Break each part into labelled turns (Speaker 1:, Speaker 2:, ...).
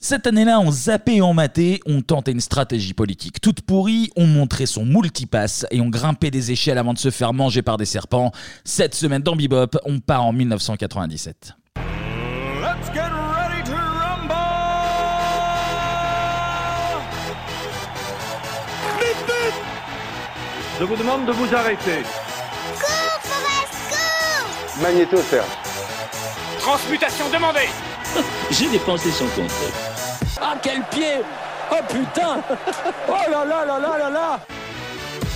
Speaker 1: Cette année-là, on zappait et on matait, on tentait une stratégie politique toute pourrie, on montrait son multipass et on grimpait des échelles avant de se faire manger par des serpents. Cette semaine dans Bebop, on part en 1997.
Speaker 2: Let's get ready to rumble!
Speaker 3: Je vous demande de vous arrêter.
Speaker 4: Magnéto, Serge.
Speaker 5: Transmutation demandée
Speaker 6: J'ai dépensé sans compte.
Speaker 5: Ah quel pied Oh putain Oh là là là là là là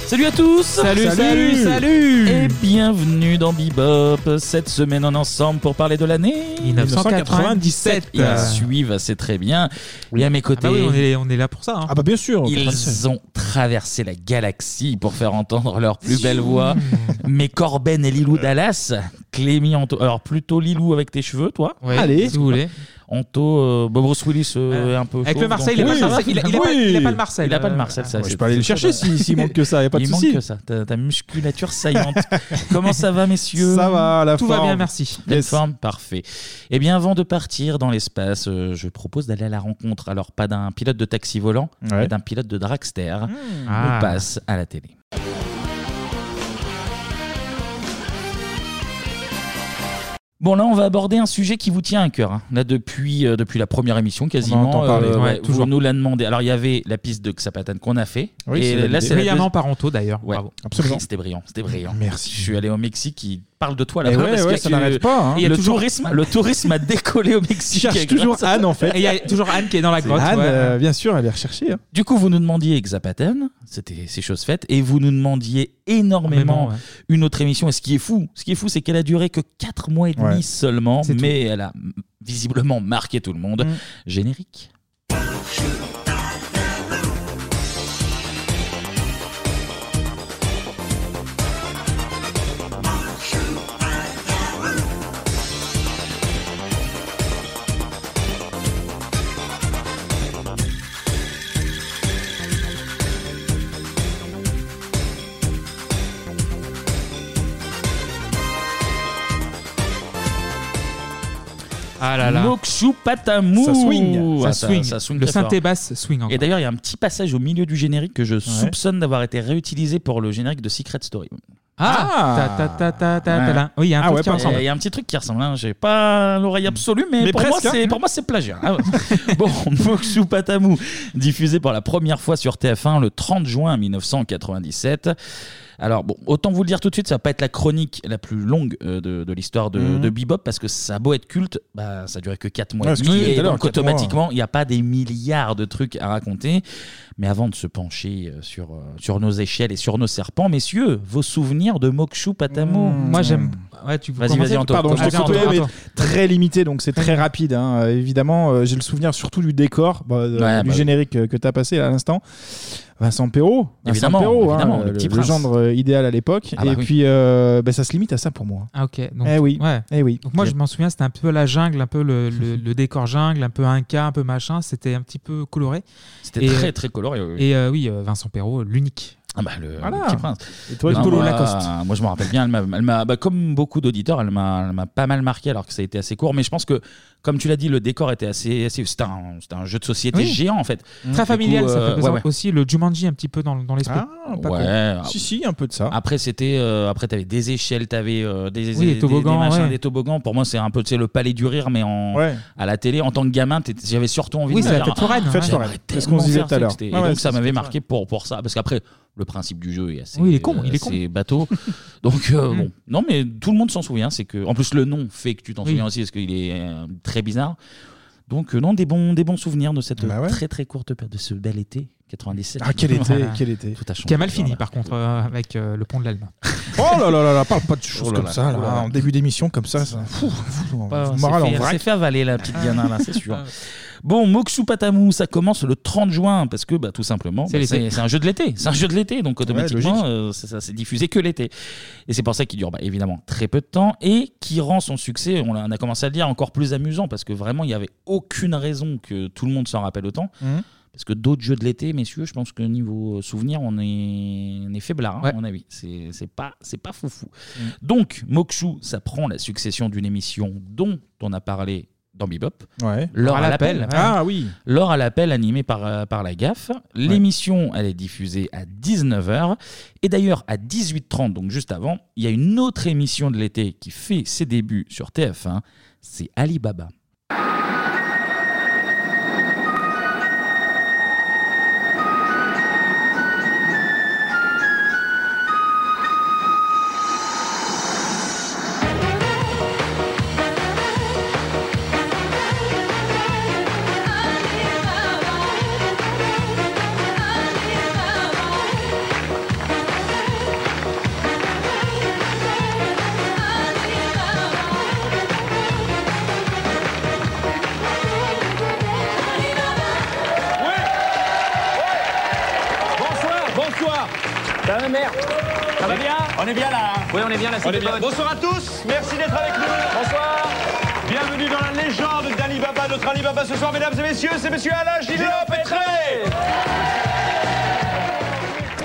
Speaker 1: Salut à tous
Speaker 7: Salut, salut, salut
Speaker 1: Et bienvenue dans Bebop. Cette semaine, on est ensemble pour parler de l'année
Speaker 7: 1997.
Speaker 1: Ils suivent, c'est très bien. Et à mes
Speaker 7: Ah
Speaker 1: côtés,
Speaker 7: bah oui, on est, on est là pour ça. hein.
Speaker 8: Ah bah bien sûr.
Speaker 1: ils ont traversé la galaxie pour faire entendre leur plus belle
Speaker 7: Mmh.
Speaker 1: voix. Mais Corben et
Speaker 7: Euh.
Speaker 1: Lilou Dallas, Clémy Anto... Alors plutôt Lilou avec tes cheveux, toi
Speaker 7: Ouais,
Speaker 8: Allez.
Speaker 7: si vous voulez.
Speaker 1: Anto, euh, bah, Bruce Willis euh,
Speaker 7: Euh,
Speaker 1: est un peu
Speaker 7: Avec
Speaker 1: chauve,
Speaker 7: le Marseille, il a pas
Speaker 1: donc-
Speaker 7: le
Speaker 8: Oui,
Speaker 7: Marseille, il a- il a pas-
Speaker 8: oui.
Speaker 7: il a pas le Marseille.
Speaker 1: Il a pas le
Speaker 7: euh,
Speaker 1: Marseille, ça.
Speaker 8: Ouais,
Speaker 1: c'est-
Speaker 8: ah, je peux aller le chercher s'il s'il manque que ça, y a pas de
Speaker 1: Il
Speaker 8: souci.
Speaker 1: manque ça, ta, ta musculature saillante. Comment ça va, messieurs
Speaker 8: Ça va, la
Speaker 7: Tout
Speaker 8: forme.
Speaker 7: va bien, merci.
Speaker 1: Pleine
Speaker 8: Yes.
Speaker 1: forme, parfait. Eh bien, avant de partir dans l'espace, euh, je propose d'aller à la rencontre, alors pas d'un pilote de taxi volant,
Speaker 8: Ouais. Hmm.
Speaker 1: mais d'un pilote de dragster.
Speaker 7: Ah.
Speaker 1: On passe à la télé. Bon là on va aborder un sujet qui vous tient à cœur. hein. Là depuis, euh, depuis la première émission quasiment,
Speaker 8: entend parler,
Speaker 1: euh,
Speaker 7: ouais,
Speaker 1: ouais, vous
Speaker 7: toujours.
Speaker 1: nous l'a demandé. Alors il y avait la piste de Xapatane qu'on a fait.
Speaker 8: Oui, c'est
Speaker 1: et
Speaker 8: la
Speaker 1: là
Speaker 8: vidéo.
Speaker 1: c'est la
Speaker 7: Brillamment
Speaker 1: deuxi-
Speaker 7: Paranto d'ailleurs.
Speaker 1: Ouais.
Speaker 7: Bravo.
Speaker 8: Absolument.
Speaker 1: C'était brillant, c'était brillant.
Speaker 8: Merci.
Speaker 1: Je suis allé au Mexique, il parle de toi
Speaker 8: Eh
Speaker 1: là-bas.
Speaker 8: ouais,
Speaker 1: parce
Speaker 8: ouais,
Speaker 1: que
Speaker 8: ça
Speaker 1: tu-
Speaker 8: n'arrête pas. Hein.
Speaker 1: le tourisme, le tourisme a décollé au
Speaker 8: Il
Speaker 1: Mexique.
Speaker 8: cherche
Speaker 1: grâce
Speaker 8: toujours
Speaker 1: à-
Speaker 8: Anne en
Speaker 7: Et
Speaker 8: fait.
Speaker 7: il y a toujours Anne qui est dans la grotte.
Speaker 8: Anne,
Speaker 7: ouais.
Speaker 8: euh, bien sûr, elle est recherchée. hein.
Speaker 1: Du coup, vous nous demandiez Exapaten, c'était ces choses faites, et vous nous demandiez
Speaker 7: Mais
Speaker 1: énormément
Speaker 7: bon, ouais.
Speaker 1: une autre émission. Et ce qui est fou, ce qui est fou, c'est qu'elle a duré que 4 mois et demi
Speaker 8: Ouais.
Speaker 1: seulement,
Speaker 8: C'est tout.
Speaker 1: mais elle a mm, visiblement marqué tout le monde.
Speaker 7: Mm.
Speaker 1: Générique.
Speaker 7: Ah là là.
Speaker 1: Mokshu Patamou.
Speaker 8: Ça swing.
Speaker 1: Ah,
Speaker 7: Ça swing.
Speaker 1: ça swing
Speaker 7: Le
Speaker 1: très fort.
Speaker 7: synthé basse swing
Speaker 1: Et
Speaker 7: encore.
Speaker 1: d'ailleurs, il y a un petit passage au milieu du générique que je soupçonne d'avoir été réutilisé pour le générique de Secret Story.
Speaker 7: Ah
Speaker 8: Ah.
Speaker 7: ta, ta, ta, ta, ta, ta, là. Oui, il y a un
Speaker 8: Ah
Speaker 7: truc
Speaker 8: ouais,
Speaker 7: qui
Speaker 8: pas-
Speaker 7: ressemble.
Speaker 1: Il y a un petit truc qui ressemble. hein. J'ai pas
Speaker 7: Mm.
Speaker 1: l'oreille absolue, mais,
Speaker 8: Mais
Speaker 1: pour,
Speaker 8: presque,
Speaker 1: moi, c'est,
Speaker 8: hein.
Speaker 1: pour moi, c'est plagiat. Ah ouais. bon, Mokshu Patamou, diffusé pour la première fois sur TF1 le 30 juin 1997. Alors, bon, autant vous le dire tout de suite, ça va pas être la chronique la plus longue euh, de, de l'histoire de,
Speaker 8: Mhm.
Speaker 1: de Bebop, parce que ça a beau être culte, bah, ça durait que 4 mois
Speaker 8: Ouais,
Speaker 1: et
Speaker 8: ce que je
Speaker 1: demi,
Speaker 8: disais
Speaker 1: et
Speaker 8: tout à l'heure,
Speaker 1: donc
Speaker 8: quatre mois.
Speaker 1: automatiquement, il n'y a pas des milliards de trucs à raconter. Mais avant de se pencher euh, sur, euh, sur nos échelles et sur nos serpents, messieurs, vos souvenirs de Mokshu Patamou
Speaker 8: Mmh.
Speaker 7: Moi j'aime. Ouais, tu
Speaker 1: Vas-y, vas-y, Anto.
Speaker 8: Pardon, je
Speaker 1: Vas-y,
Speaker 8: t'ai
Speaker 1: Anto.
Speaker 8: coupé, mais très limité, donc c'est très rapide. hein. Euh, Évidemment, euh, j'ai le souvenir surtout du décor, bah, euh,
Speaker 1: Ouais,
Speaker 8: du
Speaker 1: bah oui.
Speaker 8: générique euh, que tu as passé là, à l'instant. Vincent Perrault, Vincent
Speaker 1: Évidemment,
Speaker 8: Perrault, hein,
Speaker 1: évidemment, le
Speaker 8: le,
Speaker 1: petit
Speaker 8: le
Speaker 1: prince.
Speaker 8: gendre euh, idéal à l'époque.
Speaker 1: Ah bah
Speaker 8: et
Speaker 1: oui.
Speaker 8: puis, euh, bah, ça se limite à ça pour moi.
Speaker 7: Ah ok. Donc,
Speaker 8: Eh oui.
Speaker 7: Ouais.
Speaker 8: Eh oui.
Speaker 7: Donc moi je m'en souviens, c'était un peu la jungle, un peu le, le- le décor jungle, un peu inca, un peu machin, c'était un petit peu coloré.
Speaker 1: C'était
Speaker 7: Et-
Speaker 1: très très coloré. oui, oui.
Speaker 7: Et euh, oui, euh, Vincent Perrault, l'unique.
Speaker 1: Ah bah, le,
Speaker 8: Voilà.
Speaker 1: le petit prince.
Speaker 8: Et toi,
Speaker 1: Non,
Speaker 8: Polo
Speaker 1: moi,
Speaker 8: Lacoste.
Speaker 1: Moi je me rappelle bien, elle m'a- elle m'a, bah, comme beaucoup d'auditeurs, elle m'a, elle m'a pas mal marqué alors que ça a été assez court. Mais je pense que, comme tu l'as dit, le décor était assez. assez- c'était, un, c'était un jeu de société
Speaker 7: Oui.
Speaker 1: géant en fait.
Speaker 8: Mm.
Speaker 7: Très
Speaker 1: Du
Speaker 7: familial,
Speaker 1: coup,
Speaker 7: ça
Speaker 1: euh,
Speaker 7: fait
Speaker 1: ouais,
Speaker 7: plaisir.
Speaker 1: ouais.
Speaker 7: Aussi le Jumanji un petit peu dans, dans l'esprit.
Speaker 8: Ah, pas con.
Speaker 1: Ouais.
Speaker 8: Si, si, un peu de ça.
Speaker 1: Après c'était, euh, après t'avais des échelles, t'avais euh, des,
Speaker 7: Oui,
Speaker 1: des-
Speaker 7: les
Speaker 1: des-
Speaker 7: toboggans,
Speaker 1: des machins,
Speaker 7: ouais.
Speaker 1: des toboggans. Pour moi c'est un peu, c'est le palais du rire, mais en,
Speaker 8: Ouais.
Speaker 1: à la télé en tant que gamin, t'étais- j'avais surtout envie
Speaker 7: oui,
Speaker 1: de
Speaker 7: c'est la
Speaker 1: faire
Speaker 7: fête foraine.
Speaker 8: Fête
Speaker 7: ouais.
Speaker 8: foraine.
Speaker 1: J'aimerais
Speaker 8: C'est ce qu'on
Speaker 1: tellement
Speaker 8: disait
Speaker 1: faire
Speaker 8: tout à
Speaker 1: ça,
Speaker 8: l'heure.
Speaker 1: c'était- Et
Speaker 8: Ouais, ouais,
Speaker 1: donc ça
Speaker 8: c'est-
Speaker 1: m'avait marqué pour, pour ça. Parce qu'après, le principe du jeu est assez, euh,
Speaker 7: Oui, il est con, il est
Speaker 1: assez bateau. Donc euh,
Speaker 7: Mm.
Speaker 1: bon, non mais tout le monde s'en souvient. C'est que en plus le nom fait que tu t'en
Speaker 7: Oui.
Speaker 1: souviens aussi parce qu'il est euh, très bizarre. Donc euh, non, des bons, des bons souvenirs de cette
Speaker 8: Bah ouais.
Speaker 1: très très courte période de ce bel été 97.
Speaker 8: Ah, quel été, quel été.
Speaker 1: Tout a changé.
Speaker 7: Qui a mal fini
Speaker 1: Voilà.
Speaker 7: par contre euh, avec euh, le pont de l'Alma.
Speaker 8: Oh là là là là, parle pas de choses
Speaker 1: Oh là
Speaker 8: comme
Speaker 1: là,
Speaker 8: ça,
Speaker 1: oh là là.
Speaker 8: là, en début d'émission, comme ça. ça fou, fou,
Speaker 1: Ah,
Speaker 8: fou, moral en
Speaker 1: c'est fait,
Speaker 8: vrac.
Speaker 1: c'est fait avaler la petite Diana là, c'est sûr. Bon, Mokshu Patamou, ça commence le 30 juin parce que bah, tout simplement,
Speaker 7: C'est
Speaker 1: bah,
Speaker 7: l'été.
Speaker 1: c'est c'est un jeu de l'été. C'est un jeu de l'été, donc automatiquement,
Speaker 8: logique.
Speaker 1: euh, ça, ça s'est diffusé que l'été. Et c'est pour ça qu'il dure bah, évidemment très peu de temps et qui rend son succès, on, l'a- on a commencé à le dire, encore plus amusant parce que vraiment, il n'y avait aucune raison que tout le monde s'en rappelle autant.
Speaker 7: Hmm.
Speaker 8: Mhm.
Speaker 1: Parce que d'autres jeux de l'été, messieurs, je pense que niveau souvenir, on est, on est faiblard, hein,
Speaker 7: Ouais.
Speaker 1: à mon avis. C'est c'est pas, c'est pas foufou. Donc, Mokshu, ça prend la succession d'une émission dont on a parlé dans Bebop.
Speaker 8: Ouais.
Speaker 1: L'or à l'appel.
Speaker 8: Ah oui.
Speaker 1: L'or à l'appel animé par, euh, par la gaffe. L'émission, elle est diffusée à 19h. Et d'ailleurs, à 18h30, donc juste avant, il y a une autre émission de l'été qui fait ses débuts sur TF1. C'est Alibaba.
Speaker 5: Bonsoir, bonsoir. Ça va, mère Ça va bien On est bien là. Oui, on est bien là.
Speaker 3: hein. On est bien. Bonsoir à tous, merci d'être avec nous. Bonsoir. Bienvenue dans la légende d'Ali Baba. Notre Ali Baba ce soir, mesdames et messieurs, c'est monsieur Alain Gillot-Pétré.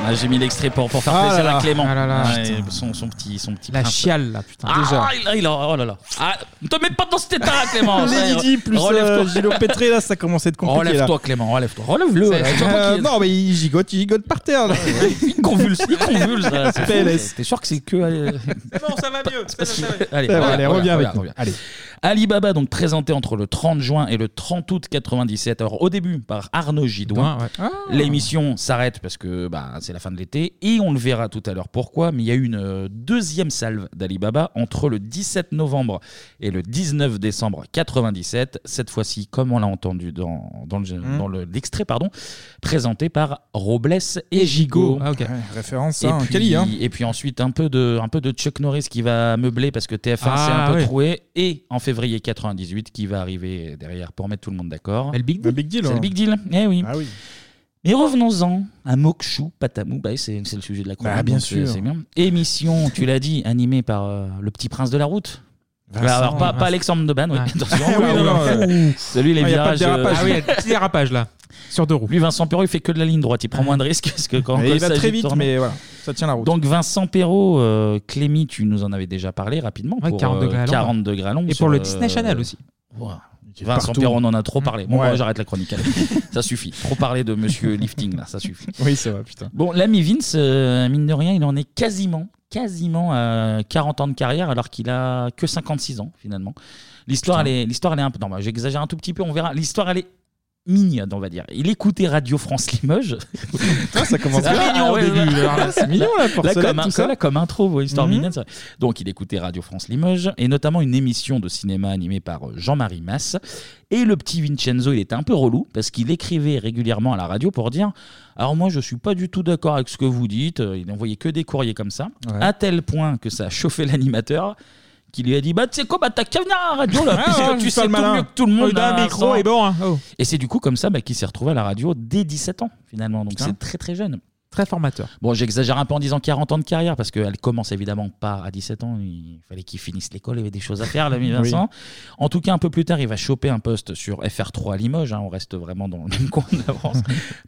Speaker 1: Ah, J'ai mis l'extrait pour, pour faire
Speaker 7: Ah
Speaker 1: plaisir
Speaker 7: là
Speaker 1: à
Speaker 7: là.
Speaker 1: Clément.
Speaker 7: Ah là là,
Speaker 1: Ouais,
Speaker 7: putain.
Speaker 1: son, son petit, son petit
Speaker 7: La
Speaker 1: prince.
Speaker 7: chiale, là, putain,
Speaker 1: Ah,
Speaker 7: déjà.
Speaker 1: il a- il a- oh là là. Ah, ne te mets pas dans cet état, Clément.
Speaker 8: Les
Speaker 1: Ouais,
Speaker 8: Didi plus
Speaker 1: relève-toi.
Speaker 8: euh, Gilles Pétré, là, ça commence à être compliqué. là.
Speaker 1: Relève-toi, Clément, relève-toi. Relève-le. là. C'est toi
Speaker 8: Euh,
Speaker 1: qui-
Speaker 8: non, mais il gigote, il gigote par terre. là.
Speaker 1: Il convulse, il convulse. là, c'est fou.
Speaker 8: PLS.
Speaker 1: T'es sûr que c'est que. euh,
Speaker 7: C'est bon, ça va mieux.
Speaker 1: c'est pas si- Allez,
Speaker 8: Ça va,
Speaker 1: voilà,
Speaker 8: Allez,
Speaker 1: voilà,
Speaker 8: reviens
Speaker 1: voilà,
Speaker 8: avec nous.
Speaker 1: reviens.
Speaker 8: Allez.
Speaker 1: Alibaba, donc présenté entre le 30 juin et le 30 août 97. Alors, au début, par Arnaud Gidoin.
Speaker 8: Ah.
Speaker 1: L'émission s'arrête parce que bah, c'est la fin de l'été et on le verra tout à l'heure pourquoi. Mais il y a eu une euh, deuxième salve d'Alibaba entre le 17 novembre et le 19 décembre 97. Cette fois-ci, comme on l'a entendu dans, dans le-
Speaker 8: Mhm.
Speaker 1: dans le- l'extrait, pardon, présenté par Robles et Gigot.
Speaker 7: Ah, ok.
Speaker 8: Ouais, référence,
Speaker 1: Et
Speaker 8: hein,
Speaker 1: puis,
Speaker 8: Cali, hein.
Speaker 1: et puis ensuite un peu de un peu de Chuck Norris qui va meubler parce que TF1 s'est
Speaker 7: Ah,
Speaker 1: un peu
Speaker 7: oui.
Speaker 1: troué et en février 98 qui va arriver derrière pour mettre tout le monde d'accord.
Speaker 7: Mais le Big
Speaker 8: Le
Speaker 7: Deal.
Speaker 8: big deal.
Speaker 1: C'est le
Speaker 8: hein.
Speaker 1: big deal. Eh oui.
Speaker 8: Ah oui.
Speaker 1: Mais revenons-en à Mokshu Patamou, bah, oui, c'est c'est le sujet de la chronique.
Speaker 8: Bah, bien
Speaker 1: donc c'est-
Speaker 8: sûr.
Speaker 1: c'est bien. Émission, tu l'as dit, animée par euh, le petit prince de la route. Bah,
Speaker 8: Vincent,
Speaker 1: Alors, pas,
Speaker 7: ouais.
Speaker 1: pas Alexandre Deban, oui.
Speaker 7: Ouais.
Speaker 1: Attention,
Speaker 8: Ah oui,
Speaker 1: oula,
Speaker 8: non,
Speaker 1: oula.
Speaker 8: non, ouais.
Speaker 1: Celui, les
Speaker 8: Ah, y a pas de
Speaker 1: virages. euh,
Speaker 8: dérapage.
Speaker 7: Ah oui, il y a petit dérapage, là. Sur deux roues.
Speaker 1: Lui, Vincent Perrault, il fait que de la ligne droite. Il prend moins de risques parce que quand
Speaker 8: Et
Speaker 1: quand
Speaker 8: il va
Speaker 1: s'agit
Speaker 8: très
Speaker 1: de
Speaker 8: vite,
Speaker 1: tourner-
Speaker 8: mais voilà, ça tient la route.
Speaker 1: Donc Vincent Perrault, euh, Clémy, tu nous en avais déjà parlé rapidement.
Speaker 7: Ouais,
Speaker 1: pour,
Speaker 7: 40
Speaker 1: euh,
Speaker 7: degrés à l'ombre.
Speaker 1: 40 degrés à l'ombre
Speaker 7: Et
Speaker 1: sur,
Speaker 7: pour le
Speaker 1: euh,
Speaker 7: Disney Channel aussi.
Speaker 1: Ouah, Vincent
Speaker 8: partout.
Speaker 1: Perrault, on en a trop parlé. Bon,
Speaker 8: Ouais.
Speaker 1: moi, j'arrête la chronique. allez. ça suffit. Trop parler de Monsieur Lifting, là, ça suffit.
Speaker 8: Oui, c'est vrai, putain.
Speaker 1: Bon, l'ami Vince, euh, mine de rien, il en est quasiment, quasiment à 40 ans de carrière, alors qu'il a que 56 ans, finalement. L'histoire, elle est, l'histoire, elle est un peu. Non, bah, j'exagère un tout petit peu, on verra. L'histoire, elle est mignonne, on va dire. Il écoutait Radio France Limoges.
Speaker 8: Ah, ça commence
Speaker 1: C'est
Speaker 8: bien.
Speaker 1: mignon,
Speaker 8: Ah,
Speaker 1: hein. ouais, ouais.
Speaker 8: alors là, C'est mignon, là, pour
Speaker 1: Là, comme,
Speaker 8: cela,
Speaker 1: un-
Speaker 8: tout ça.
Speaker 1: là, comme intro, ouais, histoire
Speaker 8: Mhm.
Speaker 1: mignonne, c'est vrai. Donc, il écoutait Radio France Limoges et notamment une émission de cinéma animée par euh, Jean-Marie Masse. Et le petit Vincenzo, il était un peu relou parce qu'il écrivait régulièrement à la radio pour dire Alors, moi, je suis pas du tout d'accord avec ce que vous dites. euh, Il n'envoyait que des courriers comme ça,
Speaker 8: Ouais.
Speaker 1: à tel point que ça a chauffé l'animateur qui lui a dit Bah, tu sais quoi, bah, t'as qu'à venir à la radio là,
Speaker 8: Ah,
Speaker 1: puisque
Speaker 8: ah,
Speaker 1: tu
Speaker 8: tu
Speaker 1: sais
Speaker 8: fais le
Speaker 1: tout
Speaker 8: malin.
Speaker 1: mieux que tout le monde.
Speaker 7: Oh, il a
Speaker 1: hein,
Speaker 7: un micro
Speaker 1: ça.
Speaker 7: et bon. hein. Oh.
Speaker 1: Et c'est du coup comme ça bah, qu'il s'est retrouvé à la radio dès 17 ans, finalement. Donc,
Speaker 8: Putain.
Speaker 1: c'est très très jeune.
Speaker 7: Très formateur.
Speaker 1: Bon, j'exagère un peu en disant 40 ans de carrière, parce qu'elle commence évidemment pas à 17 ans. Il fallait qu'il finisse l'école, il y avait des choses à faire, l'ami Vincent. En tout cas, un peu plus tard, il va choper un poste sur FR3 à Limoges. hein, on reste vraiment dans le même coin de la France,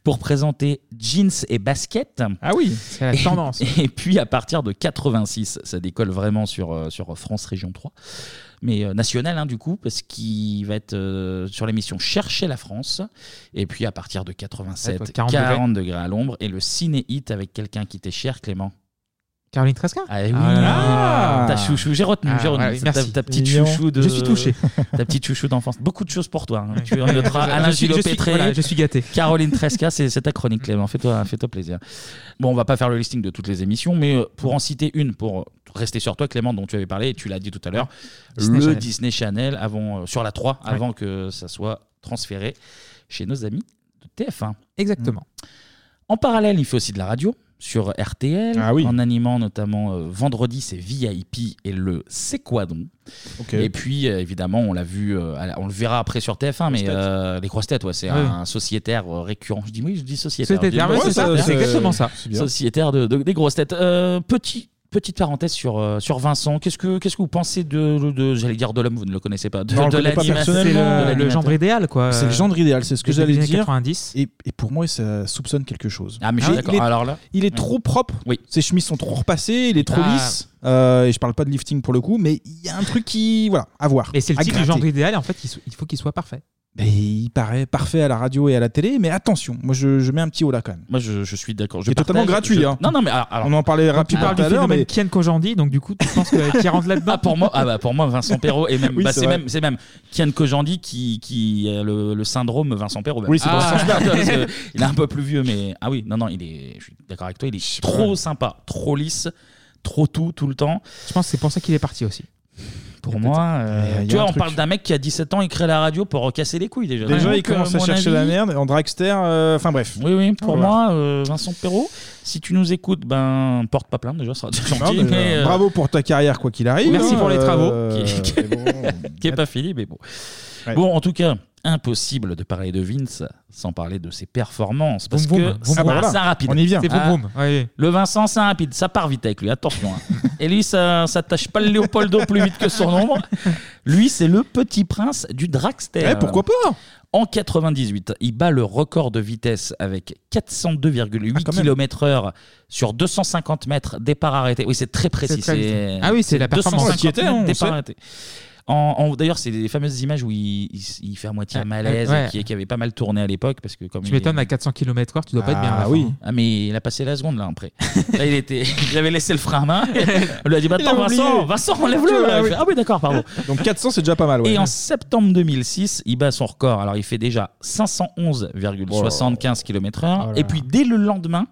Speaker 1: pour présenter jeans et basket.
Speaker 8: Ah oui.
Speaker 7: C'est la tendance.
Speaker 1: Et puis, à partir de 86, ça décolle vraiment sur, euh, sur France Région 3, mais euh, national, hein, du coup, parce qu'il va être euh, sur l'émission Chercher la France. Et puis, à partir de 87,
Speaker 7: Ouais, toi,
Speaker 1: 40,
Speaker 7: 40 degrés.
Speaker 1: degrés à l'ombre, et le ciné-hit avec quelqu'un qui t'est cher, Clément.
Speaker 7: Caroline Tresca
Speaker 1: Ah oui,
Speaker 7: Ah là là.
Speaker 1: ta chouchou, j'ai retenu,
Speaker 7: Ah,
Speaker 1: j'ai retenu.
Speaker 7: ouais,
Speaker 1: C'est
Speaker 7: merci.
Speaker 1: Ta, ta petite
Speaker 8: Mignon.
Speaker 1: chouchou de,
Speaker 7: Je suis touché.
Speaker 1: ta petite chouchou d'enfance. Beaucoup de choses pour toi. hein. Tu noteras Alain
Speaker 7: je, suis, je, suis,
Speaker 1: Gillot-Pétré,
Speaker 7: voilà, je suis gâté.
Speaker 1: Caroline Tresca, c'est c'est ta chronique, Clément. Fais-toi fais plaisir. Bon, on va pas faire le listing de toutes les émissions, mais euh, pour en citer une, pour euh, rester sur toi, Clément, dont tu avais parlé, et tu l'as dit tout à l'heure,
Speaker 7: Disney
Speaker 1: le
Speaker 7: Channel.
Speaker 1: Disney Channel avant, euh, sur la 3, avant que ça soit transféré chez nos amis de TF1.
Speaker 7: Exactement.
Speaker 1: En parallèle, il fait aussi de la radio sur RTL,
Speaker 8: Ah oui.
Speaker 1: en animant notamment euh, Vendredi, c'est VIP et le C'est quoi donc
Speaker 8: Ok.
Speaker 1: Et puis euh, évidemment, on l'a vu, euh, à la- on le verra après sur TF1, mais
Speaker 8: Grosses têtes.
Speaker 1: euh, les grosses têtes, ouais, c'est
Speaker 7: Oui.
Speaker 1: un sociétaire euh, récurrent. Je dis oui, je dis sociétaire.
Speaker 7: C'était
Speaker 1: Je dis-
Speaker 7: ah ouais,
Speaker 1: ouais,
Speaker 7: c'est ça, c'est exactement ça.
Speaker 8: C'est bien.
Speaker 1: Sociétaire de, de- des grosses têtes. Euh, petit Petite parenthèse sur, euh, sur Vincent. Qu'est-ce que, qu'est-ce que vous pensez de, de- j'allais dire de l'homme, vous ne le connaissez pas, de,
Speaker 8: Non, on le
Speaker 1: de
Speaker 8: connaît pas
Speaker 1: l'animateur-
Speaker 8: personnellement.
Speaker 1: de
Speaker 7: C'est le, le
Speaker 1: l'animateur.
Speaker 7: genre idéal, quoi.
Speaker 8: C'est le genre idéal, c'est ce que
Speaker 7: Début
Speaker 8: j'allais
Speaker 7: des années
Speaker 8: dire.
Speaker 7: 90.
Speaker 8: Et, et pour moi, ça soupçonne quelque chose.
Speaker 1: Ah, mais je suis
Speaker 8: Hein,
Speaker 1: d'accord.
Speaker 8: il est-
Speaker 1: Alors là,
Speaker 8: Il est trop propre.
Speaker 1: Oui.
Speaker 8: Ses chemises sont trop repassées, il est trop
Speaker 7: Ah.
Speaker 8: lisse. Euh, et je parle pas de lifting pour le coup, mais il y a un truc qui, voilà, à voir.
Speaker 7: Et c'est le
Speaker 8: à
Speaker 7: type du
Speaker 8: Ah, gratter.
Speaker 7: genre idéal, et en fait, il so- il faut qu'il soit parfait.
Speaker 8: Mais Ben, il paraît parfait à la radio et à la télé, mais attention, moi je, je mets un petit haut là quand même.
Speaker 1: moi je, je suis d'accord. Je
Speaker 8: Il est totalement
Speaker 1: partage-
Speaker 8: gratuit,
Speaker 1: je-
Speaker 8: hein.
Speaker 1: Non, non, mais alors, alors,
Speaker 8: On en parlait
Speaker 7: Tu
Speaker 8: rapidement
Speaker 7: parles
Speaker 8: tout
Speaker 7: du
Speaker 8: à l'heure,
Speaker 7: phénomène
Speaker 8: mais
Speaker 7: Kian Kojandi, donc du coup, tu penses
Speaker 8: euh,
Speaker 7: que- qu'il rentre là-dedans
Speaker 1: Ah pour moi, ah bah pour moi Vincent Perrault et même
Speaker 8: Oui,
Speaker 1: bah,
Speaker 8: c'est
Speaker 1: c'est
Speaker 8: vrai.
Speaker 1: même c'est même Kian Kojandi qui qui a le, le syndrome Vincent Perrault. même.
Speaker 8: Oui, c'est dans
Speaker 1: Ah,
Speaker 8: ce sens-là.
Speaker 1: parce que il est un peu plus vieux mais ah oui, non non, il est je suis d'accord avec toi, il est trop sympa, trop lisse, trop tout tout le temps.
Speaker 7: Je pense que c'est pour ça qu'il est parti aussi.
Speaker 1: Pour moi, euh,
Speaker 8: Il y a- il y a
Speaker 1: tu
Speaker 8: un
Speaker 1: vois, on
Speaker 8: truc.
Speaker 1: parle d'un mec qui a 17 ans, il crée la radio pour casser les couilles déjà.
Speaker 8: déjà
Speaker 1: Donc,
Speaker 8: il commence
Speaker 1: euh,
Speaker 8: à
Speaker 1: mon
Speaker 8: chercher la
Speaker 1: avis,
Speaker 8: merde, en dragster, euh, enfin bref.
Speaker 1: Oui, oui, pour
Speaker 8: Voilà.
Speaker 1: moi, euh, Vincent Perrault, si tu nous écoutes, ben, porte pas plainte déjà, ça sera déjà
Speaker 8: Non,
Speaker 1: gentil,
Speaker 8: mais,
Speaker 1: mais,
Speaker 8: euh,
Speaker 1: euh,
Speaker 8: Bravo pour ta carrière, quoi qu'il arrive.
Speaker 7: Merci
Speaker 8: hein,
Speaker 7: pour les travaux.
Speaker 8: euh,
Speaker 1: Qui- qui-
Speaker 8: mais bon,
Speaker 1: qui est pas fini, mais bon.
Speaker 8: Ouais.
Speaker 1: Bon, en tout cas, impossible de parler de Vince sans parler de ses performances. Parce
Speaker 7: Boum,
Speaker 1: que
Speaker 7: boum,
Speaker 8: boum,
Speaker 1: ça,
Speaker 8: boum.
Speaker 1: part-
Speaker 8: Voilà.
Speaker 1: c'est un rapide.
Speaker 8: on y vient.
Speaker 7: C'est
Speaker 1: Ah.
Speaker 7: boum boum. Ouais, ouais.
Speaker 1: Le Vincent, c'est un rapide. Ça part vite avec lui, attention. hein. Et lui, ça ça tâche pas le Léopoldo plus vite que son ombre. Lui, c'est le petit prince du Dragster.
Speaker 8: Eh, pourquoi pas
Speaker 1: En 98, il bat le record de vitesse avec 402,8
Speaker 8: Ah, quand même.
Speaker 1: km/h sur 250 mètres départ arrêté. Oui, c'est très précis.
Speaker 7: C'est très
Speaker 1: c'est-
Speaker 7: Ah oui, c'est la performance.
Speaker 1: 250
Speaker 8: Qui était,
Speaker 1: mètres
Speaker 8: on
Speaker 1: départ
Speaker 8: sait.
Speaker 1: arrêté. En, en- D'ailleurs, c'est les fameuses images où il, il s- il fait à moitié un
Speaker 7: Ah,
Speaker 1: malaise,
Speaker 7: ouais.
Speaker 1: et qui, qui avait pas mal tourné à l'époque. parce que comme
Speaker 7: Tu
Speaker 1: il est-
Speaker 7: m'étonnes, à 400 km/h, tu dois pas être bien. à la
Speaker 8: Ah
Speaker 7: fin.
Speaker 8: oui.
Speaker 1: Ah, mais il a passé la seconde là après. Là, il, était... il avait laissé le frein à main. On lui a dit bah, Attends,
Speaker 8: avait oublié.
Speaker 1: Vincent, Vincent, enlève-le. là. Il fait, Ah oui, d'accord, pardon.
Speaker 8: Donc 400, c'est déjà pas mal. Ah, ouais.
Speaker 1: Et en septembre 2006, il bat son record. Alors, il fait déjà 511,75 km/h.
Speaker 8: Oh là
Speaker 1: et puis, dès le lendemain,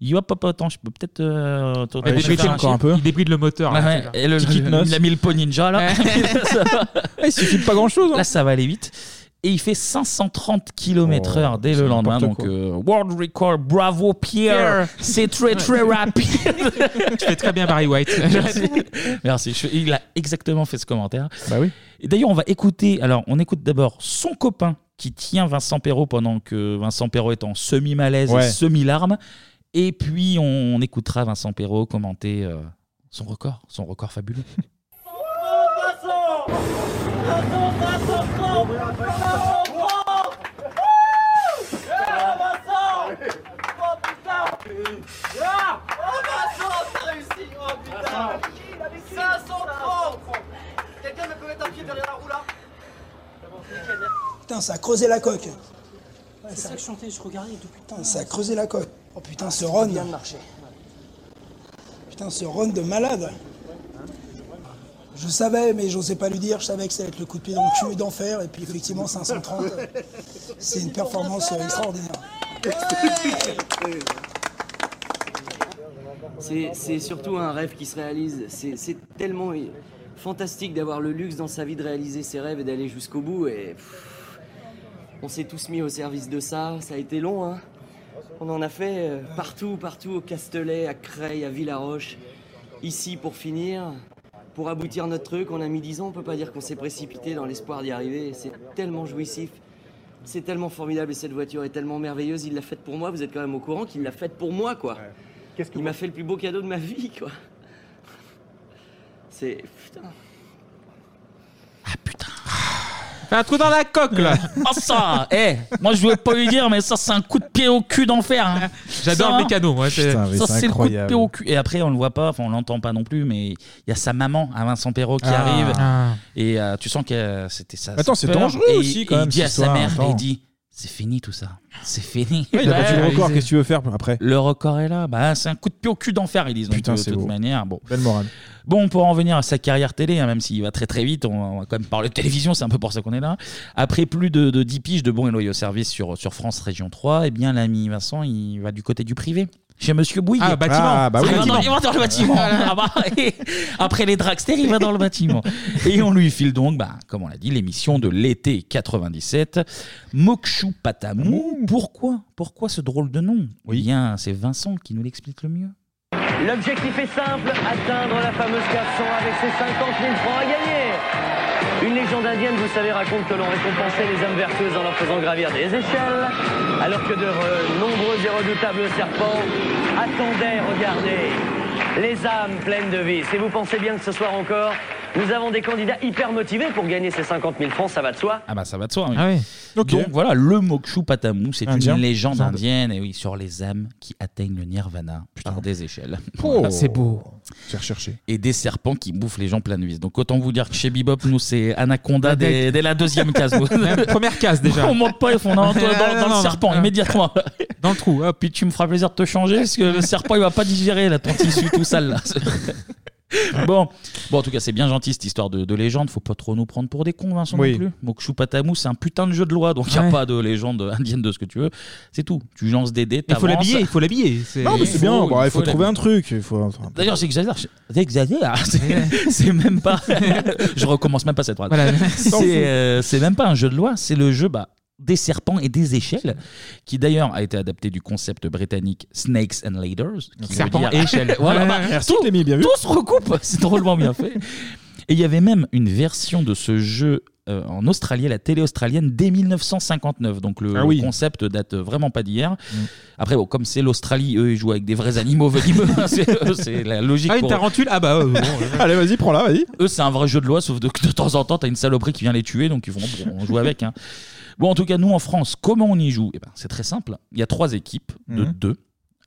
Speaker 1: il dit Hop, hop, attends, je peux peut-être. euh, te- te-
Speaker 8: Ouais,
Speaker 1: te-
Speaker 8: débride
Speaker 1: faire un
Speaker 8: encore un
Speaker 1: chiffre.
Speaker 8: peu.
Speaker 7: Il débride le moteur.
Speaker 1: Ouais,
Speaker 7: là,
Speaker 1: Ah ouais.
Speaker 7: c'est ça.
Speaker 1: Et le,
Speaker 8: Petite note.
Speaker 1: il a mis le pot ninja là. Ça va.
Speaker 8: Eh, il suffit de pas grand chose.
Speaker 1: Là, ça va aller vite. Et il fait 530 km/h
Speaker 8: Oh,
Speaker 1: dès
Speaker 8: c'est
Speaker 1: le lendemain.
Speaker 8: n'importe
Speaker 1: Donc,
Speaker 8: quoi.
Speaker 1: euh, World Record, bravo
Speaker 7: Pierre.
Speaker 1: Pierre. C'est très très rapide.
Speaker 7: Tu fais très bien Barry White.
Speaker 1: Merci. Merci. Je- il a exactement fait ce commentaire.
Speaker 8: Bah oui.
Speaker 1: Et d'ailleurs, on va écouter. Alors, on écoute d'abord son copain qui tient Vincent Perrault pendant que Vincent Perrault est en semi-malaise
Speaker 8: Ouais.
Speaker 1: et semi-larme. Et puis, on, on écoutera Vincent Perrault commenter euh, son record, son record fabuleux.
Speaker 9: Ah, Oh,
Speaker 4: Putain, ça a creusé la coque. c'est ça que je chantais, je regardais depuis Putain, ça a creusé la coque. Oh putain, ce run. Bien marché. Putain, ce run de malade. Je savais, mais j'osais pas lui dire. Je savais que ça allait être le coup de pied dans le cul d'enfer. Et puis effectivement, 530, euh, c'est une performance extraordinaire.
Speaker 10: C'est c'est surtout un rêve qui se réalise. C'est c'est tellement euh, fantastique d'avoir le luxe dans sa vie de réaliser ses rêves et d'aller jusqu'au bout. Et pff, on s'est tous mis au service de ça. Ça a été long. hein. On en a fait euh, partout, partout, au Castelet, à Creil, à Villaroche, ici pour finir. Pour aboutir notre truc, on a mis 10 ans, on peut pas dire qu'on s'est précipité dans l'espoir d'y arriver. C'est tellement jouissif, c'est tellement formidable et cette voiture est tellement merveilleuse. Il l'a faite pour moi, vous êtes quand même au courant qu'il l'a faite pour moi, quoi. Il m'a fait le plus beau cadeau de ma vie, quoi. C'est. Putain.
Speaker 7: Fais un trou dans la coque, là.
Speaker 1: Oh ça Eh Moi je voulais pas lui dire mais ça c'est un coup de pied au cul d'enfer hein.
Speaker 7: J'adore
Speaker 1: Ça,
Speaker 7: le mécano. Moi, c'est-
Speaker 8: Putain, mais
Speaker 1: Ça c'est le coup de
Speaker 8: incroyable.
Speaker 1: pied au cul. Et après on le voit pas, enfin on l'entend pas non plus mais il y a sa maman à Vincent Perrault qui
Speaker 8: Ah.
Speaker 1: arrive
Speaker 7: Ah.
Speaker 1: et euh, tu sens que euh, c'était ça.
Speaker 8: Attends, c'est dangereux aussi, quand
Speaker 1: et
Speaker 8: même,
Speaker 1: Il dit à
Speaker 8: cette
Speaker 1: sa
Speaker 8: histoire,
Speaker 1: mère,
Speaker 8: attends.
Speaker 1: il dit c'est fini tout ça. C'est fini.
Speaker 8: Ouais, Ah, il a battu
Speaker 7: Ouais,
Speaker 8: le record,
Speaker 7: il-
Speaker 8: qu'est-ce que tu veux faire après
Speaker 1: Le record est là, bah, c'est un coup de pied au cul d'enfer, ils disent. Donc,
Speaker 8: Putain,
Speaker 1: de
Speaker 8: c'est
Speaker 1: toute
Speaker 8: beau.
Speaker 1: manière, bon.
Speaker 8: Belle morale.
Speaker 1: Bon, pour en venir à sa carrière télé, hein, même s'il va très très vite, on, on va quand même parler de télévision, c'est un peu pour ça qu'on est là. Après plus de, de 10 piges de bons et loyaux services sur, sur France Région 3, eh bien l'ami Vincent, il va du côté du privé. Chez Monsieur Bouygues.
Speaker 7: Ah, bâtiment.
Speaker 8: Ah, bah
Speaker 1: il,
Speaker 8: oui.
Speaker 1: va dans, il va dans le bâtiment. Ah bah, et après les dragsters, il va dans le bâtiment. Et on lui file donc, bah, comme on l'a dit, l'émission de l'été 97, Mokshu
Speaker 8: Ah
Speaker 1: Patamou. Pourquoi Pourquoi ce drôle de nom Eh bien, c'est Vincent qui nous l'explique le mieux.
Speaker 10: L'objectif est simple atteindre la fameuse 400 avec ses 50 000 francs à gagner. Une légende indienne, vous savez, raconte que l'on récompensait les âmes vertueuses en leur faisant gravir des échelles, alors que de euh, nombreux et redoutables serpents attendaient, regardez, les âmes pleines de vie. Si vous pensez bien que ce soir encore, nous avons des candidats hyper motivés pour gagner ces 50 000 francs, ça va de soi.
Speaker 1: Ah bah ça va de soi. oui.
Speaker 7: Ah oui.
Speaker 8: Ok.
Speaker 1: Donc voilà, le Mokshu Patamou, c'est
Speaker 8: Indien.
Speaker 1: une légende
Speaker 8: Indien.
Speaker 1: indienne et oui, sur les âmes qui atteignent le nirvana par des échelles.
Speaker 8: Oh.
Speaker 7: C'est beau.
Speaker 8: J'ai recherché.
Speaker 1: Et des serpents qui bouffent les gens plein de vis. Donc autant vous dire que chez Bebop, nous, c'est Anaconda dès, dès Ah, la deuxième case. nous.
Speaker 7: Même première case déjà.
Speaker 1: On monte pas, on est dans, dans- dans
Speaker 7: Non, non, non.
Speaker 1: le serpent immédiatement.
Speaker 7: Dans le trou. hop.
Speaker 1: Puis tu me feras plaisir de te changer parce que le serpent il va pas digérer là, ton tissu tout sale là. Bon. bon, en tout cas, c'est bien gentil cette histoire de, de légende. Faut pas trop nous prendre pour des cons, Vincent,
Speaker 8: Oui.
Speaker 1: non plus. Mokshu Patamou, c'est un putain de jeu de loi, donc il
Speaker 7: Ouais.
Speaker 1: a pas de légende indienne de ce que tu veux. C'est tout. Tu lances des dés,
Speaker 7: Il faut
Speaker 1: t'avances.
Speaker 7: l'habiller. Il faut l'habiller. C'est-
Speaker 8: Non, mais
Speaker 1: Il
Speaker 8: c'est bien.
Speaker 1: faut-
Speaker 8: bah,
Speaker 1: il
Speaker 8: Il faut,
Speaker 1: faut
Speaker 8: trouver
Speaker 1: la-
Speaker 8: un truc. Il faut... enfin,
Speaker 1: D'ailleurs, j'exagère. J'exagère. C'est- C'est même pas. Je recommence même pas cette phrase.
Speaker 7: Voilà.
Speaker 8: S'en fout.
Speaker 1: C'est euh, c'est même pas un jeu de loi, c'est le jeu bah, des serpents et des échelles, qui d'ailleurs a été adapté du concept britannique Snakes and Ladders. qui veut
Speaker 7: Serpents
Speaker 1: dire-
Speaker 7: et échelles.
Speaker 1: voilà,
Speaker 7: Ouais,
Speaker 1: bah,
Speaker 7: ouais,
Speaker 8: Merci,
Speaker 1: tout,
Speaker 8: Clémy, bien vu.
Speaker 1: tout se recoupe, c'est drôlement bien fait. Et il y avait même une version de ce jeu euh, en Australie, à la télé australienne, dès 1959. Donc le,
Speaker 8: Ah oui.
Speaker 1: le concept date vraiment pas d'hier.
Speaker 7: Mm.
Speaker 1: Après, bon, comme c'est l'Australie, eux, ils jouent avec des vrais animaux venimeux. c'est c'est la logique.
Speaker 7: Ah, une
Speaker 1: pour eux.
Speaker 7: tarentule Ah bah. euh, bon, ouais.
Speaker 8: Allez, vas-y, prends-la, vas-y.
Speaker 1: Eux, c'est un vrai jeu de loi, sauf de- que de temps en temps, t'as une saloperie qui vient les tuer, donc ils vont bon, on joue avec. hein. Bon, en tout cas, nous en France, comment on y joue eh ben, C'est très simple. Il y a trois équipes de
Speaker 8: Mhm.
Speaker 1: deux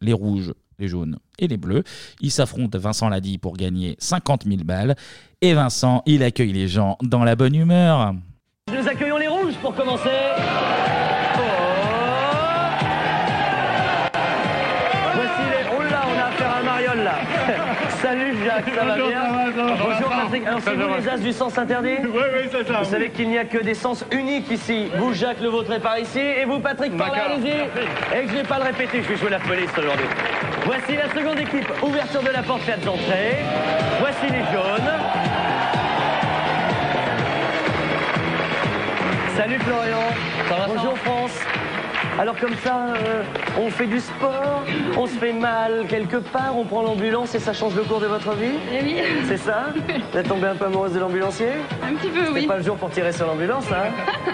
Speaker 1: les rouges, les jaunes et les bleus. Ils s'affrontent, Vincent l'a dit, pour gagner 50 000 balles. Et Vincent, il accueille les gens dans la bonne humeur.
Speaker 10: Nous accueillons les rouges pour commencer. Oh. Voici les. Oh là, on a affaire à un mariole là. Salut Jacques, ça va bien Bonjour Patrick. Alors, c'est vous les as du sens interdit Oui, oui, c'est ça. Vous savez qu'il n'y a que des sens uniques ici. Vous, Jacques, le vôtre est par ici. Et vous, Patrick, par là, allez-y. Et que je ne vais pas le répéter, je vais jouer la police aujourd'hui. Voici la seconde équipe. Ouverture de la porte, faites d'entrée. Voici les jaunes. Salut Florian. Bonjour France. Alors comme ça, euh, on fait du sport, on se fait mal quelque part, on prend l'ambulance et ça change le cours de votre vie
Speaker 11: Eh oui,
Speaker 10: C'est ça Vous êtes tombée un peu amoureuse de l'ambulancier
Speaker 11: un petit peu,
Speaker 10: C'est
Speaker 11: oui.
Speaker 10: pas le jour pour tirer sur l'ambulance, hein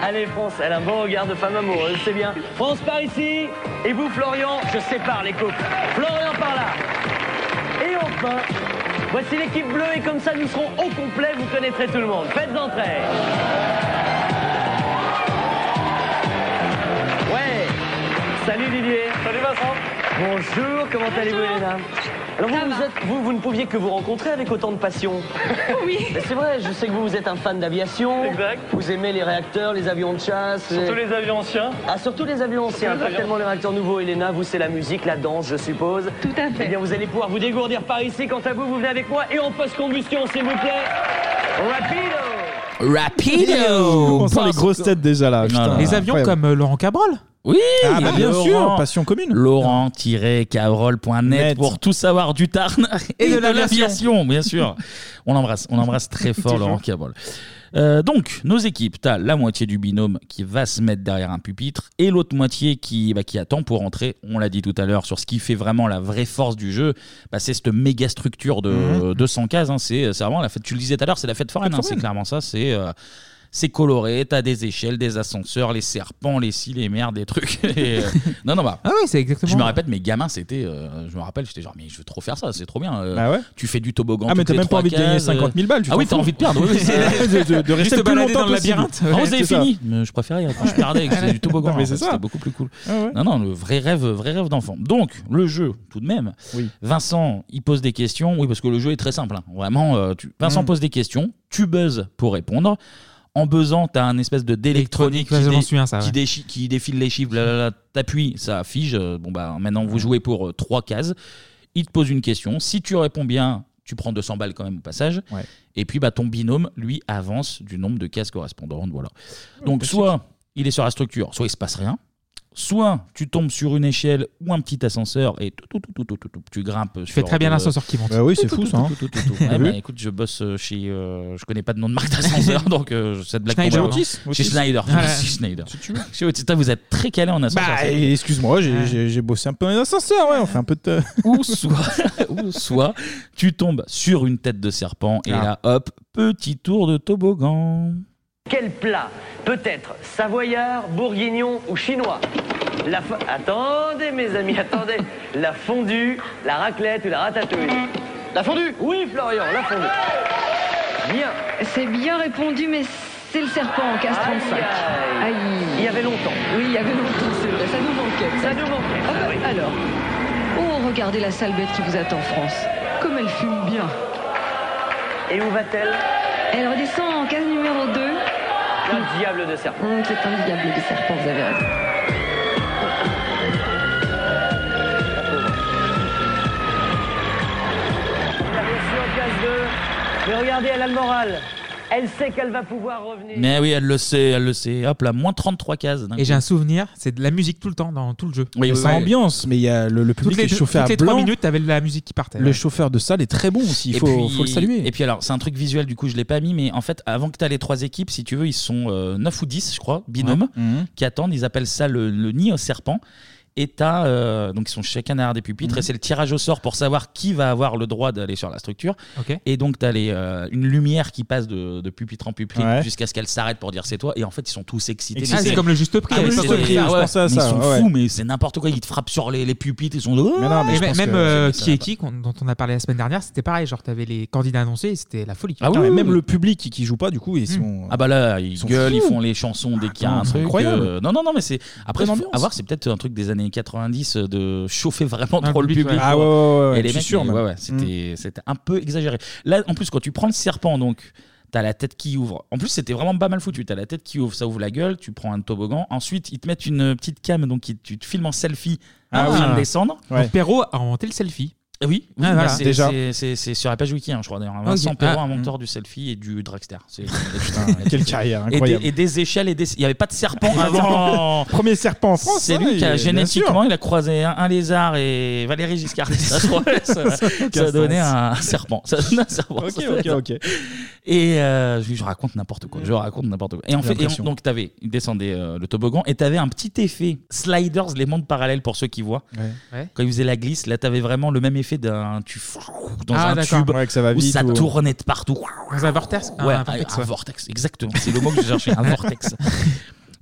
Speaker 10: Allez France, elle a un bon regard de femme amoureuse, c'est bien. France par ici Et vous Florian, je sépare les couples. Florian par là Et enfin, voici l'équipe bleue et comme ça nous serons au complet, vous connaîtrez tout le monde. Faites d'entrée Ouais Salut Didier Salut Vincent Bonjour, comment allez-vous les dames alors vous,
Speaker 11: Ça
Speaker 10: vous,
Speaker 11: va.
Speaker 10: êtes- vous, vous ne pouviez que vous rencontrer avec autant de passion.
Speaker 11: Oui,
Speaker 10: Mais C'est vrai, je sais que vous, vous êtes un fan d'aviation.
Speaker 3: Exact.
Speaker 10: Vous aimez les réacteurs, les avions de chasse.
Speaker 3: Tous
Speaker 10: les-
Speaker 3: les avions anciens.
Speaker 10: Ah, surtout les avions anciens,
Speaker 3: les
Speaker 10: pas
Speaker 3: avions.
Speaker 10: tellement les réacteurs nouveaux. Elena, vous, c'est la musique, la danse, je suppose.
Speaker 11: tout à
Speaker 10: Eh
Speaker 11: fait.
Speaker 10: bien, vous allez pouvoir vous dégourdir par ici. Quant à vous, vous venez avec moi et on post-combustion, s'il vous plaît. Rapido
Speaker 1: Rapido
Speaker 8: On sent les grosses têtes déjà là.
Speaker 1: Voilà.
Speaker 8: putain,
Speaker 7: Les avions
Speaker 8: incroyable.
Speaker 7: comme euh, Laurent Cabrol.
Speaker 1: Oui
Speaker 8: Ah, bah, bien sûr,
Speaker 1: Laurent-
Speaker 8: passion commune.
Speaker 1: Laurent-cabrol.net
Speaker 8: Net.
Speaker 1: pour tout savoir du Tarn et,
Speaker 7: Et de
Speaker 1: de,
Speaker 7: l'aviation.
Speaker 1: l'aviation, bien sûr. On l'embrasse, on l'embrasse très fort, Laurent Cabrol. Euh, donc, nos équipes, t'as la moitié du binôme qui va se mettre derrière un pupitre et l'autre moitié qui, bah, qui attend pour entrer. On l'a dit tout à l'heure sur ce qui fait vraiment la vraie force du jeu, bah, c'est cette méga structure de
Speaker 8: Mhm.
Speaker 1: 200 cases. hein. c'est c'est vraiment la fête, tu le disais tout à l'heure, c'est la fête foraine. hein. c'est clairement ça, c'est. euh, c'est coloré, t'as des échelles, des ascenseurs, les serpents, les cils, les merdes, des trucs. Et, euh, non, non, bah,
Speaker 7: Ah oui, c'est exactement.
Speaker 1: je me répète, mes gamins, c'était. euh, je me rappelle, j'étais genre, mais je veux trop faire ça, c'est trop bien. euh,
Speaker 8: Bah ouais.
Speaker 1: Tu fais du toboggan.
Speaker 8: Ah, mais
Speaker 1: toutes
Speaker 8: t'as
Speaker 1: les
Speaker 8: même pas
Speaker 1: trois
Speaker 8: envie de gagner
Speaker 1: cases,
Speaker 8: 50 000 balles. tu
Speaker 1: Ah oui,
Speaker 8: t'en
Speaker 1: t'as
Speaker 8: fous.
Speaker 1: envie de perdre. oui, oui, c'est-
Speaker 8: Euh, de, de rester
Speaker 7: Juste
Speaker 8: le plus
Speaker 7: balader
Speaker 8: longtemps
Speaker 7: dans le
Speaker 8: possible.
Speaker 7: labyrinthe.
Speaker 1: Ah, vous avez
Speaker 8: c'est ça.
Speaker 1: fini Mais Je préférais quand je perdais que c'était du toboggan.
Speaker 8: Non, mais
Speaker 1: en
Speaker 8: c'est
Speaker 1: fait,
Speaker 8: ça.
Speaker 1: C'était beaucoup plus cool.
Speaker 8: Ah ouais.
Speaker 1: Non, non, le vrai rêve, vrai rêve d'enfant. Donc, le jeu, tout de même.
Speaker 8: Oui.
Speaker 1: Vincent, il pose des questions. Oui, parce que le jeu est très simple. hein. Vraiment, euh, tu- Vincent
Speaker 8: Mm.
Speaker 1: pose des questions. Tu buzzes pour répondre. En buzzant, t'as un espèce de d'électronique
Speaker 7: Ouais,
Speaker 1: qui,
Speaker 7: je
Speaker 1: dé-
Speaker 7: m'en souviens ça.
Speaker 1: qui,
Speaker 7: ouais.
Speaker 1: déchi- qui défile les chiffres. blablabla. T'appuies, ça fige. Euh, Bon, bah, maintenant, vous jouez pour euh, trois cases. Il te pose une question. Si tu réponds bien, tu prends 200 balles quand même au passage.
Speaker 8: Ouais.
Speaker 1: Et puis, bah, ton binôme, lui, avance du nombre de cases correspondantes. Voilà. Donc, soit il est sur la structure, soit il se passe rien. Soit tu tombes sur une échelle ou un petit ascenseur et tout, tout, tout, tout, tout, tout, tout, tu grimpes.
Speaker 7: Tu fais très bien l'ascenseur qui monte.
Speaker 8: Bah oui, c'est fou ça. hein.
Speaker 1: Ouais,
Speaker 8: Vu.
Speaker 1: bah, écoute, je bosse euh, chez. euh, je connais pas de nom de marque d'ascenseur, donc euh, cette blague.
Speaker 7: Schneider.
Speaker 1: tombe à l'eau.
Speaker 8: Otis,
Speaker 1: Chez
Speaker 8: Otis.
Speaker 1: Schneider.
Speaker 7: Ouais.
Speaker 1: Chez Schneider.
Speaker 8: Si tu veux.
Speaker 1: Chez Otis, putain, vous êtes très calé en ascenseur.
Speaker 8: Bah,
Speaker 1: c'est-
Speaker 8: et excuse-moi, j'ai-
Speaker 7: Ouais.
Speaker 8: j'ai j'ai bossé un peu dans les ascenseurs, ouais, on fait un peu de. euh,
Speaker 1: ou soit, ou soit tu tombes sur une tête de serpent et
Speaker 7: Ah.
Speaker 1: là, hop, petit tour de toboggan.
Speaker 10: Quel plat Peut-être savoyard, bourguignon ou chinois la fo- Attendez mes amis, attendez. La fondue, la raclette ou la ratatouille La fondue Oui, Florian, la fondue. Bien.
Speaker 11: C'est bien répondu, mais c'est le serpent en case 35. Aïe.
Speaker 10: Il y avait longtemps.
Speaker 11: Oui, il y avait longtemps, c'est vrai. Ça nous manquait. Ça nous manquait. Alors. Oh, regardez la sale bête qui vous attend, France. Comme elle fume bien.
Speaker 10: Et où va-t-elle
Speaker 11: Elle redescend en case numéro 2.
Speaker 10: Un diable de serpent.
Speaker 11: Oh, c'est un diable de serpent, vous avez raison.
Speaker 10: Elle a reçu en case 2. Mais regardez, elle a le moral. Elle sait qu'elle va pouvoir revenir.
Speaker 1: Mais oui, elle le sait, elle le sait. Hop là, moins 33 cases. d'un
Speaker 7: Et j'ai
Speaker 1: coup.
Speaker 7: un souvenir, c'est de la musique tout le temps dans tout le jeu.
Speaker 1: Oui, oui,
Speaker 8: Ça
Speaker 1: oui.
Speaker 8: ambiance, mais il y a le, le
Speaker 7: Toutes
Speaker 8: public
Speaker 7: les,
Speaker 8: est
Speaker 7: deux-
Speaker 8: chauffé à
Speaker 7: toutes les trois
Speaker 8: blanc.
Speaker 7: minutes, t'avais de la musique qui partait.
Speaker 8: Le chauffeur de salle est très bon aussi, il faut,
Speaker 1: puis-
Speaker 8: faut le saluer.
Speaker 1: Et puis alors, c'est un truc visuel, du coup, je l'ai pas mis, mais en fait, avant que tu les trois équipes, si tu veux, ils sont 9 ou 10, je crois, binômes,
Speaker 8: Mhm.
Speaker 1: qui attendent. Ils appellent ça le, le nid au serpent. Et t'as, euh, donc ils sont chacun derrière des pupitres,
Speaker 8: Mhm.
Speaker 1: et c'est le tirage au sort pour savoir qui va avoir le droit d'aller sur la structure.
Speaker 7: Ok.
Speaker 1: Et donc, tu as une lumière qui passe de, de pupitre en pupitre
Speaker 8: Ouais.
Speaker 1: jusqu'à ce qu'elle s'arrête pour dire c'est toi. Et en fait, ils sont tous excités.
Speaker 7: Ah, c'est comme le juste prix.
Speaker 1: Ah oui,
Speaker 7: à
Speaker 1: c'est-
Speaker 7: l'époque.
Speaker 8: juste prix,
Speaker 1: ah
Speaker 8: je
Speaker 1: ouais.
Speaker 8: pensais à
Speaker 1: Mais
Speaker 8: ça,
Speaker 1: Ils sont
Speaker 8: ouais.
Speaker 1: fous, mais c'est n'importe quoi. Ils te frappent sur les, les pupitres, ils sont de. Ah,
Speaker 8: Mais non, mais
Speaker 7: Et
Speaker 8: je
Speaker 7: même
Speaker 8: pense que-
Speaker 7: euh,
Speaker 1: ça
Speaker 7: qui
Speaker 1: va
Speaker 7: est
Speaker 1: pas.
Speaker 7: qui, qu'on- dont on a parlé la semaine dernière, c'était pareil. Genre, t'avais les candidats annoncés, et c'était la folie.
Speaker 1: Ah oui,
Speaker 8: Putain, et
Speaker 1: oui,
Speaker 8: même
Speaker 1: oui.
Speaker 8: le public qui, qui joue pas, du coup, ils
Speaker 7: Mm.
Speaker 8: sont. euh,
Speaker 1: Ah bah là, ils,
Speaker 8: sont
Speaker 1: gueulent, ils
Speaker 8: fous.
Speaker 1: font les chansons dès qu'il y a
Speaker 8: Attends,
Speaker 1: un
Speaker 8: c'est
Speaker 1: truc.
Speaker 8: incroyable.
Speaker 1: euh, Non, non, non, mais c'est. Après,
Speaker 8: Bonne
Speaker 1: faut-
Speaker 8: ambiance.
Speaker 1: à voir, c'est peut-être un truc des années 90 euh, de chauffer vraiment
Speaker 7: Ah,
Speaker 1: trop le
Speaker 7: public,
Speaker 1: public.
Speaker 7: ouais.
Speaker 8: Ah ouais,
Speaker 1: quoi.
Speaker 8: ouais, ouais,
Speaker 1: Et
Speaker 8: je
Speaker 1: les
Speaker 8: suis
Speaker 1: mecs,
Speaker 8: sûr.
Speaker 1: mais
Speaker 8: même. Hmm.
Speaker 1: ouais, ouais, c'était c'était un peu exagéré. Là, en plus, quand tu prends le serpent, donc, t'as la tête qui ouvre. En plus, c'était vraiment pas mal foutu. T'as la tête qui ouvre, ça ouvre la gueule, tu prends un toboggan. Ensuite, ils te mettent une petite cam, donc ils- tu te filmes en selfie
Speaker 8: Ah
Speaker 1: avant
Speaker 7: oui.
Speaker 1: de descendre.
Speaker 8: Ouais.
Speaker 7: Donc, Perrault a inventé le selfie.
Speaker 1: Eh Oui, oui,
Speaker 7: Ah,
Speaker 1: bah,
Speaker 7: voilà.
Speaker 1: c'est-
Speaker 8: Déjà.
Speaker 1: c'est- c'est c'est sur la page wiki, hein, je crois d'ailleurs. Vincent
Speaker 7: Ok.
Speaker 1: Perrault,
Speaker 7: Ah,
Speaker 1: inventeur du selfie et du dragster. C'est-
Speaker 8: Quelle carrière
Speaker 1: et, des,
Speaker 8: incroyable.
Speaker 1: et des échelles, et des... il n'y avait pas de serpent avant.
Speaker 8: Premier serpent en France.
Speaker 1: C'est
Speaker 8: hein,
Speaker 1: lui qui
Speaker 8: et-
Speaker 1: a
Speaker 8: bien sûr.
Speaker 1: génétiquement, il a croisé un, un lézard et Valérie Giscard d'Estaing, je crois. Ça, ça a donné un serpent. Ça a donné un serpent.
Speaker 8: Ok, ok, ok.
Speaker 1: Et euh, je, je raconte n'importe quoi. Je raconte n'importe quoi. Et en
Speaker 8: J'ai
Speaker 1: fait, et
Speaker 8: l'impression.
Speaker 1: on- donc t'avais, il descendait euh, le toboggan et t'avais un petit effet sliders, les mondes parallèles pour ceux qui voient.
Speaker 8: Ouais.
Speaker 7: Ouais.
Speaker 1: Quand ils faisaient la glisse, là t'avais vraiment le même effet d'un tu dans
Speaker 7: Ah,
Speaker 1: un
Speaker 7: d'accord.
Speaker 1: tube
Speaker 8: Ouais, que ça va
Speaker 1: où
Speaker 8: vite.
Speaker 1: ça
Speaker 8: ou-
Speaker 1: tournait de partout.
Speaker 7: Dans un vortex. un-
Speaker 1: Ouais,
Speaker 8: Ah,
Speaker 7: un vortex, ouais.
Speaker 1: exactement. C'est le mot que je cherchais, un vortex.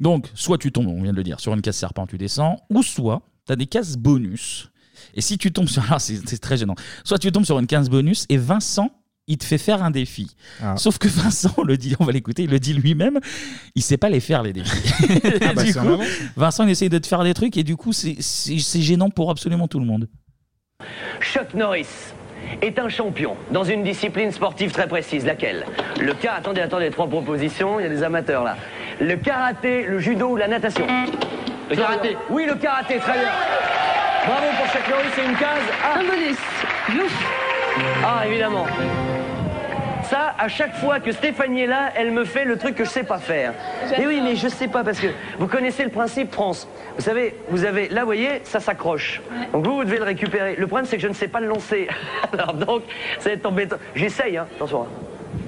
Speaker 1: Donc, soit tu tombes, on vient de le dire, sur une case serpent, tu descends, ou soit tu as des cases bonus. Et si tu tombes sur. Alors, c'est c'est très gênant. Soit tu tombes sur une case bonus et Vincent. Il te fait faire un défi.
Speaker 8: Ah.
Speaker 1: Sauf que Vincent le dit, on va l'écouter, il le dit lui-même, il sait pas les faire les défis.
Speaker 8: Ah bah,
Speaker 1: du
Speaker 8: c'est
Speaker 1: coup,
Speaker 8: vraiment-
Speaker 1: Vincent il essaye de te faire des trucs et du coup c'est- c'est c'est gênant pour absolument tout le monde.
Speaker 10: Chuck Norris est un champion dans une discipline sportive très précise. Laquelle Le cas. Attendez, attendez, trois propositions. Il y a des amateurs là. Le karaté, le judo ou la natation Le karaté. Oui, le karaté. Très bien. Bravo pour Chuck Norris. C'est une case. Ah,
Speaker 11: Un bonus. Ouf.
Speaker 10: ah, évidemment. Ça, à chaque fois que Stéphanie est là, elle me fait le truc que je sais pas faire. Mais oui, mais je sais pas parce que vous connaissez le principe France. Vous savez, vous avez, là, vous voyez, ça s'accroche. Donc vous, vous devez le récupérer. Le problème, c'est que je ne sais pas le lancer. Alors donc, ça va être embêtant. J'essaye, hein. Attention. hein.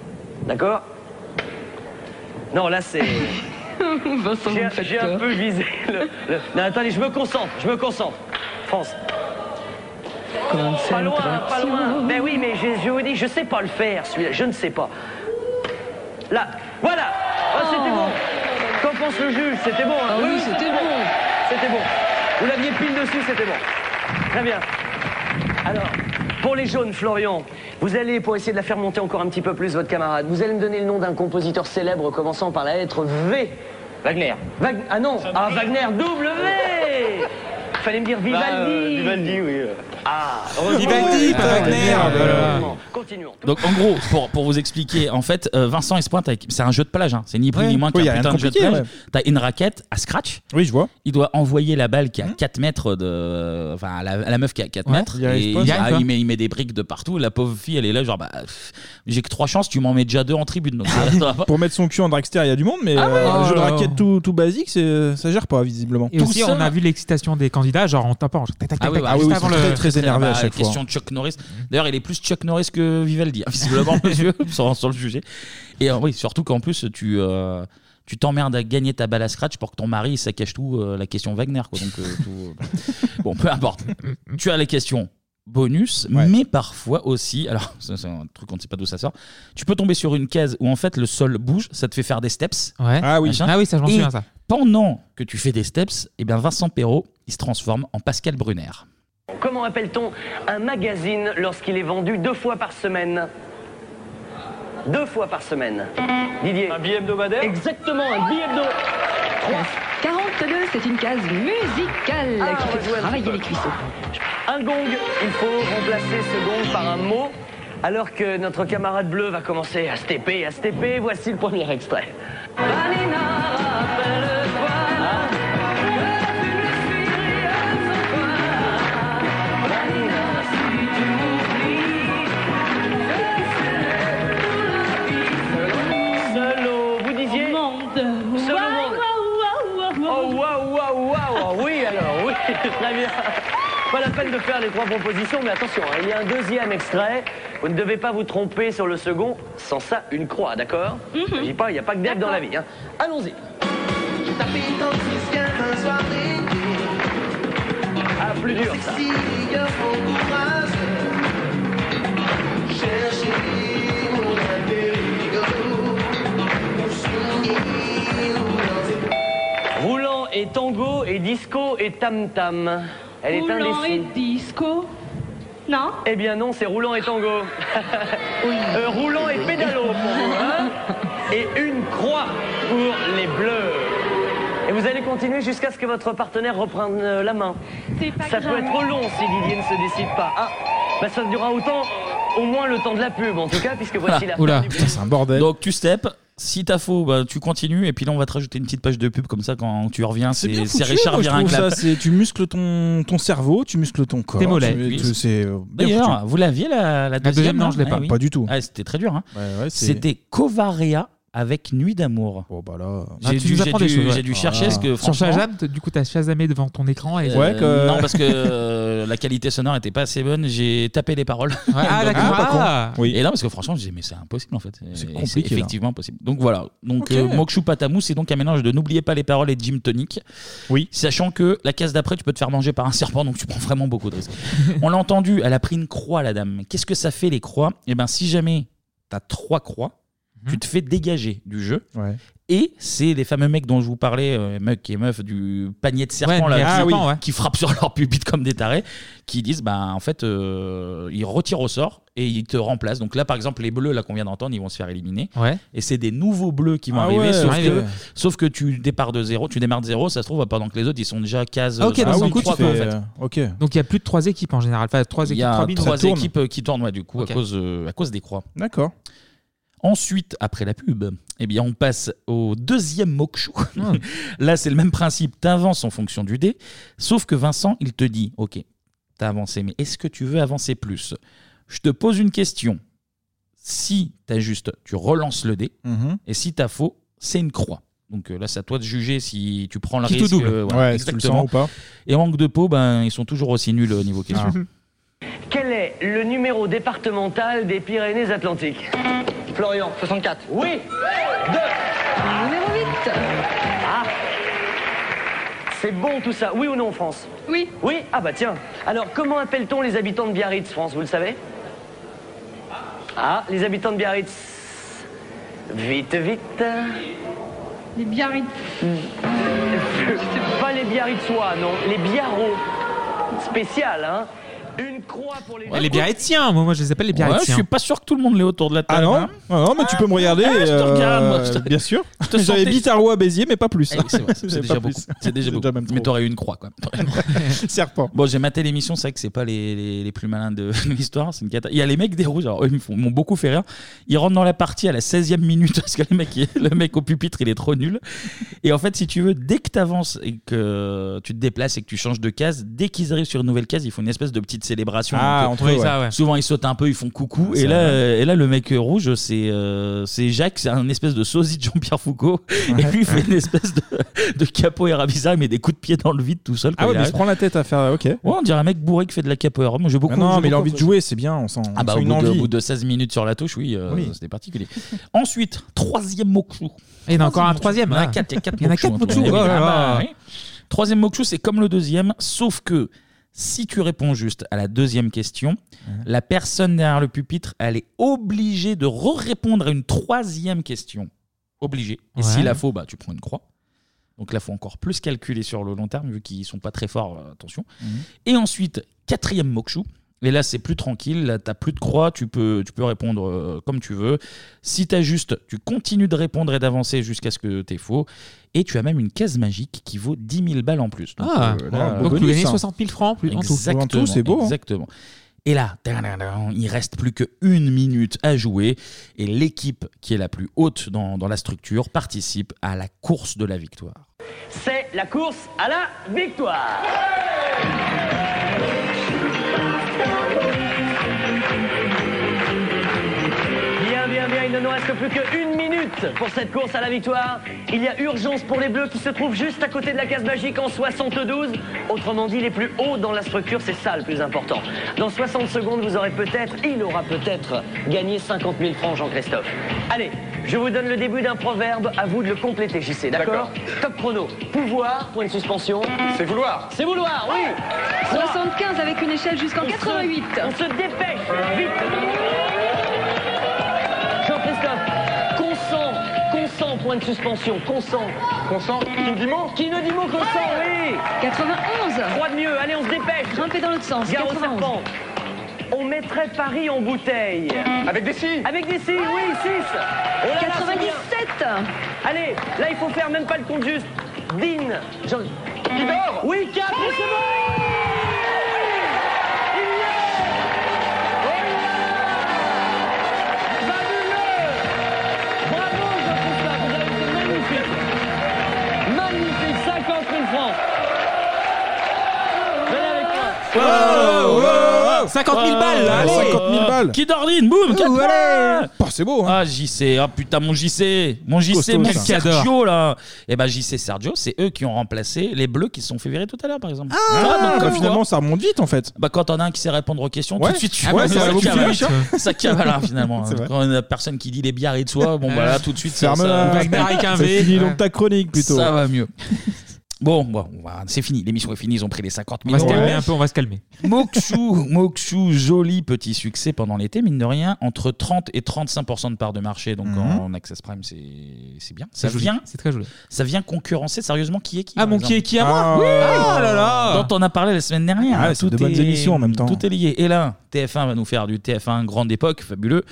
Speaker 10: D'accord Non, là, c'est.
Speaker 11: Vincent, vous
Speaker 10: J'ai
Speaker 11: me faites
Speaker 10: j'ai un
Speaker 11: peur.
Speaker 10: peu visé le, le- Non, attendez, je me concentre, je me concentre. France. Pas loin, hein, pas loin. Mais oui, mais je, je vous dis, je sais pas le faire, celui-là, je ne sais pas. Là, voilà Ah, C'était bon Qu'en pense le juge C'était bon, hein
Speaker 11: Oh. Ah oui, c'était bon.
Speaker 10: C'était bon. Vous l'aviez pile dessus, c'était bon. Très bien. Alors, pour les jaunes, Florian, vous allez, pour essayer de la faire monter encore un petit peu plus, votre camarade, vous allez me donner le nom d'un compositeur célèbre commençant par la lettre V. Wagner. ah non, ah, Wagner, W Fallait me dire Bah, euh, Vivaldi Ah, heureusement.
Speaker 7: Vivaldi, pas
Speaker 10: Ah,
Speaker 7: Wagner.
Speaker 10: heureusement.
Speaker 7: Voilà.
Speaker 10: Continuons.
Speaker 1: Donc en gros, pour, pour vous expliquer, en fait, euh, Vincent il se pointe avec. C'est un jeu de plage, hein. c'est ni plus
Speaker 8: Ouais.
Speaker 1: ni moins
Speaker 8: Oui, y
Speaker 1: qu'un
Speaker 8: a rien
Speaker 1: putain
Speaker 8: de
Speaker 1: de jeu de
Speaker 8: compliqué,
Speaker 1: plage. T'as une raquette à scratch,
Speaker 8: Oui, je vois. Mmh.
Speaker 1: il doit envoyer la balle qui est à 4 mètres de. Enfin, à la, à la meuf qui est à 4
Speaker 7: Ouais,
Speaker 1: mètres.
Speaker 8: il y arrive
Speaker 1: et
Speaker 8: pas,
Speaker 1: il,
Speaker 7: il y arrive
Speaker 1: ah,
Speaker 7: pas.
Speaker 1: il met, il met des briques de partout. La pauvre fille, elle est là, genre, bah, pff, j'ai que 3 chances, tu m'en mets déjà 2 en tribune. Donc, ça va pas.
Speaker 8: Pour mettre son cul en dragster, il y a du monde, mais
Speaker 1: Ah
Speaker 8: euh,
Speaker 7: Oh
Speaker 8: jeu de
Speaker 7: là
Speaker 8: raquette
Speaker 7: là.
Speaker 8: tout, tout basique, c'est- euh, ça gère pas, visiblement.
Speaker 7: Et
Speaker 1: Tout
Speaker 7: aussi,
Speaker 1: ça-
Speaker 7: on a vu l'excitation des candidats, genre en tapant. genre, tac, tac, tac,
Speaker 1: oui,
Speaker 7: tac,
Speaker 1: bah,
Speaker 8: Ah oui,
Speaker 7: juste
Speaker 8: oui, ils
Speaker 7: avant
Speaker 8: sont
Speaker 7: le.
Speaker 8: très très énervés à
Speaker 1: Bah,
Speaker 8: chaque fois. hein.
Speaker 1: question de Chuck Norris. D'ailleurs, il est plus Chuck Norris que Vivaldi, hein, visiblement, monsieur, sans, sans le juger. Et euh, oui, surtout qu'en plus, tu. euh, tu t'emmerdes à gagner ta balle à scratch pour que ton mari il saccage tout euh, la question Wagner. Quoi. Donc, euh, tout, euh, Bon, peu importe. Tu as les questions bonus,
Speaker 8: Ouais.
Speaker 1: mais parfois aussi, alors ça, c'est un truc qu'on ne sait pas d'où ça sort, tu peux tomber sur une case où en fait le sol bouge, ça te fait faire des steps.
Speaker 7: Ouais.
Speaker 8: Ah oui.
Speaker 1: Machin.
Speaker 7: Ah oui, ça, je m'en
Speaker 1: Et-
Speaker 7: souviens, ça.
Speaker 1: Pendant que tu fais des steps, eh bien Vincent Perrault, il se transforme en Pascal Brunner.
Speaker 10: Comment appelle-t-on un magazine lorsqu'il est vendu deux fois par semaine Deux fois par semaine. Didier. Un billet hebdomadaire Exactement, un billet hebdomadaire.
Speaker 12: 42, c'est une case musicale
Speaker 10: Ah,
Speaker 12: qui
Speaker 10: on va jouer
Speaker 12: fait
Speaker 10: un
Speaker 12: travailler
Speaker 10: petit peu.
Speaker 12: les cuisseaux.
Speaker 10: Un gong, il faut remplacer ce gong par un mot. Alors que notre camarade bleu va commencer à se taper, à se taper, voici le premier extrait. Solo, vous disiez Solo monde. Oh, waouh, waouh, waouh Ah Oui, alors, oui, très bien. Pas la peine de faire les trois propositions, mais attention, hein, il y a un deuxième extrait. Vous ne devez pas vous tromper sur le second. Sans ça, une croix, d'accord Je dis pas, il n'y a pas que d'herbe dans la vie. hein. Allons-y.
Speaker 9: Tá então,
Speaker 10: Ah, plus dur, ça. Roulant et tango et disco et tam-tam. Elle est
Speaker 12: Roulant et
Speaker 10: indécise.
Speaker 12: disco.
Speaker 10: Non Eh bien non, c'est roulant et tango. Euh, roulant et pédalo pour vous, hein Et une croix pour les bleus. Et vous allez continuer jusqu'à ce que votre partenaire reprenne euh, la main. ça peut être long si Didier ne se décide pas. Ah, bah ça durera autant, au moins le temps de la pub en tout cas, puisque voici la
Speaker 1: Ah, Oula,
Speaker 10: fin du-
Speaker 1: c'est un bordel. Donc tu steps, si t'as faux, bah, tu continues, et puis là on va te rajouter une petite page de pub comme ça quand tu reviens. C'est
Speaker 8: bien
Speaker 1: c'est
Speaker 8: foutu,
Speaker 1: Richard
Speaker 8: moi, je trouve ça,
Speaker 1: Virenklap.
Speaker 8: c'est- tu muscles ton, ton cerveau, tu muscles ton corps.
Speaker 1: Tes mollets.
Speaker 8: tu-
Speaker 1: Oui.
Speaker 8: tu- c'est, euh, bien
Speaker 1: D'ailleurs,
Speaker 8: foutu.
Speaker 1: vous l'aviez la, la deuxième
Speaker 8: deuxième, non, je l'ai
Speaker 1: hein
Speaker 8: pas. Pas du tout.
Speaker 1: Ah, C'était très dur. hein.
Speaker 8: c'est-
Speaker 1: C'était Covaria avec Nuit d'amour.
Speaker 8: Bon bah là,
Speaker 7: Ah,
Speaker 1: j'ai
Speaker 7: tu
Speaker 1: dû,
Speaker 7: nous
Speaker 1: j'ai
Speaker 7: apprends des
Speaker 1: dû-
Speaker 7: choses, ouais. Ah.
Speaker 1: j'ai dû chercher
Speaker 8: Ah.
Speaker 1: ce que
Speaker 7: Sur
Speaker 1: franchement.
Speaker 7: Shazam, t- du coup, t'as Shazamé devant ton écran. Et...
Speaker 1: euh, Non, parce que euh, la qualité sonore était pas assez bonne. J'ai tapé les paroles.
Speaker 7: Ah,
Speaker 1: Donc,
Speaker 7: d'accord.
Speaker 1: pas con.
Speaker 7: Ah.
Speaker 1: Et non, parce que franchement, j'ai dit, mais c'est impossible en fait. Et C'est
Speaker 8: compliqué, là.
Speaker 1: effectivement impossible. Donc voilà. Donc
Speaker 8: Ok.
Speaker 1: euh, Mokshu Patamu, c'est donc un mélange de N'oubliez pas les paroles et Jim Tonic.
Speaker 8: Oui.
Speaker 1: Sachant que la case d'après, tu peux te faire manger par un serpent, donc tu prends vraiment beaucoup de risques. On l'a entendu, elle a pris une croix, la dame. Mais Qu'est-ce que ça fait les croix Eh ben, si jamais t'as trois croix,
Speaker 7: Mhm.
Speaker 1: tu te fais dégager du jeu. Et c'est les fameux mecs dont je vous parlais, euh, mecs et meufs du panier de serpent
Speaker 7: Ouais, ah
Speaker 1: là,
Speaker 7: les
Speaker 1: qui,
Speaker 7: serpents,
Speaker 1: qui-
Speaker 7: ouais.
Speaker 1: qui frappent sur leur pupitre comme des tarés, qui disent bah en fait euh, ils retirent au sort et ils te remplacent. Donc là par exemple les bleus là qu'on vient d'entendre ils vont se faire éliminer.
Speaker 7: Ouais.
Speaker 1: Et c'est des nouveaux bleus qui vont
Speaker 7: Ah
Speaker 1: arriver.
Speaker 7: ouais,
Speaker 1: sauf,
Speaker 7: ouais,
Speaker 1: que,
Speaker 7: ouais.
Speaker 1: sauf que tu départs de zéro, tu démarres de zéro, ça se trouve pendant que les autres ils sont déjà case.
Speaker 7: Ah, ok,
Speaker 1: euh,
Speaker 7: donc du coup,
Speaker 1: 53,
Speaker 7: tu
Speaker 1: quoi, en
Speaker 7: fais,
Speaker 1: fait.
Speaker 7: euh, Donc il y a plus de trois équipes en général. Enfin, trois
Speaker 1: Il
Speaker 7: équipes,
Speaker 1: y a
Speaker 7: trois, binômes.
Speaker 1: trois équipes euh, qui tournent ouais, du coup
Speaker 7: Ok.
Speaker 1: à, cause, euh, à cause des croix.
Speaker 8: D'accord.
Speaker 1: Ensuite, après la pub, eh bien, on passe au deuxième mokshu.
Speaker 8: Ah.
Speaker 1: Là, c'est le même principe. T'avances en fonction du dé, sauf que Vincent, il te dit, ok, t'as avancé, mais est-ce que tu veux avancer plus Je te pose une question. Si t'as juste, tu relances le dé,
Speaker 8: Mhm.
Speaker 1: et si t'as faux, c'est une croix. Donc euh, là, c'est à toi de juger si tu prends le
Speaker 8: Qui te
Speaker 1: risque.
Speaker 8: double.
Speaker 1: voilà,
Speaker 8: Ouais, si tu le sens ou pas. Ah.
Speaker 1: Et manque de peau, ben, ils sont toujours aussi nuls au niveau question.
Speaker 10: Quel est le numéro départemental des Pyrénées-Atlantiques Florian, 64. Oui
Speaker 12: Numéro 8.
Speaker 10: Ah C'est bon tout ça, oui ou non, France
Speaker 12: Oui.
Speaker 10: Oui Ah bah tiens. Alors, comment appelle-t-on les habitants de Biarritz, France, vous le savez Ah, les habitants de Biarritz. Vite, vite. Hmm.
Speaker 12: Les Biarritz.
Speaker 10: Pas les Biarritzois, non, les Biarros. Spécial, hein Une croix pour les...
Speaker 7: Ouais, les Biarritziens, moi, moi je les appelle les Biarritziens.
Speaker 1: je suis pas sûr que tout le monde l'ait autour de la
Speaker 8: Ah
Speaker 1: table.
Speaker 8: non,
Speaker 1: hein.
Speaker 8: Ah non, mais tu peux me regarder.
Speaker 1: Ah, je te
Speaker 8: euh,
Speaker 1: regarde, moi, je te-
Speaker 8: bien sûr.
Speaker 1: je te
Speaker 8: J'avais
Speaker 1: sentais-
Speaker 8: Bitarro à Béziers, mais pas plus.
Speaker 1: Ah oui, c'est vrai, c'est
Speaker 8: J'avais
Speaker 1: déjà
Speaker 8: pas
Speaker 1: beaucoup.
Speaker 8: plus.
Speaker 1: C'est déjà beaucoup. Mais t'aurais eu une croix, quoi.
Speaker 8: Serpent.
Speaker 1: Bon, j'ai maté l'émission, c'est vrai que c'est pas les, les, les plus malins de l'histoire, c'est une cata. Il y a les mecs des rouges, alors eux, ils me font- m'ont beaucoup fait rire. Ils rentrent dans la partie à la 16e minute parce que le mec, il- le mec au pupitre, il est trop nul. Et en fait, si tu veux, dès que t'avances et que tu te déplaces et que tu changes de case, dès qu'ils arrivent sur une nouvelle case, ils font une espèce de petite célébration.
Speaker 8: Ah,
Speaker 1: Donc,
Speaker 8: entre eux,
Speaker 1: euh,
Speaker 8: ouais. Ça, ouais.
Speaker 1: Souvent, ils sautent un peu, ils font coucou.
Speaker 8: C'est
Speaker 1: Et là,
Speaker 8: vrai.
Speaker 1: euh, et là, le mec rouge, c'est euh, c'est Jacques, c'est un espèce de sosie de Jean-Pierre Foucault. Et
Speaker 8: Ah
Speaker 1: lui, il fait une espèce de, de capoeira bizarre, il met des coups de pied dans le vide tout seul.
Speaker 8: Ah
Speaker 1: quand
Speaker 8: ouais,
Speaker 1: il
Speaker 8: mais il
Speaker 1: arrive.
Speaker 8: se prend la tête à faire. Ok.
Speaker 1: Ouais, on dirait un mec bourré qui fait de la capoeira. Moi, j'ai beaucoup.
Speaker 8: Ah non,
Speaker 1: j'ai
Speaker 8: mais il a
Speaker 1: beaucoup
Speaker 8: envie de jouer, c'est bien. On sent
Speaker 1: Ah
Speaker 8: on
Speaker 1: bah,
Speaker 8: sent
Speaker 1: au
Speaker 8: une
Speaker 1: bout, de, au
Speaker 8: envie.
Speaker 1: bout de 16 minutes sur la touche, oui, euh,
Speaker 8: Oui.
Speaker 1: c'était particulier. Ensuite, troisième mokshu.
Speaker 7: Et il y en a encore un
Speaker 1: Il y en a
Speaker 7: troisième, hein.
Speaker 1: quatre, il y a quatre
Speaker 7: Il y en a
Speaker 1: mokshu,
Speaker 7: quatre
Speaker 1: en tout cas.
Speaker 7: mokshu,
Speaker 1: Eh oui,
Speaker 7: oh là
Speaker 1: ah
Speaker 7: là.
Speaker 1: bah, oui. Troisième mokshu, c'est comme le deuxième, sauf que si tu réponds juste à la deuxième question,
Speaker 7: Hein.
Speaker 1: la personne derrière le pupitre, elle est obligée de répondre à une troisième question. Obligée. Et
Speaker 7: Ouais.
Speaker 1: s'il a faux, bah, tu prends une croix. Donc là, faut encore plus calculer sur le long terme, vu qu'ils sont pas très forts, euh, attention.
Speaker 7: Mmh.
Speaker 1: Et ensuite, quatrième Mokshu. Et là, c'est plus tranquille. Là, t'as plus de croix. Tu peux, tu peux répondre euh, comme tu veux. Si t'as juste, tu continues de répondre et d'avancer jusqu'à ce que t'es faux. Et tu as même une case magique qui vaut 10 000 balles en plus.
Speaker 7: Ah, donc
Speaker 1: euh,
Speaker 7: tu gagnes 60 000 francs en plus, en tout.
Speaker 1: Exactement.
Speaker 7: En tout, c'est beau, hein.
Speaker 1: Exactement. Et là, tadadadam, il reste plus que une minute à jouer et l'équipe qui est la plus haute dans, dans la structure participe à la course de la victoire.
Speaker 10: C'est la course à la victoire. Bien, bien, bien, il ne nous reste plus qu'une minute pour cette course à la victoire. Il y a urgence pour les bleus qui se trouvent juste à côté de la case magique en 72. Autrement dit, les plus hauts dans la structure, c'est ça le plus important. Dans 60 secondes, vous aurez peut-être, il aura peut-être gagné 50 000 francs, Jean-Christophe. Allez, je vous donne le début d'un proverbe, à vous de le compléter, JC, d'accord Top chrono. Pouvoir, point de suspension. C'est vouloir. C'est vouloir, oui
Speaker 4: 75 avec une échelle jusqu'en
Speaker 10: On se-
Speaker 4: 88.
Speaker 10: On se dépêche, vite Jean-Christophe, consent, consent, point de suspension, consent. Consent Qui ne dit mot Qui ne dit mot consent, oui 91 Trois de mieux, allez, on se dépêche Grimper dans l'autre sens, Gare au
Speaker 4: 91.
Speaker 10: serpent. On mettrait Paris en bouteille. Avec des scies Avec des scies, oui, Oh 6 97 Allez, là, il faut faire même pas le compte juste. Dean Jean... Qui dort Oui, 4 c'est bon Oh Magnifique, 50 000 francs. Venez avec moi.
Speaker 7: 50 000 balles,
Speaker 8: Ah,
Speaker 7: là, allez.
Speaker 1: 50 000 balles Qui d'Ordine, boum quatre points.
Speaker 8: Oh, C'est beau hein.
Speaker 1: Ah JC, ah putain mon JC, mon JC,
Speaker 7: Costaud,
Speaker 1: mon
Speaker 7: ça.
Speaker 1: Sergio là. Et ben JC Sergio, c'est eux qui ont remplacé les bleus qui se sont fait virer tout à l'heure par exemple. Ah, donc,
Speaker 8: Ah,
Speaker 1: comme
Speaker 8: finalement,
Speaker 1: quoi.
Speaker 8: ça remonte vite en fait.
Speaker 1: Bah quand on a un qui sait répondre aux questions, tout
Speaker 8: Ouais.
Speaker 1: de suite tu
Speaker 8: Ah
Speaker 1: vois,
Speaker 8: ouais, ça va beaucoup plus
Speaker 1: cavale.
Speaker 8: vite, ouais.
Speaker 1: ça cavale hein, finalement.
Speaker 8: C'est vrai.
Speaker 1: Quand on a personne qui dit les bières et de soi, bon bah là tout de suite ça,
Speaker 8: Ferme-la.
Speaker 1: ça,
Speaker 8: Wagner avec un Ça V. finit donc ta chronique, plutôt.
Speaker 1: Ça va mieux. Bon, bon on va- c'est fini, l'émission est finie, ils ont pris les 50
Speaker 7: On
Speaker 1: 000
Speaker 7: va se calmer
Speaker 1: euros.
Speaker 7: un peu, on va se calmer.
Speaker 1: Mokshu, Mokshu, joli petit succès pendant l'été, mine de rien, entre 30 et 35% de part de marché, donc
Speaker 7: Mhm.
Speaker 1: en Access Prime, c'est c'est bien. Ça
Speaker 7: C'est joli,
Speaker 1: vient,
Speaker 7: c'est très joli.
Speaker 1: Ça vient concurrencer sérieusement qui est qui.
Speaker 7: Ah,
Speaker 1: par
Speaker 7: mon
Speaker 1: exemple.
Speaker 7: qui est qui à moi
Speaker 1: Oui
Speaker 7: Ah là là
Speaker 1: Dont on a parlé la semaine dernière.
Speaker 8: Ah, c'est
Speaker 1: hein. Tout
Speaker 8: de bonnes
Speaker 1: est-
Speaker 8: émissions en même temps.
Speaker 1: Tout est lié. Et là, TF1 va nous faire du TF1 grande époque, fabuleux.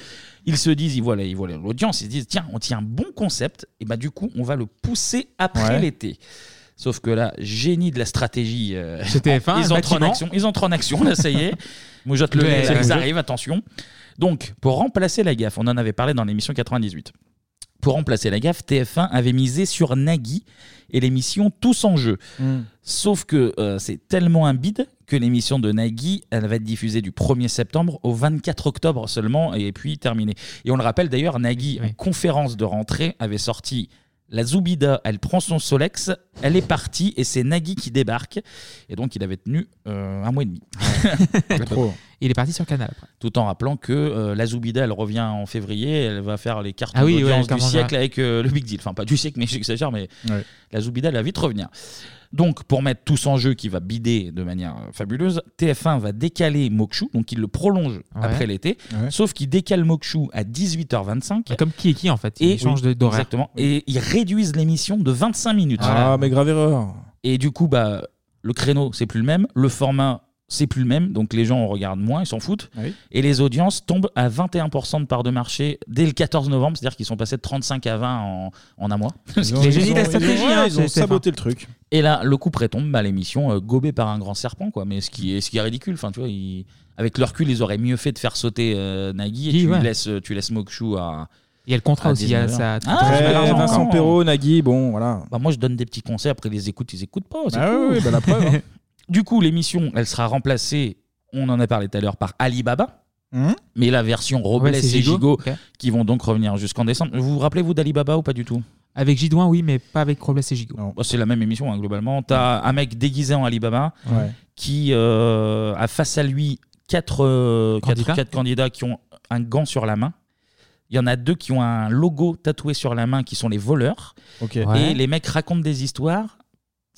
Speaker 1: Ils se disent, ils voient la- ils voient l'audience, ils se disent, tiens, on tient un bon concept, et bah du coup, on va le pousser après
Speaker 7: Ouais.
Speaker 1: l'été. Sauf que là, génie de la stratégie. euh,
Speaker 7: Chez TF1,
Speaker 1: ils entrent en
Speaker 7: bâtiment.
Speaker 1: action. Ils entrent en action, là, ça y est. Moujotte le
Speaker 7: Ouais,
Speaker 1: nez,
Speaker 7: ouais.
Speaker 1: ils arrivent, attention. Donc, pour remplacer la gaffe, on en avait parlé dans l'émission 98. Pour remplacer la gaffe, TF1 avait misé sur Nagui et l'émission Tous en jeu.
Speaker 7: Hmm.
Speaker 1: Sauf que euh, c'est tellement un bide que l'émission de Nagui, elle va être diffusée du 1er septembre au 24 octobre seulement et puis terminée. Et on le rappelle d'ailleurs, Nagui, en conférence de rentrée, avait sorti la Zoubida, elle prend son Solex, elle est partie et c'est Nagui qui débarque. Et donc il avait tenu euh, un mois et demi.
Speaker 7: Trop. Il est parti sur Canal après.
Speaker 1: Tout en rappelant que euh, la Zoubida, elle revient en février, elle va faire les cartes
Speaker 7: Ah oui, ouais,
Speaker 1: d'audience du
Speaker 7: clairement,
Speaker 1: siècle
Speaker 7: ouais.
Speaker 1: avec euh, le Big Deal. Enfin, pas du siècle, mais j'exagère, mais
Speaker 8: Ouais.
Speaker 1: la Zoubida, elle va vite revenir. Donc, pour mettre tous en jeu, qui va bider de manière euh, fabuleuse, TF1 va décaler Mokshu, donc il le prolonge après l'été,
Speaker 7: Ouais.
Speaker 1: sauf qu'il décale Mokshu à 18h25.
Speaker 7: Comme qui est qui en fait
Speaker 1: et,
Speaker 7: Il change de- d'horaire.
Speaker 1: Exactement. Et ils réduisent l'émission de 25 minutes.
Speaker 8: Ah, mais grave erreur.
Speaker 1: Et du coup, bah, le créneau, c'est plus le même. Le format, c'est plus le même. Donc les gens regardent moins, ils s'en foutent.
Speaker 8: Ah oui.
Speaker 1: Et les audiences tombent à 21% de part de marché dès le 14 novembre. C'est-à-dire qu'ils sont passés de 35 à 20 en, en un mois. Ce qui
Speaker 8: ont-
Speaker 1: est
Speaker 8: ils
Speaker 1: génial.
Speaker 8: ont- ils ont- ouais, ils ont saboté le truc.
Speaker 1: hein, Et là, le coup près tombe, bah, l'émission euh, gobée par un grand serpent, quoi. Mais ce qui est, ce qui est ridicule, enfin, tu vois, ils- avec leur cul, ils auraient mieux fait de faire sauter euh, Nagui et
Speaker 7: Oui,
Speaker 1: tu,
Speaker 7: ouais.
Speaker 1: laisses, tu laisses Mokshu à.
Speaker 7: Il y a le contrat
Speaker 1: à
Speaker 7: aussi, il y a
Speaker 1: 19 heures. Ah,
Speaker 7: ça- Ouais, Vincent
Speaker 8: Perrault, Nagui, bon, voilà.
Speaker 1: Bah, moi, je donne des petits conseils, après, ils les écoutent, ils écoutent pas. c'est
Speaker 8: Ah
Speaker 1: tout.
Speaker 8: oui, oui, bah, la preuve, hein.
Speaker 1: Du coup, l'émission, elle sera remplacée, on en a parlé tout à l'heure, par Alibaba.
Speaker 8: Mhm.
Speaker 1: Mais la version Robles
Speaker 7: Ouais,
Speaker 1: et
Speaker 7: c'est Gigot.
Speaker 1: Gigot,
Speaker 7: Ok.
Speaker 1: qui vont donc revenir jusqu'en décembre. Vous vous rappelez, vous, d'Alibaba ou pas du tout
Speaker 7: Avec Gidouin, oui, mais pas avec Robles et Gigot.
Speaker 1: Bah, C'est la même émission, hein, globalement. T'as un mec déguisé en Alibaba
Speaker 7: Ouais.
Speaker 1: qui euh, a face à lui 4 candidats.
Speaker 7: Candidats.
Speaker 1: candidats qui ont un gant sur la main. Il y en a deux qui ont un logo tatoué sur la main qui sont les voleurs.
Speaker 8: Ok.
Speaker 1: Et les mecs racontent des histoires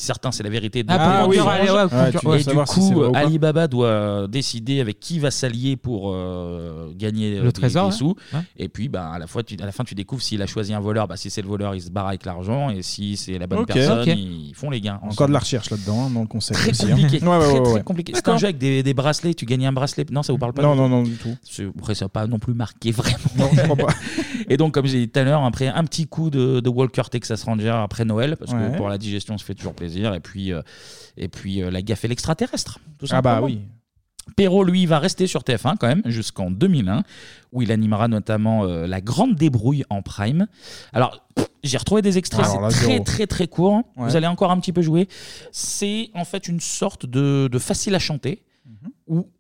Speaker 1: Certains, c'est la vérité.
Speaker 7: Ah, pour
Speaker 1: d'autres,
Speaker 7: conclure,
Speaker 1: mensonge.
Speaker 7: allez, ouais, pour conclure. Ouais,
Speaker 1: et du
Speaker 7: savoir si c'est
Speaker 1: coup,
Speaker 7: vrai ou pas.
Speaker 1: Alibaba doit décider avec qui va s'allier pour euh, gagner euh,
Speaker 7: Le
Speaker 1: des-
Speaker 7: trésor,
Speaker 1: des
Speaker 7: ouais.
Speaker 1: sous.
Speaker 7: Ouais.
Speaker 1: Et puis, bah, à, la fois, tu- à la fin, tu découvres s'il a choisi un voleur. Bah, si c'est le voleur, il se barre avec l'argent. Et si c'est la bonne
Speaker 8: Ok.
Speaker 1: personne,
Speaker 8: Ok.
Speaker 1: ils font les gains.
Speaker 8: Encore de la recherche là-dedans, hein, dans le concept.
Speaker 1: Très
Speaker 8: aussi, hein.
Speaker 1: compliqué.
Speaker 8: Ouais, ouais,
Speaker 1: très,
Speaker 8: ouais,
Speaker 1: très
Speaker 8: ouais.
Speaker 1: compliqué. C'est un jeu avec des, des bracelets. Tu gagnes un bracelet. Non, ça vous parle pas
Speaker 8: Non,
Speaker 1: du
Speaker 8: non,
Speaker 1: tout
Speaker 8: non, du tout.
Speaker 1: C'est- Après, ça n'a pas non plus marqué vraiment. et donc, comme j'ai dit tout à l'heure, après un petit coup de, de Walker Texas Ranger après Noël, parce
Speaker 8: Ouais.
Speaker 1: que pour la digestion, on se fait toujours plaisir. Et puis, euh, et puis euh, la gaffe et l'extraterrestre. tout
Speaker 8: Ah bah
Speaker 1: simplement.
Speaker 8: oui.
Speaker 1: Perrault, lui, va rester sur TF1 quand même jusqu'en 2001, où il animera notamment euh, La Grande Débrouille en prime. Alors, pff, j'ai retrouvé des extraits,
Speaker 8: Alors là,
Speaker 1: c'est très
Speaker 8: zéro.
Speaker 1: très très court. hein.
Speaker 8: Ouais.
Speaker 1: Vous allez encore un petit peu jouer. C'est en fait une sorte de, de facile à chanter,
Speaker 8: Mhm.
Speaker 1: où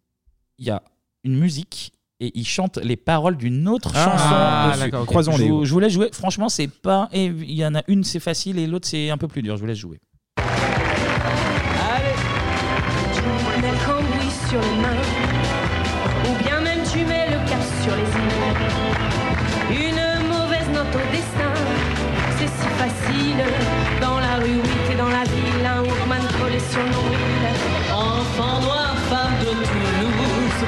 Speaker 1: il y a une musique et il chante les paroles d'une autre
Speaker 8: Ah,
Speaker 1: chanson.
Speaker 8: ah,
Speaker 1: dessus.
Speaker 8: d'accord, ok. Croisons-les,
Speaker 1: Je, vous-
Speaker 8: ouais.
Speaker 1: je vous laisse jouer. Franchement, c'est pas. et Il y en a une, c'est facile, et l'autre, c'est un peu plus dur. Je vous laisse jouer.
Speaker 13: Tu mets le cambouis sur les mains, ou bien même tu mets le cap sur les îles. Une mauvaise note au destin, c'est si facile. Dans la rue, oui, t'es dans la ville, un Walkman collé sur nos wheels.
Speaker 9: Enfant noir, femme de Toulouse,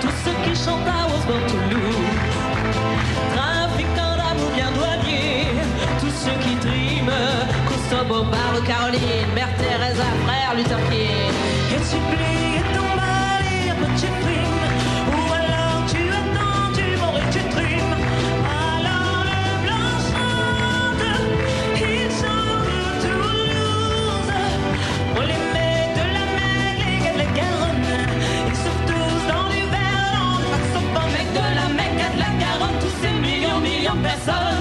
Speaker 9: tous ceux qui chantent à Osborne Toulouse. Trafiquant d'amour bien douanier, tous ceux qui triment, Kosovo, Barbe, Caroline, Mère Teresa, frère Luther King. Et tu plies et tombes à lire, petite prime, ou alors tu attends, tu mords et tu trimes. Alors le blanc chante, il chante Toulouse. On les met de la mer, les gars de la Garonne. Ils sortent tous dans du verre, dans le pack sopant. Mec de la Mecque, de la Garonne, tous ces millions, millions de personnes.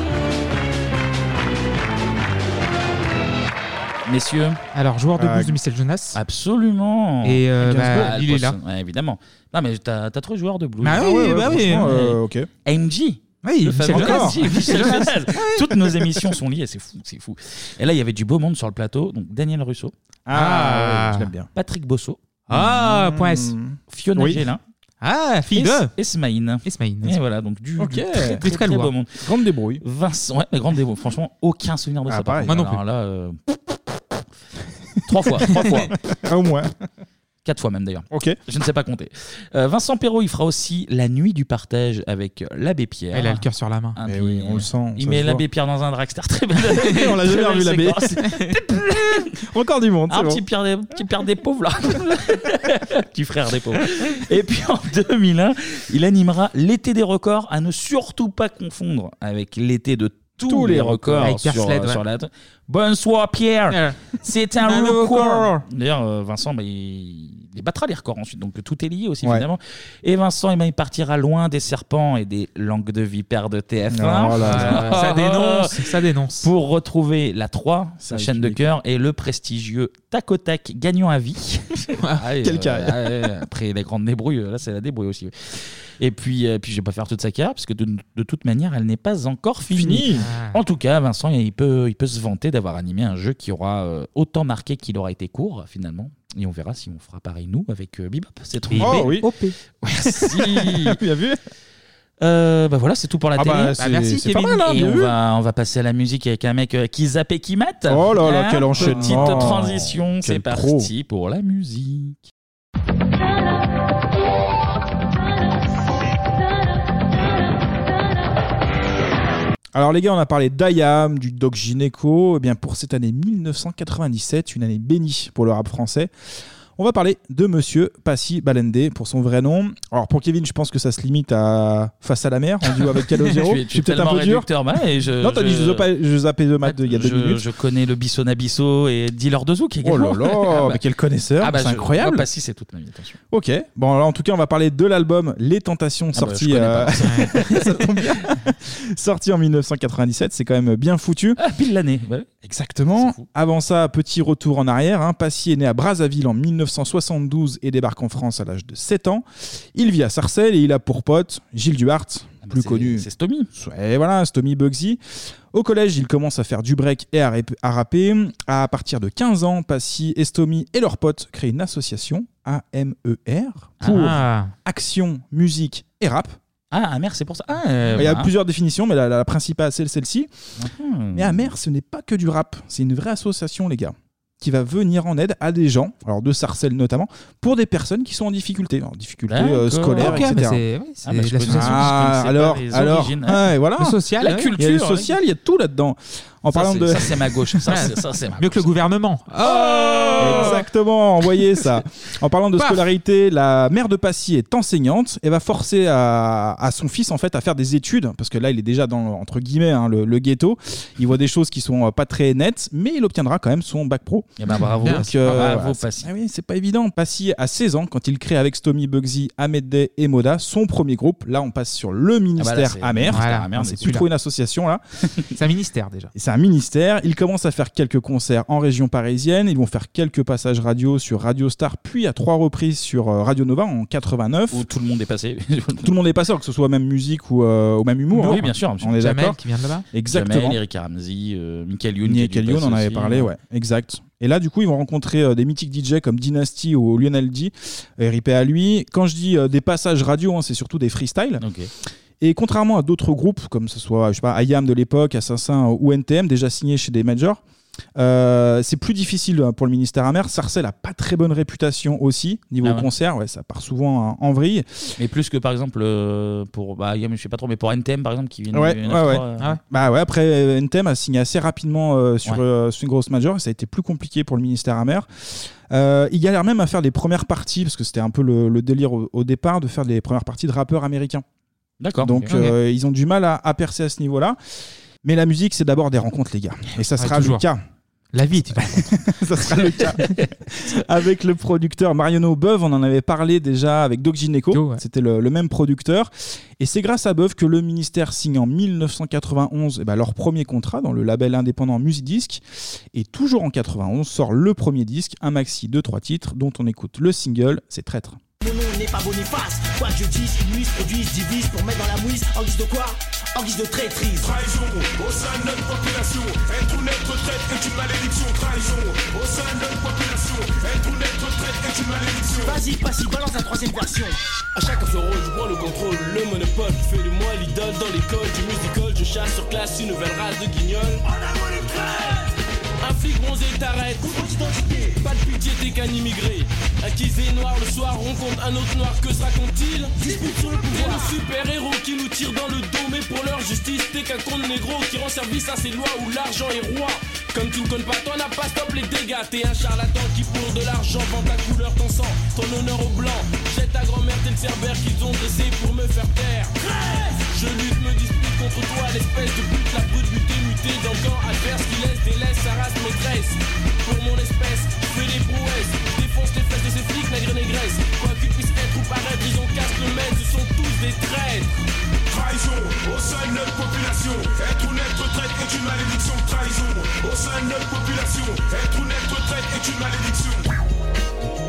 Speaker 1: Messieurs.
Speaker 7: Alors, joueur de
Speaker 1: Ah,
Speaker 7: blues de Michel Jonas.
Speaker 1: Absolument.
Speaker 7: Et euh, bah, il est là.
Speaker 1: Ouais, évidemment. Non, mais t'as t'as trop de joueurs de blues.
Speaker 7: Bah Ah oui, ouais, bah ouais, oui. franchement, euh,
Speaker 8: ok.
Speaker 1: MJ.
Speaker 7: Oui,
Speaker 1: Le
Speaker 7: Michel
Speaker 1: fameux
Speaker 7: Jonas.
Speaker 1: MJ, Michel
Speaker 7: Michel Ah Jonas.
Speaker 1: Jonas. Toutes nos émissions sont liées, c'est fou, c'est fou. Et là, il y avait du beau monde sur le plateau, donc Daniel Russo.
Speaker 7: Ah, ouais, je l'aime
Speaker 1: bien. Patrick Bosso. Mmh.
Speaker 7: Ah, point S.
Speaker 1: Fiona
Speaker 7: Oui.
Speaker 1: Gélin.
Speaker 7: Ah, fille
Speaker 1: Et-
Speaker 7: de.
Speaker 1: Esmaïn.
Speaker 7: Esmaïn.
Speaker 1: Et voilà, donc du,
Speaker 7: Ok.
Speaker 1: du très,
Speaker 7: Du
Speaker 1: très,
Speaker 7: très
Speaker 1: très
Speaker 7: lourd.
Speaker 1: beau monde.
Speaker 8: Grande débrouille.
Speaker 1: Vincent, ouais, mais grande débrouille. Franchement, aucun souvenir de
Speaker 8: Ah,
Speaker 1: ça. par
Speaker 8: pareil.
Speaker 1: contre.
Speaker 8: Moi non
Speaker 1: Alors
Speaker 8: plus.
Speaker 1: là, euh, trois fois, trois fois.
Speaker 8: Au moins.
Speaker 1: Quatre fois même d'ailleurs.
Speaker 8: Ok.
Speaker 1: Je ne sais pas compter. Euh, Vincent Perrault, il fera aussi La Nuit du Partage avec l'abbé Pierre.
Speaker 7: Elle a le cœur sur la main.
Speaker 1: Un
Speaker 7: Eh
Speaker 1: des-
Speaker 7: oui, on le sent,
Speaker 1: Il
Speaker 7: ça
Speaker 1: met
Speaker 7: se
Speaker 1: l'abbé
Speaker 7: voit.
Speaker 1: Pierre dans un dragster. Très bien.
Speaker 8: On l'a jamais revu, l'abbé. Encore du monde.
Speaker 1: Ah, Un
Speaker 8: c'est bon.
Speaker 1: petit, Pierre des, petit Pierre des pauvres, là. petit frère des pauvres. Et puis en 2001, il animera l'été des records, à ne surtout pas confondre avec l'été de tous, les, records
Speaker 7: Avec
Speaker 1: sur,
Speaker 7: Persled,
Speaker 1: euh,
Speaker 7: ouais.
Speaker 1: sur la Bonsoir Pierre, c'est un
Speaker 7: Un record.
Speaker 1: record. D'ailleurs, euh, Vincent, bah, il... il battra les records ensuite, donc tout est lié aussi
Speaker 8: Ouais.
Speaker 1: finalement. Et Vincent, eh ben, il partira loin des serpents et des langues de vipère de TF1.
Speaker 7: Oh là là. Ça dénonce, ça dénonce.
Speaker 1: Pour retrouver la 3, sa
Speaker 7: je
Speaker 1: chaîne de cœur, et le prestigieux Tac au Tac gagnant à vie. Ah oui,
Speaker 8: Quelle
Speaker 1: euh,
Speaker 8: carrière.
Speaker 1: ah ouais, après la grande débrouille, euh, là c'est la débrouille aussi. Et puis, euh, puis je vais pas faire toute sa carrière, parce que de, de toute manière, elle n'est pas encore finie.
Speaker 8: Finie.
Speaker 1: En tout cas, Vincent, il peut, il peut se vanter d'avoir animé un jeu qui aura euh, autant marqué qu'il aura été court, finalement. Et on verra si on fera pareil, nous, avec euh, Bebop. C'est trop
Speaker 8: Oh oui.
Speaker 1: Merci.
Speaker 8: Bien vu.
Speaker 1: Euh, bah voilà, c'est tout pour la
Speaker 8: Ah
Speaker 1: télé.
Speaker 8: bah, Bah, c'est- merci, c'est pas Kevin. mal, hein,
Speaker 1: et
Speaker 8: bien
Speaker 1: on
Speaker 8: vu.
Speaker 1: va, on va passer à la musique avec un mec euh, qui zappe et qui mate.
Speaker 8: Oh là là,
Speaker 1: Hein,
Speaker 8: quel enchaînement.
Speaker 1: Petite transition,
Speaker 8: Quel
Speaker 1: c'est
Speaker 8: pro.
Speaker 1: parti pour la musique.
Speaker 8: Alors les gars, on a parlé d'Ayam, du Doc Gineco. Eh bien pour cette année 1997, une année bénie pour le rap français. On va parler de Monsieur Passy Balendé pour son vrai nom. Alors pour Kevin, je pense que ça se limite à face à la mer, en duo avec Calogero.
Speaker 1: Tu es- tu es tellement réducteur, bah, et je-
Speaker 8: non, t'as
Speaker 1: je-
Speaker 8: dit je zappe- je zappe de maths il y a deux
Speaker 1: Je,
Speaker 8: minutes.
Speaker 1: je connais le Bisson Abisso et Dealer de Zouk également. Ah bah.
Speaker 8: Oh là là, mais quel connaisseur, c'est
Speaker 1: je-
Speaker 8: incroyable.
Speaker 1: moi, pas si c'est toute ma vie, attention.
Speaker 8: Ok. Bon alors en tout cas, on va parler de l'album Les Tentations
Speaker 1: bah,
Speaker 8: sorti
Speaker 1: je connais
Speaker 8: euh,
Speaker 1: pas.
Speaker 8: sorti en 1997, c'est quand même bien foutu.
Speaker 1: pile l'année.
Speaker 8: Exactement. Avant ça, petit retour en arrière. hein. Passy est né à Brazzaville en 1972 et débarque en France à l'âge de 7 ans. Il vit à Sarcelles et il a pour pote Gilles Duhart, plus connu. C'est
Speaker 1: Stomy.
Speaker 8: Et voilà, Stomy Bugsy. Au collège, il commence à faire du break et à, rap- à rapper. À partir de 15 ans, Passy et Stomy et leurs potes créent une association, AMER, pour
Speaker 7: Ah.
Speaker 8: Action, Musique et Rap.
Speaker 1: Ah, AMER, c'est pour ça. Ah,
Speaker 8: Il
Speaker 1: euh,
Speaker 8: y a
Speaker 1: bah.
Speaker 8: plusieurs définitions, mais la, la principale, c'est celle-ci.
Speaker 1: Mhm.
Speaker 7: Hmm.
Speaker 8: Mais Amer, ce n'est pas que du rap, c'est une vraie association, les gars. qui va venir en aide à des gens, alors de Sarcelles notamment, pour des personnes qui sont en difficulté, en difficulté euh,
Speaker 7: D'accord.
Speaker 8: scolaire,
Speaker 7: Ok, mais
Speaker 8: etc.
Speaker 7: c'est- oui, c'est Ah, bah, je l'association. connais-
Speaker 8: Ah,
Speaker 7: je connaissais pas
Speaker 8: alors,
Speaker 7: les
Speaker 8: alors,
Speaker 7: origines. hein.
Speaker 8: ah, et voilà.
Speaker 7: Le social, hein.
Speaker 8: la
Speaker 7: oui.
Speaker 8: culture, il y a
Speaker 7: culture,
Speaker 8: le
Speaker 7: oui.
Speaker 8: social, il y a tout là-dedans. En
Speaker 7: Ça,
Speaker 8: parlant
Speaker 7: c'est-
Speaker 8: de,
Speaker 7: ça, c'est ma gauche. Ça, c'est- ça, c'est ma Mieux que le gouvernement.
Speaker 8: Ah
Speaker 7: Oh
Speaker 8: Exactement, envoyez ça. En parlant de
Speaker 7: Paf.
Speaker 8: scolarité, la mère de Passy est enseignante et va forcer à, à son fils en fait à faire des études parce que là il est déjà dans entre guillemets hein, le, le ghetto. Il voit des choses qui sont euh, pas très nettes, mais il obtiendra quand même son bac pro.
Speaker 1: Eh ben, bravo.
Speaker 8: Donc, euh,
Speaker 1: Bravo,
Speaker 8: voilà,
Speaker 1: Passy.
Speaker 8: ah oui, c'est pas évident. Passy à 16 ans quand il crée avec Stomy Bugsy, Ahmed Day et Moda son premier groupe. Là on passe sur le
Speaker 7: Ah bah là,
Speaker 8: ministère
Speaker 7: c'est-
Speaker 8: amer.
Speaker 7: Voilà,
Speaker 8: Hein,
Speaker 7: on est
Speaker 8: c'est
Speaker 7: plus
Speaker 8: plus
Speaker 7: là.
Speaker 8: trop une association là.
Speaker 7: C'est un ministère déjà.
Speaker 8: Et C'est un ministère. Ils commencent à faire quelques concerts en région parisienne. Ils vont faire quelques passages radio sur Radio Star, puis à trois reprises sur euh, Radio Nova en 89.
Speaker 1: Où tout le monde est passé.
Speaker 8: Tout le monde est passé, que ce soit même musique ou, euh, ou même humour.
Speaker 1: Oui,
Speaker 8: hein.
Speaker 1: bien sûr.
Speaker 8: On est d'accord. Exactement.
Speaker 1: Jamel, Eric Ramsey, euh, Michael Youn. qui a dû
Speaker 8: Nickel Youn,
Speaker 1: passer
Speaker 8: on en avait
Speaker 1: aussi. euh,
Speaker 8: parlé, ouais, exact. Et là, du coup, ils vont rencontrer euh, des mythiques DJ comme Dynasty ou Lionel D, euh, RIP à lui. Quand je dis euh, des passages radio, hein, c'est surtout des freestyles. Et contrairement à d'autres groupes, comme ce soit, je sais pas, IAM de l'époque, Assassin euh, ou NTM, déjà signés chez des majors, euh, c'est plus difficile euh, pour le ministère amer. Sarcelles a pas très bonne réputation aussi, niveau
Speaker 1: Ah ouais.
Speaker 8: concert, ouais, ça part souvent hein, en vrille.
Speaker 1: Mais plus que par exemple euh, pour. Bah, Yam, je sais pas trop, mais pour NTM par exemple qui vient
Speaker 8: Ouais, ouais, ouais.
Speaker 1: Ah
Speaker 8: Bah ouais, après euh, NTM a signé assez rapidement euh, sur,
Speaker 1: Ouais.
Speaker 8: euh, sur une grosse major et ça a été plus compliqué pour le ministère amer. Euh, il galère même à faire des premières parties parce que c'était un peu le, le délire au, au départ de faire des premières parties de rappeurs américains.
Speaker 1: D'accord.
Speaker 8: Donc
Speaker 1: Ok.
Speaker 8: euh, ils ont du mal à, à percer à ce niveau-là. Mais la musique, c'est d'abord des rencontres, les gars. Et ça
Speaker 7: Ouais,
Speaker 8: sera le
Speaker 7: toujours.
Speaker 8: cas.
Speaker 7: La vie, tu
Speaker 8: Ça sera le cas. avec le producteur Mariano Beuve, on en avait parlé déjà avec Doc Gineco. C'était le, le même producteur. Et c'est grâce à Beuve que le ministère signe en 1991 eh ben, leur premier contrat dans le label indépendant Musidisc. Et toujours en 91 sort le premier disque, un maxi de trois titres, dont on écoute le single, c'est Traître.
Speaker 14: Mon nom n'est pas Boniface, quoi que je dise, ils nuisent, produisent, divisent pour mettre dans la mouise, en guise de quoi En guise de traîtrise.
Speaker 15: Trahison au sein de notre population, être ou n'être traite est une malédiction. Trahison au sein de notre population, être ou n'être traite est une malédiction.
Speaker 14: Vas-y, passe balance la troisième version.
Speaker 15: À chaque affaire, je prends le contrôle, le monopole. Fais de moi l'idole dans l'école du musical. Je chasse sur classe une nouvelle race de guignols. On a le Un flic bronzé t'arrête. Pas de pitié, t'es qu'un immigré. Acquisé noir le soir, rencontre un autre noir, que se raconte-t-il Dispute sur le pouvoir. le super-héros qui nous tire dans le dos, mais pour leur justice, t'es qu'un con de négro qui rend service à ses lois où l'argent est roi. Comme tu ne connais pas, t'en as pas stop les dégâts. T'es un charlatan qui pour de l'argent vend ta couleur, ton sang, ton honneur au blanc. Jette ta grand-mère, t'es le cerbère qu'ils ont dressé pour me faire taire. Je lutte, me dispute contre toi, l'espèce de pute, la brute mutée, mutée dans le camp adverse qui laisse, délaisse sa race maîtresse. Pour mon espèce, je fais des prouesses, je défonce les fesses de ces flics, nègres et négresses. Quoi qu'ils puissent être ou paraître, ils en cassent le maître, ce sont tous des traîtres. Trahison au sein de notre population, être ou n'être traite est une malédiction. Trahison au sein de notre population, être ou n'être traite est une malédiction.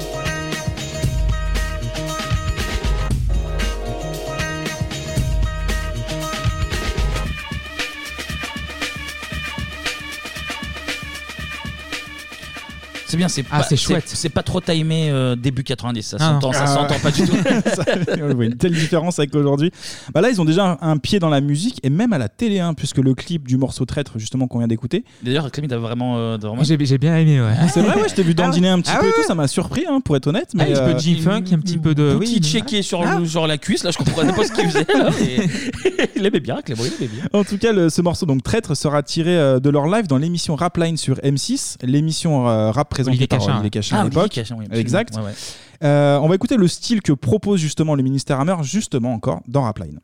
Speaker 1: C'est bien, c'est
Speaker 7: Ah,
Speaker 1: pas,
Speaker 7: c'est chouette.
Speaker 1: C'est pas trop timé euh, début 90, ça
Speaker 8: Ah,
Speaker 1: s'entend, ça
Speaker 8: non.
Speaker 1: s'entend pas du tout.
Speaker 8: Ça, on voit une telle différence avec aujourd'hui. Bah là, ils ont déjà un, un pied dans la musique et même à la télé, hein, puisque le clip du morceau Traître, justement, qu'on vient d'écouter.
Speaker 1: D'ailleurs, Clémy, t'as vraiment. euh, t'as vraiment-
Speaker 7: J'ai j'ai bien aimé, ouais.
Speaker 8: C'est vrai, ouais, je t'ai vu dandiner un petit
Speaker 7: Ah
Speaker 8: peu et
Speaker 7: ouais, Ah,
Speaker 8: tout, ça m'a surpris, hein, pour être honnête. Mais
Speaker 7: un petit peu de
Speaker 8: euh,
Speaker 7: G-Funk, un petit peu de.
Speaker 1: Tout
Speaker 7: oui,
Speaker 1: petit checké sur,
Speaker 8: Ah.
Speaker 1: le- sur la cuisse, là, je comprenais pas ce qu'il faisait. là, mais- il aimait bien, Clément, il aimait bien.
Speaker 8: En tout cas, le- ce morceau, donc Traître, sera tiré euh, de leur live dans l'émission Rapline sur M6, l'émission euh, rap présentée
Speaker 1: Olivier
Speaker 8: par
Speaker 1: Cachin.
Speaker 8: Olivier Cachin
Speaker 1: Ah,
Speaker 8: à
Speaker 1: Olivier
Speaker 8: l'époque.
Speaker 1: Cachin, oui, absolument.
Speaker 8: exact.
Speaker 1: Ouais, ouais.
Speaker 8: Euh, on va écouter le style que propose justement le ministère Hammer, justement encore dans Rapline.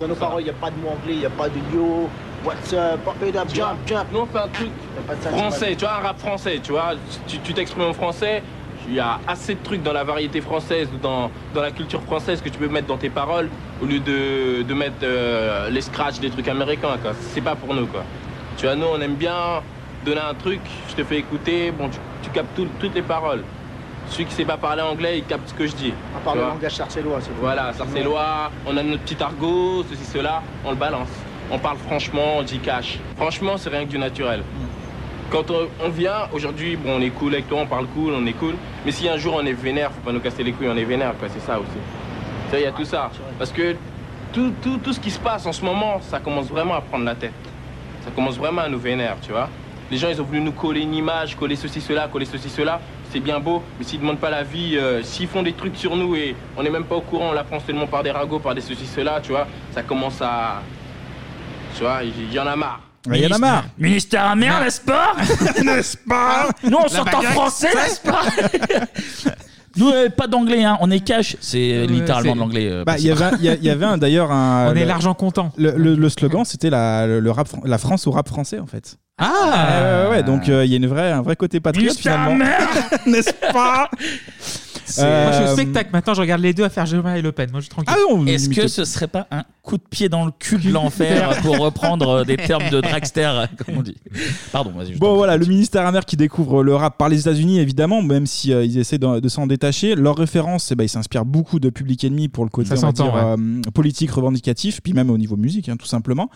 Speaker 16: Dans nos paroles, il n'y a pas de mot anglais, il n'y a pas de yo, what's up, pop it up, jump, jump. Nous, on fait un truc
Speaker 15: Français, tu vois, un rap français, tu vois, tu tu t'exprimes en français, il y a assez de trucs dans la variété française, dans, dans la culture française que tu peux mettre dans tes paroles, au lieu de, de mettre euh, les scratchs des trucs américains, quoi. C'est pas pour nous, quoi. Tu vois, nous, on aime bien donner un truc, je te fais écouter, bon, tu, tu captes tout- toutes les paroles. Celui qui sait pas parler anglais, il capte ce que je dis.
Speaker 16: À part
Speaker 15: tu
Speaker 16: le
Speaker 15: vois.
Speaker 16: langage sarcellois, c'est
Speaker 15: Voilà, Sarcellois, on a notre petit argot, ceci, cela, on le balance. On parle franchement, on dit cash. Franchement, c'est rien que du naturel. Quand on, on vient, aujourd'hui, bon, on est cool avec toi, on parle cool, on est cool. Mais si un jour on est vénère, faut pas nous casser les couilles, on est vénère, quoi, c'est ça aussi. Tu vois, il y a tout ça. Parce que tout, tout, tout ce qui se passe en ce moment, ça commence vraiment à prendre la tête. Ça commence vraiment à nous vénère, tu vois. Les gens, ils ont voulu nous coller une image, coller ceci, cela, coller ceci, cela. C'est bien beau, mais s'ils demandent pas la vie, euh, s'ils font des trucs sur nous et on n'est même pas au courant, on l'apprend seulement par des ragots, par des ceci, cela, tu vois, ça commence à. Tu vois, il y en a marre.
Speaker 8: Il y en a marre.
Speaker 1: Ministère amer, n'est-ce pas
Speaker 8: N'est-ce pas
Speaker 1: Nous, on
Speaker 8: La
Speaker 1: s'entend
Speaker 8: baguette,
Speaker 1: français, n'est-ce pas Nous, euh, pas d'anglais, hein. on est cash, c'est littéralement
Speaker 8: c'est-
Speaker 1: de l'anglais. euh,
Speaker 8: Bah, il y avait, un- il y a- il y avait un- d'ailleurs un.
Speaker 1: On est
Speaker 8: le-
Speaker 1: l'argent
Speaker 7: comptant.
Speaker 8: Le, le- le slogan, c'était la, le le rap, fran- la France au rap français, en fait.
Speaker 1: Ah
Speaker 8: ouais, ouais, donc euh, il y a une vraie, un vrai côté patriote finalement. N'est-ce pas
Speaker 7: C'est- Moi, je suis
Speaker 8: Euh, Ah
Speaker 7: au spectacle. Maintenant, je regarde les deux à faire Germain et Le Pen. Moi, je suis tranquille.
Speaker 1: Est-ce que ce serait pas un coup de pied dans le cul de l'enfer pour reprendre euh, des termes de dragster, euh, comme on dit Pardon, vas-y. je-
Speaker 8: Bon voilà, le ministère amer qui découvre le rap par les États-Unis évidemment, même si euh, ils essaient de, de s'en détacher. Leur référence, eh ben, ils s'inspirent beaucoup de Public Enemy pour le côté
Speaker 7: Ça
Speaker 8: on va
Speaker 7: s'entend,
Speaker 8: dire, euh, politique revendicatif, puis même au niveau musique hein, tout simplement,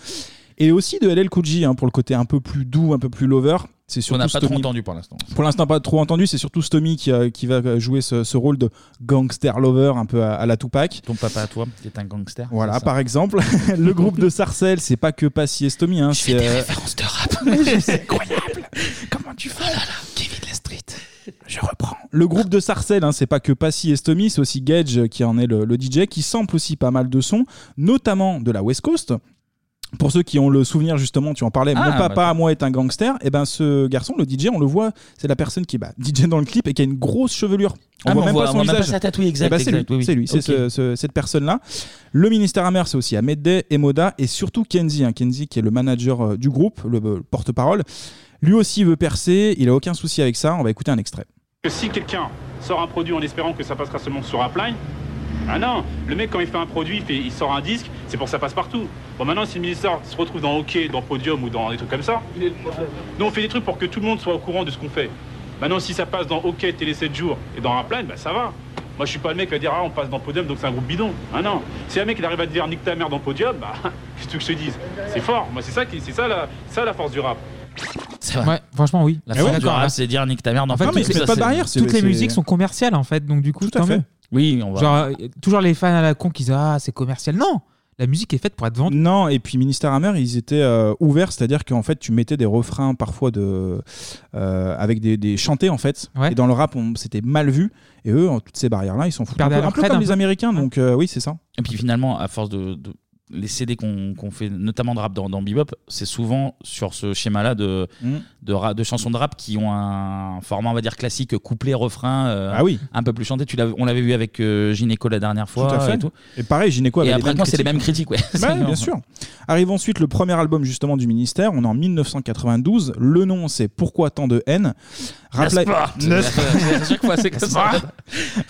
Speaker 8: et aussi de LL Cool J hein, pour le côté un peu plus doux, un peu plus lover. C'est
Speaker 1: On
Speaker 8: surtout
Speaker 1: n'a pas trop
Speaker 8: Stomy-
Speaker 1: entendu pour l'instant.
Speaker 8: Pour l'instant, pas trop entendu. C'est surtout Stomy qui, euh, qui va jouer ce, ce rôle de gangster lover un peu à, à la Tupac.
Speaker 1: Ton papa à toi, qui est un gangster.
Speaker 8: Voilà,
Speaker 1: c'est ça
Speaker 8: par exemple, le groupe de Sarcelles, c'est pas que Passy et Stomy. Hein, c'est euh,
Speaker 1: c'est incroyable. Comment tu fais là, là Kevin la street. Je reprends.
Speaker 8: le groupe de Sarcelles, hein, c'est pas que Passy et Stomy, c'est aussi Gage euh, qui en est le, le DJ, qui sample aussi pas mal de sons, notamment de la West Coast. Pour ceux qui ont le souvenir justement, tu en parlais,
Speaker 1: Ah,
Speaker 8: mon papa
Speaker 1: bah,
Speaker 8: à moi est un gangster. Et ben ce garçon, le DJ, on le voit, c'est la personne qui bah, DJ dans le clip et qui a une grosse chevelure. On
Speaker 1: Ah, mais
Speaker 8: voit
Speaker 1: on
Speaker 8: même
Speaker 1: voit-
Speaker 8: pas son
Speaker 1: on a pas
Speaker 8: visage.
Speaker 1: sa tatouille,
Speaker 8: Eh
Speaker 1: exact,
Speaker 8: ben, c'est lui,
Speaker 1: exact, oui, oui.
Speaker 8: c'est lui, c'est
Speaker 1: Ok.
Speaker 8: ce- ce- cette personne-là. Le ministère amer, c'est aussi Ahmed Day, Emoda et surtout Kenzie. hein. Kenzie qui est le manager euh, du groupe, le euh, le porte-parole. Lui aussi veut percer, il a aucun souci avec ça. On va écouter un extrait.
Speaker 17: que si quelqu'un sort un produit en espérant que ça passera seulement sur Upline, ah non, le mec quand il fait un produit, il, fait- il sort un disque, c'est pour que ça passe partout. Bon maintenant Ah si le ministère se retrouve dans OK, dans Podium ou dans des trucs comme ça, nous on fait des trucs pour que tout le monde soit au courant de ce qu'on fait. Maintenant si ça passe dans OK, Télé 7 jours et dans Upline, bah ça va. Moi je suis pas le mec qui va dire ah on passe dans Podium donc c'est un groupe bidon. Ah non, si un mec il arrive à te dire nique ta mère dans Podium, bah c'est tout que je te dise. C'est fort, moi c'est ça qui, c'est ça la, ça la force du rap.
Speaker 1: C'est vrai.
Speaker 7: franchement, oui.
Speaker 1: La
Speaker 8: Eh
Speaker 7: Ah ouais,
Speaker 1: force du
Speaker 7: d'accord,
Speaker 1: rap,
Speaker 8: hein.
Speaker 7: là.
Speaker 1: c'est dire nique ta mère dans
Speaker 7: En fait,
Speaker 1: tout
Speaker 7: toutes les-
Speaker 1: ça, c'est-
Speaker 7: toutes les musiques sont commerciales en fait, donc du coup,
Speaker 1: Tout à
Speaker 7: tant
Speaker 1: fait.
Speaker 7: mieux.
Speaker 1: Oui, on va-
Speaker 7: Genre, euh, toujours les fans à la con qui disent Ah, c'est commercial. Non La musique est faite pour être vendue.
Speaker 8: Non, et puis Ministère Amer, ils étaient euh, ouverts, c'est-à-dire qu'en fait, tu mettais des refrains parfois de, euh, avec des, des chantés, en fait. Et dans le rap, on- c'était mal vu. Et eux, en toutes ces barrières-là, ils s'en foutent. Un peu,
Speaker 1: perdaient
Speaker 8: un
Speaker 1: leur
Speaker 8: peu
Speaker 1: cred,
Speaker 8: comme
Speaker 1: un
Speaker 8: les
Speaker 1: peu.
Speaker 8: Américains, donc euh, oui, c'est ça.
Speaker 1: Et puis finalement, à force de, de- les CD qu'on qu'on fait, notamment de rap dans, dans Bebop, c'est souvent sur ce schéma-là de,
Speaker 8: Mm.
Speaker 1: de, ra- de chansons de rap qui ont un format, on va dire, classique, couplet, refrain, euh,
Speaker 8: Ah oui.
Speaker 1: un peu plus chanté. Tu l'avais- on l'avait vu avec euh, Gynéco la dernière fois.
Speaker 8: Tout à fait.
Speaker 1: Et, tout.
Speaker 8: Et pareil, Gynéco avait
Speaker 1: Et
Speaker 8: les
Speaker 1: après,
Speaker 8: mêmes
Speaker 1: quand c'est les
Speaker 8: critiques.
Speaker 1: mêmes critiques, ouais.
Speaker 8: Ouais, Bah bien sûr. Arrive ensuite le premier album justement du ministère. On est en 1992. Le nom, c'est Pourquoi tant de haine.
Speaker 1: N'est-ce
Speaker 8: Rapline-
Speaker 1: pas
Speaker 8: N'est-ce pas
Speaker 1: À chaque fois, c'est comme ça.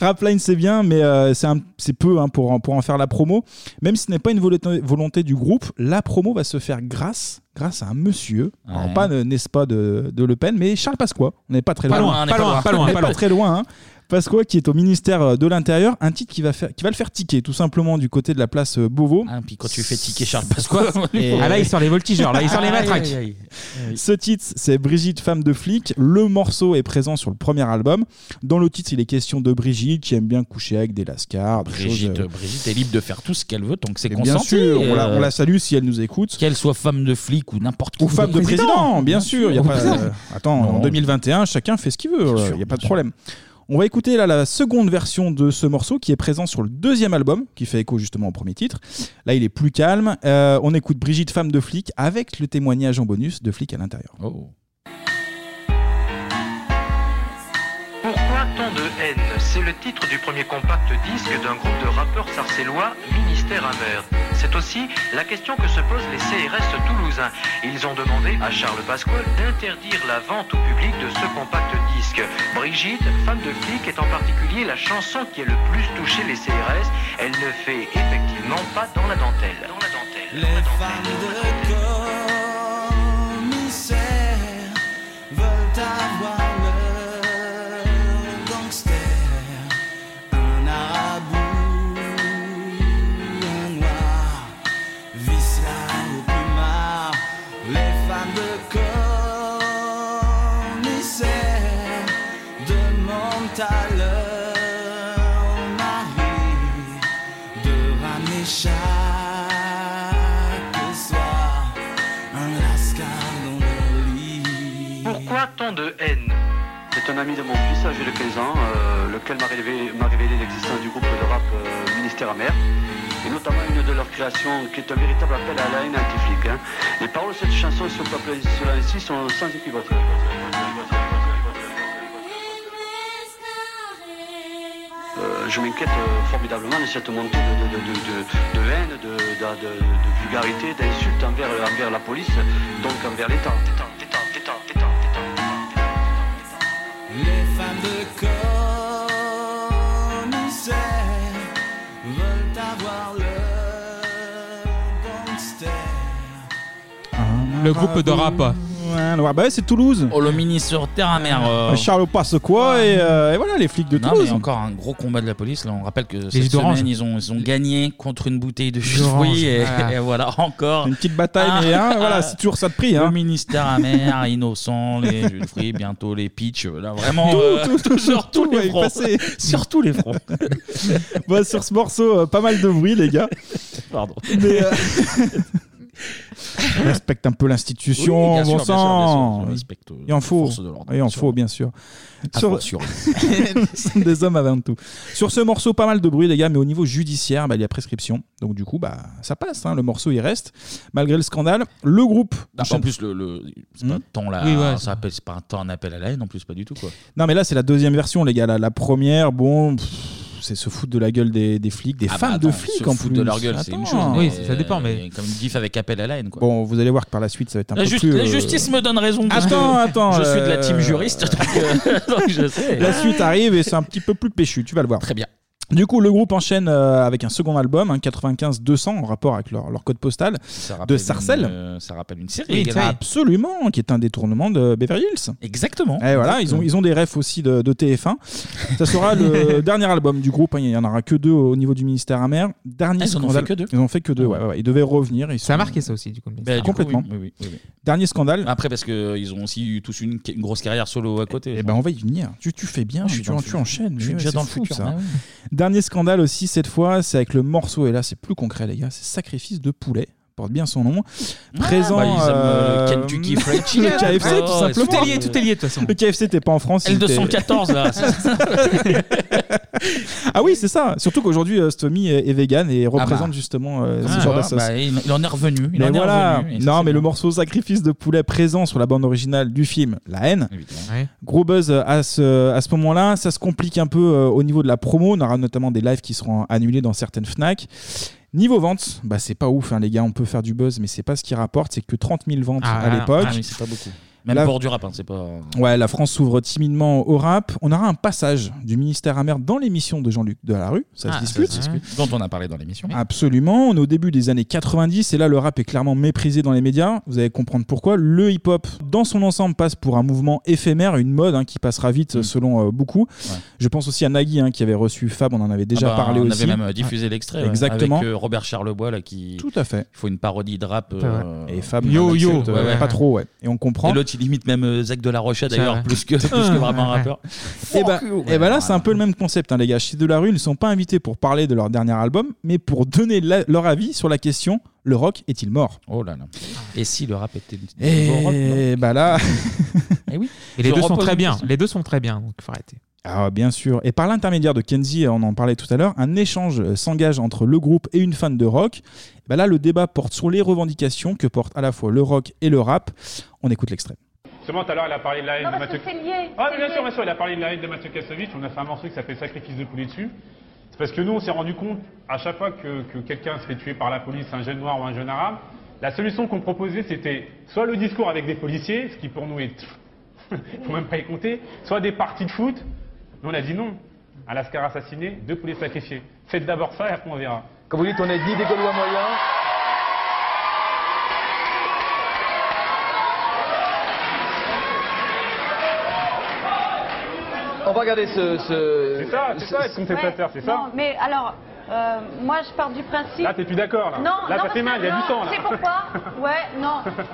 Speaker 8: Rapline, c'est bien, mais euh, c'est un- c'est peu hein, pour, en- pour en faire la promo. Même si ce n'est pas une volonté, volonté du groupe, la promo va se faire grâce, grâce à un monsieur. Alors, pas, euh, n'est-ce pas, de, de Le Pen, mais Charles Pasqua. On n'est pas très
Speaker 7: Pas
Speaker 8: loin.
Speaker 7: loin, on n'est pas loin, pas loin,
Speaker 8: On n'est
Speaker 7: pas
Speaker 8: pas
Speaker 7: loin.
Speaker 8: très loin. hein. Pasqua qui est au ministère euh, de l'Intérieur, un titre qui va, faire, qui va le faire tiquer, tout simplement du côté de la place euh, Beauvau.
Speaker 1: puis quand tu fais tiquer Charles Pasqua.
Speaker 8: Et-
Speaker 7: Ah là, il sort les voltigeurs, là, il sort les
Speaker 8: Aïe,
Speaker 7: matraques.
Speaker 8: aïe, aïe. Ce titre, c'est Brigitte, femme de flic. Le morceau est présent sur le premier album. Dans le titre, il est question de Brigitte qui aime bien coucher avec des lascars. des
Speaker 1: Brigitte,
Speaker 8: choses, euh,
Speaker 1: Brigitte est libre de faire tout ce qu'elle veut, donc c'est
Speaker 8: Et
Speaker 1: consenti.
Speaker 8: bien sûr, on la,
Speaker 1: euh,
Speaker 8: on la salue si elle nous écoute.
Speaker 1: Qu'elle soit femme de flic ou n'importe quoi.
Speaker 8: Ou femme de président, bien sûr. il Y a
Speaker 1: Ou
Speaker 8: pas,
Speaker 1: président.
Speaker 8: euh, attends, en 2021, chacun fait ce qu'il veut. Il n'y a pas de problème. On va écouter là la seconde version de ce morceau qui est présent sur le deuxième album, qui fait écho justement au premier titre. Là, il est plus calme. Euh, on écoute Brigitte, femme de flic, avec le témoignage en bonus de flic à l'intérieur.
Speaker 1: Oh.
Speaker 18: Pourquoi tant de haine C'est le titre du premier compact disque d'un groupe de rappeurs sarcellois, Ministère amer. C'est aussi la question que se posent les CRS toulousains. Ils ont demandé à Charles Pasquale d'interdire la vente au public de ce compact disque. Brigitte, femme de flic, est en particulier la chanson qui a le plus touché les CRS. Elle ne fait effectivement pas dans la dentelle. Dans la dentelle.
Speaker 19: Les femmes de commissaire veulent avoir leur gangster, un arabe ou un noir, vice-là au plumard. Les femmes de commissaire demandent à leur mari de ramener chaque soir
Speaker 20: carton de haine.
Speaker 3: C'est un ami de mon fils, âgé de 15 ans, euh, lequel m'a révélé, m'a révélé l'existence du groupe de rap euh, Ministère Amer, et notamment une de leurs créations qui est un véritable appel à la haine anti-flic. hein. Les paroles de cette chanson sur le cela ainsi sont sans équivoque. Euh, je m'inquiète euh, formidablement de cette montée de, de- de- de- de- de haine, de, de- de- de vulgarité, d'insultes envers, envers la police, donc envers l'État.
Speaker 9: Les femmes de commissaire veulent avoir le gangster.
Speaker 7: Le groupe de rap.
Speaker 8: Ah, bah Ouais, le rap, bah ouais, c'est Toulouse.
Speaker 1: Oh, le mini sur terre amère. euh.
Speaker 8: Ah, Charles passe
Speaker 7: Ah.
Speaker 8: quoi et, euh, et voilà les flics de
Speaker 1: Non,
Speaker 8: Toulouse.
Speaker 1: mais encore un gros combat de la police. Là, on rappelle que
Speaker 8: jus
Speaker 1: cette
Speaker 8: d'orange.
Speaker 1: semaine, ils ont, ils ont gagné contre une bouteille de jus de
Speaker 8: d'orange,
Speaker 1: fruits. Et,
Speaker 8: voilà.
Speaker 1: et voilà, encore.
Speaker 8: Une petite bataille, mais hein, voilà, c'est toujours ça de prix.
Speaker 1: Ah. Le
Speaker 8: hein.
Speaker 1: ministère amer, innocent, les jus de fruits, bientôt les pitchs. Là, vraiment.
Speaker 8: Tout,
Speaker 1: euh,
Speaker 8: tout, tout,
Speaker 1: sur tous
Speaker 8: tout,
Speaker 1: les
Speaker 8: ouais,
Speaker 1: fronts.
Speaker 8: passé.
Speaker 1: Sur tous les fronts.
Speaker 8: Bon, sur ce morceau, euh, pas mal de bruit, les gars.
Speaker 1: Pardon.
Speaker 8: Mais, euh, on respecte un peu l'institution,
Speaker 1: Oui, bien
Speaker 8: bon
Speaker 1: sûr, bien sûr, bien
Speaker 8: sang.
Speaker 1: sûr, on respecte, euh,
Speaker 8: Il en faut.
Speaker 1: les forces de l'ordre,
Speaker 8: Il en
Speaker 1: bien
Speaker 8: faut, bien sûr.
Speaker 1: A fortiori.
Speaker 8: Des hommes avant tout. Sur ce morceau, pas mal de bruit, les gars, mais au niveau judiciaire, bah, il y a prescription. Donc, du coup, bah, ça passe. hein, Le morceau, il reste. Malgré le scandale, le groupe.
Speaker 1: Ah, en plus, le, le- c'est pas tant là.
Speaker 8: Hmm Oui, ouais,
Speaker 1: ça appelle- c'est pas un temps un appel à la haine, en plus, pas du tout. Quoi.
Speaker 8: Non, mais là, c'est la deuxième version, les gars. La, la première, bon, pff, c'est se foutre de la gueule des, des flics, des
Speaker 1: Ah bah,
Speaker 8: femmes de
Speaker 1: attends,
Speaker 8: flics
Speaker 1: se
Speaker 8: en
Speaker 1: foutre
Speaker 8: plus.
Speaker 1: de leur gueule, c'est une chose.
Speaker 8: Attends.
Speaker 1: mais, euh, Comme une gif avec appel à la haine, quoi.
Speaker 8: Bon, vous allez voir que par la suite, ça va être un
Speaker 1: La,
Speaker 8: peu
Speaker 1: ju-
Speaker 8: plus.
Speaker 1: la
Speaker 8: euh,
Speaker 1: justice me donne raison. parce
Speaker 8: Attends,
Speaker 1: que
Speaker 8: attends,
Speaker 1: Je suis de la
Speaker 8: euh,
Speaker 1: team juriste, donc, euh, donc je sais.
Speaker 8: La suite arrive et c'est un petit peu plus péchu, tu vas le voir.
Speaker 1: Très bien.
Speaker 8: Du coup, le groupe enchaîne euh, avec un second album, hein, 95-200, en rapport avec leur, leur code postal de
Speaker 1: rappelle
Speaker 8: Sarcelles.
Speaker 1: une, euh, ça rappelle une série.
Speaker 8: Oui,
Speaker 1: également.
Speaker 8: absolument, qui est un détournement de Beverly Hills.
Speaker 1: Exactement.
Speaker 8: Et voilà, ils ont, ils ont des refs aussi de, de TF1. Ça sera le dernier album du groupe. hein, Il n'y en aura que deux au niveau du ministère amer. Dernier
Speaker 1: Ah, ils en ont
Speaker 8: scandale.
Speaker 1: fait que deux
Speaker 8: Ils ont fait que deux, ouais, ouais, ouais. Ils devaient revenir. Ils
Speaker 1: Ça a marqué,
Speaker 7: ça aussi, du coup.
Speaker 1: Bah, du coup,
Speaker 8: Complètement.
Speaker 1: oui, oui, oui, oui.
Speaker 8: Dernier scandale.
Speaker 1: Après, parce qu'ils ont aussi eu tous une, une grosse carrière solo à côté.
Speaker 8: Eh ben, on va y venir. Tu, tu fais bien,
Speaker 1: Je suis
Speaker 8: tu,
Speaker 1: dans le
Speaker 8: tu
Speaker 1: futur.
Speaker 8: enchaînes.
Speaker 1: Je suis
Speaker 8: mais
Speaker 1: déjà
Speaker 8: ouais,
Speaker 1: dans
Speaker 8: c'est fou,
Speaker 1: le futur,
Speaker 8: ça.
Speaker 1: bah oui.
Speaker 8: Dernier scandale aussi, cette fois, c'est avec le morceau, et là c'est plus concret, les gars, c'est Sacrifice de Poulet, porte bien son nom. Présent.
Speaker 1: bah, ils aiment,
Speaker 8: euh,
Speaker 1: euh, Kentucky Fried Chicken.
Speaker 8: Le KFC,
Speaker 1: Oh,
Speaker 8: tout simplement.
Speaker 1: tout est lié, tout est lié, de toute façon.
Speaker 8: Le KFC, t'es pas en France. il était-
Speaker 1: L214, là.
Speaker 8: ah oui, c'est ça. Surtout qu'aujourd'hui, euh, Stomy est est vegan et représente
Speaker 1: bah.
Speaker 8: justement euh,
Speaker 1: Ah,
Speaker 8: ce genre
Speaker 1: voilà,
Speaker 8: de sauce.
Speaker 1: bah, il, il en est revenu. Il
Speaker 8: Mais
Speaker 1: en est
Speaker 8: voilà,
Speaker 1: revenu, et ça,
Speaker 8: non,
Speaker 1: c'est
Speaker 8: mais
Speaker 1: bien.
Speaker 8: le morceau Sacrifice de poulet présent sur la bande originale du film La haine, gros buzz euh, à ce, à ce moment-là. Ça se complique un peu euh, au niveau de la promo. On aura notamment des lives qui seront annulés dans certaines Fnac. Niveau vente, bah c'est pas ouf, hein, les gars. On peut faire du buzz, mais c'est pas ce qui rapporte. C'est que 30 000 ventes
Speaker 1: Ah,
Speaker 8: à
Speaker 1: ah,
Speaker 8: l'époque.
Speaker 1: ah oui, c'est pas beaucoup. Même
Speaker 8: La-
Speaker 1: pour du rap, hein, c'est pas.
Speaker 8: Ouais, la France s'ouvre timidement au rap. On aura un passage du ministère amer dans l'émission de Jean-Luc Delarue. Ça
Speaker 1: Ah,
Speaker 8: se discute.
Speaker 1: ça se discute. Dont on a parlé dans l'émission.
Speaker 8: Absolument. On est au début des années 90 et là, le rap est clairement méprisé dans les médias. Vous allez comprendre pourquoi. Le hip-hop, dans son ensemble, passe pour un mouvement éphémère, une mode hein, qui passera vite
Speaker 1: Mm.
Speaker 8: euh, selon euh, beaucoup. Je pense aussi à Nagui hein, qui avait reçu Fab. On en avait déjà
Speaker 1: Ah bah,
Speaker 8: parlé
Speaker 1: on
Speaker 8: aussi.
Speaker 1: avait même euh, diffusé l'extrait. ouais,
Speaker 8: Exactement.
Speaker 1: avec euh, Robert Charlebois, là, qui.
Speaker 8: Tout à fait.
Speaker 1: Il faut une parodie de rap. euh,
Speaker 8: Et Fab, on accepte, euh, pas trop, ouais. Et on comprend.
Speaker 1: Et l'autre, il imite même euh, Zach de la Rocha,
Speaker 8: C'est
Speaker 1: d'ailleurs,
Speaker 8: vrai.
Speaker 1: plus que, plus que vraiment un rappeur.
Speaker 8: Et bah,
Speaker 1: you.
Speaker 8: eh ben là, c'est un peu le même concept, hein, les gars. Chez Delarue, ils ne sont pas invités pour parler de leur dernier album, mais pour donner la- leur avis sur la question le rock est-il mort
Speaker 1: Oh là là. Et si le rap était.
Speaker 8: Eh Et bah là.
Speaker 1: Et oui.
Speaker 7: Et les
Speaker 8: Eh Je
Speaker 7: deux sont
Speaker 8: repose
Speaker 7: très
Speaker 8: une
Speaker 7: bien.
Speaker 8: question.
Speaker 7: Les deux sont très bien, donc faut arrêter.
Speaker 8: Ah, bien sûr. Et par l'intermédiaire de Kenzie, on en parlait tout à l'heure, un échange euh, s'engage entre le groupe et une fan de rock. Eh ben là, le débat porte sur les revendications que portent à la fois le rock et le rap. On écoute l'extrait.
Speaker 2: Justement, tout à l'heure, elle a parlé de la haine de Mathieu.
Speaker 21: c'est lié,
Speaker 2: Ah,
Speaker 21: c'est
Speaker 2: mais bien
Speaker 21: lié.
Speaker 2: sûr, bien sûr, elle a parlé de la haine de Mathieu Kassovitz. On a fait un morceau qui s'appelle Sacrifice de poulet dessus. C'est parce que nous, on s'est rendu compte, à chaque fois que, que quelqu'un se fait tuer par la police, un jeune noir ou un jeune arabe, la solution qu'on proposait, c'était soit le discours avec des policiers, ce qui pour nous est. faut même pas y compter, soit des parties de foot. Nous, on a dit non. Un Lascar assassiné, deux poulets sacrifiés. Faites d'abord ça et après on verra.
Speaker 15: Comme vous dites, on est dit des Gaulois moyens. On va regarder ce. ce...
Speaker 2: C'est ça, c'est ça, être contestateur, c'est ça.
Speaker 21: Non, mais alors, euh, moi je pars du principe.
Speaker 2: Là, t'es plus d'accord, là.
Speaker 21: Non,
Speaker 2: Là,
Speaker 21: non,
Speaker 2: ça fait
Speaker 21: parce
Speaker 2: mal,
Speaker 21: que-
Speaker 2: il y a du
Speaker 21: non,
Speaker 2: sang, là.
Speaker 21: Tu sais pourquoi Ouais, non.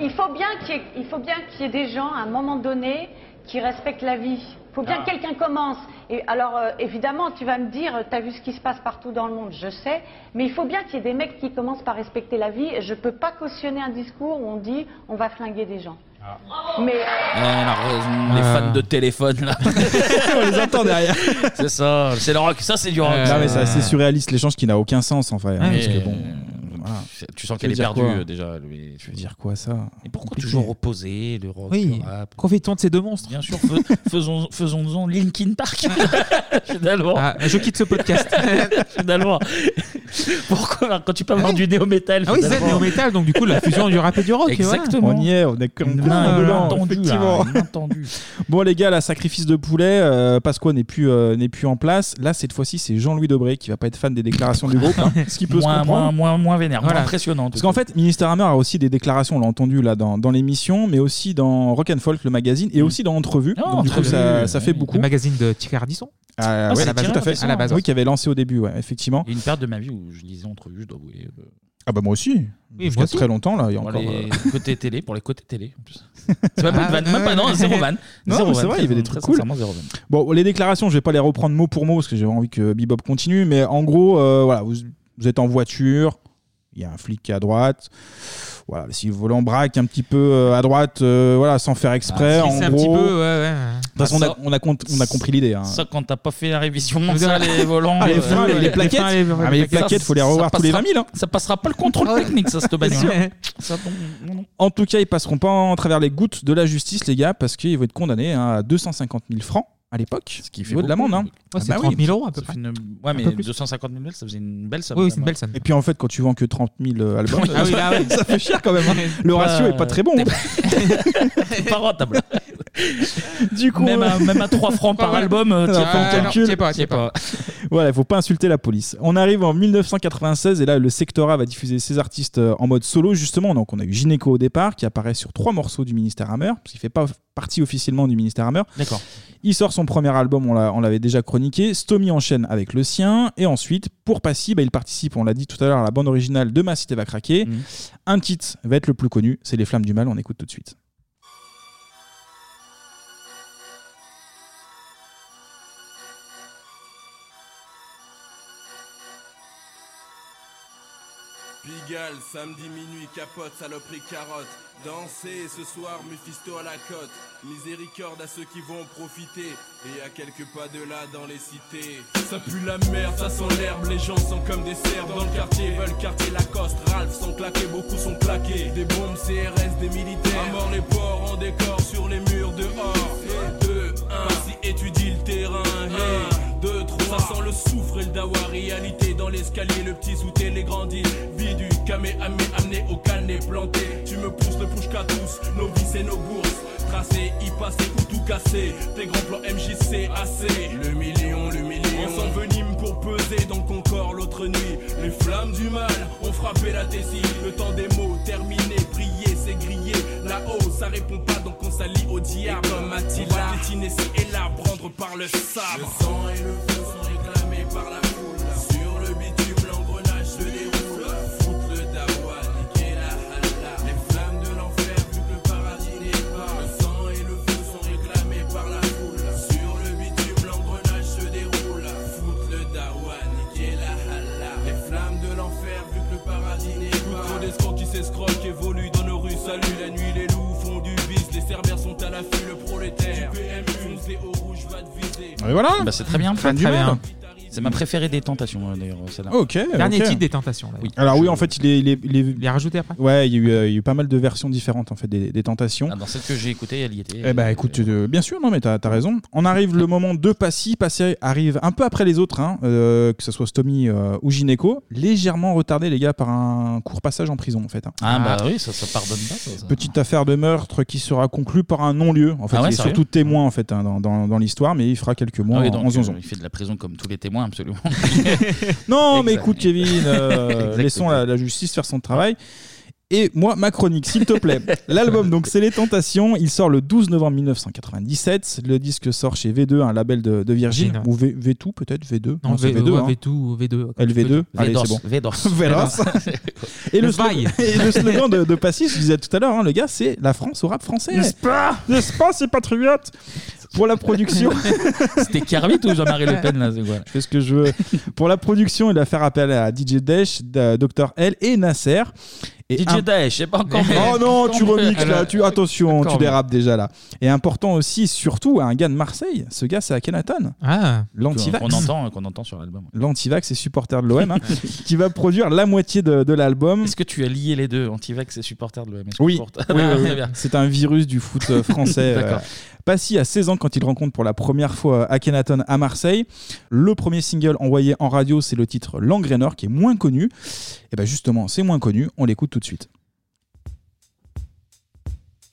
Speaker 21: Il faut bien qu'il y, ait- il faut bien qu'il y ait des gens, à un moment donné, qui respectent la vie. Il faut bien
Speaker 2: Ah.
Speaker 21: que quelqu'un commence. Et alors, euh, évidemment, tu vas me dire, euh, t'as vu ce qui se passe partout dans le monde, je sais, mais il faut bien qu'il y ait des mecs qui commencent par respecter la vie. Et je peux pas cautionner un discours où on dit, on va flinguer des gens.
Speaker 2: Ah.
Speaker 21: Mais
Speaker 1: Eh, alors, euh, les
Speaker 8: Euh.
Speaker 1: fans de téléphone, là.
Speaker 8: On les entend derrière.
Speaker 1: C'est ça, c'est le rock. Ça, c'est du rock.
Speaker 7: Euh,
Speaker 8: Non, mais c'est
Speaker 1: ça.
Speaker 8: assez surréaliste, l'échange qui n'a aucun sens en
Speaker 7: Ah,
Speaker 8: fait. hein,
Speaker 1: Mais,
Speaker 8: parce que bon,
Speaker 1: euh,
Speaker 8: voilà.
Speaker 1: Tu sens
Speaker 8: Ça veut
Speaker 1: qu'elle est
Speaker 8: dire
Speaker 1: perdue
Speaker 8: quoi
Speaker 1: euh, déjà. Lui.
Speaker 8: Je veux dire quoi ça
Speaker 1: Et pourquoi toujours opposé le rock
Speaker 7: Oui,
Speaker 1: le rap
Speaker 7: profitons de ces deux monstres.
Speaker 1: Bien sûr, fais- faisons, faisons-en Linkin Park. Finalement.
Speaker 7: Ah, je quitte ce podcast.
Speaker 1: Finalement. Pourquoi alors, quand tu peux avoir du néo-métal
Speaker 7: Ah oui, c'est
Speaker 1: finalement.
Speaker 7: néo métal, donc du coup la fusion du rap et du rock. et voilà.
Speaker 1: Exactement.
Speaker 8: On y est, on est comme
Speaker 1: main
Speaker 8: dedans,
Speaker 1: inattendue, là,
Speaker 8: effectivement. Bon les gars, la sacrifice de poulet, euh, Pasqua n'est plus euh, n'est plus en place. Là cette fois-ci, c'est Jean-Louis Debré qui va pas être fan des déclarations du groupe, hein, ce qui peut se
Speaker 1: moins,
Speaker 8: comprendre.
Speaker 1: moins, moins, moins vénère,
Speaker 8: Voilà.
Speaker 1: moins impressionnant. en tout
Speaker 8: Parce qu'en fait, Minister Hammer a aussi des déclarations, on l'a entendu là dans, dans l'émission, mais aussi dans Rock and Folk, le magazine,
Speaker 1: Mm.
Speaker 8: et aussi dans Entrevue.
Speaker 7: Oh,
Speaker 8: Donc, du coup,
Speaker 7: Entrevue,
Speaker 8: ça, ça fait
Speaker 1: Ah,
Speaker 7: oui.
Speaker 8: beaucoup.
Speaker 7: Le magazine de Thierry Ardisson.
Speaker 8: Ah,
Speaker 7: Ah,
Speaker 8: ouais,
Speaker 7: c'est
Speaker 8: à la base,
Speaker 7: Thierry
Speaker 8: tout à fait.
Speaker 7: Ardisson, à la base,
Speaker 8: Oui,
Speaker 7: ouais.
Speaker 8: qui avait lancé au début, ouais, effectivement.
Speaker 1: cas. Une période de ma vie où je lisais entrevue, je dois avouer. euh,
Speaker 8: Ah bah moi aussi.
Speaker 1: Oui,
Speaker 8: Jusqu'à
Speaker 1: moi aussi.
Speaker 8: très longtemps là, il y a
Speaker 1: pour
Speaker 8: encore.
Speaker 1: les
Speaker 8: euh,
Speaker 1: côtés télé, pour les côtés télé. en plus. C'est pas
Speaker 8: Ah,
Speaker 1: une vanne, même pas, non,
Speaker 8: ouais.
Speaker 1: zéro vanne.
Speaker 8: Non,
Speaker 1: Zéro
Speaker 8: mais c'est
Speaker 1: vanne,
Speaker 8: vrai, il y avait des
Speaker 1: très
Speaker 8: trucs cool.
Speaker 1: sincèrement, zéro vanne.
Speaker 8: Bon, les déclarations, je vais pas les reprendre mot pour mot parce que j'avais envie que Bebop continue, mais en gros, euh, voilà, vous, vous êtes en voiture, il y a un flic qui est à droite. Voilà, si le volant braque un petit peu euh, à droite, euh, voilà, sans faire exprès,
Speaker 1: Ah, si,
Speaker 8: en
Speaker 1: c'est un
Speaker 8: gros.
Speaker 1: petit peu, ouais, ouais.
Speaker 8: De toute façon, on a, on a, compte- on a compris l'idée. Hein.
Speaker 1: Bah, Ça, quand t'as pas fait la révision,
Speaker 8: Vous
Speaker 1: ça,
Speaker 8: avez-
Speaker 1: les volants.
Speaker 8: Ah, les
Speaker 1: euh,
Speaker 8: freins, les- les plaquettes.
Speaker 1: freins,
Speaker 8: Ah, mais les plaquettes, faut les revoir
Speaker 1: ça
Speaker 8: tous les
Speaker 1: passera-
Speaker 8: 20 000, hein.
Speaker 1: Ça passera pas le contrôle technique, ça, cette bagnole. hein. Ça, bon, non, non.
Speaker 8: En tout cas, ils passeront pas en travers les gouttes de la justice, les gars, parce qu'ils vont être condamnés hein, à 250 000 francs à l'époque. Ce qui
Speaker 1: fait
Speaker 8: de l'amende. Hein.
Speaker 1: beaucoup. Ouais, c'est 30 000 euros, à peu près. Ouais, mais 250 000 balles, ça faisait une belle somme. quand même.
Speaker 8: Et puis en fait, quand tu vends que 30 000 euh, albums,
Speaker 1: Ah oui, là, ouais.
Speaker 8: ça fait cher quand même. hein. Le ratio
Speaker 1: Bah,
Speaker 8: est pas très bon. hein.
Speaker 1: C'est pas rentable.
Speaker 8: Du coup,
Speaker 1: même, à,
Speaker 8: euh,
Speaker 1: même à 3 francs par
Speaker 8: Ouais.
Speaker 1: album, euh,
Speaker 8: Alors,
Speaker 1: t'y es pas en
Speaker 8: euh,
Speaker 1: calcul.
Speaker 8: non, t'y es pas, t'y es pas. Voilà, il faut pas insulter la police. On arrive en 1996 et là, le Sectora va diffuser ses artistes euh, en mode solo justement. Donc on a eu Gynéco au départ qui apparaît sur trois morceaux du Ministère Hammer parce qu'il fait pas partie officiellement du Ministère Hammer.
Speaker 1: D'accord.
Speaker 8: Il sort son premier album, on l'a- on l'avait déjà chroniqué. Stomy enchaîne avec le sien. Et ensuite, pour Passy, bah, il participe, on l'a dit tout à l'heure, à la bande originale de Ma Cité va craquer. Un titre va être le plus connu, c'est Les Flammes du Mal, on écoute tout de suite.
Speaker 15: Pigalle, samedi minuit, capote, saloperie, carotte. Danser ce soir, Mephisto à la côte. Miséricorde à ceux qui vont en profiter. Et à quelques pas de là, dans les cités. Ça pue la merde, ça sent l'herbe. Les gens sont comme des cerfs dans le quartier. Veulent quartier Lacoste, Ralph sont claqués, beaucoup sont claqués. Des bombes CRS, des militaires. À mort les porcs en décor sur les murs dehors. 2, 1, si étudie le terrain. 2, 3, ça sent le soufre et le dawa. Réalité dans l'escalier, le petit souté, les grandis. Vie du camé amené au canet planté. Tu me pousses le push qu'à tous, nos vies et nos bourses. Tracé, y passer ou tout casser. Tes grands plans MJC, AC. Le million, le million. On s'envenime pour peser dans le Concorde l'autre nuit. Les flammes du mal ont frappé la Thésie. Le temps des mots terminé, prier, c'est grillé. Là-haut, ça répond pas, donc on s'allie au diable. Comme Attila, on va piétiner ci et là, prendre par le sabre. Le sang et le feu sont réclamés par la foule. Sur le bitume, l'engrenage se déroule. Foutre le dawa, niquer la halla. Les flammes de l'enfer, vu que le paradis n'est pas. Le sang et le feu sont réclamés par la foule. Sur le bitume, l'engrenage se déroule. Foutre le dawa, niquer la halla. Les flammes de l'enfer, vu que le paradis n'est pas. Trop d'escrocs qui s'escroquent, évoluent dans nos rues. Salut la nuit, les loups font du vice. Les cerbères sont à l'affût, le prolétaire. Du PM, fonce, les hauts rouges, va te viser.
Speaker 8: Et voilà.
Speaker 1: Bah, c'est très bien.
Speaker 8: Fin du monde.
Speaker 1: C'est ma préférée des tentations, euh, d'ailleurs, celle-là.
Speaker 8: Oh, Ok.
Speaker 7: Dernier
Speaker 8: ok.
Speaker 7: titre des Tentations. là.
Speaker 8: Alors oui, en fait, il est, il est,
Speaker 7: rajouté après.
Speaker 8: Ouais, il y, a eu, euh, il y a eu pas mal de versions différentes en fait des, des tentations.
Speaker 1: Ah, dans celle que j'ai écoutée, elle y était.
Speaker 8: Eh ben écoute, euh, bien sûr, non mais t'as as raison. On arrive le moment de Passy. Passy arrive un peu après les autres, hein, euh, que ce soit Stomy euh, ou Gynéco, légèrement retardé les gars par un court passage en prison en fait. hein.
Speaker 1: Ah, bah oui, ça, ça pardonne pas. ça, ça.
Speaker 8: Petite affaire de meurtre qui sera conclue par un non-lieu. En fait,
Speaker 1: Ah ouais,
Speaker 8: il est
Speaker 1: sérieux
Speaker 8: surtout témoin en fait hein, dans, dans- dans l'histoire, mais il fera quelques mois
Speaker 1: Ah oui,
Speaker 8: en-
Speaker 1: donc,
Speaker 8: en zonzon.
Speaker 1: euh, il fait de la prison comme tous les témoins, absolument.
Speaker 8: Non, mais
Speaker 1: Exact.
Speaker 8: écoute, Kevin, euh,
Speaker 1: Exactement.
Speaker 8: laissons la, la justice faire son travail. Et moi, ma chronique, s'il te plaît. L'album, donc, c'est Les Tentations. Il sort le 12 novembre 1997. Le disque sort chez V2, un label de, de Virgin.
Speaker 7: Virgin,
Speaker 8: Ou v, V2, peut-être V2.
Speaker 7: Non,
Speaker 8: c'est
Speaker 7: V-
Speaker 8: V2.
Speaker 7: ouais,
Speaker 8: hein.
Speaker 7: V2 ou V2.
Speaker 8: LV2. Allez,
Speaker 1: Védos,
Speaker 8: c'est bon.
Speaker 1: Védos.
Speaker 8: Védos. Et le, slogan,
Speaker 7: Vaille.
Speaker 8: et le slogan de, de Passy, je disais tout à l'heure, hein, le gars, c'est la France au rap français.
Speaker 7: N'est-ce
Speaker 8: pas N'est-ce pas, c'est patriote Pour la production.
Speaker 1: C'était Kermit ou Jean-Marie Le Pen là c'est quoi
Speaker 8: Je fais ce que je veux. Pour la production, il va faire appel à DJ Dash, da- Dr. L et Nasser. Et
Speaker 1: DJ Daesh, c'est pas encore
Speaker 8: Oh non, tu
Speaker 1: encore-
Speaker 8: remixes là,
Speaker 1: Alors,
Speaker 8: tu, attention,
Speaker 1: encore
Speaker 8: tu
Speaker 1: mieux.
Speaker 8: dérapes déjà là. Et important aussi, surtout, à un gars de Marseille. Ce gars, c'est Akhenaton.
Speaker 7: Ah,
Speaker 8: l'antivax.
Speaker 1: Qu'on entend, euh, qu'on entend sur l'album.
Speaker 8: L'antivax est supporter de l'OM, hein, qui va produire la moitié de, de l'album.
Speaker 1: Est-ce que tu as lié les deux, antivax et supporter de l'OMS
Speaker 8: Hmm. Oui, oui, oui, oui. c'est un virus du foot euh, français.
Speaker 1: D'accord.
Speaker 8: euh, Passy à 16 ans quand il rencontre pour la première fois euh, Akhenaton à Marseille. Le premier single envoyé en radio, c'est le titre L'Engrenor, qui est moins connu. Et bien justement, c'est moins connu, on l'écoute tout de suite.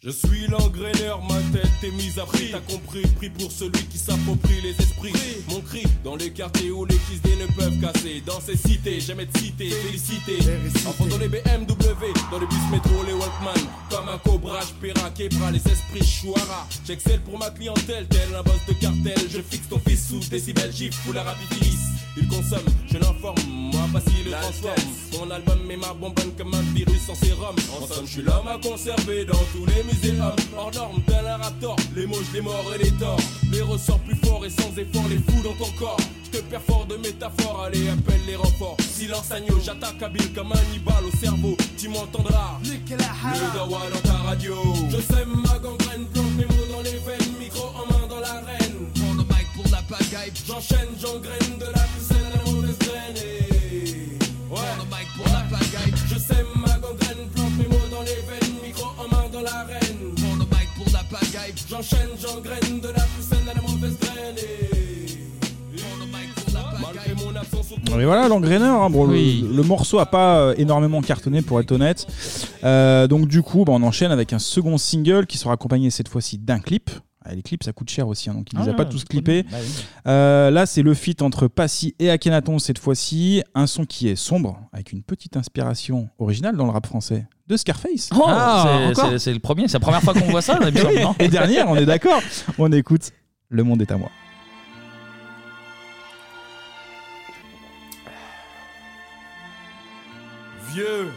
Speaker 15: Je suis l'engraineur, ma tête est mise à prix. T'as compris, pris pour celui qui s'approprie les esprits. Mon cri, dans les quartiers où les kisdés ne peuvent casser. Dans ces cités, j'aime être cité, félicité. Enfant dans les BMW, dans les bus métro, les Walkman. Comme un cobra, je paierai un québra, les esprits chouara. J'excelle pour ma clientèle, tel un boss de cartel. Je fixe ton fils sous décibel, gif ou la rapidilis. Il consomme, je l'informe, moi pas si le transforme. Mon album est ma bonbonne comme un virus sans sérum. En somme, je suis l'homme à conserver dans tous les muséums. Hors norme, tel un raptor, les mots, je les mords et les torts. Les ressorts plus forts et sans effort, les fous dans ton corps. Je te perfore de métaphores, allez, appelle les renforts. Silence agneau, j'attaque habile comme Hannibal au cerveau. Tu m'entendras, le dawa dans ta radio. Je sème ma gangrène, plante mes mots dans les veines, micro en main dans l'arène. Prends le mic pour la pagaille. J'enchaîne, j'engraine de la plus saine à la mauvaise graine. et- Ouais. pour la pagaille. Je sème ma gangrène, plante mes mots dans les veines, micro en main dans l'arène. Prends le mic pour la pagaille. J'enchaîne, j'engraine de la plus saine à la mauvaise graine. et- Malgré mon absence au
Speaker 8: Mais voilà, l'engraineur. hein, bon, le- le, morceau a pas euh, énormément cartonné, pour être honnête. Euh, donc, du coup, bah, on enchaîne avec un second single qui sera accompagné cette fois-ci d'un clip. Ah, les clips, ça coûte cher aussi, hein, donc il
Speaker 1: Ah,
Speaker 8: les a pas
Speaker 1: je
Speaker 8: tous
Speaker 1: connais.
Speaker 8: clippés.
Speaker 1: Bah oui.
Speaker 8: Euh, là, c'est le feat entre Passy et Akhenaton cette fois-ci. Un son qui est sombre, avec une petite inspiration originale dans le rap français de Scarface. Ah,
Speaker 1: Oh, c'est- c'est c'est le premier, c'est la première fois qu'on voit ça. il me semble, non
Speaker 8: Et dernière, on est d'accord. On écoute Le monde est à moi.
Speaker 15: Vieux,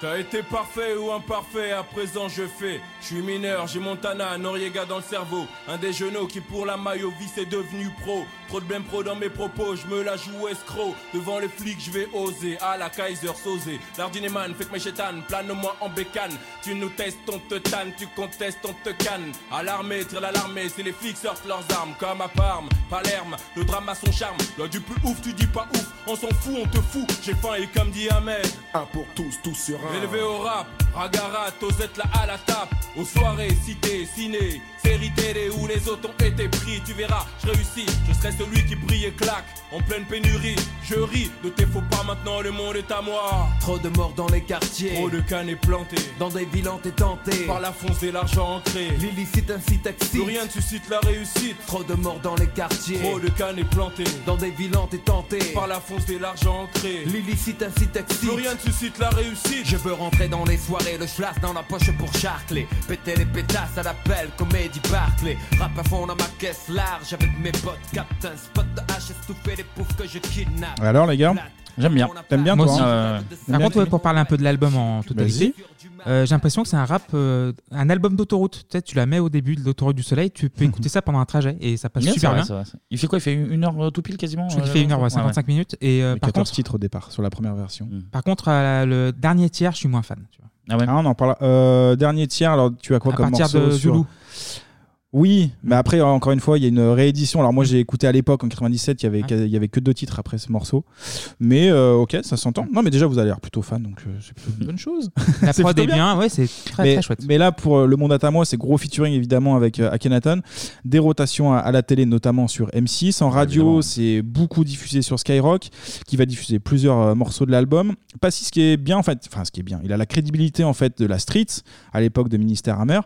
Speaker 15: t'as été parfait ou imparfait, à présent je fais. Je suis mineur, j'ai Montana, Noriega dans le cerveau. Un des genoux qui pour la maillot vie c'est devenu pro. Trop de bien pro dans mes propos, je me la joue escroc. Devant les flics, je vais oser, à la Kaiser s'oser. L'ardinéman, fait que mes chétanes, plane-moi en bécane. Tu nous testes, on te tanne, tu contestes, on te canne. À l'armée, tire l'alarmée, c'est les flics sortent leurs armes. Comme à Parme, Palerme, le drame a son charme. Loi du plus ouf, tu dis pas ouf, on s'en fout, on te fout. J'ai faim et comme dit Ahmed.
Speaker 14: Un pour tous, tous sur un.
Speaker 15: Élevé au rap, ragarat, osette la à la tape Aux soirées, cité, ciné, série télé où les autres ont été pris Tu verras, je réussis, je serai celui qui brille et claque En pleine pénurie, je ris de tes faux pas maintenant, le monde est à moi
Speaker 2: Trop de morts dans les quartiers.
Speaker 15: Trop de cannes plantées.
Speaker 2: Dans des villes en t'es tenté.
Speaker 15: Par la fonce et l'argent ancré.
Speaker 2: L'illicite ainsi taxi.
Speaker 15: Plus rien ne suscite la réussite.
Speaker 2: Trop de morts dans les quartiers.
Speaker 15: Trop de cannes plantées.
Speaker 2: Dans des villes en t'es tenté.
Speaker 15: Par la fonce et l'argent ancré.
Speaker 2: L'illicite ainsi taxi.
Speaker 15: Plus rien ne suscite la réussite.
Speaker 2: Je veux rentrer dans les soirées, le schlass dans la poche pour charcler. Péter les pétasses à l'appel, comédie Barclay. Rap à fond dans ma caisse large avec mes potes. Captain spot de hache, estouffé les poufs que je kidnappe.
Speaker 8: Alors, les gars
Speaker 1: Ah. J'aime bien. Euh,
Speaker 8: T'aimes bien,
Speaker 7: Moi
Speaker 8: toi
Speaker 7: aussi.
Speaker 8: hein T'aimes
Speaker 7: Euh, Par
Speaker 8: bien
Speaker 7: contre, ouais, pour parler un peu de l'album en totalité, euh, j'ai l'impression que c'est un rap, euh, un album d'autoroute. Tu sais, tu la mets au début de l'autoroute du soleil, tu peux écouter ça pendant un trajet et ça passe
Speaker 1: Ouais, c'est
Speaker 7: super
Speaker 1: vrai,
Speaker 7: bien.
Speaker 1: c'est vrai, c'est vrai. Il fait quoi Il fait une une heure euh, tout pile quasiment
Speaker 7: Je crois qu'il
Speaker 1: euh,
Speaker 7: fait une heure, ouais,
Speaker 1: ouais,
Speaker 7: 55
Speaker 1: ouais.
Speaker 7: minutes. Et euh,
Speaker 8: Et
Speaker 7: par
Speaker 8: 14
Speaker 7: contre,
Speaker 8: titres au départ sur la première version.
Speaker 7: par contre, euh, le dernier tiers, je suis moins fan. tu vois.
Speaker 8: Ah, on en parle. euh, dernier tiers, alors tu as quoi
Speaker 7: À
Speaker 8: comme
Speaker 7: partir
Speaker 8: morceau
Speaker 7: de
Speaker 8: sur-
Speaker 7: Zulu. Mm.
Speaker 8: Oui, mais après, euh, encore une fois, il y a une réédition. Alors moi, j'ai écouté à l'époque, en 97, il y avait, il y avait que deux titres après ce morceau. Mais euh, ok, ça s'entend. Non, mais déjà, vous avez l'air plutôt fan, donc euh, c'est plutôt une bonne chose.
Speaker 7: La
Speaker 8: C'est
Speaker 7: prod
Speaker 8: plutôt
Speaker 7: est bien, ouais, c'est très,
Speaker 8: mais,
Speaker 7: très chouette.
Speaker 8: Mais là, pour euh, Le Monde à moi, c'est gros featuring évidemment avec euh, Akhenaton. Des rotations à, à la télé, notamment sur M6. En radio, c'est beaucoup diffusé sur Skyrock, qui va diffuser plusieurs euh, morceaux de l'album. Pas si ce qui est bien, en fait, enfin, ce qui est bien, il a la crédibilité en fait de la street à l'époque de Ministère Hammer.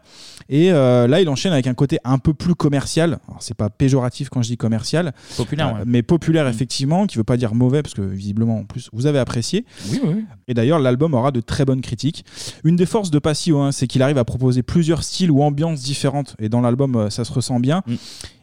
Speaker 8: Et euh, là, il enchaîne avec un côté un peu plus commercial. Alors, c'est pas péjoratif quand je dis commercial. euh,
Speaker 1: Populaire, ouais.
Speaker 8: Mais
Speaker 7: Mm.
Speaker 8: populaire, effectivement, qui veut pas dire mauvais, parce que visiblement, en plus, vous avez apprécié.
Speaker 1: Oui, oui, oui.
Speaker 8: Et d'ailleurs, l'album aura de très bonnes critiques. Une des forces de
Speaker 1: Mm.
Speaker 8: Passio, hein, c'est qu'il arrive à proposer plusieurs styles ou ambiances différentes. Et dans l'album, euh, ça se ressent bien.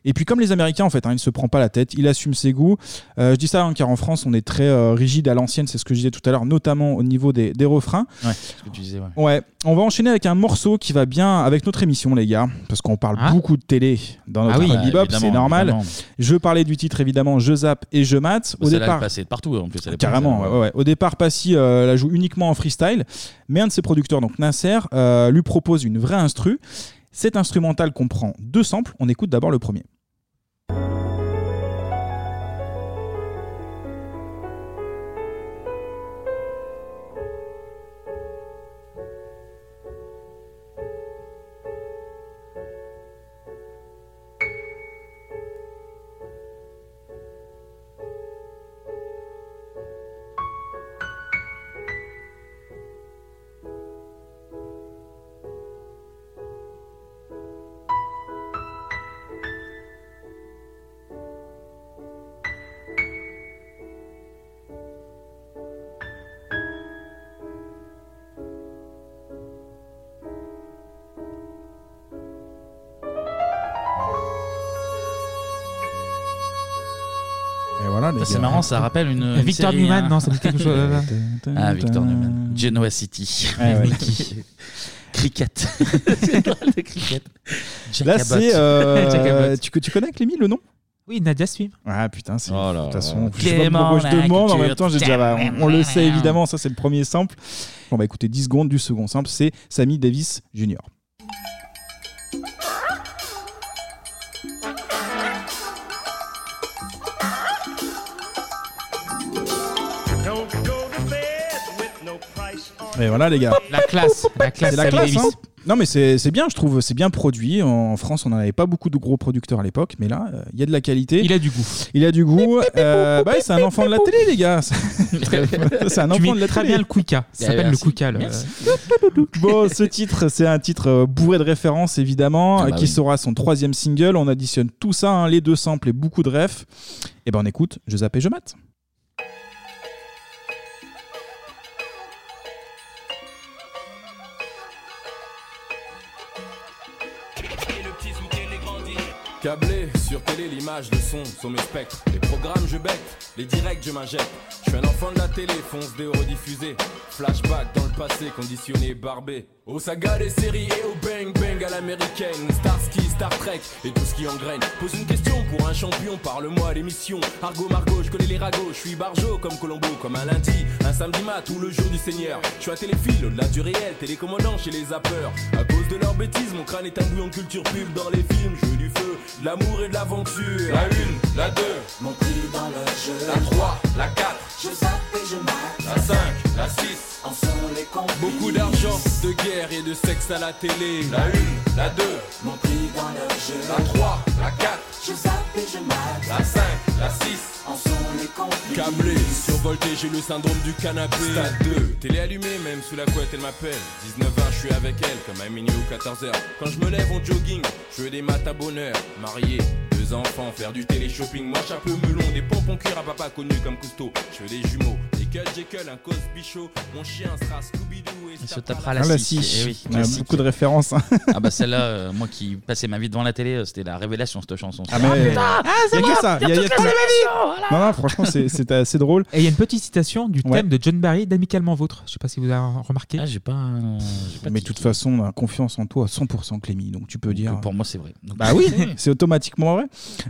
Speaker 8: Et puis comme les Américains en fait, hein, il ne se prend pas la tête, il assume ses goûts. Euh, je dis ça hein, car en France on est très euh, rigide à l'ancienne, c'est ce que je disais tout à l'heure, notamment au niveau des, des refrains.
Speaker 1: Ouais, ce que tu disais, ouais.
Speaker 8: Ouais, on va enchaîner avec un morceau qui va bien avec notre émission, les gars, parce qu'on parle beaucoup de télé dans notre
Speaker 1: Ah oui.
Speaker 8: Rugby
Speaker 1: Ah,
Speaker 8: Bop,
Speaker 1: évidemment,
Speaker 8: c'est normal.
Speaker 1: évidemment.
Speaker 8: Je parlais du titre évidemment, je zappe et je mate. Au
Speaker 1: Celle-là, elle
Speaker 8: départ,
Speaker 1: passait de partout en plus. à l'époque.
Speaker 8: Carrément, ouais, ouais, ouais. Au départ, Passy euh, la joue uniquement en freestyle, mais un de ses producteurs, donc Nasser, euh, lui propose une vraie instru. Cet instrumental comprend deux samples. On écoute d'abord le premier. Et voilà, les
Speaker 1: Ça, C'est
Speaker 8: gars.
Speaker 1: marrant, ça rappelle une. une
Speaker 7: Victor
Speaker 1: série,
Speaker 7: Newman,
Speaker 1: hein.
Speaker 7: non, ça me dit quelque chose.
Speaker 1: Ah, Victor Newman. Genoa City.
Speaker 8: Ah Ouais, ouais.
Speaker 1: Mickey. cricket. C'est drôle de cricket. Jack
Speaker 8: Là,
Speaker 1: Abbott.
Speaker 8: c'est. euh,
Speaker 1: Jack Abbott.
Speaker 8: tu, tu connais, Clémy, le nom
Speaker 7: Oui, Nadia Suim.
Speaker 8: Ah putain, c'est. de toute façon, je sais pas
Speaker 1: Clément,
Speaker 8: pourquoi je
Speaker 1: la
Speaker 8: demande. En même
Speaker 1: culture.
Speaker 8: temps, j'ai déjà. On, on le sait évidemment, ça, c'est le premier sample. On va écouter 10 secondes du second sample. C'est Sammy Davis Jr. Et voilà, les gars.
Speaker 7: La classe, la classe,
Speaker 8: C'est la
Speaker 7: Sammy
Speaker 8: classe,
Speaker 7: Davis.
Speaker 8: hein. Non, mais c'est c'est bien, je trouve. C'est bien produit. En France, on n'avait pas beaucoup de gros producteurs à l'époque, mais là, euh, il y a de la qualité. Il
Speaker 7: a du goût.
Speaker 8: Il a du goût. Euh, bah, ouais, c'est un enfant de la télé, les gars. c'est un
Speaker 7: Tu
Speaker 8: enfant
Speaker 7: mets
Speaker 8: de la
Speaker 7: très
Speaker 8: télé.
Speaker 7: bien le Kuika. Ça s'appelle le Kuika. le-
Speaker 8: Bon, ce titre, c'est un titre euh, bourré de références, évidemment, euh,
Speaker 1: Ah bah
Speaker 8: qui
Speaker 1: oui.
Speaker 8: sera son troisième single. On additionne tout ça, hein, les deux samples et beaucoup de refs. Et ben, on écoute Je zappe et je mate.
Speaker 15: Câblé sur télé, l'image, le son sont mes spectres. Les programmes, je becte, les directs, je m'injecte. Je suis un enfant de la télé, fonce des rediffusés. Flashback dans le passé, conditionné, barbé. Aux sagas des séries et au bang bang à l'américaine. Starsky, Star Trek et tout ce qui engraine. Pose une question pour un champion, parle-moi l'émission. Argo Margot, je connais les ragots, je suis barjo comme Colombo, comme un lundi, un samedi mat ou le jour du Seigneur. Je suis un téléphile, au-delà du réel, télécommandant chez les zappeurs. À cause de leurs bêtises, mon crâne est un bouillon de culture pub dans les films, jeu du feu, de l'amour et de l'aventure. La une, la deux, mon prix dans le jeu. La 3, la 4, je zappe et je mate. La 5, la 6, en sont les Beaucoup d'argent, de guerre et de sexe à la télé. La une, la 2, mon prix dans le jeu. La 3, la 4, je zappe et je mate. La 5, la 6, en sont les complices. Câblé, survolté, j'ai le syndrome du canapé. Stade 2, télé allumée, même sous la couette, elle m'appelle. 19h, je suis avec elle, comme à minuit ou 14h. Quand je me lève en jogging, je veux des maths à bonheur. Marié, deux enfants, faire du télé-shopping. Moi, chapeau melon, des pompons cuir à papa connu comme Cousteau. Je veux des jumeaux, des Cut Jekyll, un Cosby Show. Mon chien sera Scooby-Doo et
Speaker 1: Il se tapera la
Speaker 8: Ah, la
Speaker 1: scie.
Speaker 8: scie.
Speaker 1: Eh oui,
Speaker 8: On a
Speaker 1: classique.
Speaker 8: beaucoup de références. hein.
Speaker 1: Ah bah celle-là, euh, moi qui passais ma vie devant la télé, euh, c'était la révélation cette chanson.
Speaker 8: Ah, mais- Ah, c'est
Speaker 1: Il y a
Speaker 8: moi,
Speaker 1: que ça,
Speaker 8: il y a
Speaker 1: il y a
Speaker 8: toute
Speaker 1: tout.
Speaker 8: la Non, non, franchement, c'est- c'était assez drôle.
Speaker 7: Et il y a une petite citation du
Speaker 8: Ouais.
Speaker 7: thème de John Barry d'Amicalement Vôtre. Je sais pas si vous avez remarqué.
Speaker 1: Ah, j'ai pas.
Speaker 8: Mais de toute façon, on a confiance en toi à 100%, Clémy. Donc tu peux dire.
Speaker 1: Pour moi, c'est vrai. Donc-
Speaker 8: Bah oui, c'est automatiquement vrai.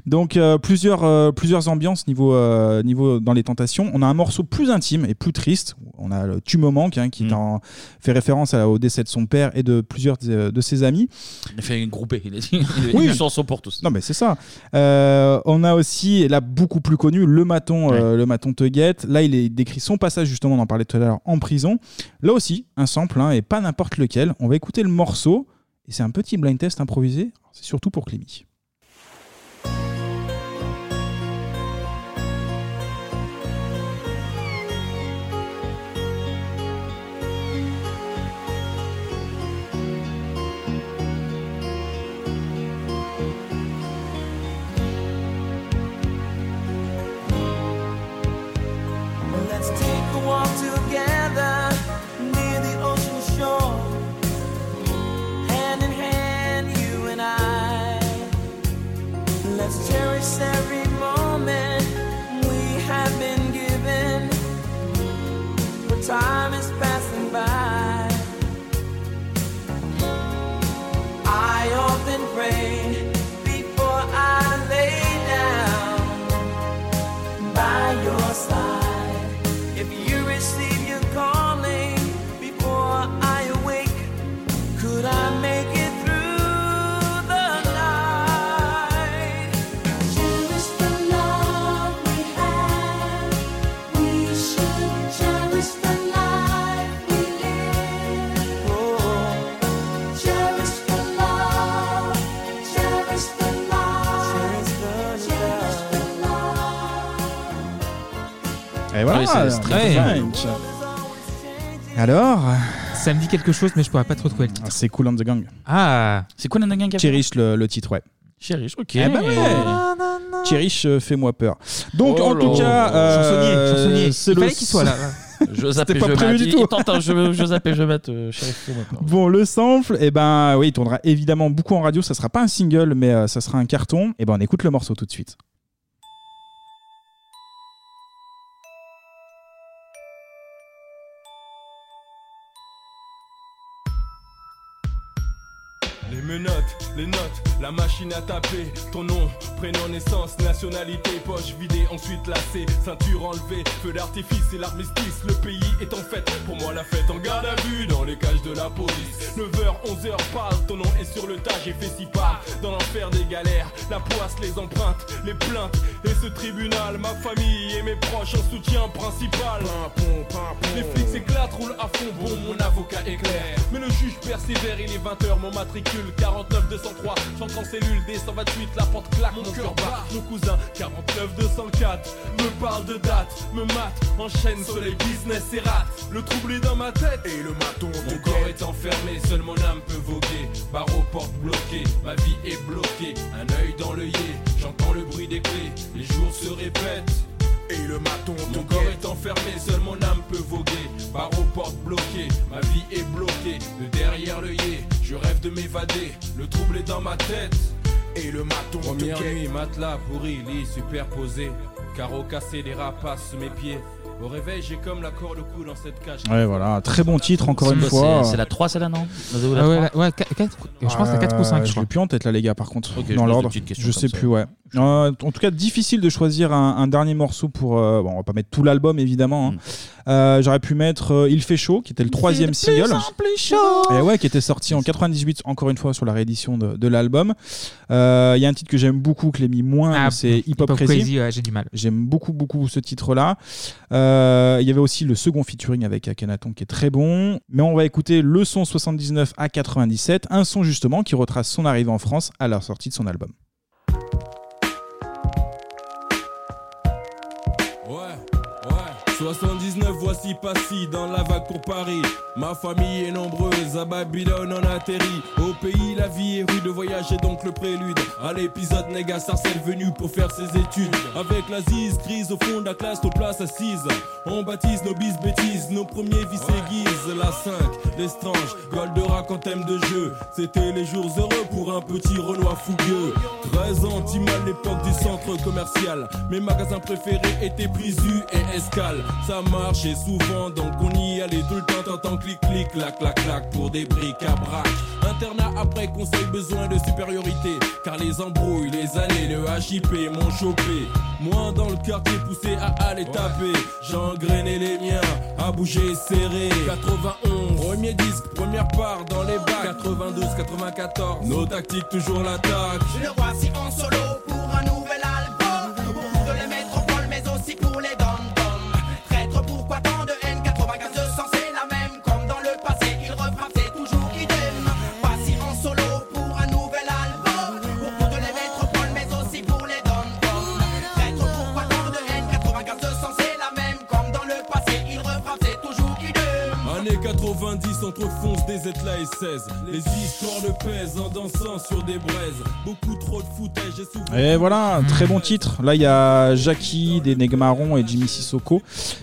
Speaker 8: Donc euh, plusieurs, euh, plusieurs ambiances niveau, euh, niveau dans les tentations. On a un morceau plus intime et plus triste. On a le Tu me manques hein,
Speaker 1: Mm.
Speaker 8: qui est en- fait référence à- au décès de son père et de plusieurs de, de ses amis.
Speaker 1: Il a fait une groupée. Il a dit une
Speaker 8: Oui.
Speaker 1: chanson pour tous.
Speaker 8: Non mais c'est ça. Euh, on a aussi, et là beaucoup plus connu, le maton, euh, le maton Teguette. Là il, est, il décrit son passage justement, on en parlait tout à l'heure, en prison. Là aussi, un sample, hein, et pas n'importe lequel. On va écouter le morceau, et c'est un petit blind test improvisé. C'est surtout pour Clémy.
Speaker 9: Let's take a walk together near the ocean shore. Hand in hand, you and I. Let's this every moment we have been given. But time is passing by. I often pray before I lay down by your side. If you receive your calling before I awake, could I make it through the night? Cherish the love we have. We should cherish the life we live. Oh, cherish the love. Cherish the love. Cherish the love.
Speaker 8: Et voilà,
Speaker 7: Ah Oui, c'est- c'est très
Speaker 8: ouais.
Speaker 7: bien.
Speaker 8: Alors
Speaker 7: Ça me dit quelque chose, mais je pourrais pas trop trouver le titre.
Speaker 8: C'est Cool and the Gang.
Speaker 7: Ah
Speaker 1: C'est Cool and the Gang
Speaker 8: Cherish le, le titre, ouais.
Speaker 1: Cherish, ok.
Speaker 8: Eh ben ouais. Cherish, euh, fais-moi peur. Donc,
Speaker 1: Oh
Speaker 8: en tout
Speaker 1: là.
Speaker 8: cas. euh,
Speaker 1: Chansonnier, chansonnier.
Speaker 8: c'est
Speaker 1: Il
Speaker 8: le-
Speaker 1: fallait qu'il soit là. Je zappe et
Speaker 8: C'était pas
Speaker 1: je
Speaker 8: prévu
Speaker 1: mate.
Speaker 8: du
Speaker 1: Il-
Speaker 8: tout.
Speaker 1: il tente un je- je zappe et je mate, euh, Cherish, fais-moi peur.
Speaker 8: Bon, le sample, eh ben oui, il tournera évidemment beaucoup en radio. Ça sera pas un single, mais euh, ça sera un carton. Et ben, on écoute le morceau tout de suite.
Speaker 15: Les menottes, les notes, la machine à taper, ton nom, prénom, naissance, nationalité, poche vidée, ensuite lacée, ceinture enlevée, feu d'artifice et l'armistice, le pays est en fête, pour moi la fête en garde à vue dans les cages de la police. 9h, 11h passe, ton nom est sur le tas, j'ai fait six pas dans l'enfer des galères, la poisse, les empreintes, les plaintes et ce tribunal, ma famille et mes proches en soutien principal. Les flics s'éclatent, roulent à fond, bon, mon avocat éclaire. Mais le juge persévère, il est 20h, mon matricule 49 203. J'entre en cellule des 128, la porte claque, mon, cœur bat. Mon cousin 49 204 me parle de date, me mate, enchaîne soleil, business et rate. Le trouble est dans ma tête et le maton. Mon corps est enfermé, seule mon âme peut voguer. Barreau porte bloquée, ma vie est bloquée. Un œil dans l'œillet, j'entends le bruit des clés. Les jours se répètent. Et le maton, mon corps est enfermé, seule mon âme peut voguer. Barreau porte bloquée, ma vie est bloquée. De derrière l'œillet, je rêve de m'évader. Le trouble est dans ma tête. Et le maton, première nuit, matelas pourri, lit superposé. Carreau cassé, les rapaces sous mes pieds. Au réveil, j'ai comme la corde au cou dans cette cage.
Speaker 8: Ouais, voilà, un très bon titre, encore
Speaker 1: C'est-
Speaker 8: une
Speaker 1: c'est-
Speaker 8: fois.
Speaker 1: c'est la 3, celle-là, non La- la
Speaker 7: Ah ouais,
Speaker 1: trois
Speaker 7: la- ouais, quatre- quatre- je pense que c'est 4 ou 5.
Speaker 8: Euh, Je l'ai plus en tête là, les gars, par contre,
Speaker 1: Ok, je pose
Speaker 8: dans
Speaker 1: des
Speaker 8: l'ordre.
Speaker 1: petites questions
Speaker 8: Je
Speaker 1: comme
Speaker 8: sais
Speaker 1: ça.
Speaker 8: plus, ouais. Euh, en tout cas, difficile de choisir un, un dernier morceau pour. euh, bon, on va pas mettre tout l'album, évidemment.
Speaker 7: Mm.
Speaker 8: hein. Euh, J'aurais pu mettre euh, Il fait chaud, qui était le troisième single. Et ouais, qui était sorti en 98, encore une fois, sur la réédition de, de l'album. Euh, Il y a un titre que j'aime beaucoup, que l'ai mis moins,
Speaker 7: Ah,
Speaker 8: mais c'est Hip Hop
Speaker 7: Hip Hop
Speaker 8: Crazy.
Speaker 7: Crazy, ouais, j'ai du mal.
Speaker 8: J'aime beaucoup, beaucoup ce titre-là. Euh, Il y avait aussi le second featuring avec Akhenaton qui est très bon. Mais on va écouter le son 79 à 97, un son justement qui retrace son arrivée en France à la sortie de son album.
Speaker 15: Ouais, ouais. 79, voici Passy dans la vague pour Paris. Ma famille est nombreuse, à Babylone on atterrit. Au pays, la vie est rude, voyage est donc le prélude. À l'épisode, Nega Sarcelle venu pour faire ses études. Avec la zise grise au fond de la classe, nos places assises. On baptise nos bis bêtises, nos premiers vices aiguisent. La 5, l'estrange, Goldorak en thème de jeu. C'était les jours heureux pour un petit Renoir fougueux. 13 ans, dis mal l'époque du centre commercial. Mes magasins préférés étaient Prisu et Escale. Ça marchait souvent, donc on y allait tout le temps. T'entends clic clic, clac clac clac pour des briques à brac. Internat après conseil, besoin de supériorité. Car les embrouilles, les années, le HIP m'ont chopé. Moins dans le quartier, poussé à aller taper. J'engrainais les miens, à bouger serré. 91, premier disque, première part dans les bacs. 92, 94, nos tactiques toujours l'attaque.
Speaker 4: Je le voici en solo pour un nouvel album. Pour les métropoles, mais aussi pour les dom-dom. Traître, pourquoi tant de haine 95 200, c'est la même. Comme dans le passé, il refrappe, c'est toujours idem. Voici en solo pour un nouvel album. Pour de les métropoles, mais aussi pour les dom-dom. Traître, pourquoi tant de haine 95 200, c'est la même. Comme dans le passé, il refrappe, c'est toujours idem.
Speaker 15: Années 90 entrefonce des la SS Les histoires le pèsent en dansant sur des braises Beaucoup trop de footage et souvent
Speaker 8: Et voilà, un très bon titre. Là, il y a Jackie, des Negmaron et Jimmy Sissoko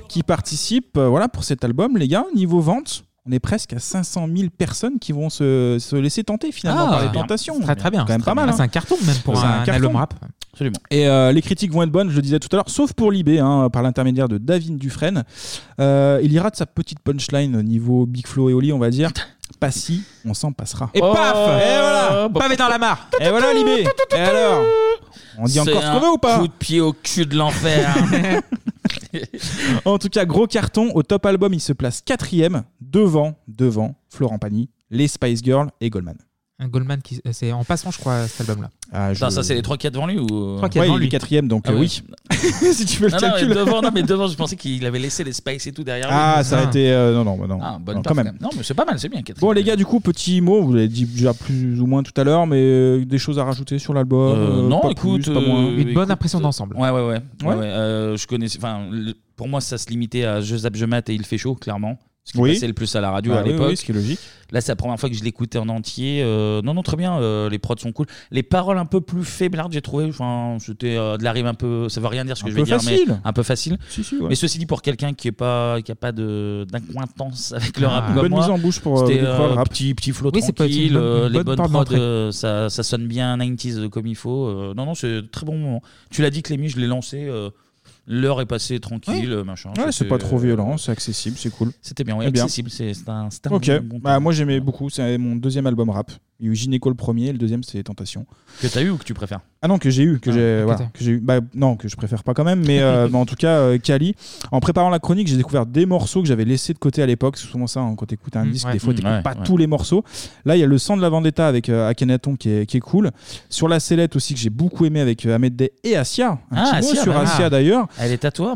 Speaker 8: qui participent euh, voilà, pour cet album. Les gars, niveau vente, On est presque à 500 000 personnes qui vont se, se laisser tenter finalement
Speaker 7: Ah,
Speaker 8: par les
Speaker 7: c'est bien.
Speaker 8: tentations.
Speaker 7: C'est très, très bien,
Speaker 8: Quand même
Speaker 7: c'est très
Speaker 8: pas mal.
Speaker 7: bien. C'est
Speaker 8: hein.
Speaker 7: un carton même pour
Speaker 8: C'est
Speaker 7: un
Speaker 8: carton.
Speaker 7: album rap.
Speaker 1: Absolument.
Speaker 8: Et euh, les critiques vont être bonnes, je le disais tout à l'heure, sauf pour Libé, hein, par l'intermédiaire de David Dufresne. Euh, il ira de sa petite punchline au niveau Big Flo et Oli, on va dire. Pas si, on s'en passera.
Speaker 7: Et paf Et
Speaker 1: Oh,
Speaker 7: voilà
Speaker 1: bah,
Speaker 7: Pavé dans la mare
Speaker 1: eh,
Speaker 8: Et voilà Libé Et alors On dit encore ce qu'on veut ou pas
Speaker 1: Coup de pied au cul de l'enfer. hein.
Speaker 8: En tout cas, gros carton. Au top album, il se place quatrième, devant, devant Florent Pagny, les Spice Girls et Goldman.
Speaker 7: Un Goldman, qui- euh, c'est en passant, je crois, cet album-là.
Speaker 8: Ah, je-
Speaker 1: Putain, ça, c'est les 3 qui y a devant lui ou Ah
Speaker 7: Trois qui y a Ouais, devant il est lui.
Speaker 8: quatrième, donc, euh, oui. si tu veux
Speaker 1: non,
Speaker 8: le
Speaker 1: non, mais
Speaker 8: calcul.
Speaker 1: devant, non, mais devant, je pensais qu'il avait laissé les Spice et tout derrière lui.
Speaker 8: Ah, ça a été. euh, non, non, bah non.
Speaker 1: Ah, bonne
Speaker 8: Non,
Speaker 1: perf,
Speaker 8: quand même.
Speaker 1: Non, mais c'est pas mal, c'est bien. Catherine.
Speaker 8: Bon, les gars, du coup, petit mot, vous l'avez dit déjà plus ou moins tout à l'heure, mais euh, des choses à rajouter sur l'album
Speaker 1: Euh,
Speaker 8: euh,
Speaker 1: non,
Speaker 8: pas
Speaker 1: écoute,
Speaker 8: plus, pas moins.
Speaker 1: euh, écoute, euh, Ouais, ouais, ouais.
Speaker 8: Ouais.
Speaker 1: ouais, ouais, euh, je connaissais. Enfin, le- pour moi, ça se limitait à Je zappe, je mate et il fait chaud, clairement. Ce qui
Speaker 8: Oui.
Speaker 1: passait le plus à la radio
Speaker 8: Ah
Speaker 1: à
Speaker 8: oui,
Speaker 1: l'époque.
Speaker 8: oui, ce qui est logique.
Speaker 1: Là, c'est la première fois que je l'écoutais en entier. Euh, non, non, très bien. euh, les prods sont cool. Les paroles un peu plus faiblardes, j'ai trouvé. Enfin, c'était euh, de la rime un peu. Ça veut rien dire ce que
Speaker 8: Un
Speaker 1: je
Speaker 8: peu
Speaker 1: vais dire, mais
Speaker 8: facile.
Speaker 1: un peu facile.
Speaker 8: Si, si, ouais.
Speaker 1: Mais ceci dit, pour quelqu'un qui est pas, qui a pas de d'acquaintance avec le rap,
Speaker 8: Ah,
Speaker 1: comme
Speaker 8: bonne
Speaker 1: moi,
Speaker 8: mise en bouche pour, euh,
Speaker 1: c'était,
Speaker 8: découvrir le rap.
Speaker 1: Petit, petit flow
Speaker 8: Oui, c'est pas une
Speaker 1: tranquille,
Speaker 8: bonne-
Speaker 1: euh,
Speaker 8: une
Speaker 1: les
Speaker 8: bonne
Speaker 1: bonnes
Speaker 8: porte
Speaker 1: prods,
Speaker 8: d'entrée.
Speaker 1: euh, ça, ça sonne bien 90s comme il faut. Euh, non, non, c'est très bon moment. Tu l'as dit, Clémy, je l'ai lancé. euh, L'heure est passée tranquille, euh, machin.
Speaker 8: Ouais, c'est
Speaker 1: C'était-
Speaker 8: pas trop violent, c'est accessible, c'est cool.
Speaker 1: C'était bien, oui,
Speaker 8: Eh
Speaker 1: accessible, c'est- c'est un- c'est un
Speaker 8: Ok,
Speaker 1: bon- bon
Speaker 8: bah, moi j'aimais beaucoup, c'est mon deuxième album rap. Il y a eu Gynéco le premier, le deuxième c'est Tentation.
Speaker 1: Que t'as eu ou que tu préfères
Speaker 8: Ah non, que j'ai eu, que j'ai
Speaker 1: ok,
Speaker 8: voilà,
Speaker 1: t'as-
Speaker 8: que j'ai eu. Bah, non, que je préfère pas quand même, mais, euh, mais en tout cas, euh, Kali. En préparant la chronique, j'ai découvert des morceaux que j'avais laissés de côté à l'époque. C'est souvent ça, hein, quand t'écoutes un
Speaker 1: Mm,
Speaker 8: disque,
Speaker 1: ouais.
Speaker 8: des fois
Speaker 1: Mm,
Speaker 8: t'écoutes
Speaker 1: ouais,
Speaker 8: pas
Speaker 1: ouais.
Speaker 8: tous les morceaux. Là, il y a le sang de la vendetta avec euh, Akhenaton qui est, qui est cool. Sur la sellette aussi, que j'ai beaucoup aimé avec euh, Ahmed Day et Asia. Un petit mot
Speaker 1: Asia,
Speaker 8: sur
Speaker 1: bah,
Speaker 8: Asia
Speaker 1: ah.
Speaker 8: d'ailleurs.
Speaker 1: Elle est à toi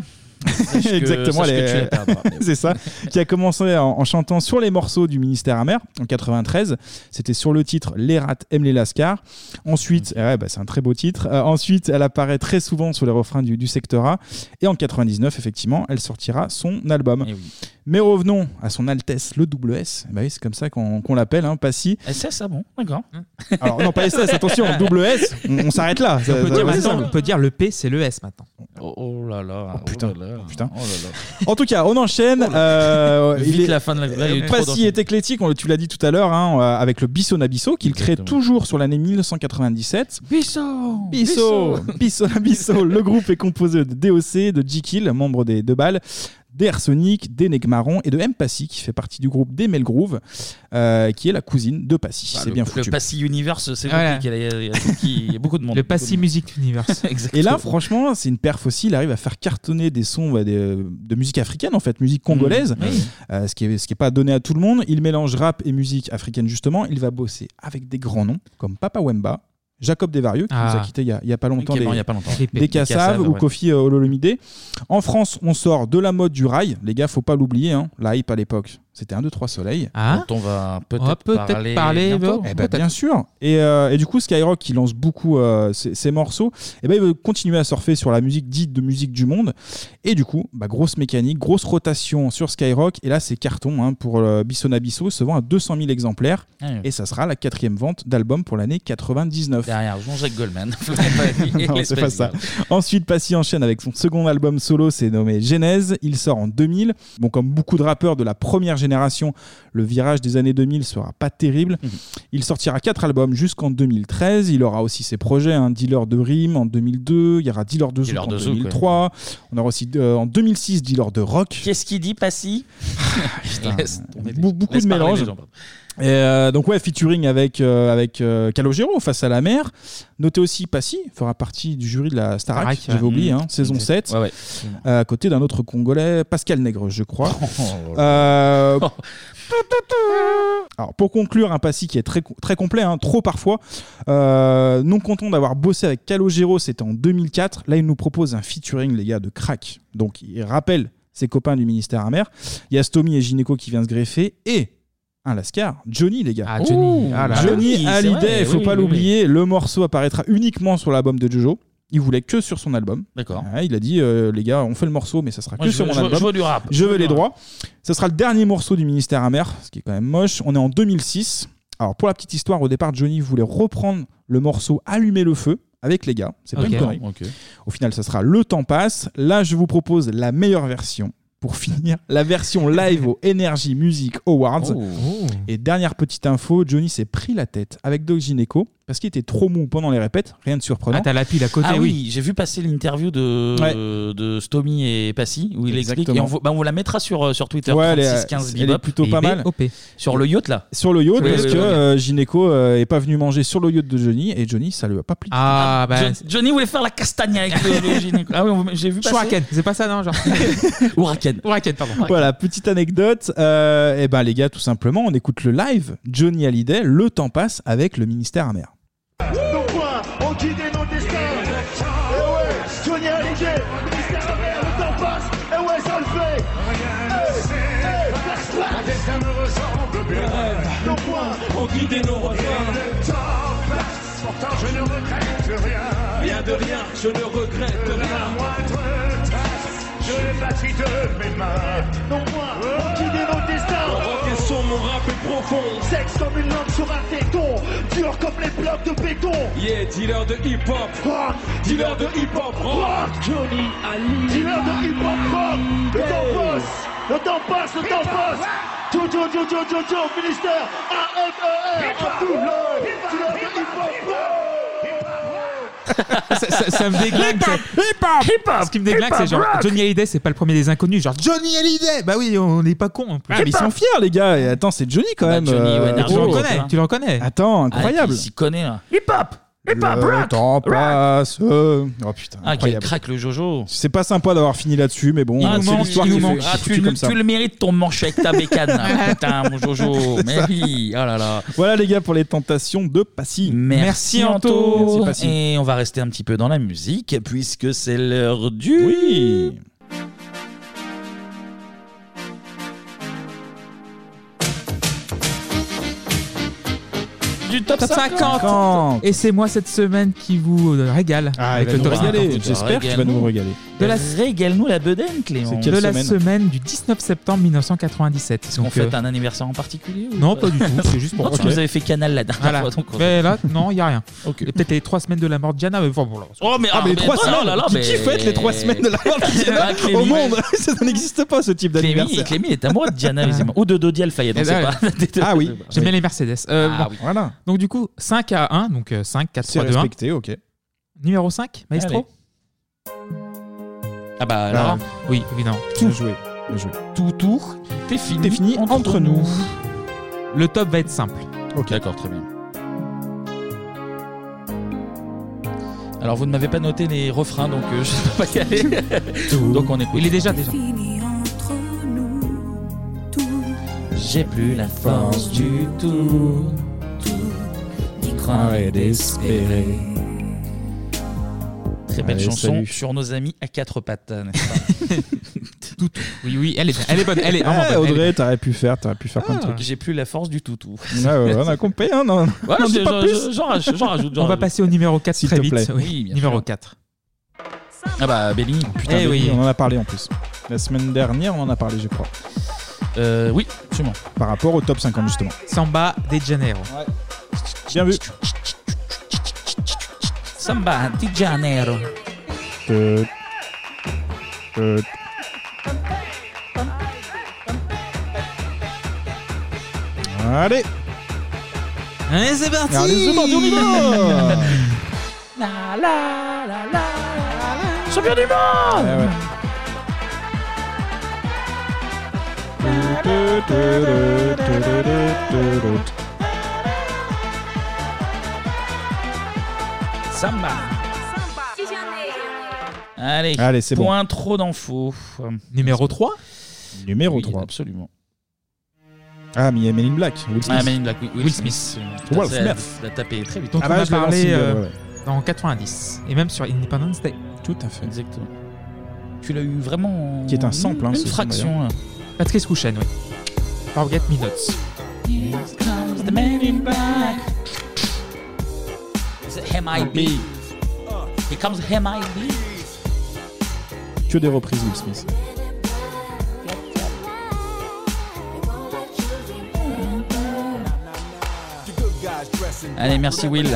Speaker 1: Sache que-
Speaker 8: Exactement,
Speaker 1: sache
Speaker 8: elle
Speaker 1: que tu
Speaker 8: est-
Speaker 1: la perds, pardon.
Speaker 8: c'est ça, qui a commencé en, en chantant sur les morceaux du ministère amer en 93. C'était sur le titre Les rats aiment les lascars.
Speaker 7: Mm.
Speaker 8: Ensuite, ouais, bah, c'est un très beau titre. Euh, ensuite, elle apparaît très souvent sur les refrains du, du secteur A. Et en 99, effectivement, elle sortira son album.
Speaker 7: Eh
Speaker 8: Mais revenons à son Altesse, le double S. Bah oui, c'est comme ça qu'on qu'on l'appelle, hein, Passy.
Speaker 1: SS, ah bon, d'accord.
Speaker 7: Mm.
Speaker 8: Alors, non, pas SS, attention, double S, on, on s'arrête là.
Speaker 7: Et on, peut
Speaker 8: Ça-
Speaker 7: dire
Speaker 8: ça-
Speaker 7: maintenant,
Speaker 8: ça-
Speaker 7: on peut dire le P, c'est le S maintenant.
Speaker 1: Oh, oh là là. putain.
Speaker 8: putain.
Speaker 1: Oh là là.
Speaker 8: En tout cas, on enchaîne. Euh,
Speaker 1: Vite la fin de la- là, il y a eu trop
Speaker 8: Passy
Speaker 1: d'enchaînements.
Speaker 8: est éclectique, on, le- tu l'as dit tout à l'heure, hein, euh, avec le Bisson Abisso qu'il crée toujours sur l'année 1997.
Speaker 1: Bisso
Speaker 8: Bisso Bisso Abisso Le groupe est composé de DOC, de G-Kill, membre des Deux Balles, d'Air Sonic, d'Eneg Marron et de M. Passy, qui fait partie du groupe des Melgrove, euh, qui est la cousine de Passy.
Speaker 1: Ah,
Speaker 8: C'est
Speaker 1: le-
Speaker 8: bien
Speaker 1: Le
Speaker 8: foutu.
Speaker 1: Passy Universe, c'est
Speaker 7: Voilà.
Speaker 1: compliqué. Il y a- il y a tout qui- il y a beaucoup de monde.
Speaker 7: Le
Speaker 1: beaucoup de
Speaker 7: Passy
Speaker 1: monde.
Speaker 7: Music Universe.
Speaker 1: Exactement.
Speaker 8: Et là, franchement, c'est une perf aussi. Il arrive à faire cartonner des sons bah, des, euh, de musique africaine, en fait, musique congolaise,
Speaker 1: Mmh.
Speaker 8: euh, ce qui n'est pas donné à tout le monde. Il mélange rap et musique africaine, justement. Il va bosser avec des grands noms, comme Papa Wemba, Jacob Desvarieux, qui
Speaker 1: Ah.
Speaker 8: nous a quittés il y a, il y a pas longtemps,
Speaker 1: Qui est
Speaker 8: des,
Speaker 1: mort il y a pas longtemps.
Speaker 8: des
Speaker 1: Des
Speaker 8: Kassav
Speaker 1: Kassav,
Speaker 8: ou
Speaker 1: ouais.
Speaker 8: Kofi Ololomide. En France, on sort de la mode du rail. Les gars, faut pas l'oublier. Hein. La hype à l'époque, c'était 1, 2, 3 soleil.
Speaker 1: Ah. Dont on va peut-être
Speaker 8: On va
Speaker 1: parler bientôt.
Speaker 8: Eh ben, bien sûr. Et, euh, et du coup, Skyrock, qui lance beaucoup euh, ses, ses morceaux, eh ben, il veut continuer à surfer sur la musique dite de musique du monde. Et du coup, bah, grosse mécanique, grosse rotation sur Skyrock. Et là, c'est carton hein, pour euh, Bisson Abisso, se vend à 200 000 exemplaires.
Speaker 1: Ah oui.
Speaker 8: Et ça sera la quatrième vente d'album pour l'année 99.
Speaker 1: Derrière Jean-Jacques Goldman.
Speaker 8: Non, c'est pas ça. Ensuite, Passy enchaîne avec son second album solo, c'est nommé Genèse. Il sort en 2000. Bon, comme beaucoup de rappeurs de la première génération, le virage des années 2000 sera pas terrible.
Speaker 1: Mhm.
Speaker 8: Il sortira quatre albums jusqu'en 2013. Il aura aussi ses projets, hein, Dealer de Rime en 2002. Il y aura Dealer de Zouk
Speaker 1: Dealer
Speaker 8: en
Speaker 1: de Zouk,
Speaker 8: 2003. On aura aussi euh, en 2006 Dealer de Rock.
Speaker 1: Qu'est-ce qu'il dit, Passy
Speaker 8: Putain,
Speaker 1: Ah, Laisse tomber les-
Speaker 8: Be- beaucoup
Speaker 1: laisse
Speaker 8: de
Speaker 1: parler
Speaker 8: mélange.
Speaker 1: les gens, pardon.
Speaker 8: Et euh, donc ouais, featuring avec euh, avec euh, Calogero face à la mer. Notez aussi Passy fera partie du jury de la Starac,
Speaker 1: Starac,
Speaker 8: j'avais
Speaker 1: ouais.
Speaker 8: oublié, hein,
Speaker 1: Mmh.
Speaker 8: saison
Speaker 1: Exact.
Speaker 8: 7,
Speaker 1: Ouais, ouais.
Speaker 8: Euh, à côté d'un autre Congolais, Pascal Nègre, je crois.
Speaker 1: Oh
Speaker 8: Euh, Alors pour conclure, un Passy qui est très très complet, hein, trop parfois. Euh, non content d'avoir bossé avec Calogero, c'était en 2004. Là, il nous propose un featuring, les gars, de crack. Donc il rappelle ses copains du ministère amer. Il y a Stomy et Gineco qui vient se greffer et un Lascar, Johnny les gars.
Speaker 7: Ah, Johnny. Ah là là.
Speaker 8: Johnny
Speaker 7: Ah oui, c'est
Speaker 8: Hallyday,
Speaker 7: vrai,
Speaker 8: faut
Speaker 7: oui,
Speaker 8: pas
Speaker 7: oui,
Speaker 8: l'oublier, le morceau apparaîtra uniquement sur l'album de Jojo. Il voulait que sur son album.
Speaker 1: D'accord.
Speaker 8: il a dit euh, les gars, on fait le morceau mais ça sera
Speaker 1: Moi,
Speaker 8: que
Speaker 1: je
Speaker 8: sur
Speaker 1: veux-
Speaker 8: mon
Speaker 1: je veux-
Speaker 8: album.
Speaker 1: je veux du rap.
Speaker 8: Je veux les droits. Ça sera le dernier morceau du ministère amer, ce qui est quand même moche. On est en 2006. Alors pour la petite histoire, au départ Johnny voulait reprendre le morceau Allumer le feu avec les gars. C'est pas
Speaker 1: Ok.
Speaker 8: une connerie.
Speaker 1: Ok.
Speaker 8: Au final, ça sera Le temps passe. Là, je vous propose la meilleure version pour finir la version live au Energy Music Awards.
Speaker 1: Oh.
Speaker 8: Et dernière petite info, Johnny s'est pris la tête avec Doc Gineco parce qu'il était trop mou pendant les répètes, rien de surprenant.
Speaker 1: Ah, t'as la pile à côté, Ah oui, oui. j'ai vu passer l'interview de, de Stomy et Passy où il explique.
Speaker 8: Exactement.
Speaker 1: Et on, vous- bah, on vous la mettra sur, euh, sur Twitter.
Speaker 8: Ouais, elle est-
Speaker 1: 3615
Speaker 8: elle est
Speaker 1: Bebop,
Speaker 8: plutôt pas mal.
Speaker 1: BOP. Sur le yacht là.
Speaker 8: Sur le yacht,
Speaker 1: Oui,
Speaker 8: parce
Speaker 1: oui,
Speaker 8: que
Speaker 1: oui.
Speaker 8: euh, Gineco euh, est pas venu manger sur le yacht de Johnny et Johnny, ça lui a pas plu.
Speaker 7: Ah, bah.
Speaker 1: John- Johnny voulait faire la castagne avec le, le gynéco. Ah oui, on- j'ai vu passer.
Speaker 7: Shuriken, c'est pas ça, non genre.
Speaker 1: Huracan.
Speaker 7: Huracan, pardon.
Speaker 8: Voilà, petite anecdote. Euh, eh ben les gars, tout simplement, on écoute le live. Johnny Hallyday, le temps passe avec le ministère amer.
Speaker 4: Donc quoi On quitte nos destins Eh ouais Johnny Hallyday Le temps passe Eh ouais, ça le fait Eh, Un destin me ressemble bien Donc quoi On quitte nos refrains Le temps passe Pourtant je ne regrette rien
Speaker 15: Rien de rien, je ne regrette
Speaker 4: La
Speaker 15: rien.
Speaker 4: moindre trace Je l'ai bâti de mes mains Donc moi On quitte nos destins
Speaker 15: Rock et son, Oh, mon rap est profond.
Speaker 4: Sexe comme une lampe sur un téton Dur comme les blocs de béton
Speaker 15: Yeah, dealer de hip-hop.
Speaker 4: Rock.
Speaker 15: Dealer de hip-hop.
Speaker 4: Rock.
Speaker 15: Johnny Ali.
Speaker 4: Dealer de hip hop rock, le temps passe, le temps passe, le temps passe. Jojo, Jojo, Jojo, ministère, E AFER, Abdoulaye, dealer de hip hop rock.
Speaker 7: ça, ça- ça me déglingue.
Speaker 4: Hip-hop,
Speaker 7: c'est- Ce qui me déglingue, c'est genre
Speaker 8: hip-hop,
Speaker 7: Johnny Hallyday, c'est pas le premier des inconnus. Genre Johnny Hallyday Bah oui, on n'est pas con en plus.
Speaker 8: Ah, mais ils sont fiers, les gars. Et attends, c'est Johnny quand
Speaker 7: Bah,
Speaker 8: même. euh,
Speaker 7: Johnny, ouais,
Speaker 8: tu
Speaker 7: Nardo,
Speaker 8: le
Speaker 7: tu
Speaker 8: reconnais,
Speaker 7: vois.
Speaker 8: tu le reconnais. Attends, incroyable.
Speaker 1: Ah, il s'y connaît là.
Speaker 8: Hip hop,
Speaker 1: hip hop,
Speaker 8: Le
Speaker 1: rock,
Speaker 8: temps passe. Oh putain.
Speaker 1: Ah, quel
Speaker 8: incroyable.
Speaker 1: craque le Jojo.
Speaker 8: C'est pas sympa d'avoir fini là-dessus, mais bon,
Speaker 1: Ah,
Speaker 8: c'est
Speaker 1: tu-
Speaker 8: l'histoire
Speaker 1: tu-
Speaker 8: qui fait-
Speaker 1: Ah,
Speaker 8: qui
Speaker 1: tu,
Speaker 8: fait comme ça.
Speaker 1: tu le mérites ton manche avec ta bécane. là. Putain, mon Jojo.
Speaker 8: C'est
Speaker 1: Mais
Speaker 8: ça.
Speaker 1: oui, oh là là.
Speaker 8: Voilà les gars pour les tentations de Passy.
Speaker 1: Merci Anto.
Speaker 8: Merci Passy.
Speaker 1: Et on va rester un petit peu dans la musique puisque c'est l'heure du.
Speaker 8: Oui.
Speaker 1: Du top, 50.
Speaker 7: 50. Et c'est moi cette semaine qui vous euh, régale.
Speaker 8: Ah, il va nous régaler. J'espère qu'il va nous régaler.
Speaker 7: De la,
Speaker 1: Régale-nous la bedaine, Clément.
Speaker 7: de la semaine du 19 septembre 1997.
Speaker 1: On
Speaker 7: Donc,
Speaker 1: fête
Speaker 7: euh,
Speaker 1: un anniversaire en particulier ou
Speaker 7: Non, pas du tout, c'est juste pour-
Speaker 1: Non, tu
Speaker 7: Ok.
Speaker 1: nous avais fait Canal la dernière
Speaker 7: Voilà.
Speaker 1: fois. donc on-
Speaker 7: Mais là, non, il n'y a rien. Et Peut-être les trois semaines de la mort de Diana. Mais bon, bon, là,
Speaker 1: Oh, mais,
Speaker 7: Ah, mais les trois
Speaker 1: oh
Speaker 7: semaines.
Speaker 1: là là,
Speaker 7: Qui-
Speaker 1: mais-
Speaker 7: qui fête les trois semaines
Speaker 8: de la mort de Diana
Speaker 1: Ah, Clémy.
Speaker 8: Eh ben, au monde Ça n'existe pas ce type
Speaker 1: Clémy,
Speaker 8: d'anniversaire.
Speaker 1: Clémy est amoureux de Diana, visiblement. Ou de Dodi Alfayed, on
Speaker 7: Eh
Speaker 1: sait
Speaker 7: ben,
Speaker 1: pas.
Speaker 8: Ah oui.
Speaker 7: J'aimais les Mercedes. Euh,
Speaker 1: Ah
Speaker 7: bon.
Speaker 1: oui.
Speaker 8: Voilà.
Speaker 7: Donc du coup, 5 à 1, donc euh, 5, 4,
Speaker 8: C'est
Speaker 7: 3, 2, 1.
Speaker 8: respecté, ok.
Speaker 7: Numéro 5, Maestro
Speaker 8: Allez.
Speaker 1: Ah bah alors.
Speaker 7: oui, évidemment.
Speaker 8: Tout joué.
Speaker 7: Tout tour,
Speaker 1: t'es fini,
Speaker 7: entre, nous. Le top va être simple.
Speaker 8: Ok,
Speaker 1: d'accord, très bien. Alors vous ne m'avez pas noté les refrains, donc euh, je ne sais pas y aller. donc on écoute.
Speaker 7: Il est déjà déjà.
Speaker 1: J'ai plus la force du tout, d'y
Speaker 8: croire et
Speaker 1: d'espérer. Très belle
Speaker 7: Allez,
Speaker 1: chanson
Speaker 7: salut.
Speaker 1: sur nos amis à quatre pattes, n'est-ce pas
Speaker 7: Oui, oui, elle est, elle est bonne. Elle est vraiment
Speaker 8: Ah,
Speaker 7: bonne. elle est
Speaker 8: Audrey, t'aurais pu faire, t'aurais pu faire plein de
Speaker 1: Ah.
Speaker 8: trucs.
Speaker 1: J'ai plus la force du toutou.
Speaker 8: Ouais, ouais, on a compris, hein, non,
Speaker 1: Ouais,
Speaker 8: on dit
Speaker 1: je-
Speaker 8: pas
Speaker 1: je-
Speaker 8: plus.
Speaker 1: je- j'en raj- j'en rajoute, j'en
Speaker 7: On va
Speaker 1: rajoute.
Speaker 7: passer au numéro 4
Speaker 8: S'il
Speaker 7: très
Speaker 8: te
Speaker 7: vite.
Speaker 8: plaît.
Speaker 7: Oui,
Speaker 8: Oui, bien
Speaker 7: numéro
Speaker 8: sûr.
Speaker 7: 4.
Speaker 1: Ah bah Benny.
Speaker 8: Putain,
Speaker 7: Eh
Speaker 8: mais
Speaker 7: oui.
Speaker 8: on en a parlé en plus. La semaine dernière, on en a parlé, je crois.
Speaker 1: oui, absolument.
Speaker 8: Par rapport au top 50, justement.
Speaker 7: Samba de Janeiro.
Speaker 8: Bien vu.
Speaker 1: Samba di Janeiro.
Speaker 8: Euh, euh, Allez
Speaker 7: Allez, c'est parti
Speaker 8: Allez, c'est parti, on y va
Speaker 1: La la la la Champion du monde
Speaker 8: Ouais, ouais.
Speaker 1: Samba. Allez,
Speaker 8: Allez, c'est bon.
Speaker 1: point trop d'infos.
Speaker 7: Numéro 3
Speaker 8: Numéro 3.
Speaker 1: Absolument.
Speaker 8: Ah, mais il y a Men in Black. Will Smith.
Speaker 1: Ah, Men in Black, oui, Will, Smith.
Speaker 8: Will
Speaker 1: Putain, ça-
Speaker 8: Smith.
Speaker 1: ça a tapé très vite.
Speaker 7: dont
Speaker 8: Ah bah,
Speaker 7: on a
Speaker 8: je l'ai
Speaker 7: parlé
Speaker 8: lancé,
Speaker 7: euh,
Speaker 8: ouais, ouais.
Speaker 7: dans 90 et même sur Independence Day.
Speaker 8: Tout à fait.
Speaker 1: Exactement. Tu l'as eu vraiment.
Speaker 7: Qui est un sample, hein,
Speaker 1: Une
Speaker 7: ce son,
Speaker 1: fraction. hein.
Speaker 7: d'ailleurs. Patrice Couchen, oui. Forget Me Not.
Speaker 1: Is it MIB? Here comes MIB.
Speaker 8: Que des reprises, Will Smith.
Speaker 6: The good guys dress
Speaker 1: Allez, merci Will.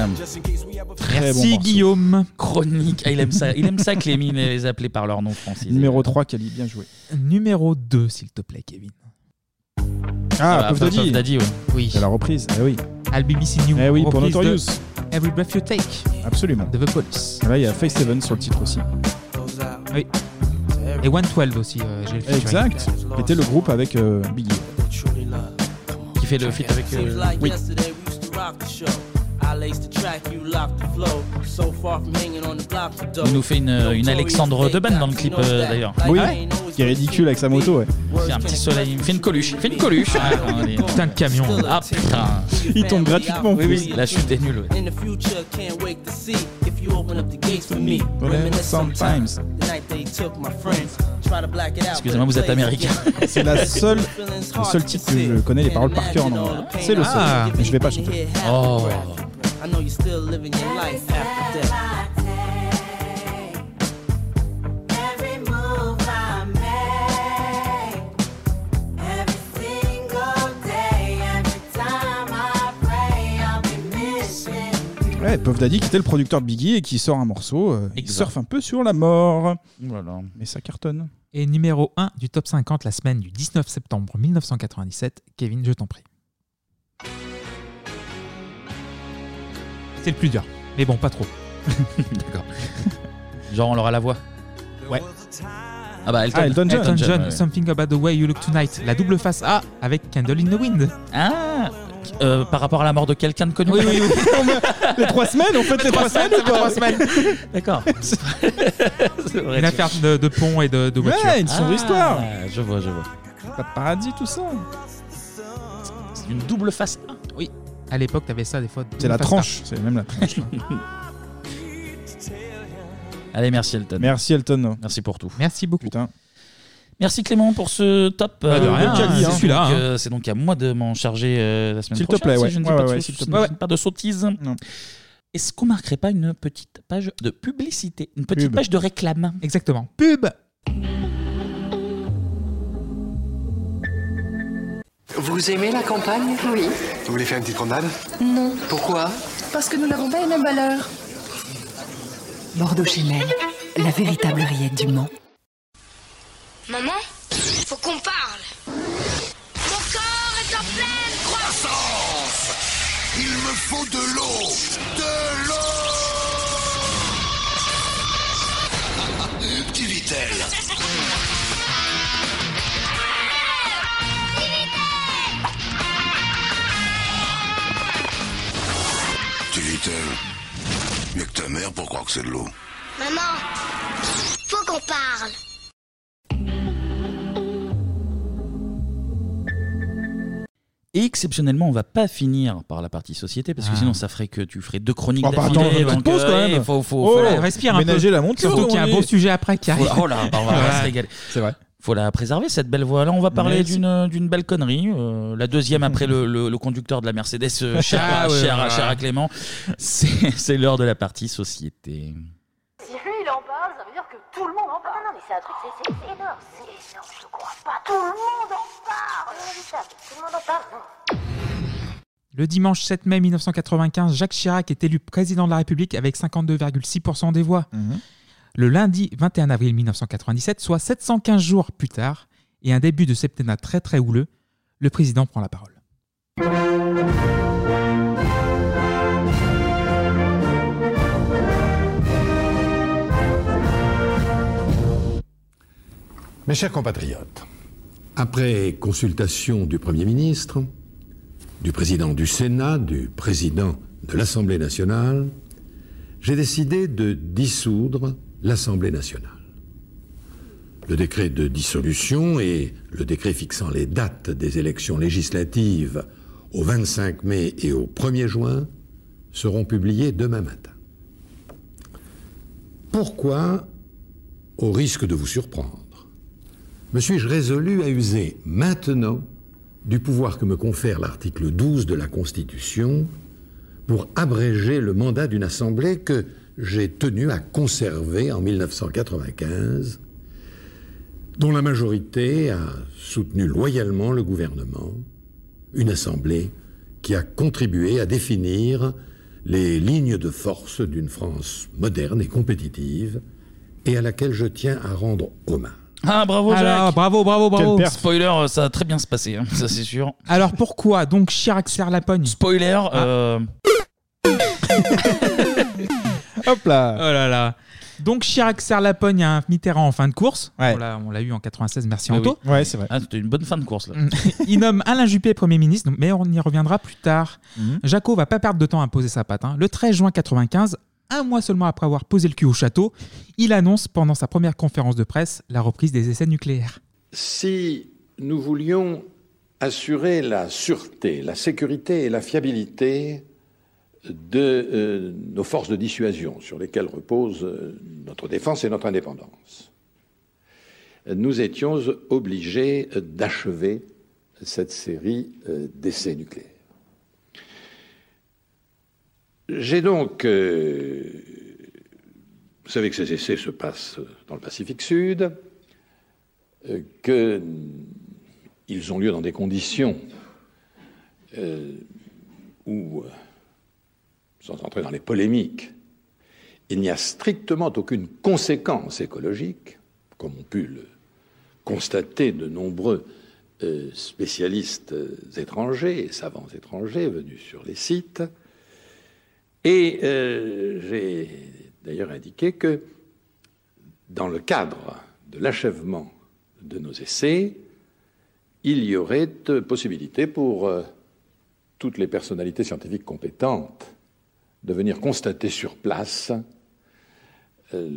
Speaker 7: Très Merci, bon morceau. Guillaume.
Speaker 1: Chronique. Ah, il aime ça. Il aime ça que les mines les appeler par leur nom français.
Speaker 8: Numéro 3, Cali, bien joué.
Speaker 7: Numéro 2, s'il te plaît, Kevin.
Speaker 8: Ah,
Speaker 1: Ah,
Speaker 8: Puff
Speaker 1: Puff
Speaker 8: Daddy.
Speaker 1: Daddy, ouais.
Speaker 7: Oui.
Speaker 8: C'est la reprise. Eh oui.
Speaker 7: Al BBC New.
Speaker 8: Eh oui, pour
Speaker 7: reprise de
Speaker 8: Notorious.
Speaker 7: Every Breath You Take.
Speaker 8: Absolument.
Speaker 7: De The Police.
Speaker 8: Là, il y a Face Seven sur le titre aussi.
Speaker 7: Oui. Et 112 aussi, euh, j'ai le featuring.
Speaker 8: Exact. Qui était le groupe avec euh, Biggie.
Speaker 1: Qui fait le feat avec.
Speaker 3: Seems
Speaker 1: euh,
Speaker 3: like
Speaker 1: oui.
Speaker 3: yesterday we used to rock the show. I laced the track, you locked the flow. So far from hanging on the block for dough.
Speaker 1: Il nous fait une, une Alexandre Deban dans le clip euh, d'ailleurs.
Speaker 8: Oui. Qui est ridicule avec sa moto, ouais.
Speaker 1: Il fait un petit soleil, il me fait une coluche, il fait une coluche.
Speaker 8: Ah,
Speaker 1: putain
Speaker 7: de camion.
Speaker 1: Ah putain.
Speaker 8: Il tombe gratuitement.
Speaker 1: Oui, oui, la chute est nulle. ouais.
Speaker 3: In the future, can't wait to see if you open up the gates for me.
Speaker 8: Well, then
Speaker 3: Reminisce
Speaker 8: sometimes.
Speaker 3: sometime. The night they took my friends. Try to black it out.
Speaker 1: Excusez-moi, vous êtes américain.
Speaker 8: C'est la seule, le seul titre que je connais les paroles par cœur en anglais. C'est le seul.
Speaker 3: Ah.
Speaker 8: Mais je vais pas chanter.
Speaker 1: Oh.
Speaker 3: I know you're still living your life after death.
Speaker 6: Every move I make, every single day, every time I pray, I'll be missing.
Speaker 8: Ouais, Puff Daddy qui était le producteur de Biggie et qui sort un morceau. euh, il
Speaker 7: Exact.
Speaker 8: surfe un peu sur la mort.
Speaker 1: Voilà.
Speaker 8: Mais ça cartonne.
Speaker 7: Et numéro 1 du top 50 la semaine du 19 septembre 1997. Kevin, je t'en prie. C'est le plus dur. Mais bon, pas trop.
Speaker 1: D'accord. Genre on leur a la voix. Ouais. Ah bah Elton,
Speaker 7: Ah, Elton John,
Speaker 1: Elton John, ouais.
Speaker 7: Something About the Way You Look Tonight, la double face A avec Candle in the Wind.
Speaker 1: Ah Euh, par rapport à la mort de quelqu'un de connu.
Speaker 7: Oui, oui,
Speaker 8: les trois semaines, on fait les trois semaines ou pas
Speaker 7: trois semaines.
Speaker 1: D'accord.
Speaker 7: Une affaire de, de pont et de, de voiture.
Speaker 8: Ouais, une sombre histoire.
Speaker 1: Ah, Je vois, je vois.
Speaker 8: Pas de paradis, tout ça.
Speaker 1: C'est une double face A.
Speaker 7: Oui. À l'époque, t'avais ça des fois.
Speaker 8: C'est la
Speaker 7: face A.
Speaker 8: tranche. C'est même la tranche. là.
Speaker 1: Allez, merci Elton.
Speaker 8: Merci Elton.
Speaker 1: Merci pour tout.
Speaker 7: Merci beaucoup.
Speaker 1: Merci Clément pour ce top.
Speaker 8: Bah, de
Speaker 1: euh,
Speaker 8: rien,
Speaker 1: Cali,
Speaker 8: c'est
Speaker 1: hein.
Speaker 8: celui-là,
Speaker 1: Donc,
Speaker 8: hein.
Speaker 1: euh, C'est donc à moi de m'en charger euh, la semaine
Speaker 8: S'il te
Speaker 1: prochaine.
Speaker 8: plaît, ouais.
Speaker 1: Si je ne dis
Speaker 8: Ouais,
Speaker 1: pas,
Speaker 8: ouais,
Speaker 1: de
Speaker 8: ouais,
Speaker 1: sou-
Speaker 8: s'il te
Speaker 1: si je
Speaker 8: plaît.
Speaker 1: ne dis pas de sottises. Est-ce qu'on marquerait pas une petite page de publicité Une petite
Speaker 7: Pub.
Speaker 1: page de réclame
Speaker 7: Exactement. Pub
Speaker 22: Vous aimez la campagne Oui. Vous voulez faire une petite promenade
Speaker 6: Non,
Speaker 22: Pourquoi
Speaker 6: parce que nous n'avons pas les mêmes valeurs.
Speaker 22: Bordeaux Chimel, la véritable rillette du Mans.
Speaker 23: Maman, faut qu'on parle. Mon corps est en pleine croissance. Il me faut de l'eau. De l'eau. Petit Vitel.
Speaker 24: Tu lis Mieux que ta mère pour croire que c'est de l'eau.
Speaker 23: Maman, faut qu'on parle.
Speaker 1: Et exceptionnellement, on va pas finir par la partie société parce que
Speaker 7: Ah.
Speaker 1: sinon ça ferait que tu ferais deux chroniques
Speaker 8: Oh, bah,
Speaker 1: d'affilée,
Speaker 8: attends,
Speaker 1: donc,
Speaker 8: petite pause,
Speaker 1: euh,
Speaker 8: quand même.
Speaker 1: il Faut, faut,
Speaker 8: Oh,
Speaker 1: faut la-
Speaker 8: ouais, respire un peu. Ménager la montre,
Speaker 7: Surtout qu'il y a un
Speaker 8: on
Speaker 7: beau
Speaker 8: est-
Speaker 7: sujet après qui arrive.
Speaker 1: Oh là, bah, on va
Speaker 7: Voilà.
Speaker 1: se régaler.
Speaker 8: C'est vrai.
Speaker 1: Faut la préserver cette belle voie. Là, on va parler
Speaker 7: Mais-
Speaker 1: d'une d'une belle connerie. euh, la deuxième après le, le- le conducteur de la Mercedes, euh, cher,
Speaker 7: Ah, ouais,
Speaker 1: cher-
Speaker 7: ouais, ouais.
Speaker 1: cher à Clément. C'est c'est l'heure de la partie société.
Speaker 6: Si lui il en parle, ça veut dire que tout le monde en parle. Non, non, mais c'est un truc, c'est c'est énorme, c'est énorme, je te crois pas. Tout le monde en parle. Non, mais ça, Tout le monde en parle.
Speaker 7: Le dimanche 7 mai 1995, Jacques Chirac est élu président de la République avec 52,6% des voix.
Speaker 8: Mhm.
Speaker 7: Le lundi 21 avril 1997, soit 715 jours plus tard, et un début de septennat très très houleux, le président prend la parole.
Speaker 25: Mes chers compatriotes, après consultation du Premier ministre, du président du Sénat, du président de l'Assemblée nationale, j'ai décidé de dissoudre l'Assemblée nationale. Le décret de dissolution et le décret fixant les dates des élections législatives au 25 mai et au 1er juin seront publiés demain matin. Pourquoi, au risque de vous surprendre, me suis-je résolu à user maintenant du pouvoir que me confère l'article 12 de la Constitution pour abréger le mandat d'une assemblée que j'ai tenu à conserver en 1995, dont la majorité a soutenu loyalement le gouvernement, une assemblée
Speaker 26: qui a contribué à définir les lignes de force d'une France moderne et compétitive, et à laquelle je tiens à rendre hommage.
Speaker 1: Ah, bravo, Jacques.
Speaker 7: Alors, bravo, bravo, bravo.
Speaker 1: Spoiler, euh, ça a très bien se passer, hein, ça c'est sûr.
Speaker 7: Alors pourquoi donc Chirac serre la pogne
Speaker 1: Spoiler.
Speaker 7: Ah.
Speaker 1: euh,
Speaker 8: Hop là
Speaker 7: Oh là là Donc Chirac serre la pogne à un Mitterrand en fin de course. On l'a- On l'a eu en 96, merci
Speaker 8: Eh
Speaker 1: bah oui.
Speaker 7: Anto.
Speaker 1: Ah, c'était une bonne fin de course là.
Speaker 7: Il nomme Alain Juppé Premier ministre, donc- mais on y reviendra plus tard.
Speaker 8: Mhm.
Speaker 7: Jaco va pas perdre de temps à poser sa patte. hein. Le 13 juin 95, un mois seulement après avoir posé le cul au château, il annonce pendant sa première conférence de presse la reprise des essais nucléaires.
Speaker 25: Si nous voulions assurer la sûreté, la sécurité et la fiabilité de euh, nos forces de dissuasion sur lesquelles repose euh, notre défense et notre indépendance, nous étions obligés d'achever cette série euh, d'essais nucléaires. J'ai donc euh, vous savez que ces essais se passent dans le Pacifique Sud, qu'ils Euh, ont lieu dans des conditions euh, où, euh, sans entrer dans les polémiques, il n'y a strictement aucune conséquence écologique, comme ont pu le constater de nombreux euh, spécialistes euh, étrangers et savants étrangers venus sur les sites. Et euh, j'ai d'ailleurs indiqué que dans le cadre de l'achèvement de nos essais, il y aurait euh, possibilité pour euh, toutes les personnalités scientifiques compétentes de venir constater sur place euh,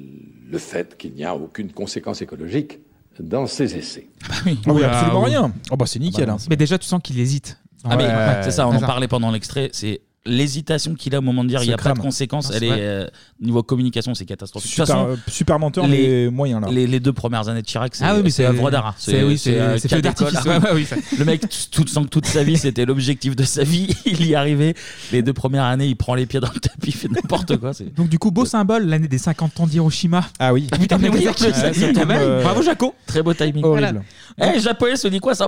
Speaker 25: le fait qu'il n'y a aucune conséquence écologique dans ces essais.
Speaker 8: Ah oui, absolument rien. Oh bah c'est nickel. hein.
Speaker 7: Mais déjà, tu sens qu'il hésite.
Speaker 1: Ah, mais
Speaker 8: Ouais.
Speaker 1: c'est ça, on en
Speaker 8: C'est ça.
Speaker 1: parlait pendant l'extrait. C'est l'hésitation qu'il a au moment de dire
Speaker 8: Se
Speaker 1: il n'y a pas de
Speaker 8: crame.
Speaker 1: conséquence.
Speaker 8: Non,
Speaker 1: Elle
Speaker 8: c'est vrai.
Speaker 1: est, euh, niveau communication, c'est catastrophique.
Speaker 8: Super, euh, super menteur, mais moyen, là.
Speaker 1: Les, les deux premières années de Chirac, c'est
Speaker 7: Ah oui, mais
Speaker 1: c'est
Speaker 7: c'est-
Speaker 1: œuvre d'art. hein.
Speaker 7: c'est- oui, c'est-
Speaker 1: euh,
Speaker 7: c'est
Speaker 1: cas
Speaker 7: feu
Speaker 1: d'école.
Speaker 7: d'artifice,
Speaker 1: Ah oui.
Speaker 7: ouais, ouais, oui, ça.
Speaker 1: Le mec, tout, tout- toute sa vie, c'était l'objectif de sa vie. Il y arrivait. Les deux premières années, il prend les pieds dans le tapis, il fait n'importe quoi. c'est-
Speaker 7: Donc du coup, beau symbole, l'année des 50 ans d'Hiroshima.
Speaker 8: Ah oui.
Speaker 7: Putain, mais oui,
Speaker 1: on le sait,
Speaker 7: c'est quand
Speaker 1: quand
Speaker 7: même.
Speaker 1: même.
Speaker 7: Bravo Jaco.
Speaker 1: Très beau timing.
Speaker 8: euh, Horrible.
Speaker 1: Voilà. Eh, les japonais se dit quoi ça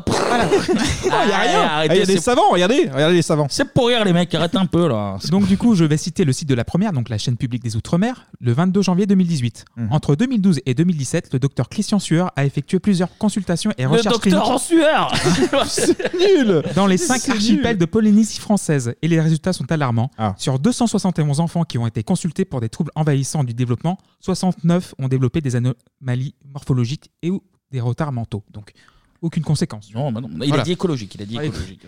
Speaker 1: Il
Speaker 8: Ah, y a rien. Ah, y a des savants, regardez, regardez les savants.
Speaker 1: C'est pour rire les mecs, arrête un peu là.
Speaker 7: Donc du coup, je vais citer le site de la première, donc la chaîne publique des Outre-mer, le 22 janvier 2018.
Speaker 8: Mhm.
Speaker 7: Entre 2012 et 2017, le docteur Christian Sueur a effectué plusieurs consultations et
Speaker 1: Le
Speaker 7: recherches
Speaker 1: docteur en
Speaker 7: cliniques
Speaker 1: sueur
Speaker 8: Ah. nul Ah.
Speaker 7: dans les cinq archipels de Polynésie française et les résultats sont alarmants. Sur 271 enfants qui ont été consultés pour des troubles envahissants du développement, 69 ont développé des anomalies morphologiques et ou des retards mentaux. Donc aucune conséquence.
Speaker 1: Non, bah non, Il a dit écologique, il a dit
Speaker 8: Ah,
Speaker 1: écologique.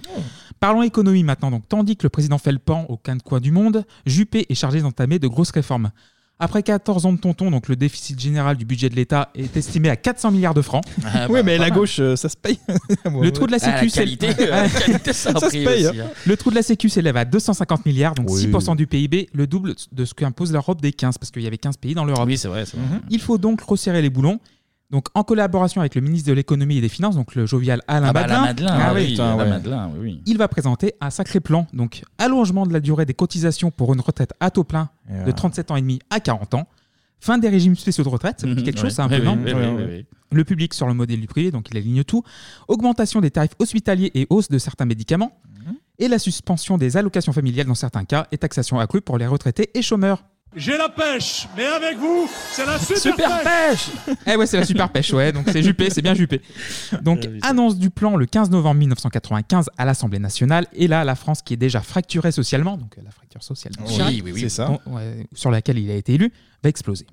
Speaker 7: Parlons économie maintenant. Donc, tandis que le président fait le pan au quin de coin du monde, Juppé est chargé d'entamer de grosses réformes. Après 14 ans de tonton, donc le déficit général du budget de l'État est estimé à 400 milliards de francs.
Speaker 8: Ah, bah, Oui, mais pas la mal. gauche, euh, ça se paye.
Speaker 7: le trou de la
Speaker 8: Ah, la
Speaker 7: Sécu, c'est-
Speaker 8: qualité, euh, la qualité, ça a Ça se pris paye, aussi, hein. hein.
Speaker 7: Le trou de la Sécu s'élève à 250 milliards, donc
Speaker 8: Oui.
Speaker 7: 6% du PIB, le double de ce qu'impose l'Europe des 15, parce qu'il y avait 15 pays dans l'Europe.
Speaker 1: Oui, c'est vrai.
Speaker 7: Il faut donc resserrer les boulons. Donc, en collaboration avec le ministre de l'économie et des finances, donc le jovial Alain
Speaker 1: Ah bah,
Speaker 7: Madelin,
Speaker 1: la Madeleine,
Speaker 7: Ah
Speaker 1: ah
Speaker 7: oui,
Speaker 1: oui,
Speaker 7: putain,
Speaker 1: la
Speaker 7: ouais.
Speaker 1: Madeleine, oui, oui.
Speaker 7: il va présenter un sacré plan, donc allongement de la durée des cotisations pour une retraite à taux plein de 37 ans et demi à 40 ans, fin des régimes spéciaux de retraite, ça me dit quelque
Speaker 1: Mhm. ouais.
Speaker 7: chose, c'est un
Speaker 1: Oui,
Speaker 7: peu
Speaker 1: oui,
Speaker 7: non
Speaker 1: oui, oui, oui, oui.
Speaker 7: Le public sur le modèle du privé, donc il aligne tout, augmentation des tarifs hospitaliers et hausse de certains médicaments, et la suspension des allocations familiales dans certains cas et taxation accrue pour les retraités et chômeurs.
Speaker 2: J'ai la pêche, mais avec vous, c'est la super,
Speaker 7: Eh ouais, c'est la super pêche, ouais. Donc c'est Juppé, c'est bien Juppé. Donc annonce du plan le 15 novembre 1995 à l'Assemblée nationale. Et là, la France qui est déjà fracturée socialement, donc euh, la fracture sociale de
Speaker 8: Oui,
Speaker 7: Chirac,
Speaker 8: oui, oui. C'est ça.
Speaker 7: dont- ouais, sur laquelle il a été élu, va exploser.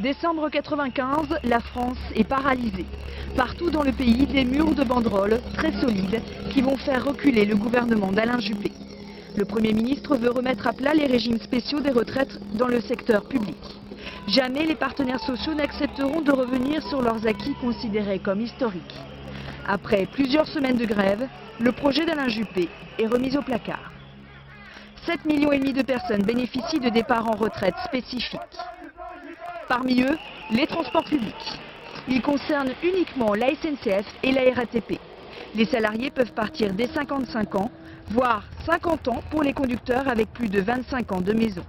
Speaker 12: Décembre 95, la France est paralysée. Partout dans le pays, des murs de banderoles très solides qui vont faire reculer le gouvernement d'Alain Juppé. Le Premier ministre veut remettre à plat les régimes spéciaux des retraites dans le secteur public. Jamais les partenaires sociaux n'accepteront de revenir sur leurs acquis considérés comme historiques. Après plusieurs semaines de grève, le projet d'Alain Juppé est remis au placard. 7,5 millions et demi de personnes bénéficient de départs en retraite spécifiques. Parmi eux, les transports publics. Ils concernent uniquement la SNCF et la RATP. Les salariés peuvent partir dès 55 ans, voire 50 ans pour les conducteurs avec plus de 25 ans de maison.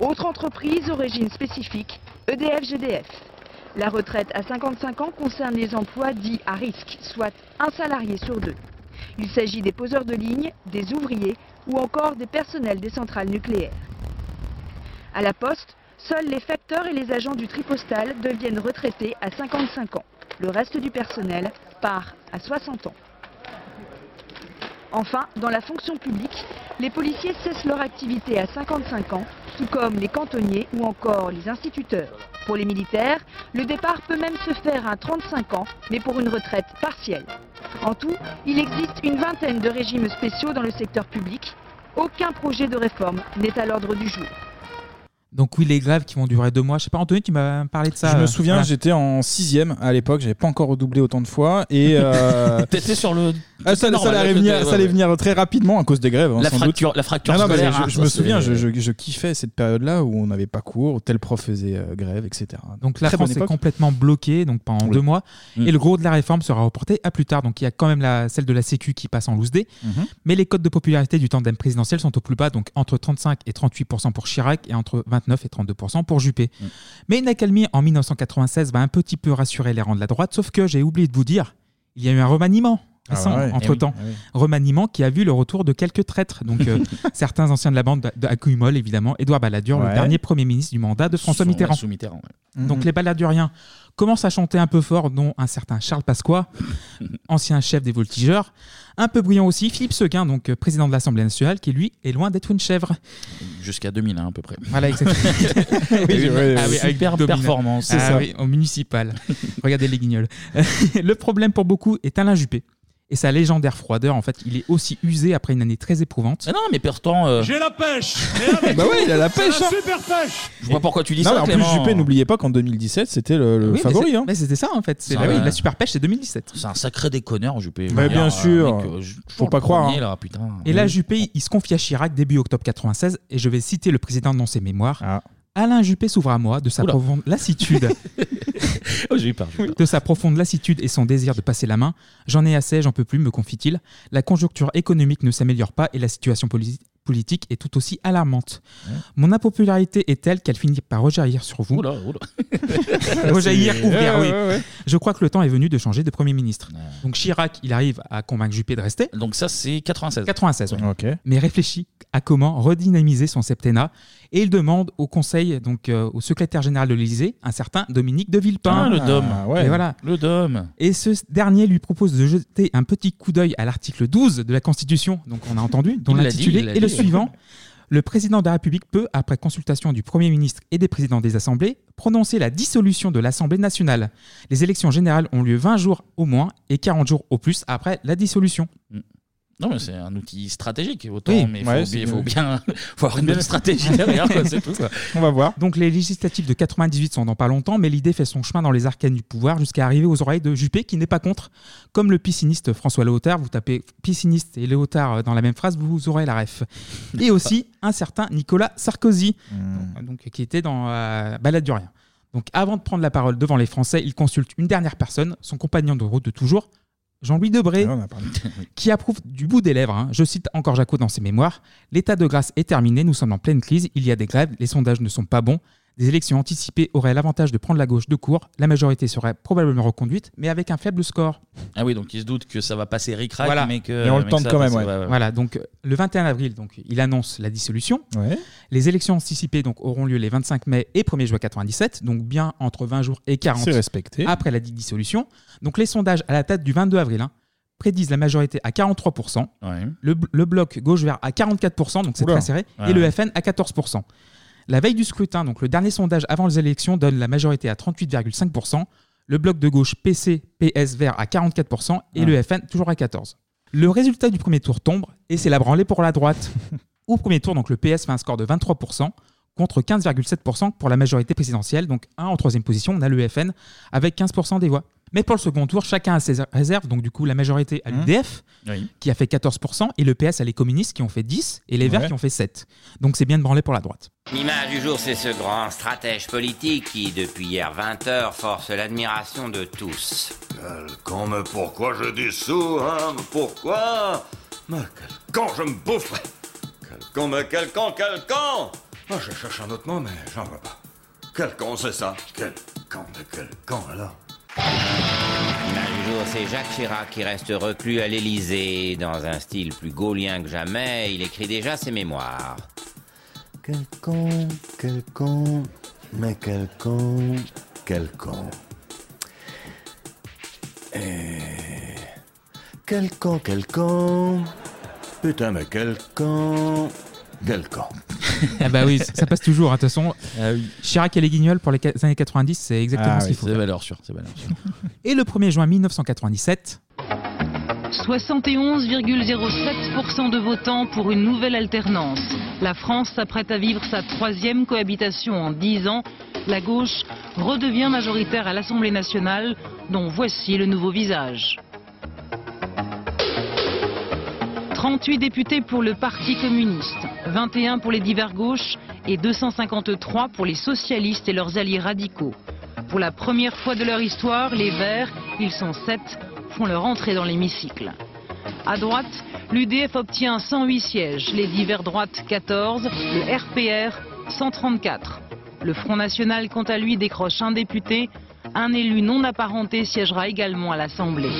Speaker 12: Autre entreprise au régime spécifique, E EDF-GDF. La retraite à 55 ans concerne les emplois dits à risque, soit un salarié sur deux. Il s'agit des poseurs de ligne, des ouvriers ou encore des personnels des centrales nucléaires. À la poste, seuls les facteurs et les agents du tripostal deviennent retraités à 55 ans. Le reste du personnel part à 60 ans. Enfin, dans la fonction publique, les policiers cessent leur activité à 55 ans, tout comme les cantonniers ou encore les instituteurs. Pour les militaires, le départ peut même se faire à 35 ans, mais pour une retraite partielle. En tout, il existe une vingtaine de régimes spéciaux dans le secteur public. Aucun projet de réforme n'est à l'ordre du jour.
Speaker 7: Donc oui, les grèves qui vont durer deux mois. Je sais pas, Anthony, tu m'as parlé de ça.
Speaker 8: Je
Speaker 7: euh,
Speaker 8: me souviens,
Speaker 7: voilà.
Speaker 8: j'étais en sixième à l'époque, j'avais pas encore redoublé autant de fois. Et euh,
Speaker 1: T'étais sur le.
Speaker 8: Ah, ça,
Speaker 1: normal,
Speaker 8: ça allait
Speaker 1: ouais,
Speaker 8: venir,
Speaker 1: ouais,
Speaker 8: ça allait
Speaker 1: ouais.
Speaker 8: venir très rapidement à cause des grèves. hein,
Speaker 1: La
Speaker 8: sans
Speaker 1: fracture-
Speaker 8: doute.
Speaker 1: la fracture
Speaker 8: Non, non, mais
Speaker 1: scolaire,
Speaker 8: je-
Speaker 1: hein,
Speaker 8: je,
Speaker 1: ça,
Speaker 8: me souviens, je,
Speaker 1: c'est-
Speaker 8: je- je kiffais cette période-là où on n'avait pas cours, tel prof faisait euh, grève, etc.
Speaker 7: Donc la
Speaker 8: Très bonne
Speaker 7: France est
Speaker 8: époque.
Speaker 7: complètement bloquée donc pendant
Speaker 8: Oui.
Speaker 7: deux mois
Speaker 8: Mm.
Speaker 7: et le gros de la réforme sera reporté à plus tard. Donc il y a quand même la, celle de la Sécu qui passe en loose dé,
Speaker 8: Mhm.
Speaker 7: mais les codes de popularité du tandem présidentiel sont au plus bas, donc entre 35 et 38 pour Chirac et entre 29 et 32 pour Juppé.
Speaker 8: Mm.
Speaker 7: Mais une accalmie en 1996 va un petit peu rassurer les rangs de la droite, sauf que j'ai oublié de vous dire, il y a eu un remaniement.
Speaker 8: Ah
Speaker 7: récent,
Speaker 8: bah ouais.
Speaker 7: entre-temps.
Speaker 8: Eh oui, eh oui.
Speaker 7: Remaniement qui a vu le retour de quelques traîtres. Donc, euh, certains anciens de la bande d'Acoumol, évidemment, Édouard Balladur,
Speaker 8: Ouais.
Speaker 7: le dernier Premier ministre du mandat de François
Speaker 1: Sous-
Speaker 7: Mitterrand.
Speaker 1: sous Mitterrand, ouais.
Speaker 7: Donc
Speaker 1: Mhm.
Speaker 7: les balladuriens commencent à chanter un peu fort, dont un certain Charles Pasqua, ancien chef des voltigeurs. Un peu bruyant aussi, Philippe Seguin, donc euh, président de l'Assemblée nationale, qui lui est loin d'être une chèvre.
Speaker 1: Jusqu'à 2000 hein, à peu près.
Speaker 7: Voilà, exactement.
Speaker 1: Oui, oui, oui.
Speaker 7: Ah oui, avec
Speaker 1: Superbe
Speaker 7: Domina.
Speaker 1: performance.
Speaker 7: Ah
Speaker 1: C'est ça.
Speaker 7: oui, au municipal. Regardez les guignols. le problème pour beaucoup est Alain Juppé. Et sa légendaire froideur, en fait, il est aussi usé après une année très éprouvante.
Speaker 1: Ah non, mais pourtant. euh,
Speaker 11: J'ai la pêche
Speaker 8: Bah ouais, il a la pêche,
Speaker 11: C'est la
Speaker 8: hein.
Speaker 11: super pêche
Speaker 1: Je vois pourquoi tu dis
Speaker 8: Non, mais
Speaker 1: ça,
Speaker 8: en
Speaker 1: Clément.
Speaker 8: plus, Juppé, n'oubliez pas qu'en 2017, c'était le, le
Speaker 1: Oui, mais
Speaker 8: favori.
Speaker 1: c'est-
Speaker 8: hein.
Speaker 7: Mais c'était ça en fait. C'est
Speaker 1: Ça,
Speaker 7: la, oui,
Speaker 1: ouais.
Speaker 7: la super pêche, c'est 2017.
Speaker 1: C'est un sacré déconneur, Juppé.
Speaker 8: Mais
Speaker 1: Je veux
Speaker 8: bien
Speaker 1: dire,
Speaker 8: sûr.
Speaker 1: mec, euh, je-
Speaker 8: Faut
Speaker 1: toujours
Speaker 8: pas
Speaker 1: le
Speaker 8: croire,
Speaker 1: premier,
Speaker 8: hein.
Speaker 1: là, putain.
Speaker 7: Et là, Juppé, il se confie à Chirac début octobre 96, et je vais citer le président dans ses mémoires.
Speaker 8: Ah.
Speaker 7: Alain Juppé s'ouvre à moi de sa
Speaker 1: Oula. Oh,
Speaker 7: profonde lassitude.
Speaker 1: j'ai eu peur, j'ai eu peur.
Speaker 7: De sa profonde lassitude et son désir de passer la main. J'en ai assez, j'en peux plus, me confie-t-il. La conjoncture économique ne s'améliore pas et la situation poli- politique est tout aussi alarmante.
Speaker 1: Ouais.
Speaker 7: Mon impopularité est telle qu'elle finit par rejaillir sur vous.
Speaker 1: Oula, oula.
Speaker 7: Rejaillir,
Speaker 1: C'est-
Speaker 7: ouvrir,
Speaker 1: Ouais,
Speaker 7: oui.
Speaker 1: ouais, ouais.
Speaker 7: Je crois que le temps est venu de changer de Premier ministre. Donc Chirac, il arrive à convaincre Juppé de rester.
Speaker 1: Donc ça, c'est 96.
Speaker 7: 96, ouais. Mais réfléchit à comment redynamiser son septennat et il demande au conseil, donc euh, au secrétaire général de l'Élysée, un certain Dominique de Villepin.
Speaker 1: Ah, le Dom. ouais.
Speaker 7: Et voilà.
Speaker 1: Le Dom.
Speaker 7: Et ce dernier lui propose de jeter un petit coup d'œil à l'article 12 de la Constitution, donc on a entendu, dont
Speaker 1: Il l'a dit,
Speaker 7: l'intitulé
Speaker 1: il l'a
Speaker 7: est le
Speaker 1: dit.
Speaker 7: suivant. Le président de la République peut, après consultation du Premier ministre et des présidents des assemblées, prononcer la dissolution de l'Assemblée nationale. Les élections générales ont lieu 20 jours au moins et 40 jours au plus après la dissolution.
Speaker 1: Non, mais c'est un outil stratégique, autant,
Speaker 7: Oui.
Speaker 1: mais
Speaker 7: Ouais,
Speaker 1: faut,
Speaker 7: c'est-
Speaker 1: bien, faut bien faut avoir une bonne stratégie derrière, quoi, c'est tout. quoi.
Speaker 7: On va voir. Donc les législatives de 98 sont dans pas longtemps, mais l'idée fait son chemin dans les arcanes du pouvoir jusqu'à arriver aux oreilles de Juppé qui n'est pas contre. Comme le pisciniste François Léotard, vous tapez pisciniste et Léotard euh, dans la même phrase, vous aurez la ref. Et aussi un certain Nicolas Sarkozy,
Speaker 1: Hmm.
Speaker 7: donc, donc, qui était dans euh, Balade du Rien. Donc avant de prendre la parole devant les Français, il consulte une dernière personne, son compagnon de route de toujours, Jean-Louis Debré, qui approuve du bout des lèvres, hein. je cite encore Jaco dans ses mémoires, l'état de grâce est terminé, nous sommes en pleine crise, il y a des grèves, les sondages ne sont pas bons, des élections anticipées auraient l'avantage de prendre la gauche de court, la majorité serait probablement reconduite, mais avec un faible score.
Speaker 1: Ah oui, donc il se doute que ça va passer ric-rac,
Speaker 7: Voilà.
Speaker 1: mais que. mais que ça, ça va-
Speaker 7: Voilà, donc euh, le 21 avril, donc, il annonce la dissolution. Les élections anticipées donc, auront lieu les 25 mai et 1er juin 97, donc bien entre 20 jours et 40
Speaker 8: C'est respecté.
Speaker 7: après la dite dissolution. Donc les sondages à la date du 22 avril hein, prédisent la majorité à 43%, le, b- le bloc gauche-vert à 44%, donc c'est
Speaker 8: Oula.
Speaker 7: très serré,
Speaker 8: Ouais.
Speaker 7: et le FN à 14%. La veille du scrutin, donc le dernier sondage avant les élections donne la majorité à 38,5%, le bloc de gauche PC, PS vert à 44% et
Speaker 1: Ouais.
Speaker 7: le FN toujours à 14%. Le résultat du premier tour tombe et c'est la branlée pour la droite. Au premier tour, donc le PS fait un score de 23% contre 15,7% pour la majorité présidentielle, donc un en troisième position, on a le FN avec 15% des voix. Mais pour le second tour, chacun a ses réserves, donc du coup la majorité à
Speaker 1: Mhm.
Speaker 7: l'UDF,
Speaker 1: Oui.
Speaker 7: qui a fait 14%, et le PS à les communistes qui ont fait 10%, et les Verts
Speaker 13: Ouais.
Speaker 7: qui ont fait 7%. Donc c'est bien de branler pour la droite.
Speaker 13: L'image du jour, c'est ce grand stratège politique qui, depuis hier 20h, force l'admiration de tous.
Speaker 24: Euh, Quand, mais pourquoi j'ai des sous, hein mais Pourquoi Mais quel camp je me bouffe Quel camp, mais quel camp, quel camp Ah, Je cherche un autre mot, mais j'en vois pas. Quel camp, c'est ça Quel camp, mais quel camp, alors
Speaker 13: L'image du jour, c'est c'est Jacques Chirac qui reste reclus à l'Élysée. Dans un style plus gaulien que jamais, il écrit déjà ses mémoires.
Speaker 16: Quel con, quel con, mais quel con, quel con. Eh, Quel con, quel con. Putain, mais quel con, quel con.
Speaker 7: Ah bah oui, ça passe toujours. hein, De toute façon, Chirac et les Guignols pour les qua- années 90, c'est exactement
Speaker 1: Ah
Speaker 7: ce
Speaker 1: oui,
Speaker 7: qu'il faut.
Speaker 1: c'est
Speaker 7: faire.
Speaker 1: valeur sûre, c'est valeur sûre.
Speaker 7: Et le 1er juin 1997,
Speaker 17: 71,07% de votants pour une nouvelle alternance. La France s'apprête à vivre sa troisième cohabitation en dix ans. La gauche redevient majoritaire à l'Assemblée nationale, dont voici le nouveau visage. 38 députés pour le Parti communiste, 21 pour les divers gauches et 253 pour les socialistes et leurs alliés radicaux. Pour la première fois de leur histoire, les Verts, ils sont sept, font leur entrée dans l'hémicycle. À droite, l'UDF obtient 108 sièges, les divers droites 14, le RPR 134. Le Front National, quant à lui, décroche un député. Un élu non apparenté siégera également à l'Assemblée.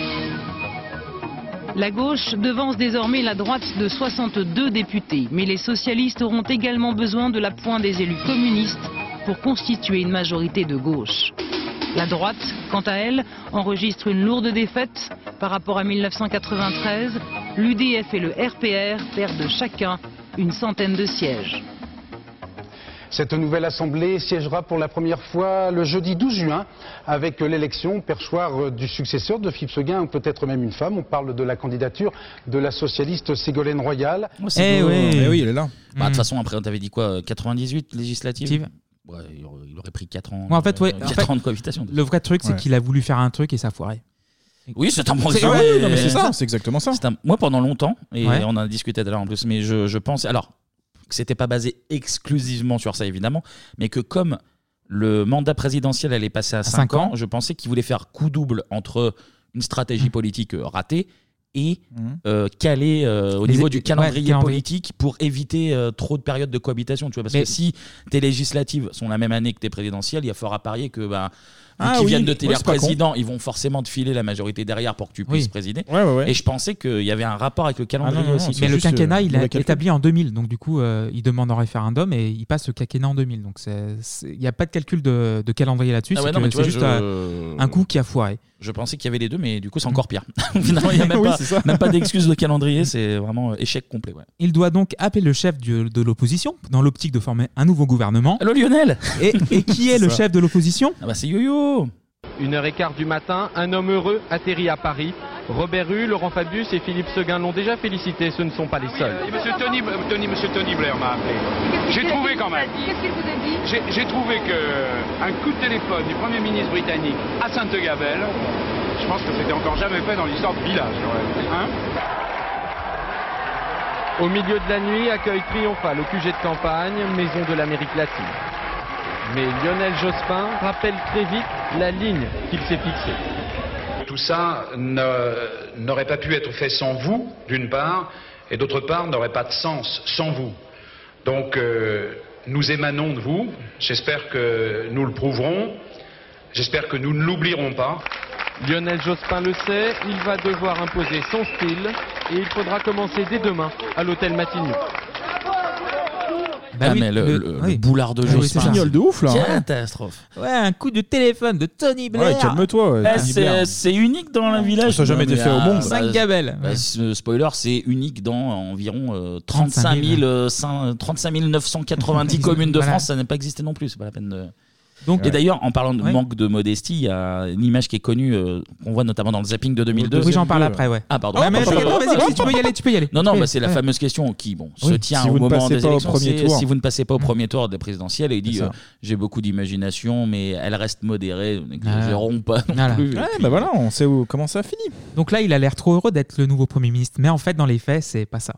Speaker 17: La gauche devance désormais la droite de 62 députés, mais les socialistes auront également besoin de l'appoint des élus communistes pour constituer une majorité de gauche. La droite, quant à elle, enregistre une lourde défaite par rapport à 1993. L'UDF et le RPR perdent chacun une centaine de sièges.
Speaker 18: Cette nouvelle Assemblée siégera pour la première fois le jeudi 12 juin avec l'élection perchoir euh, du successeur de Philippe Seguin ou peut-être même une femme. On parle de la candidature de la socialiste Ségolène Royal.
Speaker 7: Eh
Speaker 1: elle Eh est là. Bah, De
Speaker 7: Hmm.
Speaker 1: toute façon, après, on t'avait dit quoi euh, 98 législatives Ouais, il aurait- il aurait pris 4 ans.
Speaker 7: Ouais, en fait, ouais,
Speaker 1: euh,
Speaker 7: en
Speaker 1: quatre
Speaker 7: fait,
Speaker 1: ans de cohabitation.
Speaker 7: le vrai truc, c'est
Speaker 1: Ouais.
Speaker 7: qu'il a voulu faire un truc et ça a foiré.
Speaker 1: Oui, c'est un bon
Speaker 7: C'est-
Speaker 1: résumé.
Speaker 7: ouais, non, mais c'est ça,
Speaker 1: c'est exactement ça. Moi, pendant longtemps, et
Speaker 7: Ouais.
Speaker 1: on en a discuté tout à l'heure en plus, mais je, je pense. Alors, que c'était pas basé exclusivement sur ça, évidemment, mais que comme le mandat présidentiel allait passer à 5
Speaker 7: cinq
Speaker 1: ans,
Speaker 7: ans.
Speaker 1: je pensais qu'il voulait faire coup double entre une
Speaker 7: Mmh.
Speaker 1: stratégie politique euh, ratée et euh, caler euh, au
Speaker 7: Les-
Speaker 1: niveau du
Speaker 7: ouais,
Speaker 1: calendrier
Speaker 7: calendrier.
Speaker 1: politique pour éviter euh, trop de périodes de cohabitation, tu vois, parce
Speaker 7: Mais-
Speaker 1: que si tes législatives sont la même année que tes présidentielles, il y a fort à parier que bah,
Speaker 7: Ah
Speaker 1: qui
Speaker 7: oui,
Speaker 1: viennent de
Speaker 7: oui,
Speaker 1: télé
Speaker 7: c'est pas con.
Speaker 1: président, ils vont forcément te filer la majorité derrière pour que tu puisses
Speaker 7: Oui.
Speaker 1: présider.
Speaker 7: ouais.
Speaker 1: Et je pensais qu'il y avait un rapport avec le
Speaker 7: Ah
Speaker 8: Ah
Speaker 1: calendrier aussi.
Speaker 7: mais
Speaker 8: euh,
Speaker 7: le quinquennat, il a établi en 2000, donc du coup, euh, il demande un référendum et il passe le quinquennat en 2000. Donc c'est- c'est- il n'y a pas de calcul de, de calendrier là-dessus,
Speaker 1: Ah ouais,
Speaker 7: c'est
Speaker 1: non,
Speaker 7: que
Speaker 1: mais tu
Speaker 7: c'est
Speaker 1: vois,
Speaker 7: juste
Speaker 1: je-
Speaker 7: euh, un coup qui a foiré.
Speaker 1: Je pensais qu'il y avait les deux, mais du coup, c'est encore pire. Finalement, il n'y a même
Speaker 7: Oui,
Speaker 1: pas,
Speaker 7: c'est ça.
Speaker 1: même pas d'excuse de calendrier, c'est vraiment euh, échec complet. ouais.
Speaker 7: Il doit donc appeler le chef du- de l'opposition dans l'optique de former un nouveau gouvernement.
Speaker 1: Allô Lionel
Speaker 7: et, et qui est
Speaker 18: C'est
Speaker 7: le
Speaker 18: ça.
Speaker 7: chef de l'opposition
Speaker 1: Ah bah c'est Yo-Yo
Speaker 18: Une heure et quart du matin, un homme heureux atterrit à Paris. Robert Hue, Laurent Fabius et Philippe Seguin l'ont déjà félicité, ce ne sont pas les seuls.
Speaker 19: Monsieur Tony, Tony- monsieur Tony Blair m'a appelé. J'ai trouvé quand même.
Speaker 21: Qu'est-ce qu'il vous a dit
Speaker 19: J'ai j'ai trouvé que un coup de téléphone du Premier ministre britannique à Sainte-Gabelle, je pense que c'était encore jamais fait dans l'histoire de village. ouais. Hein
Speaker 18: Au milieu de la nuit, accueil triomphal au QG de campagne, maison de l'Amérique latine. Mais Lionel Jospin rappelle très vite la ligne qu'il s'est fixée.
Speaker 19: Tout ça ne- n'aurait pas pu être fait sans vous, d'une part, et d'autre part, n'aurait pas de sens sans vous. Donc, euh, nous émanons de vous. J'espère que nous le prouverons. J'espère que nous ne l'oublierons pas.
Speaker 18: Lionel Jospin le sait, il va devoir imposer son style et il faudra commencer dès demain à l'hôtel Matignon.
Speaker 7: Bah
Speaker 8: Bah
Speaker 1: Ah, mais le, le- le boulard
Speaker 8: Ah
Speaker 1: de Jospin.
Speaker 8: Guignol de ouf, là, hein.
Speaker 1: Catastrophe.
Speaker 7: Ouais, un coup de téléphone de Tony Blair.
Speaker 8: Ouais, calme-toi, ouais,
Speaker 1: Eh,
Speaker 8: Tony
Speaker 1: c'est
Speaker 8: Blair.
Speaker 1: c'est unique dans un village.
Speaker 8: Ça a jamais
Speaker 1: Non, mais
Speaker 8: été fait au
Speaker 1: à-
Speaker 8: monde.
Speaker 1: bah,
Speaker 8: Cinq gabelles.
Speaker 1: bah,
Speaker 8: Ouais.
Speaker 1: ce- spoiler, c'est unique dans euh, environ euh, 35, 000, euh, cin- 35 990 communes de
Speaker 7: Voilà.
Speaker 1: France. Ça n'a pas existé non plus. C'est pas la peine de.
Speaker 7: Donc-
Speaker 1: et d'ailleurs, en parlant de
Speaker 7: Ouais.
Speaker 1: manque de modestie, il y a une image qui est connue, euh, qu'on voit notamment dans le zapping de 2002.
Speaker 7: Oui, j'en parle après, ouais.
Speaker 1: Ah, pardon.
Speaker 7: Ah, mais
Speaker 1: Pardon.
Speaker 7: non, vas-y, vas-y, tu peux y aller, tu peux y aller.
Speaker 1: Non, non,
Speaker 7: Tu peux
Speaker 1: bah,
Speaker 7: y
Speaker 1: c'est la
Speaker 7: aller.
Speaker 1: fameuse question qui bon, se
Speaker 7: Oui.
Speaker 1: tient
Speaker 7: Si
Speaker 1: au
Speaker 7: vous ne
Speaker 1: moment
Speaker 7: passez
Speaker 1: des
Speaker 7: pas au
Speaker 1: élections.
Speaker 7: premier
Speaker 1: c'est
Speaker 7: tour.
Speaker 1: Si vous ne passez pas au
Speaker 7: Mm.
Speaker 1: premier tour de la présidentielle, il dit
Speaker 7: C'est ça.
Speaker 1: euh, J'ai beaucoup d'imagination, mais elle reste modérée. N'exagérons pas non
Speaker 7: Voilà.
Speaker 1: plus.
Speaker 7: Ouais,
Speaker 1: Et puis,
Speaker 7: bah voilà,
Speaker 8: On sait où, comment ça finit.
Speaker 7: Donc là, il a l'air trop heureux d'être le nouveau Premier ministre, mais en fait, dans les faits, c'est pas ça.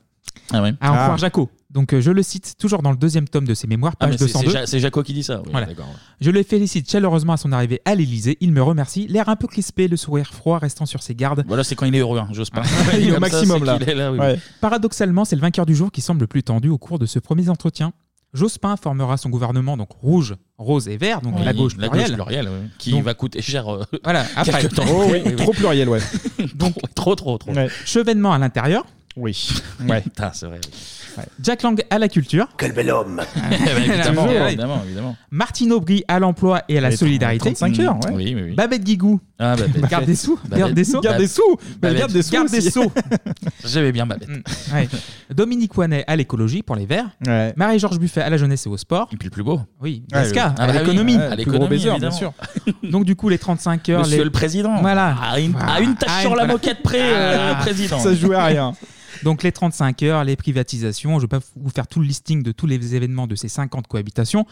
Speaker 1: Ah ouais.
Speaker 7: Alors,
Speaker 1: Ah.
Speaker 7: voir Jaco. Donc, euh, je le cite toujours dans le deuxième tome de ses mémoires,
Speaker 1: Ah, mais
Speaker 7: page
Speaker 1: c'est- c'est
Speaker 7: 202.
Speaker 1: Ja- c'est Jaco qui dit ça. Oui,
Speaker 7: Voilà.
Speaker 1: d'accord.
Speaker 7: Je le félicite chaleureusement à son arrivée à l'Elysée. Il me remercie, l'air un peu crispé, le sourire froid restant sur ses gardes.
Speaker 1: Voilà, c'est quand il est heureux, hein, j'ose pas.
Speaker 7: Il est au
Speaker 1: Comme ça,
Speaker 7: maximum
Speaker 1: c'est
Speaker 7: là.
Speaker 1: qu'il est oui, oui.
Speaker 7: Paradoxalement, c'est le vainqueur du jour qui semble le plus tendu au cours de ce premier entretien. Jospin formera son gouvernement, donc rouge, rose et vert, donc
Speaker 1: Oui,
Speaker 7: la gauche
Speaker 1: la gauche
Speaker 7: plurielle.
Speaker 1: plurielle, oui, qui va coûter cher, euh,
Speaker 7: voilà,
Speaker 1: quelques
Speaker 7: après.
Speaker 1: temps. Oh oui, trop
Speaker 8: pluriel, ouais.
Speaker 7: donc,
Speaker 1: trop, trop, trop.
Speaker 7: Chevènement à l'intérieur.
Speaker 8: Oui.
Speaker 1: Ouais. Putain, c'est vrai.
Speaker 7: Jack Lang à la culture.
Speaker 1: Quel bel homme Eh ben, Évidemment,
Speaker 7: Toujours.
Speaker 1: évidemment, évidemment.
Speaker 7: Martine Aubry à l'emploi et à la
Speaker 1: Et
Speaker 7: solidarité. Mm.
Speaker 1: 35 heures, ouais. Oui, oui, oui.
Speaker 7: Babette Guigou.
Speaker 1: Ah, Babette.
Speaker 7: Garde des sous.
Speaker 1: Babette.
Speaker 7: Garde des sous.
Speaker 1: Garde des sous.
Speaker 7: Mais
Speaker 1: Babette.
Speaker 7: Garde des sous.
Speaker 1: Garde des
Speaker 7: aussi.
Speaker 1: sous. J'aimais bien Babette.
Speaker 7: Mm, ouais. Dominique Ouanet à l'écologie pour les Verts. Marie-Georges Buffet à la jeunesse et au sport.
Speaker 1: Et puis le plus beau.
Speaker 7: Oui,
Speaker 1: Ouais,
Speaker 7: Gasca,
Speaker 1: le- Ah
Speaker 7: à
Speaker 1: bah oui,
Speaker 7: l'économie.
Speaker 1: ouais, À le plus gros l'économie, baiser, bien évidemment.
Speaker 7: Donc du coup, les 35 heures.
Speaker 1: Monsieur
Speaker 7: les-
Speaker 1: le Président.
Speaker 7: Voilà.
Speaker 1: À une- à une
Speaker 7: Ah,
Speaker 1: tache sur la moquette près, euh, Président. Ça se jouait à rien.
Speaker 7: Donc les 35 heures, les privatisations, je ne vais pas vous faire tout le listing de tous les événements de ces 50 cohabitations.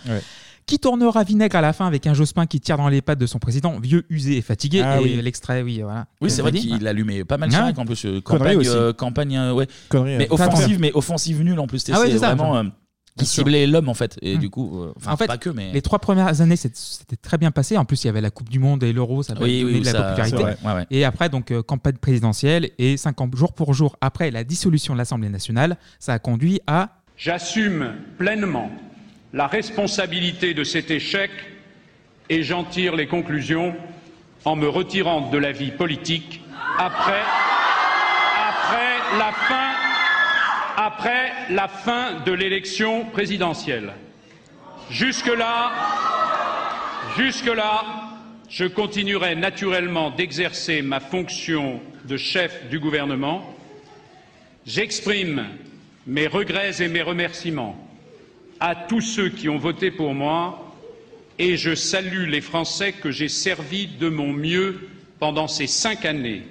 Speaker 7: Qui tournera vinaigre à la fin avec un Jospin qui tire dans les pattes de son président, vieux, usé et fatigué.
Speaker 1: Ah
Speaker 7: et
Speaker 1: oui.
Speaker 7: l'extrait, oui, voilà.
Speaker 1: Oui, c'est vrai
Speaker 7: Dit.
Speaker 1: qu'il allumait pas mal
Speaker 7: Ah.
Speaker 1: Chirac en plus. euh,
Speaker 7: Connerie
Speaker 1: Campagne,
Speaker 7: aussi.
Speaker 1: euh, campagne euh, ouais.
Speaker 7: Connerie,
Speaker 1: mais
Speaker 7: euh,
Speaker 1: offensive,
Speaker 7: Connerie.
Speaker 1: mais offensive nulle en plus.
Speaker 7: Ah ouais,
Speaker 1: c'est
Speaker 7: c'est ça.
Speaker 1: vraiment euh,
Speaker 7: Bien
Speaker 1: qui
Speaker 7: sûr.
Speaker 1: ciblait l'homme en fait. Et
Speaker 7: Mm.
Speaker 1: du coup, euh, enfin,
Speaker 7: en fait,
Speaker 1: pas que, mais.
Speaker 7: les trois premières années, c'est- c'était très bien passé. En plus, il y avait la Coupe du Monde et l'Euro, ça avait
Speaker 1: Oui,
Speaker 7: donné
Speaker 1: oui,
Speaker 7: de la
Speaker 1: ça-
Speaker 7: popularité.
Speaker 1: c'est vrai, ouais, ouais.
Speaker 7: Et après, donc euh, campagne présidentielle et 50 jours pour jour après la dissolution de l'Assemblée nationale, ça a conduit à
Speaker 2: J'assume pleinement la responsabilité de cet échec et j'en tire les conclusions en me retirant de la vie politique après, après la fin, après la fin de l'élection présidentielle. Jusque-là, jusque-là, je continuerai naturellement d'exercer ma fonction de chef du gouvernement. J'exprime mes regrets et mes remerciements à tous ceux qui ont voté pour moi et je salue les Français que j'ai servis de mon mieux pendant ces cinq années.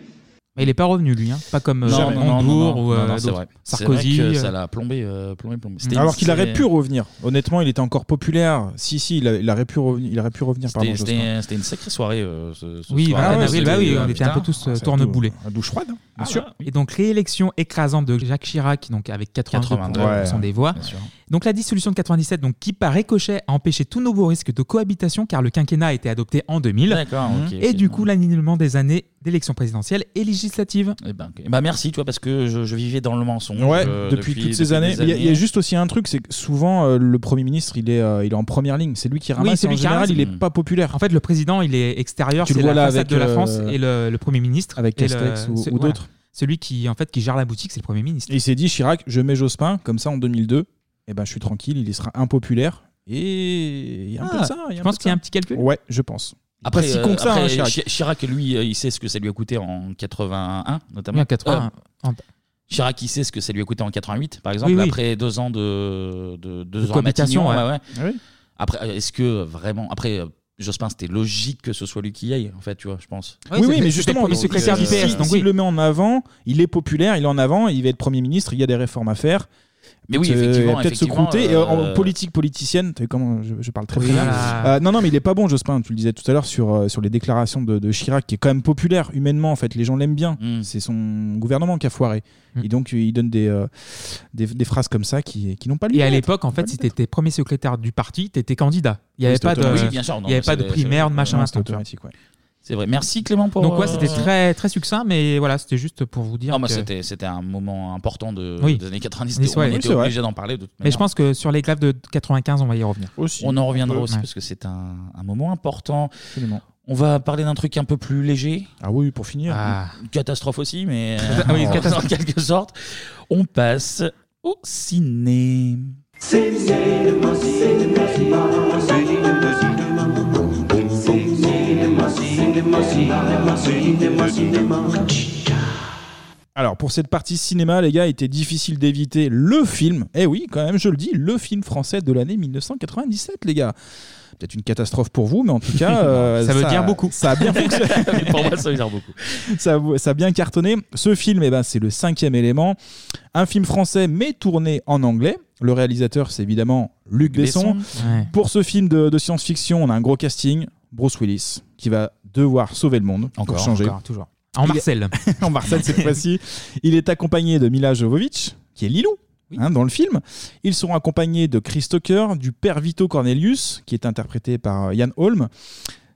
Speaker 7: Mais il n'est pas revenu, lui, hein. pas comme euh,
Speaker 1: Non, non, non,
Speaker 7: Rambourg
Speaker 1: non, non,
Speaker 7: ou euh,
Speaker 1: non, non, c'est
Speaker 7: d'autres.
Speaker 1: vrai. C'est vrai
Speaker 7: Sarkozy.
Speaker 1: que
Speaker 7: euh,
Speaker 1: ça l'a plombé, euh, plombé, plombé. C'était
Speaker 8: Alors
Speaker 1: une-
Speaker 8: qu'il aurait
Speaker 1: c'était-
Speaker 8: pu revenir. Honnêtement, il était encore populaire. Si, si, il, a- il aurait, pu revenir, il aurait pu revenir.
Speaker 1: C'était-
Speaker 8: pardon, Jospin.
Speaker 1: C'était c'était une sacrée soirée. euh, ce- ce
Speaker 7: Oui,
Speaker 1: soir.
Speaker 7: 21
Speaker 1: Ah ouais,
Speaker 7: avril,
Speaker 1: c'était-
Speaker 7: bah oui,
Speaker 1: euh,
Speaker 7: on était un peu
Speaker 1: putain.
Speaker 7: tous euh,
Speaker 1: Ah, c'est
Speaker 7: tourneboulés.
Speaker 8: À douche froide,
Speaker 1: hein,
Speaker 8: bien
Speaker 7: sûr. Et donc réélection écrasante de Jacques Chirac, donc avec 82%
Speaker 1: 82, ouais,
Speaker 7: des voix.
Speaker 1: bien sûr.
Speaker 7: Donc la dissolution de 97, donc qui par ricochet a empêché tout nouveau risque de cohabitation car le quinquennat a été adopté en 2000.
Speaker 1: D'accord, ok,
Speaker 7: Et
Speaker 1: ok,
Speaker 7: du coup l'annulement des années d'élections présidentielles et législatives.
Speaker 1: Eh ben, merci, toi, parce que je, je vivais dans le mensonge.
Speaker 8: Ouais,
Speaker 1: euh,
Speaker 8: depuis, toutes ces
Speaker 1: des
Speaker 8: années. Mais Il y a- il y, a juste aussi un truc, c'est que souvent euh, le Premier ministre, il est, euh, il est en première ligne. C'est lui qui ramasse. et en général, il est
Speaker 7: pas
Speaker 8: populaire.
Speaker 7: En fait, le président, il est extérieur,
Speaker 8: Tu
Speaker 7: c'est
Speaker 8: le vois
Speaker 7: la
Speaker 8: là
Speaker 7: façade
Speaker 8: avec,
Speaker 7: de la
Speaker 8: euh,
Speaker 7: France et le, le premier ministre
Speaker 8: avec
Speaker 7: et le-
Speaker 8: Castex ou-
Speaker 7: ce-
Speaker 8: ou
Speaker 7: voilà.
Speaker 8: d'autres.
Speaker 7: Celui qui en fait qui gère la boutique, c'est le premier ministre.
Speaker 8: Et il s'est dit Chirac, je mets Jospin, comme ça en 2002, et ben je suis tranquille, il y sera impopulaire. Et il y a un peu de ça. il y a un peu
Speaker 7: je
Speaker 8: de
Speaker 7: pense Ah, qu'il y a
Speaker 8: ça.
Speaker 7: un petit calcul.
Speaker 8: Ouais, je pense.
Speaker 1: Après,
Speaker 8: pas si
Speaker 1: euh,
Speaker 8: con que ça,
Speaker 1: après,
Speaker 8: hein, Chirac.
Speaker 1: Chi- Chirac, lui, euh, il sait ce que ça lui a coûté en 81, notamment.
Speaker 7: Oui, en 81. En-
Speaker 1: Chirac, il sait ce que ça lui a coûté en 88, par exemple,
Speaker 7: Oui, oui.
Speaker 1: après deux ans de, de, deux
Speaker 7: De
Speaker 1: ans à
Speaker 7: cohabitation,
Speaker 1: Matignon,
Speaker 7: ouais.
Speaker 1: ouais, ouais. Après, euh, est-ce que euh, vraiment. Après. euh, Jospin, c'était logique que ce soit lui qui y aille, en fait, tu vois, je pense.
Speaker 8: oui, oui, mais justement,
Speaker 7: premier
Speaker 8: donc,
Speaker 7: secrétaire
Speaker 8: si-
Speaker 7: du PS,
Speaker 8: si-
Speaker 7: donc
Speaker 8: s'il
Speaker 7: oui.
Speaker 8: le met en avant, il est populaire, il est en avant, il va être Premier ministre, il y a des réformes à faire.
Speaker 1: Mais oui,
Speaker 8: Peut-être, euh,
Speaker 1: effectivement,
Speaker 8: il va Peut-être se
Speaker 1: effectivement,
Speaker 8: croûter. Et, euh, en
Speaker 1: euh,
Speaker 8: politique politicienne, t'as vu comment je, je parle très
Speaker 1: Oui,
Speaker 8: bien.
Speaker 1: voilà.
Speaker 8: Euh, non, non, mais il est pas bon, Jospin. Tu le disais tout à l'heure sur, euh, sur les déclarations de, de Chirac, qui est quand même populaire humainement. En fait, les gens l'aiment bien.
Speaker 1: Mm.
Speaker 8: C'est son gouvernement qui a foiré. Et donc, il donne des, euh, des, des phrases comme ça qui, qui n'ont pas lieu
Speaker 7: Et à
Speaker 8: d'être.
Speaker 7: l'époque, en fait, si t'étais premier secrétaire du parti, t'étais candidat. Il n'y
Speaker 8: Oui,
Speaker 7: avait
Speaker 8: c'était
Speaker 7: pas de,
Speaker 8: automatique. Oui, bien sûr,
Speaker 7: il
Speaker 8: non,
Speaker 7: y avait
Speaker 8: mais
Speaker 7: pas de
Speaker 8: c'est-
Speaker 7: primaire,
Speaker 8: c'est-
Speaker 7: de machin,
Speaker 8: non,
Speaker 7: instant.
Speaker 8: c'était automatique, ouais.
Speaker 1: C'est vrai. Merci Clément pour.
Speaker 7: Donc ouais,
Speaker 1: euh,
Speaker 7: c'était très très succinct, mais voilà, c'était juste pour vous dire.
Speaker 1: Non, bah,
Speaker 7: que-
Speaker 1: c'était c'était un moment important de,
Speaker 7: Oui.
Speaker 1: des années 90.
Speaker 7: Oui,
Speaker 1: On
Speaker 7: c'est vrai.
Speaker 1: était obligé d'en parler. De toute
Speaker 7: Mais je
Speaker 1: manière.
Speaker 7: pense que sur les grèves de 95, on va y revenir.
Speaker 1: On en reviendra aussi
Speaker 7: Ouais.
Speaker 1: parce que c'est un, un moment important. On va parler d'un truc un peu plus léger.
Speaker 8: Ah oui, pour finir.
Speaker 1: Une Catastrophe aussi, mais euh,
Speaker 7: Ah oui,
Speaker 1: en-
Speaker 7: catastrophe.
Speaker 1: en quelque sorte. On passe au ciné.
Speaker 8: Alors pour cette partie cinéma, les gars, il était difficile d'éviter le film. Eh oui, quand même, je le dis, le film français de l'année 1997, les gars. Peut-être une catastrophe pour vous, mais en tout cas, euh,
Speaker 7: Ça veut dire beaucoup.
Speaker 8: Ça a bien fonctionné.
Speaker 1: pour moi, ça veut dire beaucoup.
Speaker 8: ça, ça a bien cartonné. Ce film, eh ben, c'est le cinquième élément. Un film français, mais tourné en anglais. Le réalisateur, c'est évidemment Luc Besson.
Speaker 7: Besson. Ouais.
Speaker 8: Pour ce film de, de science-fiction, on a un gros casting. Bruce Willis, qui va devoir sauver le monde.
Speaker 7: Encore,
Speaker 8: pour changer.
Speaker 7: encore, toujours. En
Speaker 8: Il est-
Speaker 7: Marcel.
Speaker 8: en Marcel, cette fois-ci. Il est accompagné de Mila Jovovich, qui est Lilou. hein, dans le film, ils seront accompagnés de Chris Tucker, du père Vito Cornelius, qui est interprété par euh, Ian Holm.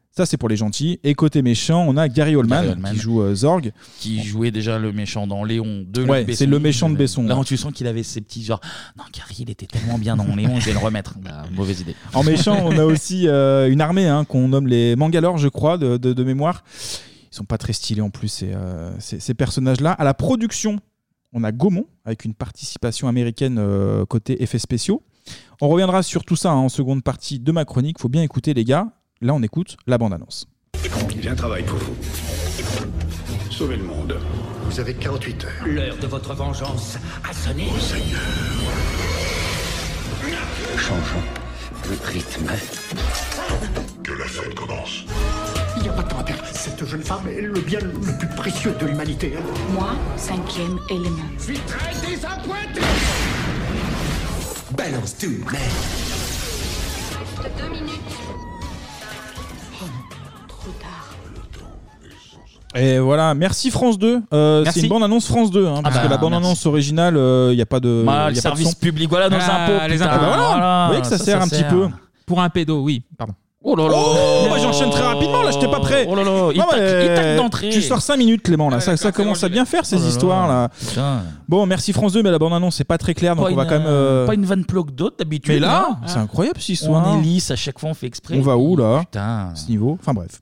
Speaker 8: Ça, c'est pour les gentils. Et côté méchant, on a Gary Oldman,
Speaker 1: Gary Oldman.
Speaker 8: qui joue euh, Zorg.
Speaker 1: Qui jouait déjà le méchant dans Léon 2.
Speaker 8: Ouais, c'est le méchant de Besson.
Speaker 1: Là, tu sens qu'il avait ses petits genre. Non, Gary, il était tellement bien dans Léon, je vais le remettre. Bah, mauvaise idée.
Speaker 8: En méchant, on a aussi euh, une armée hein, qu'on nomme les Mangalore, je crois, de, de- de mémoire. Ils sont pas très stylés en plus, ces, euh, ces- ces personnages-là. À la production, on a Gaumont, avec une participation américaine euh, côté effets spéciaux. On reviendra sur tout ça hein, en seconde partie de ma chronique. faut bien écouter, les gars. Là, on écoute la bande-annonce.
Speaker 5: J'ai un travail pour vous. Sauvez le monde. Vous avez 48 heures.
Speaker 3: L'heure de votre vengeance a sonné.
Speaker 5: Oh, Changeons le rythme. Que la fête commence. Il n'y a pas de temps à perdre. Cette jeune femme est le bien le plus précieux de l'humanité. hein.
Speaker 9: Moi, cinquième élément.
Speaker 5: Je suis très désappointé.
Speaker 3: Balance tout,
Speaker 9: Deux minutes.
Speaker 8: Et voilà, merci France 2. Euh,
Speaker 1: Merci.
Speaker 8: c'est une bande-annonce France 2, hein, parce
Speaker 1: bah,
Speaker 8: que la bande-annonce originale, il n'y a pas de.
Speaker 1: Bah, le
Speaker 8: y a pas de
Speaker 1: service
Speaker 8: son.
Speaker 1: public, voilà nos
Speaker 8: Ah,
Speaker 1: impôts.
Speaker 8: les
Speaker 1: putain,
Speaker 8: impôts. Ah, bah voilà. Vous voyez que ça, sert un petit peu.
Speaker 7: Pour un pédo, oui, pardon.
Speaker 1: Oh là là
Speaker 8: Oh, moi j'enchaîne très rapidement, là j'étais pas prêt.
Speaker 1: Oh là là, il
Speaker 8: Non,
Speaker 1: tacle-
Speaker 8: mais
Speaker 1: il tacle d'entrée.
Speaker 8: Tu sors 5 minutes, Clément, là. ça, ça commence à bien faire ces
Speaker 1: Oh là là.
Speaker 8: histoires là.
Speaker 1: Putain.
Speaker 8: Bon, merci France 2, mais la bande-annonce c'est pas très clair, donc
Speaker 1: Pas
Speaker 8: on va
Speaker 1: une,
Speaker 8: quand même.
Speaker 1: euh,
Speaker 8: euh,
Speaker 1: Pas une vanne bloc d'autres d'habitude.
Speaker 8: Mais là,
Speaker 1: hein.
Speaker 8: c'est incroyable cette histoire.
Speaker 1: On est lisse, à chaque fois on fait exprès.
Speaker 8: On va où là Ce niveau. Enfin bref.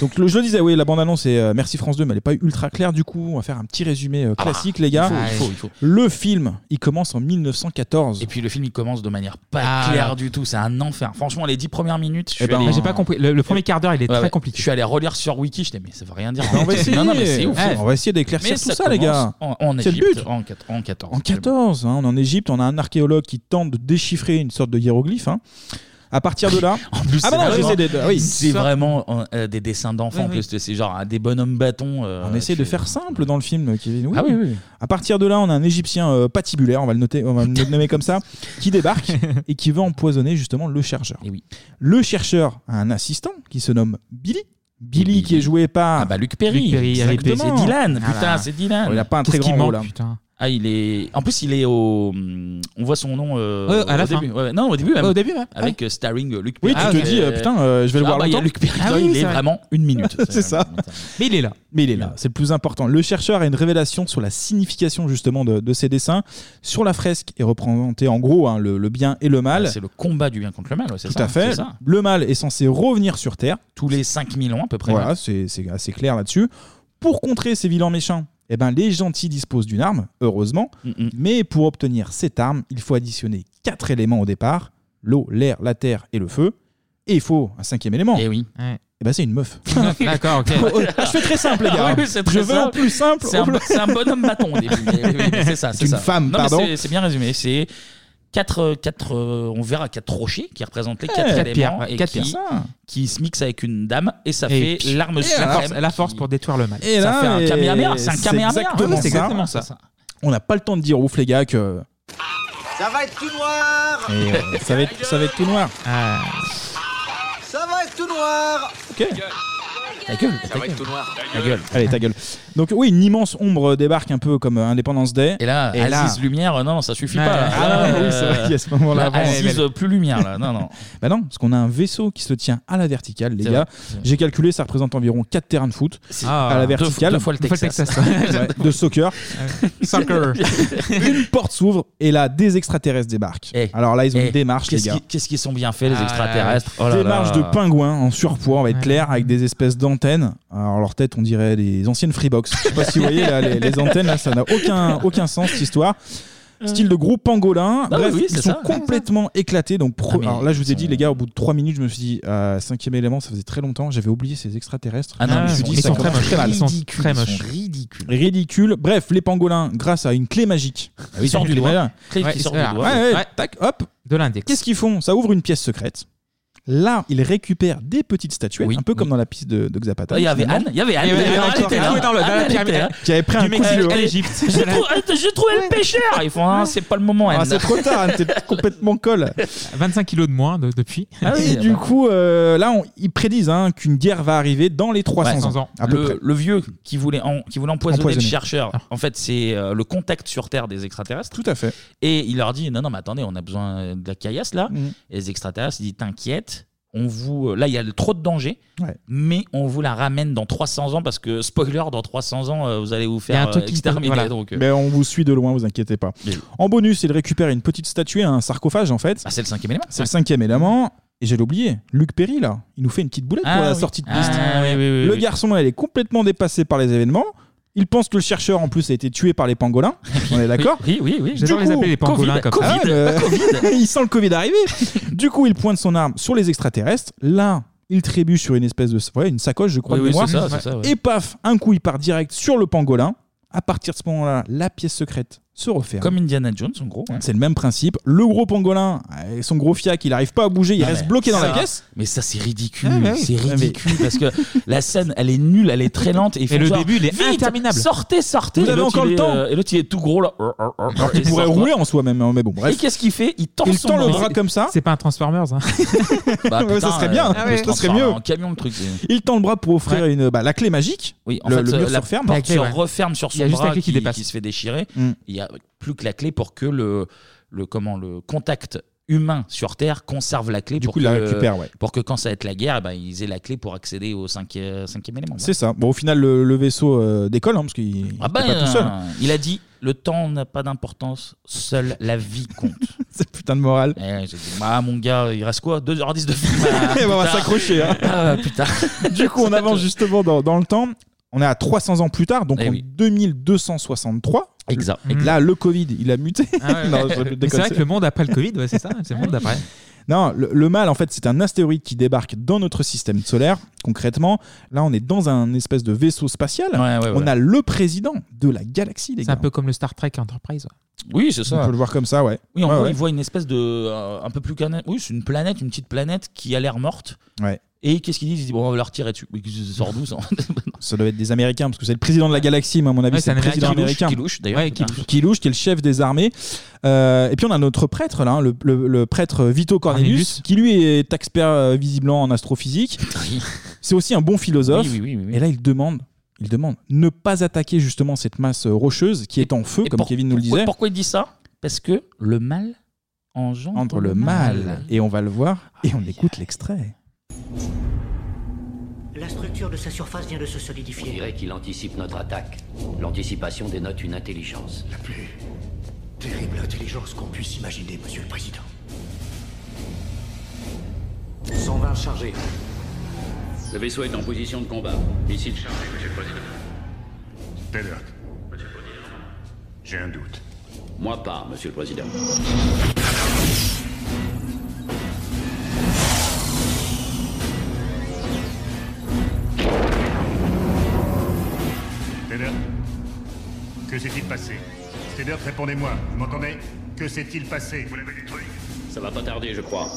Speaker 8: Donc le, je le disais, oui, la bande-annonce est euh, Merci France 2, mais elle n'est pas ultra claire du coup. On va faire un petit résumé euh,
Speaker 1: Ah,
Speaker 8: classique, les gars.
Speaker 1: il faut, il faut,
Speaker 8: Le film, il commence en 1914.
Speaker 1: Et puis le film il commence de manière pas
Speaker 8: Ah,
Speaker 1: claire
Speaker 8: là.
Speaker 1: du tout, c'est un enfer. Franchement, les dix premières minutes, je suis
Speaker 8: Eh ben,
Speaker 1: allé-
Speaker 8: j'ai pas compris. Le- le premier quart d'heure, il est très Ben,
Speaker 1: compliqué. Je suis allé relire sur Wiki, je dis mais ça veut rien dire.
Speaker 8: On va essayer.
Speaker 1: non, non, mais c'est ouf.
Speaker 8: Eh, on va essayer d'éclaircir
Speaker 1: Mais
Speaker 8: tout ça, les gars.
Speaker 1: commence En, en
Speaker 8: C'est le
Speaker 1: Égypte,
Speaker 8: but.
Speaker 1: En, quat- en 14.
Speaker 8: En 14, hein, on est en Égypte, on a un archéologue qui tente de déchiffrer une sorte de hiéroglyphe. hein. À partir de là.
Speaker 1: Plus,
Speaker 8: ah
Speaker 1: c'est
Speaker 8: bah non,
Speaker 1: vraiment-
Speaker 8: j'essaie d'être- oui.
Speaker 1: c'est vraiment euh, des dessins d'enfants.
Speaker 8: Oui,
Speaker 1: en plus, c'est genre euh, des bonhommes bâtons. euh,
Speaker 8: On essaie de
Speaker 1: tu-
Speaker 8: faire simple dans le film, Kevin. Oui.
Speaker 1: Ah oui, oui.
Speaker 8: À partir de là, on a un Égyptien euh, patibulaire, on va le noter, on va le nommer comme ça, qui débarque et qui veut empoisonner justement le chercheur.
Speaker 1: Eh
Speaker 8: Le chercheur a un assistant qui se nomme Billy. Billy, qui est joué par ah bah
Speaker 1: Luc Perry. avec des-
Speaker 8: exactement.
Speaker 1: C'est Dylan, putain, c'est Dylan.
Speaker 8: Oh, il a pas un très grand rôle. là.
Speaker 1: Ah, il est. En plus, il est au. On voit son nom euh,
Speaker 7: Ouais, à la
Speaker 1: au
Speaker 7: fin.
Speaker 1: début. Ouais, ouais. non, au début. même.
Speaker 7: Ouais, au début, ouais.
Speaker 1: Avec euh, starring euh, Luc
Speaker 7: Oui,
Speaker 1: Perry.
Speaker 7: tu te dis, euh,
Speaker 8: putain, euh, je vais le
Speaker 1: Ah
Speaker 8: voir
Speaker 1: bah, Il y a
Speaker 8: longtemps.
Speaker 1: Luc Perry.
Speaker 8: Ah
Speaker 1: dedans,
Speaker 8: oui,
Speaker 1: il
Speaker 8: c'est
Speaker 1: est
Speaker 8: vrai.
Speaker 1: vraiment une minute.
Speaker 8: c'est ça.
Speaker 7: Mais il est là.
Speaker 8: Mais il est là, c'est le plus important. Le chercheur a une révélation sur la signification justement de, de ses dessins. Sur la fresque est représenté en gros hein, le, le bien et le mal.
Speaker 1: Ah, C'est le combat du bien contre le mal. ouais, c'est
Speaker 8: Tout
Speaker 1: ça,
Speaker 8: à fait.
Speaker 1: c'est ça.
Speaker 8: Le mal est censé revenir sur Terre.
Speaker 1: Tous les 5000 ans à peu près. hein.
Speaker 8: Voilà,
Speaker 1: ouais.
Speaker 8: c'est c'est assez clair là-dessus. Pour contrer ces vilains méchants, eh ben, les gentils disposent d'une arme, heureusement. Mais pour obtenir cette arme, il faut additionner quatre éléments au départ l'eau, l'air, la terre et le feu. Et il faut un cinquième élément.
Speaker 1: Et Eh oui.
Speaker 8: Et ben, c'est une meuf.
Speaker 7: D'accord, ok.
Speaker 8: Ah, je fais très simple, les gars.
Speaker 1: Ah oui, c'est très
Speaker 8: je veux
Speaker 1: simple.
Speaker 8: au plus simple.
Speaker 1: C'est un,
Speaker 8: au plus-
Speaker 1: c'est un bonhomme bâton au début. mais- mais- mais C'est ça,
Speaker 8: C'est
Speaker 1: c'est
Speaker 8: une
Speaker 1: ça.
Speaker 8: femme,
Speaker 1: Non, mais
Speaker 8: pardon.
Speaker 1: c'est- C'est bien résumé. C'est. Quatre, quatre, euh, on verra quatre rochers qui représentent les
Speaker 7: Ouais,
Speaker 1: quatre,
Speaker 7: quatre
Speaker 1: éléments
Speaker 7: pierres,
Speaker 1: et
Speaker 7: quatre
Speaker 1: qui,
Speaker 7: pierres. Ça.
Speaker 1: qui se mixent avec une dame et ça
Speaker 7: Et
Speaker 1: fait
Speaker 7: puis-
Speaker 1: l'arme
Speaker 7: et la force,
Speaker 1: suprême.
Speaker 7: la force pour détruire le mal.
Speaker 1: Et là,
Speaker 7: ça fait un
Speaker 1: et-
Speaker 7: Kamehameha, c'est un Kamehameha.
Speaker 8: exactement
Speaker 7: Ouais, Ah c'est
Speaker 8: ça.
Speaker 7: exactement ça.
Speaker 8: On n'a pas le temps de dire ouf, les gars, que
Speaker 3: Ça va être tout noir
Speaker 8: et, euh, ça, va être, ça va être tout noir.
Speaker 1: Ah.
Speaker 3: Ça va être tout noir
Speaker 8: Ok. Ta gueule,
Speaker 3: Ça va être tout noir.
Speaker 8: Ta gueule. Allez, ta gueule. Donc, oui, une immense ombre débarque un peu comme euh, Independence Day.
Speaker 1: Et là, Aziz Ah, Lumière, euh, non, non, ça suffit
Speaker 8: Ouais,
Speaker 1: pas. là.
Speaker 8: ah
Speaker 1: Là,
Speaker 8: non, oui,
Speaker 1: euh,
Speaker 8: c'est vrai qu'il y a ce moment-là Ah,
Speaker 1: là,
Speaker 8: avant.
Speaker 1: Aziz, euh, plus Lumière, là. Non, non.
Speaker 8: Bah non, parce qu'on a un vaisseau qui se tient à la verticale, les
Speaker 1: C'est
Speaker 8: gars.
Speaker 1: vrai, c'est vrai.
Speaker 8: J'ai calculé, ça représente environ 4 terrains de foot
Speaker 1: Ah,
Speaker 8: à la
Speaker 1: deux fois-
Speaker 8: verticale.
Speaker 1: deux fois le Deux fois le Texas. Texas.
Speaker 8: Ouais, de soccer.
Speaker 1: Soccer.
Speaker 8: Une porte s'ouvre et là, des extraterrestres débarquent. Alors là, ils ont
Speaker 1: Eh,
Speaker 8: une démarche, les
Speaker 1: qu'est-ce
Speaker 8: gars.
Speaker 1: qui- Qu'est-ce qu'ils sont bien faits, les
Speaker 8: Ah,
Speaker 1: extraterrestres Oh
Speaker 8: là, là. Démarche de
Speaker 1: pain
Speaker 8: pingouins en surpoids, on va être clair, avec des espèces d'antennes. Alors, leur tête, on dirait des anciennes Freebox. Je sais pas si vous voyez, là, les, les antennes, là, ça n'a aucun, aucun sens, cette histoire.
Speaker 1: Euh.
Speaker 8: Style de groupe pangolin.
Speaker 1: Ah
Speaker 8: Bref,
Speaker 1: oui,
Speaker 8: ils
Speaker 1: c'est
Speaker 8: sont
Speaker 1: ça.
Speaker 8: complètement éclatés. Donc, pro-
Speaker 1: Ah, mais
Speaker 8: alors là, je vous ai dit, les gars, au bout de 3 minutes, je me suis dit, euh, cinquième élément, ça faisait très longtemps, j'avais oublié ces extraterrestres.
Speaker 1: Ah non,
Speaker 8: Je me
Speaker 1: mais
Speaker 8: suis
Speaker 1: ils
Speaker 8: dit,
Speaker 1: sont-
Speaker 8: ça
Speaker 1: ils sont très
Speaker 8: commence
Speaker 1: moches.
Speaker 8: mal.
Speaker 1: Ils sont ridicules,
Speaker 8: Très
Speaker 1: ils
Speaker 8: moches.
Speaker 1: sont ridicules.
Speaker 8: Ridicule. Bref, les pangolins, grâce à une clé magique.
Speaker 1: Ah oui, sort du
Speaker 8: Les
Speaker 1: doigt.
Speaker 8: malins.
Speaker 1: Clé qui
Speaker 8: Ouais,
Speaker 1: sort
Speaker 8: c'est
Speaker 1: du
Speaker 8: là.
Speaker 1: doigt.
Speaker 8: Ouais, ouais,
Speaker 1: Ouais.
Speaker 8: tac, hop. De l'index. Qu'est-ce qu'ils font Ça ouvre une pièce secrète. Là, ils récupèrent des petites statuettes, un peu comme dans la piste de, de Xapata.
Speaker 1: Ah, Mm. il y avait
Speaker 8: finalement.
Speaker 1: Anne, il y avait Anne, elle était là. Anne, elle était là.
Speaker 8: Qui avait pris
Speaker 1: Du
Speaker 8: un coup
Speaker 1: Mexique
Speaker 8: de
Speaker 1: à l'Égypte. J'ai trou- j'ai trouvé le pêcheur. Ils font, ah, c'est pas le moment.
Speaker 8: Ah,
Speaker 1: Anne.
Speaker 8: c'est trop tard, Anne, t'es complètement colle.
Speaker 7: 25 kilos de moins de- depuis.
Speaker 8: Ah oui, du coup, euh, là, on- ils prédisent hein, qu'une guerre va arriver dans les 300 ans. À peu
Speaker 1: le,
Speaker 8: près.
Speaker 1: le vieux qui voulait, en- qui voulait empoisonner,
Speaker 8: Empoisonner.
Speaker 1: le chercheur, en fait, c'est euh, le contact sur Terre des extraterrestres.
Speaker 8: Ah. Tout à fait.
Speaker 1: Et il leur dit Non, non, mais attendez, on a besoin de la caillasse là.
Speaker 8: Mhm.
Speaker 1: Et les extraterrestres, ils disent T'inquiète, On vous, euh, là, il y a trop de dangers, mais on vous la ramène dans 300 ans parce que, spoiler, dans 300 ans, euh, vous allez vous
Speaker 8: Il y a
Speaker 1: faire euh, exterminer.
Speaker 8: voilà.
Speaker 1: donc, euh,
Speaker 8: Mais on vous suit de loin, vous inquiétez pas. En bonus, il récupère une petite statue, un sarcophage en fait.
Speaker 1: Ah, c'est le cinquième élément.
Speaker 8: C'est le cinquième élément. Et j'ai oublié, Luc Perry là, il nous fait une petite boulette
Speaker 1: Ah
Speaker 8: pour la
Speaker 1: oui.
Speaker 8: sortie de
Speaker 1: Ah
Speaker 8: piste.
Speaker 1: oui, oui, oui,
Speaker 8: le
Speaker 1: oui.
Speaker 8: garçon, là, il est complètement dépassé par les événements. Il pense que le chercheur en plus a été tué par les pangolins. On est d'accord
Speaker 1: Oui, oui, oui.
Speaker 8: Du
Speaker 7: J'adore les
Speaker 8: coup,
Speaker 7: appeler les pangolins comme ça.
Speaker 8: Ah,
Speaker 7: Ah,
Speaker 8: mais- il sent le Covid arriver. du coup, il pointe son arme sur les extraterrestres. Là, il trébuche sur une espèce de ouais, une sacoche, je crois,
Speaker 1: Oui,
Speaker 8: de
Speaker 1: oui,
Speaker 8: mémoire.
Speaker 1: c'est ça, c'est ça, ouais.
Speaker 8: Et paf, un coup, il part direct sur le pangolin. À partir de ce moment-là, la pièce secrète se referme.
Speaker 1: Comme Indiana Jones, en gros.
Speaker 8: C'est le même principe. Le gros pangolin, avec son gros fiac, il n'arrive pas à bouger, il
Speaker 1: Ah,
Speaker 8: reste
Speaker 1: mais
Speaker 8: bloqué dans la
Speaker 1: ça-
Speaker 8: pièce.
Speaker 1: Mais ça, c'est ridicule.
Speaker 8: Ah, mais oui.
Speaker 1: C'est
Speaker 8: Ah, mais-
Speaker 1: ridicule parce que la scène, elle est nulle, elle est très lente. Et, ils
Speaker 8: Et
Speaker 1: font
Speaker 8: le
Speaker 1: genre,
Speaker 8: début, il est
Speaker 1: Vite,
Speaker 8: interminable.
Speaker 1: Sortez, sortez.
Speaker 8: Vous
Speaker 1: Et
Speaker 8: avez
Speaker 1: l'autre,
Speaker 8: encore
Speaker 1: il
Speaker 8: le
Speaker 1: est,
Speaker 8: temps.
Speaker 1: euh, Et l'autre, il est tout gros là.
Speaker 8: Alors qu'il
Speaker 1: Et
Speaker 8: pourrait
Speaker 1: sort pas.
Speaker 8: rouler en soi-même, hein, mais bon, bref.
Speaker 1: Et qu'est-ce qu'il fait Il tend
Speaker 8: Il
Speaker 1: son
Speaker 8: tend le
Speaker 1: bras.
Speaker 8: bras comme ça.
Speaker 7: C'est pas un Transformers. Hein.
Speaker 1: Bah,
Speaker 8: Ouais, ça
Speaker 1: putain,
Speaker 8: serait bien,
Speaker 1: euh, on peut
Speaker 8: ça
Speaker 1: se
Speaker 8: serait
Speaker 1: transformer
Speaker 8: mieux.
Speaker 1: En camion, le truc. c'est-
Speaker 8: Il tend le bras pour offrir une, bah, la clé magique.
Speaker 1: Oui, en
Speaker 8: le,
Speaker 1: fait,
Speaker 8: le
Speaker 1: euh,
Speaker 8: mur
Speaker 1: la
Speaker 8: se referme.
Speaker 1: porte se referme sur son bras qui, qui se fait déchirer.
Speaker 8: Mm.
Speaker 1: Il n'y a plus que la clé pour que le, le, comment, le contact humain sur Terre conserve la clé
Speaker 8: Du
Speaker 1: pour,
Speaker 8: coup, il
Speaker 1: que,
Speaker 8: la récupère, ouais.
Speaker 1: pour que quand ça va être la guerre, eh ben, ils aient la clé pour accéder au cinqui- euh, cinquième élément.
Speaker 8: C'est ça. Bon, au final, le, le vaisseau euh, décolle, hein, parce qu'il n'est
Speaker 1: Ah ben,
Speaker 8: pas tout seul.
Speaker 1: euh, il a dit le temps n'a pas d'importance, seule la vie compte.
Speaker 8: C'est putain de morale.
Speaker 1: J'ai dit, bah mon gars, il reste quoi 2h10 de film Ah,
Speaker 8: Eh ben, on va
Speaker 1: putain.
Speaker 8: s'accrocher. hein.
Speaker 1: Ah, putain.
Speaker 8: Du coup, on avance justement dans, dans le temps. On est à 300 ans plus tard, donc
Speaker 7: Eh
Speaker 8: en 2263.
Speaker 1: Exact.
Speaker 8: Là, le Covid, il a muté. Non, je
Speaker 7: Ah Mais
Speaker 8: déconne,
Speaker 7: c'est vrai que le monde après le Covid, ouais, c'est ça, c'est le monde d'après.
Speaker 8: Non, le, le mal, en fait, c'est un astéroïde qui débarque dans notre système solaire. Concrètement, là, on est dans un espèce de vaisseau spatial.
Speaker 7: Ouais, ouais,
Speaker 8: on
Speaker 7: ouais.
Speaker 8: a le président de la galaxie, les
Speaker 7: C'est un
Speaker 8: gars.
Speaker 7: peu comme le Star Trek Enterprise. ouais.
Speaker 1: Oui, c'est ça.
Speaker 8: On peut le voir comme ça, ouais.
Speaker 1: Oui, en
Speaker 8: Ouais,
Speaker 1: gros,
Speaker 8: ouais.
Speaker 1: il voit une espèce de. euh, un peu plus qu'un. Oui, c'est une planète, une petite planète qui a l'air morte.
Speaker 8: Ouais.
Speaker 1: Et qu'est-ce qu'ils disent Ils disent, bon, on va leur tirer dessus. Mais ça sort d'où ça
Speaker 8: Ça doit être des Américains, parce que c'est le président de la galaxie, mais à mon avis,
Speaker 1: Ouais,
Speaker 8: c'est le président américain.
Speaker 1: Qui louche, d'ailleurs.
Speaker 8: qui, qui louche, qui est le chef des armées. Euh, et puis on a notre prêtre, là, hein, le, le- le prêtre Vito Cornelius,
Speaker 7: Cornelius.
Speaker 8: qui lui est expert euh, visiblement en astrophysique. C'est aussi un bon philosophe.
Speaker 1: Oui, oui, oui, oui, oui.
Speaker 8: Et là, il demande, il demande ne pas attaquer justement cette masse euh, rocheuse qui est en feu, comme Kevin nous le
Speaker 1: Pourquoi,
Speaker 8: disait.
Speaker 1: pourquoi il dit ça Parce que le mal engendre
Speaker 8: Entre le mal. Et on va le voir et on écoute l'extrait.
Speaker 4: La structure de sa surface vient de se solidifier.
Speaker 14: On dirait qu'il anticipe notre attaque. L'anticipation dénote une intelligence.
Speaker 4: La plus terrible intelligence qu'on puisse imaginer, monsieur le président.
Speaker 14: 120 chargés. Le vaisseau est en position de combat. Missile chargé, monsieur le président.
Speaker 15: Taylor. J'ai un doute.
Speaker 14: Moi pas, monsieur le président.
Speaker 15: Taylor Que s'est-il passé Taylor, répondez-moi. Vous m'entendez Que s'est-il passé Vous l'avez détruit.
Speaker 14: Ça va pas tarder, je crois.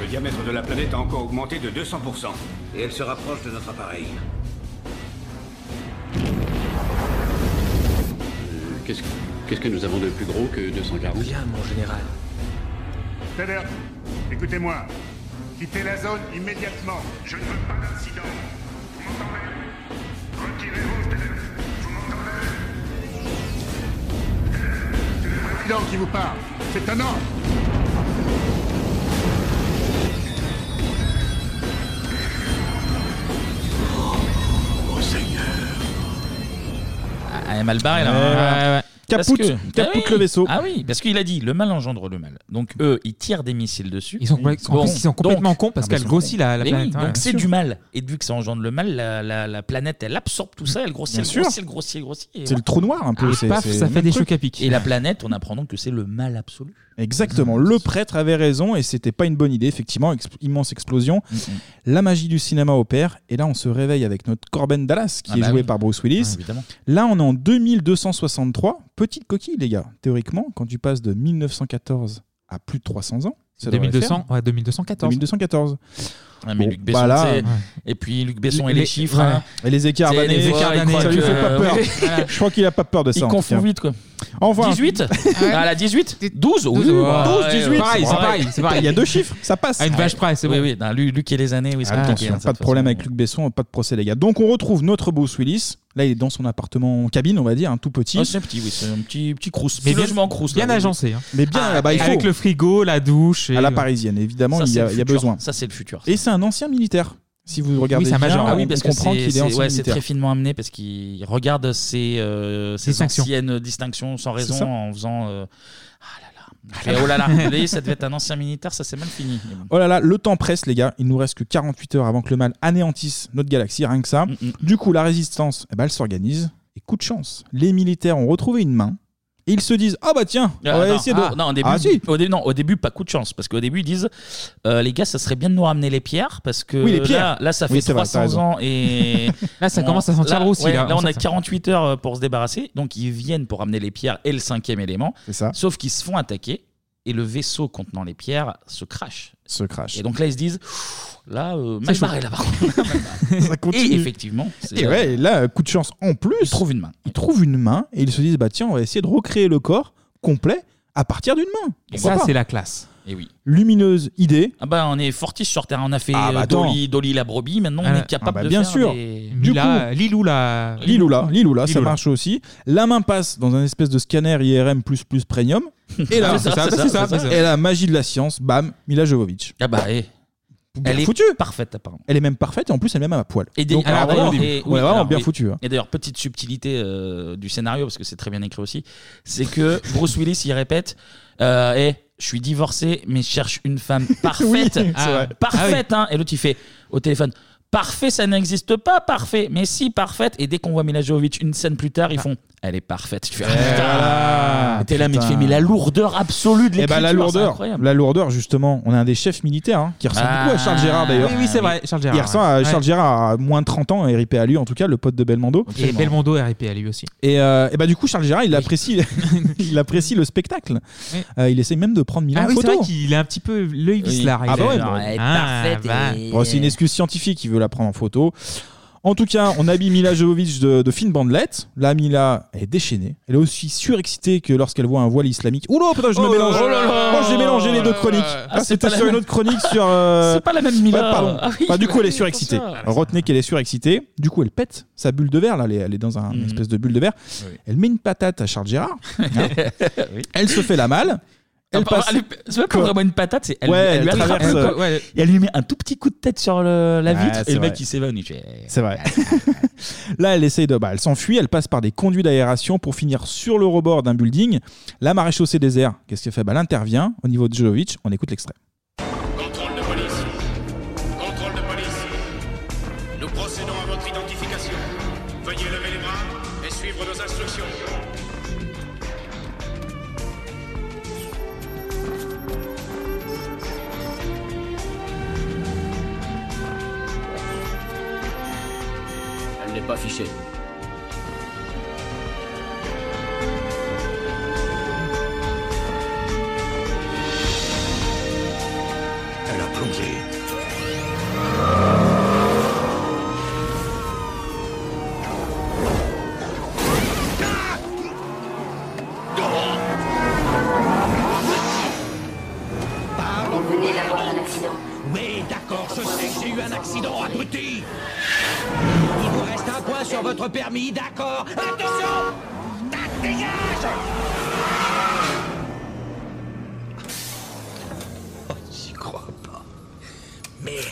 Speaker 27: Le diamètre de la planète a encore augmenté de 200%. Et elle se rapproche de notre appareil.
Speaker 14: Euh, Qu'est-ce qu'est-ce que nous avons de plus gros que 240 William, mon général.
Speaker 15: Taylor, écoutez-moi. Quittez la zone immédiatement. Je ne veux pas d'incident. Vous m'entendez Retirez-vous, Taylor. Vous m'entendez Taylor, C'est le président qui vous parle. C'est un ordre.
Speaker 1: Oh Seigneur Ah, Elle est mal barrée là.
Speaker 8: Ouais, ouais.
Speaker 1: Parce
Speaker 8: Capoute,
Speaker 1: que-
Speaker 8: capoute
Speaker 1: Ah
Speaker 8: le
Speaker 1: oui.
Speaker 8: vaisseau.
Speaker 1: Ah oui, parce qu'il a dit le mal engendre le mal. Donc eux, ils tirent des missiles dessus.
Speaker 7: Ils sont compl- en plus, ils sont complètement cons parce
Speaker 1: bah,
Speaker 7: qu'elle
Speaker 1: ils sont
Speaker 7: grossit
Speaker 1: cons.
Speaker 7: la- la
Speaker 1: Mais
Speaker 7: planète,
Speaker 1: oui,
Speaker 7: ouais,
Speaker 1: donc
Speaker 7: bien
Speaker 1: c'est
Speaker 7: sûr.
Speaker 1: du mal. Et vu que ça engendre le mal, la, la- la planète elle absorbe tout ça, elle grossit,
Speaker 8: Bien
Speaker 1: elle
Speaker 8: sûr.
Speaker 1: grossit, elle grossit, elle grossit. et
Speaker 8: C'est
Speaker 1: voilà.
Speaker 8: le trou noir un peu.
Speaker 7: Ah,
Speaker 1: Et
Speaker 8: c'est-
Speaker 1: paf,
Speaker 8: c'est
Speaker 1: ça
Speaker 8: le
Speaker 1: fait
Speaker 8: même
Speaker 1: des
Speaker 8: truc.
Speaker 1: chocs à pic. Et la planète, on apprend donc que c'est le mal absolu.
Speaker 8: Exactement. Le prêtre avait raison et c'était pas une bonne idée, effectivement. ex- immense explosion.
Speaker 1: Mm,
Speaker 8: La magie du cinéma opère. Et là, on se réveille avec notre Corben Dallas qui
Speaker 1: Ah
Speaker 8: est
Speaker 1: bah
Speaker 8: joué
Speaker 1: oui.
Speaker 8: par Bruce Willis.
Speaker 1: évidemment.
Speaker 8: là, on est en 2263. Petite coquille, les gars. Théoriquement, quand tu passes de 1914 à plus de 300 ans, ça devrait
Speaker 7: 2200,
Speaker 8: faire
Speaker 7: ouais, 2214.
Speaker 8: 2214.
Speaker 1: Ah, mais
Speaker 8: Bon,
Speaker 1: Luc Besson,
Speaker 8: bah là,
Speaker 1: tu sais,
Speaker 8: ouais.
Speaker 1: et puis Luc Besson et
Speaker 8: Les-
Speaker 1: les chiffres.
Speaker 8: ouais.
Speaker 1: hein.
Speaker 8: Et les écarts
Speaker 1: Tu sais,
Speaker 8: d'années.
Speaker 1: les écarts
Speaker 8: Ouais,
Speaker 1: d'années,
Speaker 8: ça lui fait
Speaker 1: que-
Speaker 8: pas peur.
Speaker 1: oui. Voilà.
Speaker 8: Je crois qu'il a pas peur de ça.
Speaker 1: Il
Speaker 8: en tout
Speaker 1: confond
Speaker 8: cas.
Speaker 1: vite, quoi.
Speaker 8: Au revoir.
Speaker 1: 18 Ah, la 18 12 Oui,
Speaker 8: 12,
Speaker 1: bah,
Speaker 8: 12,
Speaker 1: ouais,
Speaker 8: 18.
Speaker 1: pareil, c'est
Speaker 8: Ouais.
Speaker 1: pareil, c'est pareil.
Speaker 8: Il y a deux chiffres, ça passe. Ah,
Speaker 1: À une vache près, c'est
Speaker 8: bon.
Speaker 1: Oui, oui, non, Luc Luc et les années, oui, c'est
Speaker 7: Ah,
Speaker 8: Attention,
Speaker 1: compliqué, hein,
Speaker 8: pas de
Speaker 1: cette
Speaker 8: problème avec Luc Besson, pas de procès les gars. Donc on retrouve notre Bruce Willis Là, il est dans son appartement en cabine, on va dire, un tout petit.
Speaker 1: Ah, c'est un petit, oui, c'est un petit, petit crousse. Mais logement crousse. là,
Speaker 7: bien
Speaker 1: oui. Ah,
Speaker 7: agencé. hein.
Speaker 8: Mais bien, là-bas, il
Speaker 7: Avec
Speaker 8: faut.
Speaker 7: le frigo, la douche.
Speaker 8: À la parisienne, évidemment,
Speaker 1: euh, Ça,
Speaker 8: il
Speaker 1: c'est
Speaker 8: y a,
Speaker 1: le
Speaker 8: il y a
Speaker 1: futur.
Speaker 8: besoin.
Speaker 1: Ça, c'est le futur.
Speaker 8: Et c'est un ancien militaire. Si vous regardez
Speaker 7: c'est un
Speaker 8: bien,
Speaker 7: major.
Speaker 8: on
Speaker 1: Ah oui, parce que
Speaker 8: comprend
Speaker 1: c'est
Speaker 8: qu'il est,
Speaker 1: c'est-
Speaker 8: ancien
Speaker 1: ouais, c'est
Speaker 8: militaire.
Speaker 1: très finement amené parce qu'il regarde ses, euh, ses
Speaker 8: Distinctions.
Speaker 1: anciennes distinctions sans raison
Speaker 8: C'est ça.
Speaker 1: en faisant. euh, ah là là. Il fait, oh là là, vous voyez, ça devait être un ancien militaire, ça c'est mal fini. Mais bon.
Speaker 8: Oh là là, le temps presse, les gars. Il nous reste que 48 heures avant que le mal anéantisse notre galaxie, rien que ça.
Speaker 1: Mm,
Speaker 8: Du coup, la résistance, eh ben, elle s'organise. Et coup de chance, les militaires ont retrouvé une main. Et ils se disent Ah bah tiens, on
Speaker 1: Ah,
Speaker 8: va
Speaker 1: non,
Speaker 8: essayer de.
Speaker 1: ah, non, au début,
Speaker 8: Ah, si.
Speaker 1: au dé- non, au début, pas coup de chance. Parce qu'au début, ils disent euh, Les gars, ça serait bien de nous ramener les pierres. Parce que
Speaker 8: Oui, les pierres.
Speaker 1: Là, là, ça fait
Speaker 8: Oui, c'est vrai,
Speaker 1: 300
Speaker 8: t'as raison.
Speaker 1: ans. Et
Speaker 7: Là, ça commence à sentir
Speaker 1: là,
Speaker 7: le roussi,
Speaker 1: ouais,
Speaker 7: là,
Speaker 1: là,
Speaker 7: on
Speaker 1: on
Speaker 7: sent
Speaker 1: a
Speaker 7: ça.
Speaker 1: 48 heures euh, pour se débarrasser. Donc, ils viennent pour ramener les pierres et le cinquième élément. Sauf qu'ils se font attaquer. Et le vaisseau contenant les pierres se crache.
Speaker 8: Se crache.
Speaker 1: Et donc là, ils se disent Pfff, Là, euh, mal
Speaker 8: chaud.
Speaker 1: barré là, par contre. Et effectivement. c'est-
Speaker 8: Et ouais, et là, coup de chance en plus. Ils
Speaker 1: trouvent une main.
Speaker 8: Ils trouvent une main et ils se disent Bah tiens, on va essayer de recréer le corps complet à partir d'une main.
Speaker 1: Et
Speaker 8: Pourquoi
Speaker 1: ça,
Speaker 8: pas
Speaker 1: c'est la classe. Et oui.
Speaker 8: Lumineuse idée.
Speaker 1: Ah bah on est fortis sur Terre, on a fait
Speaker 8: Ah bah
Speaker 1: euh,
Speaker 8: attends.
Speaker 1: Dolly, Dolly la brebis, maintenant on
Speaker 8: Ah,
Speaker 1: est capable
Speaker 8: ah bah
Speaker 1: de
Speaker 8: bien
Speaker 1: faire
Speaker 8: sûr.
Speaker 1: des-
Speaker 8: Du coup,
Speaker 7: Liloula.
Speaker 8: Liloula, Liloula, ça
Speaker 7: Liloula.
Speaker 8: marche aussi. La main passe dans un espèce de scanner IRM premium. Et là,
Speaker 1: C'est ça, c'est ça, c'est ça, c'est ça.
Speaker 8: et la magie de la science, bam, Mila Jovovich.
Speaker 1: Ah bah, eh.
Speaker 8: Bien
Speaker 1: elle est
Speaker 8: foutu.
Speaker 1: parfaite apparemment.
Speaker 8: Elle est même parfaite et en plus elle est même à poil.
Speaker 1: Et des-
Speaker 8: Donc,
Speaker 1: alors,
Speaker 8: alors, vraiment,
Speaker 1: d'ailleurs,
Speaker 8: ouais,
Speaker 1: et- oui,
Speaker 8: vraiment
Speaker 1: alors,
Speaker 8: bien
Speaker 1: oui.
Speaker 8: foutu. hein.
Speaker 1: Et d'ailleurs, petite subtilité euh, du scénario, parce que c'est très bien écrit aussi, c'est que Bruce Willis, il répète euh, Eh, je suis divorcé, mais je cherche une femme parfaite.
Speaker 7: c'est vrai.
Speaker 1: Parfaite, hein. Et l'autre, il fait au téléphone Parfait, ça n'existe pas, parfait. Mais si, parfaite. Et dès qu'on voit Mila Jovovich une scène plus
Speaker 8: Ah.
Speaker 1: tard, ils font Elle est parfaite. Tu fais Ah, putain.
Speaker 8: voilà,
Speaker 1: T'es là, mais tu
Speaker 8: putain.
Speaker 1: fais Mais la lourdeur absolue de
Speaker 8: Et
Speaker 1: l'écriture.
Speaker 8: bah la
Speaker 1: c'est
Speaker 8: lourdeur,
Speaker 1: incroyable.
Speaker 8: la lourdeur justement. On a un des chefs militaires hein, qui ressemble
Speaker 1: Ah,
Speaker 8: beaucoup à Charles Gérard d'ailleurs.
Speaker 1: oui, oui, c'est vrai,
Speaker 7: Charles Gérard,
Speaker 8: Il ressemble à
Speaker 7: ouais.
Speaker 8: Charles
Speaker 7: Ouais.
Speaker 8: Gérard à moins de 30 ans, RIP à lui en tout cas, le pote de Belmondo.
Speaker 7: Et Belmondo RIP à lui aussi.
Speaker 8: Et, euh, et bah du coup Charles Gérard il apprécie, il apprécie le spectacle.
Speaker 7: Oui.
Speaker 8: Euh, il essaye même de prendre Mila
Speaker 7: Ah
Speaker 8: en
Speaker 7: oui, c'est
Speaker 8: photo.
Speaker 7: vrai qu'il a un petit peu l'œil bah. vicelard.
Speaker 8: Ah bah ouais, bon.
Speaker 1: bah.
Speaker 8: Bon, c'est une excuse scientifique, il veut la prendre en photo. En tout cas, on habille Mila Jovovich de, de fine bandelette. Là, Mila, elle est déchaînée. Elle est aussi surexcitée que lorsqu'elle voit un voile islamique. Ouh là, putain, je me
Speaker 1: Oh là
Speaker 8: mélange.
Speaker 1: là là
Speaker 8: Oh, j'ai mélangé les deux chroniques.
Speaker 1: Ah,
Speaker 8: Ah,
Speaker 1: c'est
Speaker 8: C'était
Speaker 1: pas la
Speaker 8: sur une
Speaker 1: même-
Speaker 8: autre chronique sur. euh,
Speaker 1: C'est pas la même Mila.
Speaker 8: Ouais, pardon.
Speaker 1: Ah oui,
Speaker 8: Bah, du coup, elle est
Speaker 1: oui,
Speaker 8: surexcitée.
Speaker 1: pour ça.
Speaker 8: Retenez qu'elle est surexcitée. Du coup, elle pète sa bulle de verre. Là, elle est, elle est dans un
Speaker 1: Mhm.
Speaker 8: une espèce de bulle de verre. Elle met une patate à Charles Gérard. Hein. Elle se fait la malle.
Speaker 1: Ah,
Speaker 8: Elle
Speaker 1: pas-
Speaker 8: passe.
Speaker 1: elle- C'est pas
Speaker 8: Quoi
Speaker 1: vraiment une patate, c'est elle,
Speaker 8: Ouais,
Speaker 1: elle lui
Speaker 8: elle
Speaker 1: attrape
Speaker 8: traverse,
Speaker 1: le co-
Speaker 8: euh, ouais.
Speaker 1: et elle lui met un tout petit coup de tête sur le- la
Speaker 8: Ouais,
Speaker 1: vitre
Speaker 8: Ah, c'est
Speaker 1: et le mec
Speaker 8: vrai.
Speaker 1: il s'évanouit. Il fait-
Speaker 8: C'est vrai. Là, elle essaye de. Bah, elle s'enfuit, elle passe par des conduits d'aération pour finir sur le rebord d'un building. La maréchaussée désert, qu'est-ce qu'elle fait bah, Elle intervient au niveau de Jolovic. On écoute l'extrait.
Speaker 11: Contrôle de police. Contrôle de police. Nous procédons à votre identification. Veuillez lever les bras et suivre nos instructions.
Speaker 14: Elle n'est pas fichée.
Speaker 4: Elle a plongé.
Speaker 9: Vous venez d'avoir un accident.
Speaker 11: Oui, d'accord, je sais que j'ai eu un accident, abruti
Speaker 4: Il vous reste un point sur votre permis, d'accord Attention Tac, Dégage Oh, J'y crois pas. Merde.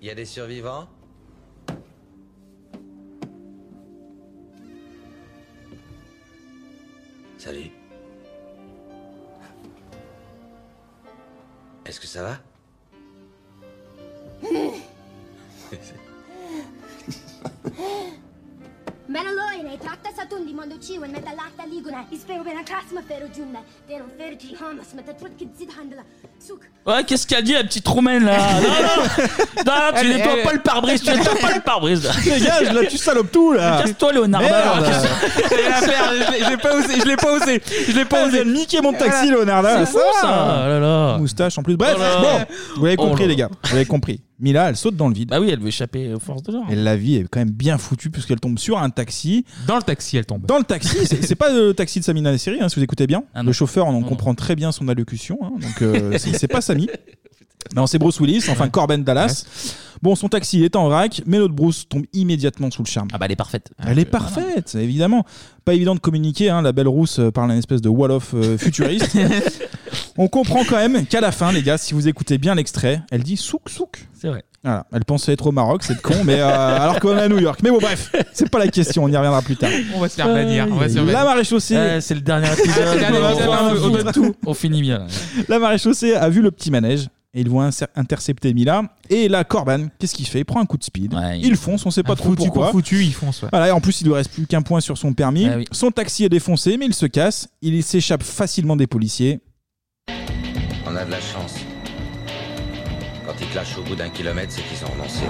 Speaker 13: Il y a des survivants Salut. Est-ce que ça va
Speaker 6: Melaloine, trakta satundi mondo ciwen meta lacta liguna, ispero ben akrasma fero giunna, te non fergi oh, hamas meta tut kid zid handla. Suk,
Speaker 1: Ouais, qu'est-ce qu'elle dit la petite roumaine là Non, non, non, tu
Speaker 8: Elle-
Speaker 1: nettoies
Speaker 8: elle-
Speaker 1: pas le pare-brise, tu nettoies pas le pare-brise.
Speaker 8: Dégage, là, tu salopes tout, là
Speaker 1: Casse-toi, Léonard.
Speaker 8: Merde.
Speaker 7: Je l'ai pas osé, je l'ai pas osé, je l'ai pas osé.
Speaker 8: Ah, Niquer mon taxi, Ah. Leonardo
Speaker 7: C'est bon, ça.
Speaker 8: Moustache en plus. Bref,
Speaker 1: Ah Oh là là.
Speaker 8: bon, vous avez
Speaker 1: Oh
Speaker 8: compris,
Speaker 1: là
Speaker 8: les
Speaker 1: là.
Speaker 8: gars. Vous avez compris. Mila, elle saute dans le vide.
Speaker 1: Bah oui, elle veut échapper aux forces de l'ordre.
Speaker 8: Et la vie est quand même bien foutue puisqu'elle tombe sur un taxi.
Speaker 7: Dans le taxi, elle tombe.
Speaker 8: Dans le taxi, c'est c'est pas le taxi de Samina la
Speaker 1: Ah
Speaker 8: série, hein, si vous écoutez bien. le chauffeur, on en comprend très bien son allocution. hein, donc euh, c'est c'est pas Samy. Non, c'est Bruce Willis, enfin Corbin Dallas. Bon, son taxi est en vrac, mais l'autre Bruce tombe immédiatement sous le charme.
Speaker 1: Ah bah elle est parfaite.
Speaker 8: Elle est parfaite, évidemment. Pas évident de communiquer, hein, la belle rousse euh, parle un espèce de Wolof euh, futuriste. On comprend quand même qu'à la fin, les gars, si vous écoutez bien l'extrait, elle dit souk souk.
Speaker 1: C'est vrai.
Speaker 8: Voilà, elle pensait être au Maroc, c'est con, mais euh, alors qu'on est à New York. Mais bon, bref, c'est pas la question, on y reviendra plus tard.
Speaker 7: On va se faire bannir. on va se faire
Speaker 8: La
Speaker 7: bannir.
Speaker 8: maréchaussée.
Speaker 1: Euh, c'est le dernier épisode.
Speaker 8: Ah, c'est le dernier
Speaker 1: On va
Speaker 8: épisode,
Speaker 1: faire
Speaker 8: on
Speaker 1: un
Speaker 8: donne
Speaker 1: film. On finit bien. là.
Speaker 8: La maréchaussée a vu le petit manège et ils vont inser- intercepter Mila. Et là, Corban, qu'est-ce qu'il fait Il prend un coup de speed. ils foncent, on sait pas
Speaker 7: Un
Speaker 8: trop
Speaker 7: foutu
Speaker 8: pourquoi.
Speaker 7: pour foutu, ils foncent, ouais.
Speaker 8: Voilà, et en plus, il lui reste plus qu'un point sur son permis.
Speaker 7: Ah oui.
Speaker 8: Son taxi est défoncé, mais il se casse. Il s'échappe facilement des policiers.
Speaker 11: On a de la chance. Quand ils te lâchent au bout d'un kilomètre, c'est qu'ils ont renoncé.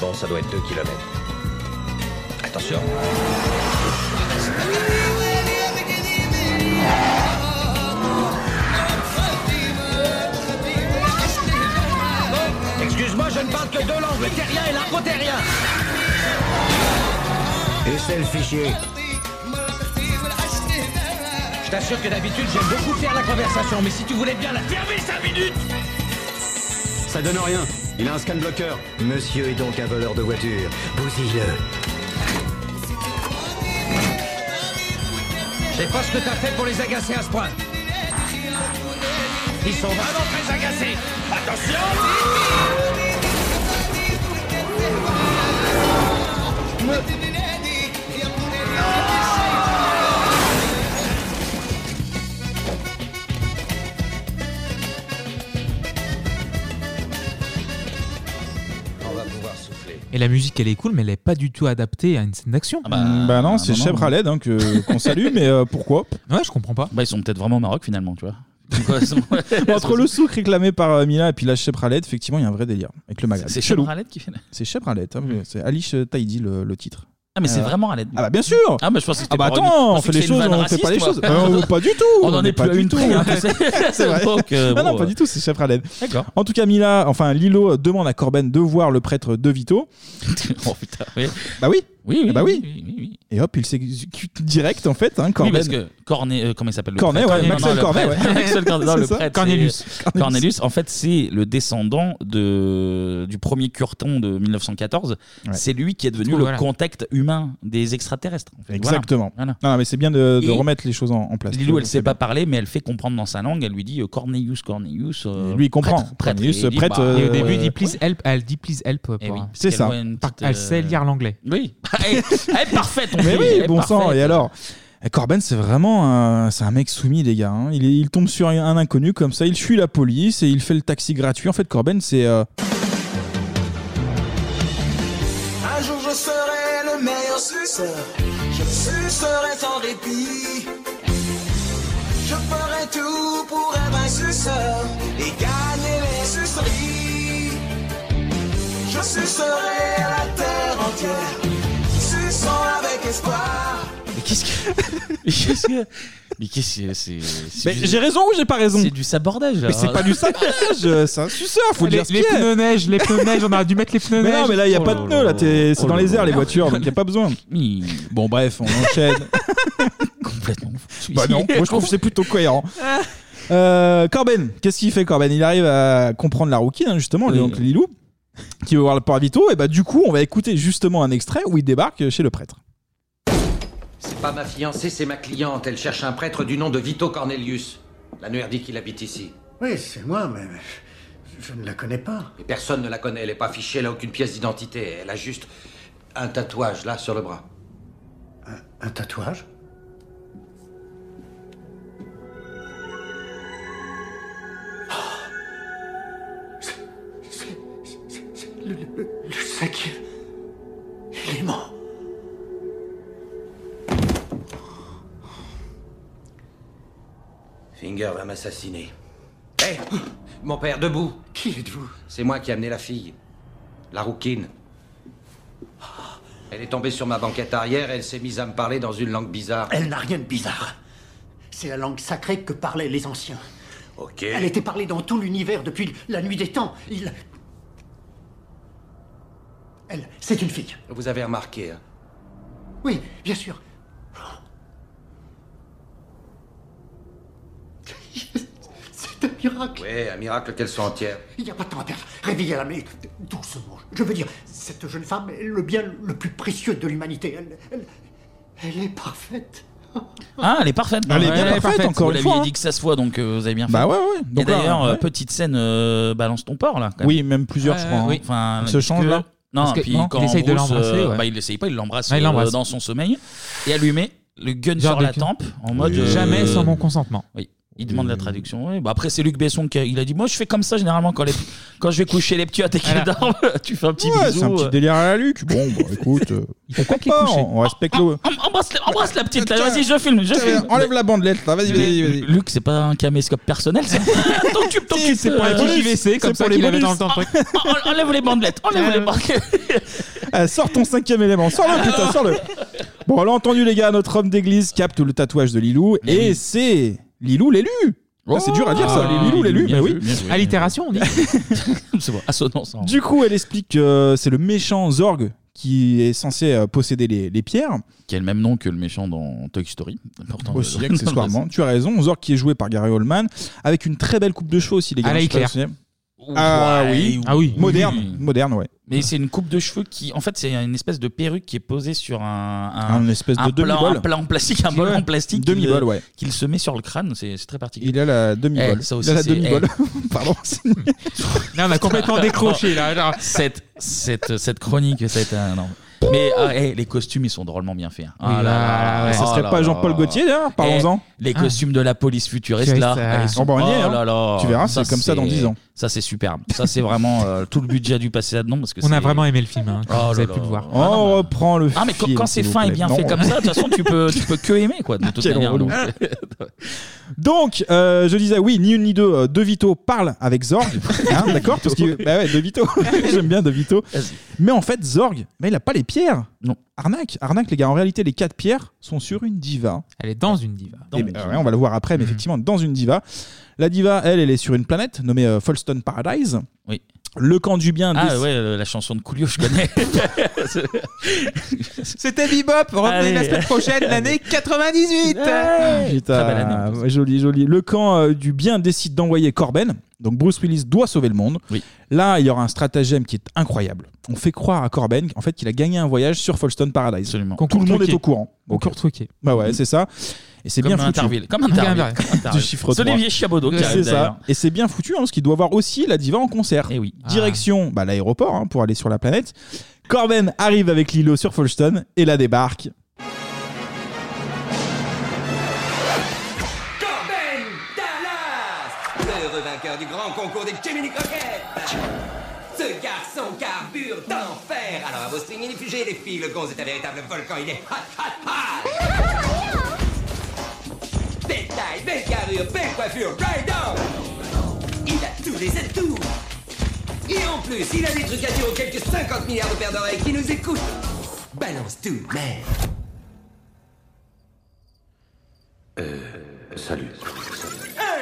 Speaker 11: Bon, ça doit être 2 kilomètres. Attention.
Speaker 4: Excuse-moi, je ne parle que deux langues, le terrien et l'arco-terrien.
Speaker 11: Et c'est le fichier.
Speaker 4: Je t'assure que d'habitude, j'aime beaucoup faire la conversation, mais si tu voulais bien la fermer 5 minutes
Speaker 27: Ça donne rien. Il a un scan bloqueur.
Speaker 16: Monsieur est donc un voleur de voiture. Bousille-le.
Speaker 4: Je sais pas ce que t'as fait pour les agacer à ce point. Ils sont vraiment très agacés. Attention
Speaker 11: On va pouvoir souffler.
Speaker 7: Et la musique, elle est cool, mais elle est pas du tout adaptée à une scène d'action.
Speaker 1: Ah
Speaker 8: Mm, Bah non, c'est Chèvre à l'aide hein, que- qu'on salue, mais euh, pourquoi
Speaker 7: Ouais, je comprends pas.
Speaker 1: Bah, ils sont peut-être vraiment au Maroc finalement, tu vois.
Speaker 8: Bon, Entre le souk réclamé par euh, Mila et puis la Chèvre à l'aide, effectivement, il y a un vrai délire avec le magasin.
Speaker 1: Ah, C'est
Speaker 8: Chelou.
Speaker 1: Chèvre à l'aide qui fait la-
Speaker 8: C'est Chèvre à l'aide, hein, c'est Alish Taïdi le, le titre.
Speaker 1: Ah, mais c'est
Speaker 8: Euh,
Speaker 1: vraiment à l'aide.
Speaker 8: Ah bah bien sûr
Speaker 1: Ah, bah je pense que
Speaker 8: Ah bah
Speaker 1: c'était pas
Speaker 8: attends, on
Speaker 1: une- je pensais
Speaker 8: fait
Speaker 1: que
Speaker 8: les
Speaker 1: c'est une
Speaker 8: choses,
Speaker 1: vanne
Speaker 8: on fait pas les
Speaker 1: raciste,
Speaker 8: choses.
Speaker 1: moi.
Speaker 8: Euh, pas du tout.
Speaker 1: On en est plus à
Speaker 8: du
Speaker 1: une
Speaker 8: tout.
Speaker 1: près, hein, tu sais.
Speaker 8: C'est vrai.
Speaker 1: Donc, euh,
Speaker 8: non, non,
Speaker 1: bon,
Speaker 8: pas
Speaker 1: euh,
Speaker 8: du tout, c'est Chef Raled.
Speaker 1: D'accord.
Speaker 8: En tout cas, Mila, enfin Lilo euh, demande à Corben de voir le prêtre De Vito.
Speaker 1: oh putain, oui.
Speaker 8: Bah oui.
Speaker 1: Oui, oui,
Speaker 8: Eh bah oui.
Speaker 1: oui, oui, oui.
Speaker 8: Et hop, il s'exécute direct en fait, hein, Corben.
Speaker 1: Oui, parce que Cornet, euh, comment il s'appelle le
Speaker 8: Cornet,
Speaker 1: prêtre
Speaker 8: ouais,
Speaker 1: Non,
Speaker 8: Maxwell
Speaker 1: non, le
Speaker 8: Cornet,
Speaker 1: prêtre.
Speaker 8: ouais.
Speaker 1: Maxwell Cornet, non,
Speaker 8: C'est
Speaker 1: le
Speaker 8: ça.
Speaker 1: prêtre,
Speaker 8: Cornelius.
Speaker 1: c'est- Cornelius, en fait, c'est le descendant de, du premier Curton de 1914.
Speaker 8: Ouais.
Speaker 1: C'est lui qui est devenu
Speaker 8: Cool,
Speaker 1: le
Speaker 8: voilà.
Speaker 1: contact humain des extraterrestres. en fait. Voilà.
Speaker 8: Exactement.
Speaker 1: Voilà.
Speaker 8: Non, non, mais c'est bien de, de
Speaker 1: Et
Speaker 8: remettre les choses en, en place.
Speaker 1: Lilou, elle
Speaker 8: C'est
Speaker 1: sait
Speaker 8: bien.
Speaker 1: pas parler, mais elle fait comprendre dans sa langue. Elle lui dit euh, Cornelius, Cornelius. euh,
Speaker 8: Et lui, il comprend.
Speaker 1: prêtre, prêtre.
Speaker 8: Cornelius,
Speaker 1: Et il dit,
Speaker 8: prêtre,
Speaker 1: bah,
Speaker 7: Et au début,
Speaker 1: euh,
Speaker 7: il dit please help. Elle dit please help. euh, pour-
Speaker 1: Eh oui, parce
Speaker 7: C'est
Speaker 1: qu'elle
Speaker 7: ça.
Speaker 1: voit une
Speaker 7: Par-
Speaker 1: petite,
Speaker 7: Elle sait
Speaker 1: euh,
Speaker 7: lire l'anglais.
Speaker 1: Oui. Ah, Elle elle est parfaite, on
Speaker 8: Mais
Speaker 1: dit, elle
Speaker 8: oui,
Speaker 1: est
Speaker 8: bon sang.
Speaker 1: parfaite.
Speaker 8: Et alors eh, Corben, c'est vraiment un, c'est un mec soumis, les gars. hein. Il, est- il tombe sur un inconnu comme ça, il fuit la police et il fait le taxi gratuit. En fait, Corben, c'est. euh,
Speaker 4: Un jour je serai le meilleur suceur. Je sucerai sans répit. Je ferai tout pour être un suceur et gagner les suceries. Je sucerai la terre entière, suçant avec espoir.
Speaker 1: Mais qu'est-ce que. Mais qu'est-ce que. Mais qu'est-ce que c'est. c'est
Speaker 8: Mais
Speaker 1: du-
Speaker 8: j'ai raison ou j'ai pas raison
Speaker 1: C'est du sabordage.
Speaker 8: Mais c'est pas du sacrilège, euh, c'est un suceur, faut
Speaker 7: les,
Speaker 8: dire ce
Speaker 7: les
Speaker 8: qu'il y a.
Speaker 7: pneus neige, les pneus neige, on aurait dû mettre les pneus
Speaker 8: Mais
Speaker 7: neige.
Speaker 8: non, mais là, il n'y a pas de pneus, là, t'es- c'est dans les airs, les voitures, donc il n'y a pas besoin. Bon, bref, on enchaîne.
Speaker 1: Complètement
Speaker 8: Bah non, moi je trouve que c'est plutôt cohérent. Euh, Corben, qu'est-ce qu'il fait, Corben Il arrive à comprendre la rouquine, hein, justement,
Speaker 1: Oui.
Speaker 8: donc Lilou, qui veut voir le port Vito, et bah du coup, on va écouter justement un extrait où il débarque chez le prêtre.
Speaker 27: C'est pas ma fiancée, c'est ma cliente. Elle cherche un prêtre du nom de Vito Cornelius. L'annuaire dit qu'il habite ici.
Speaker 5: Oui, c'est moi, mais je ne la connais pas.
Speaker 27: Mais personne ne la connaît, elle est pas fichée, elle a aucune pièce d'identité. Elle a juste un tatouage là sur le bras.
Speaker 5: Un tatouage Le, le, le sac. Il est mort.
Speaker 27: Finger va m'assassiner. Hé Eh, Mon père, debout Qui êtes-vous C'est moi qui ai amené la fille. La rouquine. Elle est tombée sur ma banquette arrière et elle s'est mise à me parler dans une langue bizarre.
Speaker 5: Elle n'a rien de bizarre. C'est la langue sacrée que parlaient les anciens.
Speaker 27: Ok.
Speaker 5: Elle était parlée dans tout l'univers depuis la nuit des temps. Il. Elle, c'est une fille.
Speaker 27: Vous avez remarqué, hein
Speaker 5: Oui, bien sûr.
Speaker 27: miracle. Oui, un miracle qu'elle soit entière.
Speaker 5: Il n'y a pas de temps à perdre. Réveillez-la, mais doucement. Je veux dire, cette jeune femme est le bien le plus précieux de l'humanité. Elle, elle, elle est parfaite. Euh,
Speaker 1: Ah, elle est parfaite.
Speaker 8: Elle est bien parfaite, encore
Speaker 1: Vous
Speaker 8: une
Speaker 1: l'aviez
Speaker 8: fois, hein.
Speaker 1: dit que 16 fois, donc euh, vous avez bien fait.
Speaker 8: Bah ouais, ouais.
Speaker 1: Et
Speaker 8: Donc là,
Speaker 1: d'ailleurs, euh,
Speaker 8: ouais.
Speaker 1: petite scène, euh, balance ton porc là. quand
Speaker 8: Oui, même plusieurs,
Speaker 1: Ouais,
Speaker 8: je crois, hein.
Speaker 1: oui. Enfin,
Speaker 8: Il se change,
Speaker 1: que-
Speaker 8: là
Speaker 1: Non,
Speaker 8: Parce que-
Speaker 1: puis
Speaker 8: non,
Speaker 1: quand
Speaker 8: il essaye de
Speaker 1: Bruce, euh,
Speaker 8: l'embrasser, ouais.
Speaker 1: bah, il l'essaye pas, il l'embrasse
Speaker 7: Ouais, il
Speaker 1: euh,
Speaker 7: l'embrasse.
Speaker 1: dans son sommeil et elle lui met le gun
Speaker 7: Genre
Speaker 1: sur la
Speaker 7: des-
Speaker 1: tempe en mode. euh,
Speaker 7: Jamais sans mon consentement.
Speaker 1: Oui. Il demande la traduction. oui. Bah, après, c'est Luc Besson qui a- il a dit Moi, je fais comme ça généralement quand, les, quand je vais coucher les petits et qu'ils
Speaker 8: Voilà.
Speaker 1: dorment. tu fais un petit
Speaker 8: Ouais,
Speaker 1: bisou.
Speaker 8: c'est un petit
Speaker 1: euh.
Speaker 8: délire à la Luc. Bon, bah écoute, euh, pourquoi pas, on, on respecte le.
Speaker 1: Em- Embrasse, la- embrasse la petite. là. Vas-y, je filme. Ah. Je
Speaker 8: Tiens,
Speaker 1: filme.
Speaker 8: Enlève la bandelette, là, vas-y, vas-y, vas-y.
Speaker 1: Luc, c'est pas un caméscope personnel, ça Tant que tu tant que tu-
Speaker 8: C'est pour les
Speaker 1: euh,
Speaker 8: bonus.
Speaker 1: JVC,
Speaker 8: C'est pour les
Speaker 1: qu'il avait
Speaker 8: bonus.
Speaker 1: En- en- Enlève ah, les bandelettes, enlève les bandelettes.
Speaker 8: Ah, sors ton cinquième élément,
Speaker 1: Ah.
Speaker 8: sors-le, putain, sors-le. Bon, on l'a entendu, les gars, notre homme d'église capte le tatouage de Lilou, et c'est Lilou l'élu. Ah,
Speaker 1: Oh.
Speaker 8: c'est dur à dire ça, Lilou l'élu, mais ben oui.
Speaker 7: Allitération, on dit.
Speaker 1: C'est bon, assonance. hein.
Speaker 8: Du coup, elle explique que c'est le méchant Zorg qui est censé euh, posséder les, les pierres.
Speaker 1: Qui a le même nom que le méchant dans Toy Story. Important de-
Speaker 8: Aussi, accessoirement. Tu as raison, Zorg qui est joué par Gary Oldman, avec une très belle coupe de cheveux aussi, les gars.
Speaker 1: À la
Speaker 8: je sais pas
Speaker 1: Hitler.
Speaker 8: si vous vous souvenez. Ah
Speaker 1: Ouais,
Speaker 8: oui.
Speaker 1: Ah oui.
Speaker 8: Moderne,
Speaker 1: Oui.
Speaker 8: moderne, ouais.
Speaker 1: Mais c'est une coupe de cheveux qui, en fait, c'est une espèce de perruque qui est posée sur un,
Speaker 8: Un espèce de
Speaker 1: un
Speaker 8: demi-bol.
Speaker 1: plan, un plan en plastique, un bol
Speaker 8: Ouais.
Speaker 1: en plastique,
Speaker 8: Demi-bol,
Speaker 1: qu'il-
Speaker 8: ouais.
Speaker 1: qu'il se met sur le crâne. C'est c'est très particulier.
Speaker 8: Il a la demi-bol.
Speaker 1: Eh, ça
Speaker 8: il a la
Speaker 1: aussi, c'est- eh.
Speaker 8: demi-bol. Pardon. c'est-
Speaker 7: Là, on a complètement décroché, là, là.
Speaker 1: Cette, cette, cette chronique, ça a été un. non. Mais ah, eh, les costumes, ils sont drôlement bien faits. hein.
Speaker 8: Oui, ah, ouais. Ça serait pas Jean-Paul Gaultier, d'ailleurs Parlons-en.
Speaker 1: Eh, Les
Speaker 8: Ah.
Speaker 1: costumes de la police futuriste,
Speaker 8: Futuriste,
Speaker 1: là.
Speaker 7: euh,
Speaker 8: ah.
Speaker 1: elles sont-
Speaker 8: Oh, bah, on y est, hein.
Speaker 1: là là.
Speaker 8: Tu verras, c'est comme ça dans
Speaker 1: c'est-
Speaker 8: 10 ans.
Speaker 1: Ça, c'est superbe. Ça, c'est vraiment euh, tout le budget a dû passer là-dedans. parce que
Speaker 7: On a
Speaker 1: c'est-
Speaker 7: vraiment aimé le film, hein, comme
Speaker 1: Oh
Speaker 7: vous
Speaker 1: là
Speaker 7: avez pu
Speaker 1: là.
Speaker 7: le voir.
Speaker 8: On reprend le
Speaker 1: Ah mais quand,
Speaker 8: film,
Speaker 1: quand c'est
Speaker 8: s'il vous
Speaker 1: fin et
Speaker 8: plaît.
Speaker 1: bien
Speaker 8: Non.
Speaker 1: fait comme ça, de toute façon tu peux, tu peux que aimer quoi. De toute
Speaker 8: Quel
Speaker 1: manière,
Speaker 8: relou.
Speaker 1: donc.
Speaker 8: Donc, euh, je disais, oui, ni une ni deux, euh, De Vito parle avec Zorg. Hein, D'accord Parce que, bah ouais, De Vito. J'aime bien De Vito. Mais en fait, Zorg, mais il a pas les pierres.
Speaker 1: Non.
Speaker 8: Arnaque, arnaque, les gars. En réalité, les quatre pierres sont sur une diva.
Speaker 7: Elle est dans une diva.
Speaker 8: Eh ben, ouais, on va le voir après, mais
Speaker 1: Mhm.
Speaker 8: effectivement, dans une diva. La diva, elle, elle est sur une planète nommée euh, Folston Paradise.
Speaker 1: Oui.
Speaker 8: Le camp du bien.
Speaker 1: Ah
Speaker 8: déc-
Speaker 1: ouais, euh, la chanson de Coolio, je connais.
Speaker 7: C'était Bebop, revenez
Speaker 8: Allez.
Speaker 7: la semaine prochaine, l'année 98
Speaker 8: Putain,
Speaker 7: Très belle année, en
Speaker 8: ouais, joli, joli. Le camp euh, du bien décide d'envoyer Corben. Donc Bruce Willis doit sauver le monde. Là, il y aura un stratagème qui est incroyable. On fait croire à Corben en fait qu'il a gagné un voyage sur Folston Paradise. Tout le monde est au courant.
Speaker 7: Concours truqué.
Speaker 8: Bah ouais, c'est ça. Et c'est
Speaker 1: Mmh. Comme
Speaker 8: bien
Speaker 1: un
Speaker 8: foutu.
Speaker 1: Interville, comme un Interville,
Speaker 8: Comme un
Speaker 1: comme un Interville.
Speaker 8: Du chiffre
Speaker 1: C'est
Speaker 8: 3.
Speaker 1: Olivier Chiabodo qui arrive
Speaker 8: C'est
Speaker 1: d'ailleurs.
Speaker 8: ça. Et c'est bien foutu, hein, parce qu'il doit voir aussi la diva en concert.
Speaker 1: Et oui. Ah.
Speaker 8: Direction bah, l'aéroport hein, pour aller sur la planète. Corben arrive avec Lilo sur Folston et la débarque.
Speaker 19: Corben Dallas, l'heureux vainqueur du grand concours des Gemini Croquettes. Ce garçon carbure d'enfer. Alors à vos strings, il est figé, les filles, le gonze est un véritable volcan, il est hot, hot, hot. Belle taille, belle carrure, belle coiffure, right on. Il a tous les atouts. Et en plus, il a des trucs à dire aux quelques 50 milliards de paires d'oreilles qui nous écoutent. Balance tout, mais...
Speaker 5: Euh, salut.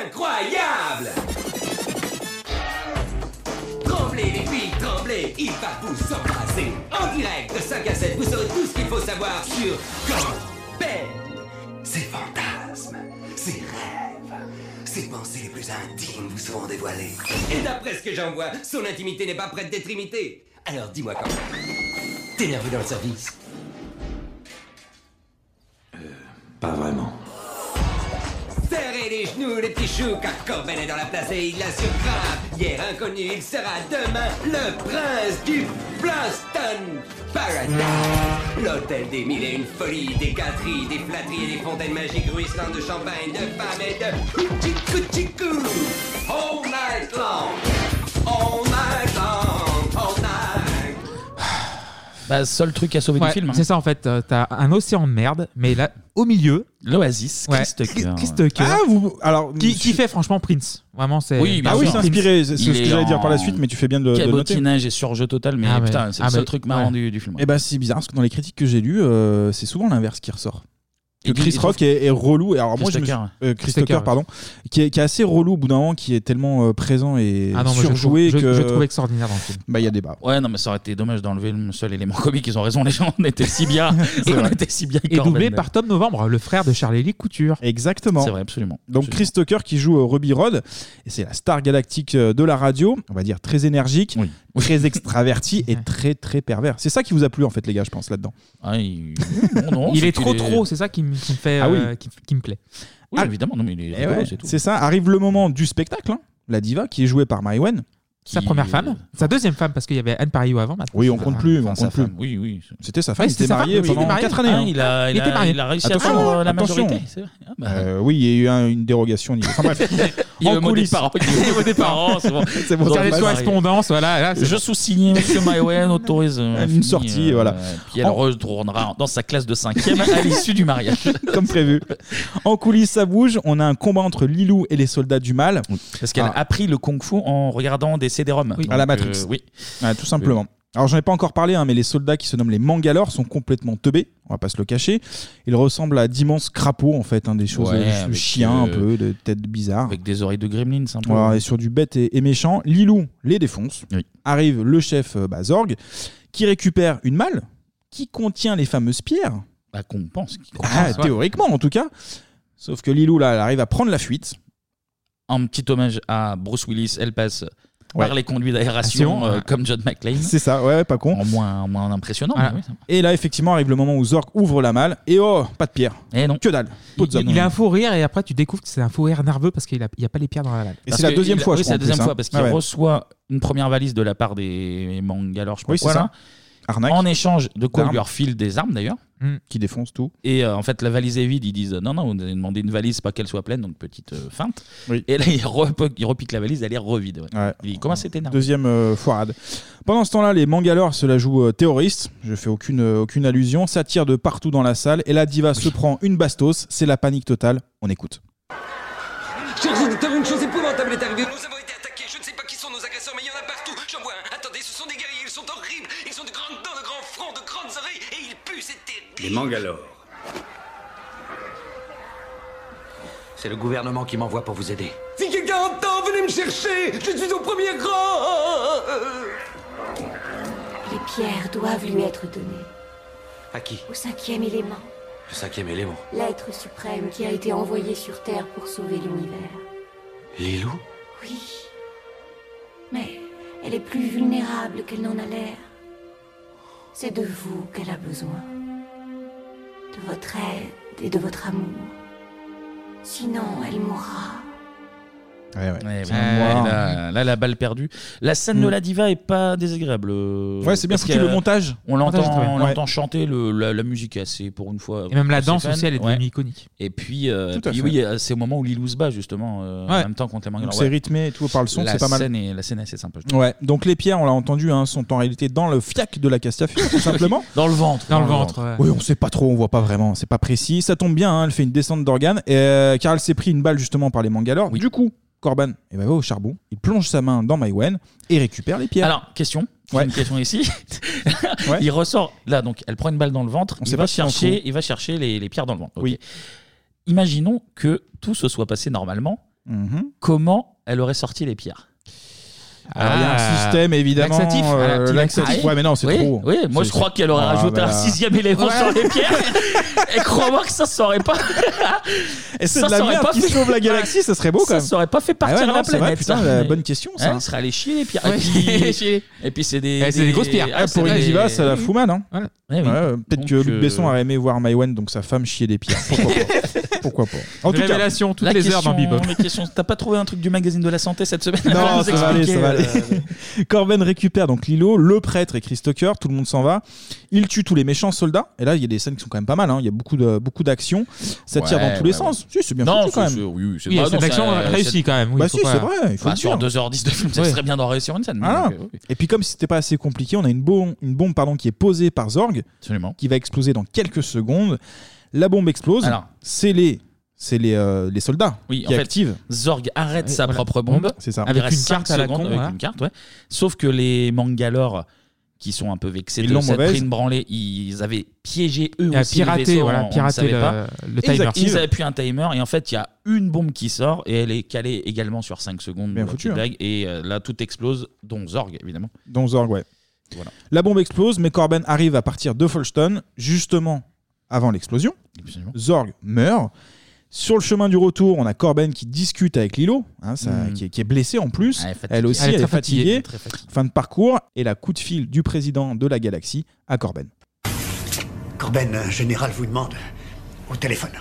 Speaker 19: Incroyable Tremblez les filles, tremblez, il va vous embrasser En direct de 5 à 7, vous saurez tout ce qu'il faut savoir sur Corben Ses fantasmes, ses rêves, ses pensées les plus intimes vous seront dévoilées Et d'après ce que j'en vois, son intimité n'est pas prête d'être imitée Alors dis-moi quand T'es nerveux dans le service
Speaker 5: Pas vraiment.
Speaker 19: Serrez les genoux, les petits choux, car Corben est dans la place et il la surgrave. Hier inconnu, il sera demain le prince du Blaston Paradise. L'hôtel des mille et une folies, des gâteries, des flatteries et des fontaines magiques ruisselantes de champagne, de femmes et de chikou All night long, all night long, all night.
Speaker 1: Bah, seul truc à sauver du
Speaker 7: Ouais,
Speaker 1: film. hein.
Speaker 7: C'est ça en fait, euh, t'as un océan de merde, mais là, au milieu.
Speaker 1: L'Oasis, Chris Tucker.
Speaker 7: Chris Tucker.
Speaker 1: Ah,
Speaker 8: vous, alors,
Speaker 7: qui, qui fait franchement Prince. Vraiment, c'est.
Speaker 1: Oui, bien
Speaker 8: ah oui,
Speaker 1: sûr.
Speaker 8: c'est inspiré, c'est ce
Speaker 1: Il
Speaker 8: que
Speaker 1: est
Speaker 8: j'allais dire par la
Speaker 1: en
Speaker 8: suite, mais tu fais bien de le- de le noter.
Speaker 1: Cabotinage et surjeu total, mais
Speaker 7: Ah ouais.
Speaker 1: putain, c'est
Speaker 7: Ah
Speaker 1: le seul
Speaker 7: mais-
Speaker 1: truc marrant
Speaker 8: Eh
Speaker 7: ouais.
Speaker 8: ben,
Speaker 1: du, du film.
Speaker 8: Et bah c'est bizarre parce que dans les critiques que j'ai lues, euh, c'est souvent l'inverse qui ressort. que Chris Rock est, est relou. Et alors moi,
Speaker 1: Chris
Speaker 8: je me suis-
Speaker 1: Tucker.
Speaker 8: euh, Chris
Speaker 1: Chris
Speaker 8: Tucker,
Speaker 1: Tucker,
Speaker 8: pardon, qui est, qui est assez relou au bout d'un moment, qui est tellement euh, présent et
Speaker 1: Ah non, moi, je le
Speaker 8: surjoué
Speaker 1: trouve- je-
Speaker 8: que
Speaker 1: je le trouve extraordinaire dans le film.
Speaker 8: Bah il y a des bas.
Speaker 1: Ouais, non, mais ça aurait été dommage d'enlever le seul élément comique. Ils ont raison, les gens. On était si bien.
Speaker 8: C'est
Speaker 1: on
Speaker 8: vrai.
Speaker 1: était si bien.
Speaker 8: Et doublé
Speaker 1: Corben.
Speaker 8: par
Speaker 7: Tom Novembre, le frère de Charlie Lee Couture.
Speaker 8: Exactement.
Speaker 1: C'est vrai, absolument.
Speaker 8: Donc Chris Tucker qui joue euh, Ruby Rod, et c'est la star galactique euh, de la radio, on va dire très énergique, très extraverti et très très pervers. C'est ça qui vous a plu en fait les gars, je pense là-dedans.
Speaker 1: Ah, il... non, non,
Speaker 7: il
Speaker 1: c'est
Speaker 7: est
Speaker 1: qu'il
Speaker 7: trop trop, c'est ça qui me qui me fait,
Speaker 8: Ah oui.
Speaker 7: euh, qui, qui me plaît.
Speaker 1: Oui, évidemment, non, mais il est
Speaker 8: Eh
Speaker 1: rigolo,
Speaker 8: ouais,
Speaker 1: c'est tout.
Speaker 8: c'est ça, arrive le moment du spectacle, hein. la diva qui est jouée par Maïwen.
Speaker 7: Sa première femme, sa deuxième femme, parce qu'il y avait Anne Pario avant. maintenant.
Speaker 8: Oui, on compte plus, on compte plus.
Speaker 1: Oui, oui.
Speaker 8: C'était sa femme,
Speaker 7: Ouais,
Speaker 8: il
Speaker 7: c'était
Speaker 8: était
Speaker 7: sa
Speaker 8: marié
Speaker 7: femme, oui, il était
Speaker 8: pendant
Speaker 7: marié.
Speaker 8: 4 années.
Speaker 7: Ah,
Speaker 8: hein.
Speaker 7: il a- Il il a- était marié. il a réussi à prendre, euh, la
Speaker 8: attention.
Speaker 7: majorité, c'est vrai. Ah, bah.
Speaker 8: Euh, oui, il y a eu un- une dérogation. au niveau- Enfin bref,
Speaker 1: Il y a
Speaker 8: en
Speaker 1: le mot des
Speaker 8: coulisses.
Speaker 1: parents. Il y a le mot des parents. C'est bon.
Speaker 8: C'est bon,
Speaker 1: Dans
Speaker 8: ça
Speaker 1: les
Speaker 8: passe.
Speaker 1: correspondances,
Speaker 7: voilà.
Speaker 1: je sous-signe, monsieur Maïwen autorise euh, la
Speaker 8: Une
Speaker 1: fille,
Speaker 8: sortie, voilà.
Speaker 1: Puis elle
Speaker 8: En-
Speaker 1: retournera dans sa classe de 5ème à l'issue du mariage.
Speaker 8: comme prévu. En coulisses, ça bouge. On a un combat entre Lilou et les soldats du mal. Ah.
Speaker 1: Parce qu'elle a appris le kung-fu en regardant des CD-ROM.
Speaker 8: à la
Speaker 1: Donc,
Speaker 8: Matrix.
Speaker 1: euh, oui.
Speaker 8: Ouais, tout simplement. Alors j'en ai pas encore parlé, hein, mais les soldats qui se nomment les Mangalore sont complètement teubés, on va pas se le cacher. Ils ressemblent à d'immenses crapauds en fait, hein, des choses
Speaker 1: Ouais,
Speaker 8: de
Speaker 1: avec,
Speaker 8: chiens un
Speaker 1: euh,
Speaker 8: peu, de têtes bizarres.
Speaker 1: Avec des oreilles de gremlins, un peu.
Speaker 8: Voilà, on est sur du bête et, et méchant. Lilou les défonce. Arrive le chef euh, bah, Zorg, qui récupère une malle qui contient les fameuses pierres.
Speaker 1: Bah, qu'on pense.
Speaker 8: Ah,
Speaker 1: ouais.
Speaker 8: Théoriquement en tout cas. Sauf que Lilou là, elle arrive à prendre la fuite.
Speaker 1: Un petit hommage à Bruce Willis, elle passe
Speaker 8: Ouais.
Speaker 1: par les conduits d'aération,
Speaker 8: Action,
Speaker 1: euh,
Speaker 8: ouais.
Speaker 1: comme John McClane.
Speaker 8: C'est ça, ouais, ouais, pas con.
Speaker 1: En moins, en moins impressionnant.
Speaker 8: Ah.
Speaker 1: mais oui, ça-
Speaker 8: Et là, effectivement, arrive le moment où Zork ouvre la malle. Et oh, pas de pierre.
Speaker 1: Et non.
Speaker 8: Que dalle. Pot de
Speaker 7: Il,
Speaker 8: Zork.
Speaker 7: il a un faux rire et après tu découvres que c'est un faux rire nerveux parce qu'il n'y a pas les pierres dans la lame.
Speaker 8: Et c'est la
Speaker 1: que
Speaker 8: deuxième
Speaker 1: il-
Speaker 8: fois,
Speaker 1: oui,
Speaker 8: je
Speaker 1: c'est
Speaker 8: crois,
Speaker 1: la
Speaker 8: en
Speaker 1: deuxième
Speaker 8: plus,
Speaker 1: fois
Speaker 8: hein.
Speaker 1: parce qu'il
Speaker 8: Ah ouais.
Speaker 1: reçoit une première valise de la part des Mangalore, je crois.
Speaker 8: Oui, c'est ça.
Speaker 1: En échange de quoi
Speaker 8: D'armes. Mm.
Speaker 1: il leur file des armes d'ailleurs.
Speaker 8: Qui défonce tout.
Speaker 1: Et euh, en fait, la valise est vide. Ils disent non, non, on a demandé une valise, pas qu'elle soit pleine, donc petite euh, feinte. Et là, il, repo- il repique la valise, elle est revide. ouais.
Speaker 8: Ouais.
Speaker 1: Il dit comment c'était énervé.
Speaker 8: Deuxième euh, foirade. Pendant ce temps-là, les Mangalore se la jouent euh, terroriste. Je fais aucune, euh, aucune allusion. Ça tire de partout dans la salle. Et la diva se prend une bastos. C'est la panique totale. On écoute.
Speaker 10: Chers auditeurs, une chose épouvantable est arrivée. Nous avons été attaqués. Je ne sais pas qui sont nos agresseurs, mais il y en a partout. J'en vois un. Attendez, ce sont des guerriers. Ils sont horribles. Ils ont de grandes dents, de grands fronts, de grandes oreilles. Et ils puent. C'est terrible.
Speaker 14: Les Mangalore.
Speaker 27: C'est le gouvernement qui m'envoie pour vous aider.
Speaker 10: Si quelqu'un entend, venez me chercher. Je suis au premier rang.
Speaker 9: Les pierres doivent lui être données
Speaker 27: À qui
Speaker 9: au cinquième élément,
Speaker 27: Le cinquième élément.
Speaker 9: l'être suprême qui a été envoyé sur Terre pour sauver l'univers.
Speaker 27: Lilou
Speaker 9: Oui, mais elle est plus vulnérable qu'elle n'en a l'air. C'est de vous qu'elle a besoin, de votre aide et de votre amour. Sinon, elle mourra.
Speaker 1: Ouais,
Speaker 8: C'est
Speaker 1: ouais,
Speaker 8: un mois.
Speaker 1: Eh ben, là, là, la balle perdue. La scène
Speaker 8: Mm.
Speaker 1: de la diva est pas désagréable. euh,
Speaker 8: Ouais, c'est bien
Speaker 1: parce
Speaker 8: foutu,
Speaker 1: que,
Speaker 8: le
Speaker 1: euh,
Speaker 8: montage.
Speaker 1: On
Speaker 8: Montage est très
Speaker 1: l'entend,
Speaker 8: bien.
Speaker 1: on
Speaker 8: Ouais.
Speaker 1: l'entend chanter. le- la, la musique est assez pour une fois.
Speaker 7: Et même la
Speaker 1: assez
Speaker 7: danse
Speaker 1: fun.
Speaker 7: aussi, elle est devenue iconique.
Speaker 1: Et puis, euh,
Speaker 7: Tout à
Speaker 1: puis
Speaker 7: fait.
Speaker 1: oui, euh, c'est au moment où Lilou se bat justement euh,
Speaker 7: Ouais.
Speaker 1: en même temps contre les mangas.
Speaker 8: Donc c'est rythmé et tout par le son,
Speaker 1: La
Speaker 8: c'est pas mal.
Speaker 1: scène est- la scène est assez sympa. je trouve.
Speaker 8: Ouais, donc les pierres, on l'a entendu, hein, sont en réalité dans le fiac de la Castafiore, tout simplement.
Speaker 1: Dans le ventre.
Speaker 7: Dans le ventre, ouais.
Speaker 8: Oui, on sait pas trop, on voit pas vraiment, c'est pas précis. Ça tombe bien, hein, elle fait une descente d'organes, et, euh, car elle s'est pris une balle justement par les Mangalore. Du coup, Corban, eh ben, va au charbon, il plonge sa main dans Maïwen et récupère les pierres.
Speaker 1: Alors, question. J'ai Une question ici. Il ressort là, donc elle prend une balle dans le ventre.
Speaker 8: On
Speaker 1: il,
Speaker 8: sait
Speaker 1: va
Speaker 8: pas si c'est un
Speaker 1: chercher,
Speaker 8: coup.
Speaker 1: il va chercher les, les pierres dans le ventre. Oui. Imaginons que tout se soit passé normalement.
Speaker 8: Mhm.
Speaker 1: Comment elle aurait sorti les pierres
Speaker 8: Alors, Ah, il y a un système, évidemment,
Speaker 1: Ah. Laxatif,
Speaker 8: euh,
Speaker 1: voilà, petit
Speaker 8: laxatif. Ouais, mais non, c'est
Speaker 1: Oui,
Speaker 8: trop.
Speaker 1: Oui, moi
Speaker 8: C'est-
Speaker 1: je crois qu'elle aurait
Speaker 8: Ah,
Speaker 1: rajouté
Speaker 8: bah.
Speaker 1: un sixième élément
Speaker 8: Ouais.
Speaker 1: sur les pierres. Et crois-moi que ça s'aurait pas.
Speaker 8: Et c'est
Speaker 1: ça
Speaker 8: de la
Speaker 1: s'aurait
Speaker 8: merde
Speaker 1: pas
Speaker 8: qui
Speaker 1: fait-
Speaker 8: sauve la galaxie, ça serait beau quand
Speaker 1: Ça
Speaker 8: même.
Speaker 1: s'aurait pas fait partir
Speaker 8: Ah ouais, non,
Speaker 1: la
Speaker 8: c'est vrai,
Speaker 1: planète.
Speaker 8: putain,
Speaker 1: ça.
Speaker 8: la bonne question, ça.
Speaker 1: Hein, serait allé chier les pierres.
Speaker 7: Ouais.
Speaker 1: Et puis,
Speaker 7: Chier.
Speaker 1: et puis c'est des,
Speaker 7: Eh, c'est des grosses pierres.
Speaker 1: Ah,
Speaker 8: Ah, pour
Speaker 1: c'est
Speaker 8: une
Speaker 1: des-
Speaker 8: diva, ça la fout mal. Hein.
Speaker 1: Voilà.
Speaker 8: Ouais,
Speaker 1: Eh oui.
Speaker 8: ouais, Peut-être
Speaker 1: Donc,
Speaker 8: que Luc
Speaker 1: euh,
Speaker 8: Besson aurait aimé voir Maïwen, donc sa femme chier les pierres. Pourquoi pas Pourquoi pas En tout cas,
Speaker 1: La question- les questions- T'as pas trouvé un truc du magazine de la santé cette semaine Va
Speaker 8: Non,
Speaker 1: nous
Speaker 8: ça va aller, ça
Speaker 1: expliquer,
Speaker 8: va aller.
Speaker 1: euh,
Speaker 8: Corben récupère donc Lilo, le prêtre et Chris Tucker, tout le monde s'en va. Il tue tous les méchants soldats. Et là, il y a des scènes qui sont quand même pas mal. hein. Il y a beaucoup de beaucoup d'actions. Ça tire
Speaker 1: Ouais,
Speaker 8: dans tous les
Speaker 1: ouais,
Speaker 8: sens.
Speaker 1: ouais.
Speaker 8: Si, c'est bien
Speaker 1: Non,
Speaker 8: foutu quand
Speaker 1: c'est-
Speaker 8: même.
Speaker 1: c'est- oui, oui, c'est- bah non, ça- c'est-
Speaker 8: bah si, c'est vrai. Il faut
Speaker 1: Bah,
Speaker 8: le
Speaker 1: sur
Speaker 8: dire. Ah.
Speaker 1: 2h10 de film, ça
Speaker 8: Ouais.
Speaker 1: serait bien d'en réussir une scène. mais
Speaker 8: Voilà.
Speaker 1: donc, euh, oui.
Speaker 8: Et puis comme c'était pas assez compliqué, on a une bombe, une bombe pardon, qui est posée par Zorg, qui va exploser dans quelques secondes. La bombe explose.
Speaker 1: Alors.
Speaker 8: c'est les, c'est les, euh, les soldats
Speaker 1: Oui, en
Speaker 8: qui
Speaker 1: fait,
Speaker 8: activent.
Speaker 1: Zorg arrête
Speaker 8: Ouais,
Speaker 1: sa
Speaker 8: voilà.
Speaker 1: propre bombe.
Speaker 8: C'est ça.
Speaker 1: Il
Speaker 8: Avec
Speaker 1: reste
Speaker 8: une
Speaker 1: cinq
Speaker 8: carte à la hein.
Speaker 1: secondes
Speaker 8: con,
Speaker 1: Avec
Speaker 8: voilà.
Speaker 1: une carte, ouais. Sauf que les Mangalore qui sont un peu vexés
Speaker 8: Ils
Speaker 1: de
Speaker 8: l'ont
Speaker 1: cette
Speaker 8: mauvaise.
Speaker 1: prime branlée. Ils avaient piégé eux
Speaker 7: Ah,
Speaker 1: aussi le
Speaker 7: piraté,
Speaker 1: vaisseau,
Speaker 7: voilà,
Speaker 1: on- on ne
Speaker 7: piraté
Speaker 1: savait
Speaker 7: le-
Speaker 1: pas.
Speaker 7: le timer.
Speaker 1: Exact. Ils avaient pu un timer et en fait, il y a une bombe qui sort et elle est calée également sur 5 secondes.
Speaker 8: Bien
Speaker 1: la
Speaker 8: foutu,
Speaker 1: petite
Speaker 8: hein.
Speaker 1: blague. Et euh, là, tout explose, dont Zorg, évidemment.
Speaker 8: Dans Zorg, ouais. La bombe explose, mais Corben arrive à partir de Folston, justement avant l'explosion. Zorg meurt. Sur le chemin du retour, on a Corben qui discute avec Lilo, hein, ça-
Speaker 1: Mhm.
Speaker 8: qui, est, qui est blessée en plus.
Speaker 1: Elle est
Speaker 8: Elle,
Speaker 1: fatiguée.
Speaker 8: aussi,
Speaker 1: Elle est
Speaker 8: elle est
Speaker 1: très fatiguée.
Speaker 8: fatiguée.
Speaker 1: Très fatiguée.
Speaker 8: Fin de parcours et la coup de fil du président de la galaxie à Corben.
Speaker 5: Corben, un général vous demande au téléphone.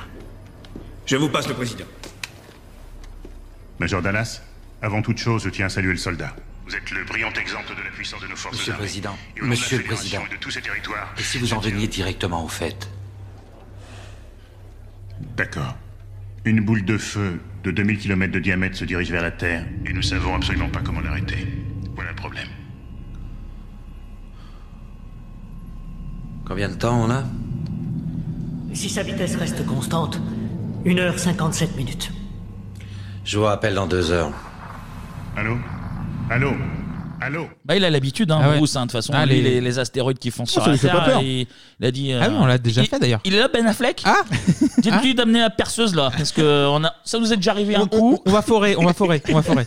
Speaker 11: Je vous passe le président.
Speaker 15: Major Dallas, avant toute chose, je tiens à saluer le soldat. Vous êtes le brillant exemple de la puissance de nos forces
Speaker 27: Monsieur le
Speaker 15: armées.
Speaker 27: Président,
Speaker 15: Et au nom de la
Speaker 27: Monsieur le
Speaker 15: Fédération
Speaker 27: Président,
Speaker 15: et de tous ces territoires.
Speaker 27: et si vous en veniez directement au fait
Speaker 15: D'accord. Une boule de feu de 2000 km de diamètre se dirige vers la Terre et nous savons absolument pas comment l'arrêter. Voilà le problème.
Speaker 27: Combien de temps on a
Speaker 12: Si sa vitesse reste constante, 1h57 minutes.
Speaker 27: Je vous rappelle dans deux heures.
Speaker 15: Allô Allô Allô
Speaker 1: Bah, il a l'habitude, hein,
Speaker 7: Ah ouais.
Speaker 1: Bruce, hein, de toute façon.
Speaker 7: Ah,
Speaker 1: lui,
Speaker 7: les-
Speaker 1: les... les astéroïdes qui font sur
Speaker 7: ça
Speaker 1: la
Speaker 7: lui fait pas
Speaker 1: Terre,
Speaker 7: peur.
Speaker 1: il, il a dit.
Speaker 7: Ah oui, on l'a déjà
Speaker 1: il-
Speaker 7: fait, d'ailleurs.
Speaker 1: Il est là, Ben Affleck. Ah Dites-lui d'amener la perceuse, là, parce que on a... ça nous est déjà arrivé un coup.
Speaker 7: On va forer, on va forer, on va forer.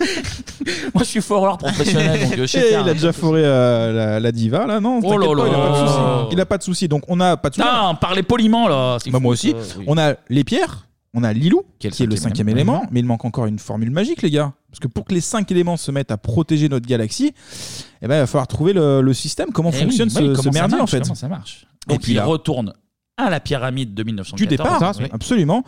Speaker 1: Moi, je suis foreur professionnel, donc je sais
Speaker 8: Et
Speaker 1: faire,
Speaker 8: il a
Speaker 1: hein.
Speaker 8: déjà foré euh, la, la diva, là, non
Speaker 1: Oh
Speaker 8: t'inquiète
Speaker 1: là
Speaker 8: pas, Il a pas de souci.
Speaker 1: là.
Speaker 8: Il a pas de souci, donc on a pas de souci.
Speaker 1: Non, parlez poliment, là. Euh,
Speaker 8: Bah, moi aussi. On a les pierres, on a Lilou, qui est le cinquième élément, mais il manque encore une formule magique, les gars. Parce que pour que les cinq éléments se mettent à protéger notre galaxie, eh ben, il va falloir trouver le, le système, comment
Speaker 1: Eh oui,
Speaker 8: fonctionne
Speaker 1: oui,
Speaker 8: ce,
Speaker 1: comment
Speaker 8: ce
Speaker 1: ça
Speaker 8: merdier,
Speaker 1: marche,
Speaker 8: en fait.
Speaker 1: comment ça marche.
Speaker 8: Et
Speaker 1: Donc,
Speaker 8: puis
Speaker 1: il
Speaker 8: là,
Speaker 1: retourne à la pyramide de 1914.
Speaker 8: du départ,
Speaker 1: Oui.
Speaker 8: absolument.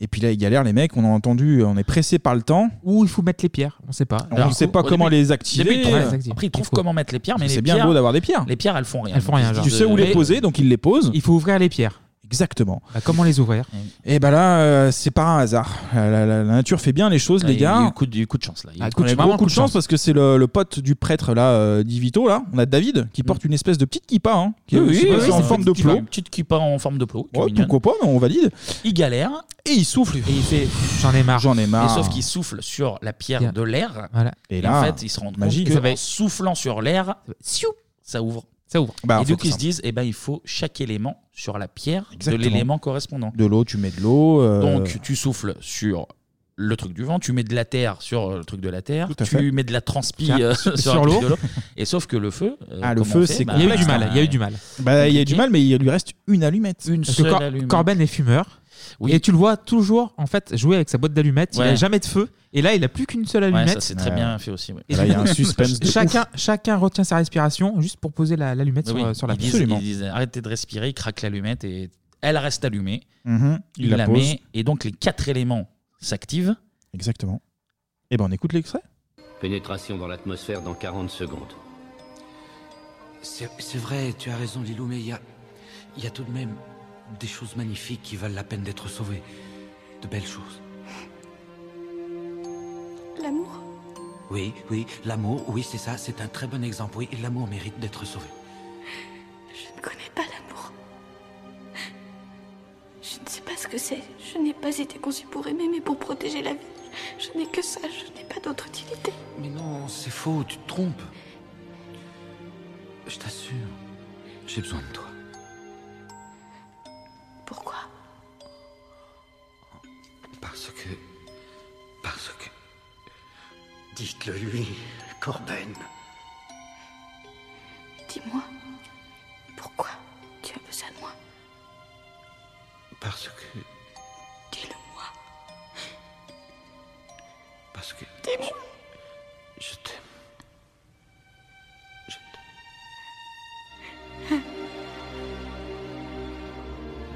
Speaker 8: Et puis là, ils galèrent, les mecs, on a entendu, on est pressé par le temps.
Speaker 7: Ou il faut mettre les pierres, on sait pas.
Speaker 8: on ne sait pas
Speaker 1: au
Speaker 8: comment
Speaker 1: début-
Speaker 8: les activer.
Speaker 1: début, ils trouvent-
Speaker 8: Ouais.
Speaker 1: Après, ils trouvent comment mettre les pierres, mais
Speaker 8: C'est
Speaker 1: les
Speaker 8: bien
Speaker 1: pierres-
Speaker 8: beau d'avoir des pierres.
Speaker 1: Les pierres, elles font rien.
Speaker 7: Elles font rien.
Speaker 8: Tu sais où les poser, donc il les pose.
Speaker 7: Il faut ouvrir les pierres.
Speaker 8: Exactement.
Speaker 1: Bah,
Speaker 7: comment les ouvrir
Speaker 8: Et ben là, euh, c'est par un hasard. La, la- la nature fait bien les choses,
Speaker 1: Ah,
Speaker 8: les
Speaker 1: il y a eu
Speaker 8: gars.
Speaker 1: coup de- coup de chance, là. Il y a eu
Speaker 8: Ah,
Speaker 1: coup de-
Speaker 8: on a eu
Speaker 1: vraiment
Speaker 8: beaucoup de chance, parce que c'est le, le pote du prêtre là, euh, d'Ivito là. On a David
Speaker 1: Mm.
Speaker 8: qui porte une espèce de petite kippa, hein, qui est aussi passée en forme de plot.
Speaker 1: Une petite kippa en forme de plot. qui est
Speaker 8: Ouais,
Speaker 1: mignonne.
Speaker 8: pourquoi pas, mais on valide.
Speaker 1: Il galère.
Speaker 8: Et il souffle. Et
Speaker 1: il fait.
Speaker 7: J'en ai marre.
Speaker 8: J'en ai
Speaker 1: Et
Speaker 8: marre.
Speaker 1: sauf qu'il souffle sur la pierre
Speaker 7: Bien.
Speaker 1: de l'air.
Speaker 7: Voilà.
Speaker 1: Et,
Speaker 8: Et là,
Speaker 1: en fait, ils se rendent
Speaker 8: magie.
Speaker 1: compte
Speaker 8: Ça
Speaker 1: qu'en
Speaker 8: va-
Speaker 1: soufflant sur l'air, ça ouvre.
Speaker 7: Ça ouvre.
Speaker 8: Bah, en
Speaker 1: et
Speaker 8: fait,
Speaker 1: donc, ils
Speaker 8: c'est
Speaker 1: se disent, eh ben, il faut chaque élément sur la pierre
Speaker 8: Exactement.
Speaker 1: de l'élément correspondant.
Speaker 8: De l'eau, tu mets de l'eau. euh,
Speaker 1: Donc, tu souffles sur le truc du vent, tu mets de la terre sur euh, le truc de la terre,
Speaker 8: Tout à
Speaker 1: tu
Speaker 8: fait.
Speaker 1: mets de la transpi
Speaker 8: Tiens,
Speaker 1: euh,
Speaker 8: sur-
Speaker 1: sur,
Speaker 8: sur l'eau.
Speaker 1: l'eau. Et sauf que le feu. euh,
Speaker 8: Ah, le
Speaker 1: comment
Speaker 8: feu,
Speaker 1: on fait
Speaker 8: c'est
Speaker 1: Bah,
Speaker 8: complexe, hein. Bah, il y a eu du
Speaker 1: compliqué.
Speaker 8: mal, mais il lui reste une allumette.
Speaker 1: Une
Speaker 7: Parce que Cor- Corben est fumeur. Et tu le vois toujours en fait jouer avec sa boîte d'allumettes. Il
Speaker 1: Ouais.
Speaker 7: a jamais de feu. Et là, il a plus qu'une seule allumette.
Speaker 1: Ouais, ça, c'est très bien fait aussi. ouais.
Speaker 7: chacun, chacun retient sa respiration juste pour poser la-
Speaker 8: Bah
Speaker 7: l'allumette
Speaker 1: Oui,
Speaker 7: sur, euh,
Speaker 1: oui.
Speaker 7: sur la
Speaker 1: ils
Speaker 7: pierre.
Speaker 1: disent, ils disent, arrêtez de respirer, il craque l'allumette et elle reste allumée.
Speaker 8: Mhm.
Speaker 1: il,
Speaker 8: Il la
Speaker 1: la,
Speaker 8: pose.
Speaker 1: met et donc les quatre éléments s'activent.
Speaker 8: Exactement. Et ben, on écoute l'extrait.
Speaker 14: Pénétration dans l'atmosphère dans 40 secondes.
Speaker 27: C'est c'est vrai, tu as raison, Lilou, mais il y a, il y a tout de même des choses magnifiques qui valent la peine d'être sauvées. De belles choses.
Speaker 9: L'amour
Speaker 27: Oui, oui, l'amour, oui, c'est ça, c'est un très bon exemple. Oui, l'amour mérite d'être sauvé.
Speaker 9: Je ne connais pas l'amour. Je ne sais pas ce que c'est. Je n'ai pas été conçue pour aimer, mais pour protéger la vie. Je n'ai que ça. Je n'ai pas d'autre utilité.
Speaker 27: Mais non, c'est faux, tu te trompes. Je t'assure, j'ai besoin de toi.
Speaker 9: Pourquoi
Speaker 27: Parce que. Parce que. Dites-le lui, Corben.
Speaker 9: Dis-moi. Pourquoi tu as besoin de moi
Speaker 27: Parce que.
Speaker 9: Dis-le-moi.
Speaker 27: Parce que.
Speaker 9: Dis-moi.
Speaker 27: Je t'aime.
Speaker 9: Hein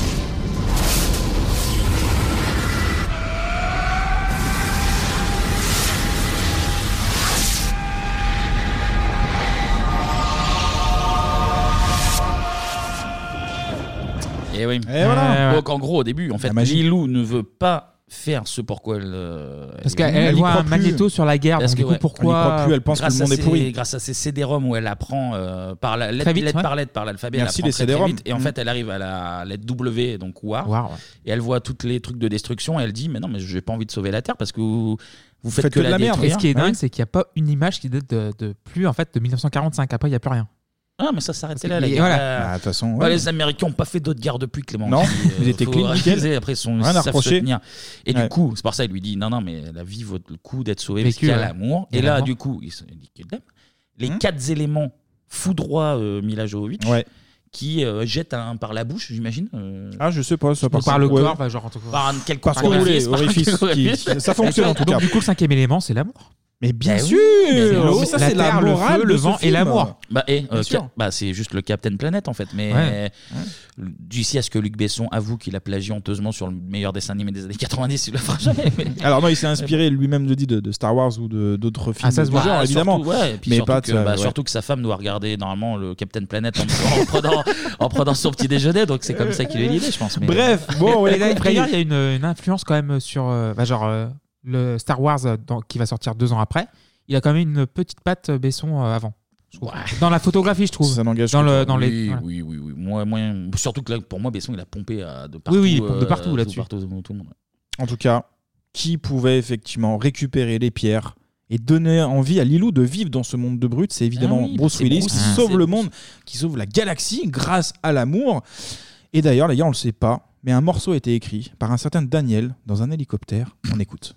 Speaker 8: voilà.
Speaker 7: Eh
Speaker 1: Donc en gros, au début, en fait, Lilou ne veut pas faire ce pourquoi elle. euh,
Speaker 7: Parce qu'elle- elle
Speaker 1: y
Speaker 7: voit
Speaker 1: croit
Speaker 7: un
Speaker 1: plus.
Speaker 7: magnéto sur la guerre, donc du coup, pourquoi- Elle y croit plus, elle pense que
Speaker 1: Grâce
Speaker 7: le monde
Speaker 1: à
Speaker 7: est
Speaker 1: ses-
Speaker 7: pourri.
Speaker 1: Grâce à ces CD-ROM où elle apprend euh, par la, lettre,
Speaker 7: Très vite,
Speaker 1: lettre
Speaker 7: ouais.
Speaker 1: par lettre par l'alphabet, elle
Speaker 7: Merci,
Speaker 1: apprend
Speaker 7: les
Speaker 1: très, très
Speaker 7: CD-ROM.
Speaker 1: vite. Et en
Speaker 7: Mm.
Speaker 1: fait, elle arrive à la lettre W, donc War.
Speaker 7: War, ouais.
Speaker 1: Et elle voit toutes les trucs de destruction et elle dit Mais non, mais j'ai pas envie de sauver la Terre parce que vous, vous faites, que, la,
Speaker 7: Et
Speaker 1: détruire.
Speaker 8: hein.
Speaker 7: ce qui
Speaker 8: Ah
Speaker 7: est dingue, c'est qu'il n'y a pas une image qui date de, de plus en fait de 1945. Après, il n'y a plus rien.
Speaker 1: Ah, mais ça s'arrêtait là.
Speaker 7: Et
Speaker 1: la guerre.
Speaker 7: voilà.
Speaker 1: Euh,
Speaker 7: Bah, de toute façon, ouais.
Speaker 1: bah, les Américains n'ont pas fait d'autres guerres depuis Clément.
Speaker 8: Non,
Speaker 1: Qui,
Speaker 8: ils étaient
Speaker 1: faut
Speaker 8: clean,
Speaker 1: réaliser,
Speaker 8: nickel.
Speaker 1: Après, ils sont,
Speaker 8: Rien
Speaker 1: ils
Speaker 8: à
Speaker 1: savent se
Speaker 8: reprocher.
Speaker 1: tenir. Et
Speaker 8: Ouais.
Speaker 1: du coup, c'est pour ça qu'il lui dit non, non, mais la vie vaut le coup d'être sauvée parce
Speaker 7: Vécu,
Speaker 1: qu'il y a
Speaker 7: ouais.
Speaker 1: l'amour.
Speaker 7: Il y
Speaker 1: Et
Speaker 7: a
Speaker 1: là,
Speaker 7: l'amour.
Speaker 1: du coup, ils sont- ils disent que damme. les
Speaker 8: Hmm.
Speaker 1: quatre éléments foudroient euh, Mila Jovovich. Qui euh, jettent un par la bouche, j'imagine. euh,
Speaker 8: Ah, je sais pas, ça
Speaker 1: Par
Speaker 8: contre,
Speaker 1: le
Speaker 8: ouais.
Speaker 1: corps, bah, genre, en tout cas. Par un- quelque
Speaker 8: Parce que
Speaker 1: orifice,
Speaker 8: les
Speaker 1: par un
Speaker 8: orifices
Speaker 1: quelque
Speaker 8: qui-
Speaker 1: orifice.
Speaker 8: Ça fonctionne en tout cas.
Speaker 7: Donc, du coup, le cinquième élément, c'est l'amour. Ben
Speaker 8: Mais Ben bien
Speaker 1: Eh oui,
Speaker 8: sûr
Speaker 1: mais c'est
Speaker 8: Mais
Speaker 1: l'eau,
Speaker 8: ça, c'est la
Speaker 1: terre,
Speaker 8: morale de
Speaker 1: le feu, le
Speaker 8: ce
Speaker 1: vent et
Speaker 8: film.
Speaker 1: l'amour. Bah, et,
Speaker 8: Bien sûr.
Speaker 1: bah c'est juste le Captain Planet en fait. Mais
Speaker 8: Ouais.
Speaker 1: euh, d'ici à ce que Luc Besson avoue qu'il a plagié honteusement sur le meilleur dessin animé des années 90, il le fera jamais. mais-
Speaker 8: Alors non, il s'est inspiré, lui-même le dit, de, de Star Wars ou de- d'autres
Speaker 7: Ah,
Speaker 8: films
Speaker 1: Bah,
Speaker 8: de ce genre,
Speaker 1: surtout,
Speaker 8: évidemment.
Speaker 1: ouais, et puis
Speaker 8: mais
Speaker 1: surtout,
Speaker 8: pas
Speaker 1: que,
Speaker 8: de ça,
Speaker 1: bah,
Speaker 8: ouais.
Speaker 1: surtout que sa femme doit regarder normalement le Captain Planet en, en prenant, en prenant son petit déjeuner, donc c'est comme ça qu'il est lié, je pense. mais- euh,
Speaker 7: Et d'ailleurs, d'ailleurs, il y a une, une influence quand même sur euh, bah, genre euh, le Star Wars euh, dans- qui va sortir deux ans après. Il a quand même une petite patte euh, Besson euh, avant. je trouve. Dans la photographie, je trouve. dans le, dans
Speaker 1: oui,
Speaker 7: les, voilà.
Speaker 1: oui, oui, oui. Moi, moi, surtout que là, pour moi, Besson, il a pompé euh, de partout.
Speaker 7: Oui, oui, il pompe de
Speaker 1: euh,
Speaker 7: partout là-dessus.
Speaker 1: partout, tout- tout le monde.
Speaker 8: En tout cas, qui pouvait effectivement récupérer les pierres et donner envie à Lilou de vivre dans ce monde de brutes, c'est évidemment
Speaker 1: Ah oui,
Speaker 8: Bruce
Speaker 1: c'est
Speaker 8: Willis
Speaker 1: Bruce,
Speaker 8: qui
Speaker 1: hein.
Speaker 8: sauve
Speaker 1: c'est
Speaker 8: le monde, qui sauve la galaxie grâce à l'amour. Et d'ailleurs, les gars, on le sait pas, mais un morceau a été écrit par un certain Daniel dans un hélicoptère. On écoute.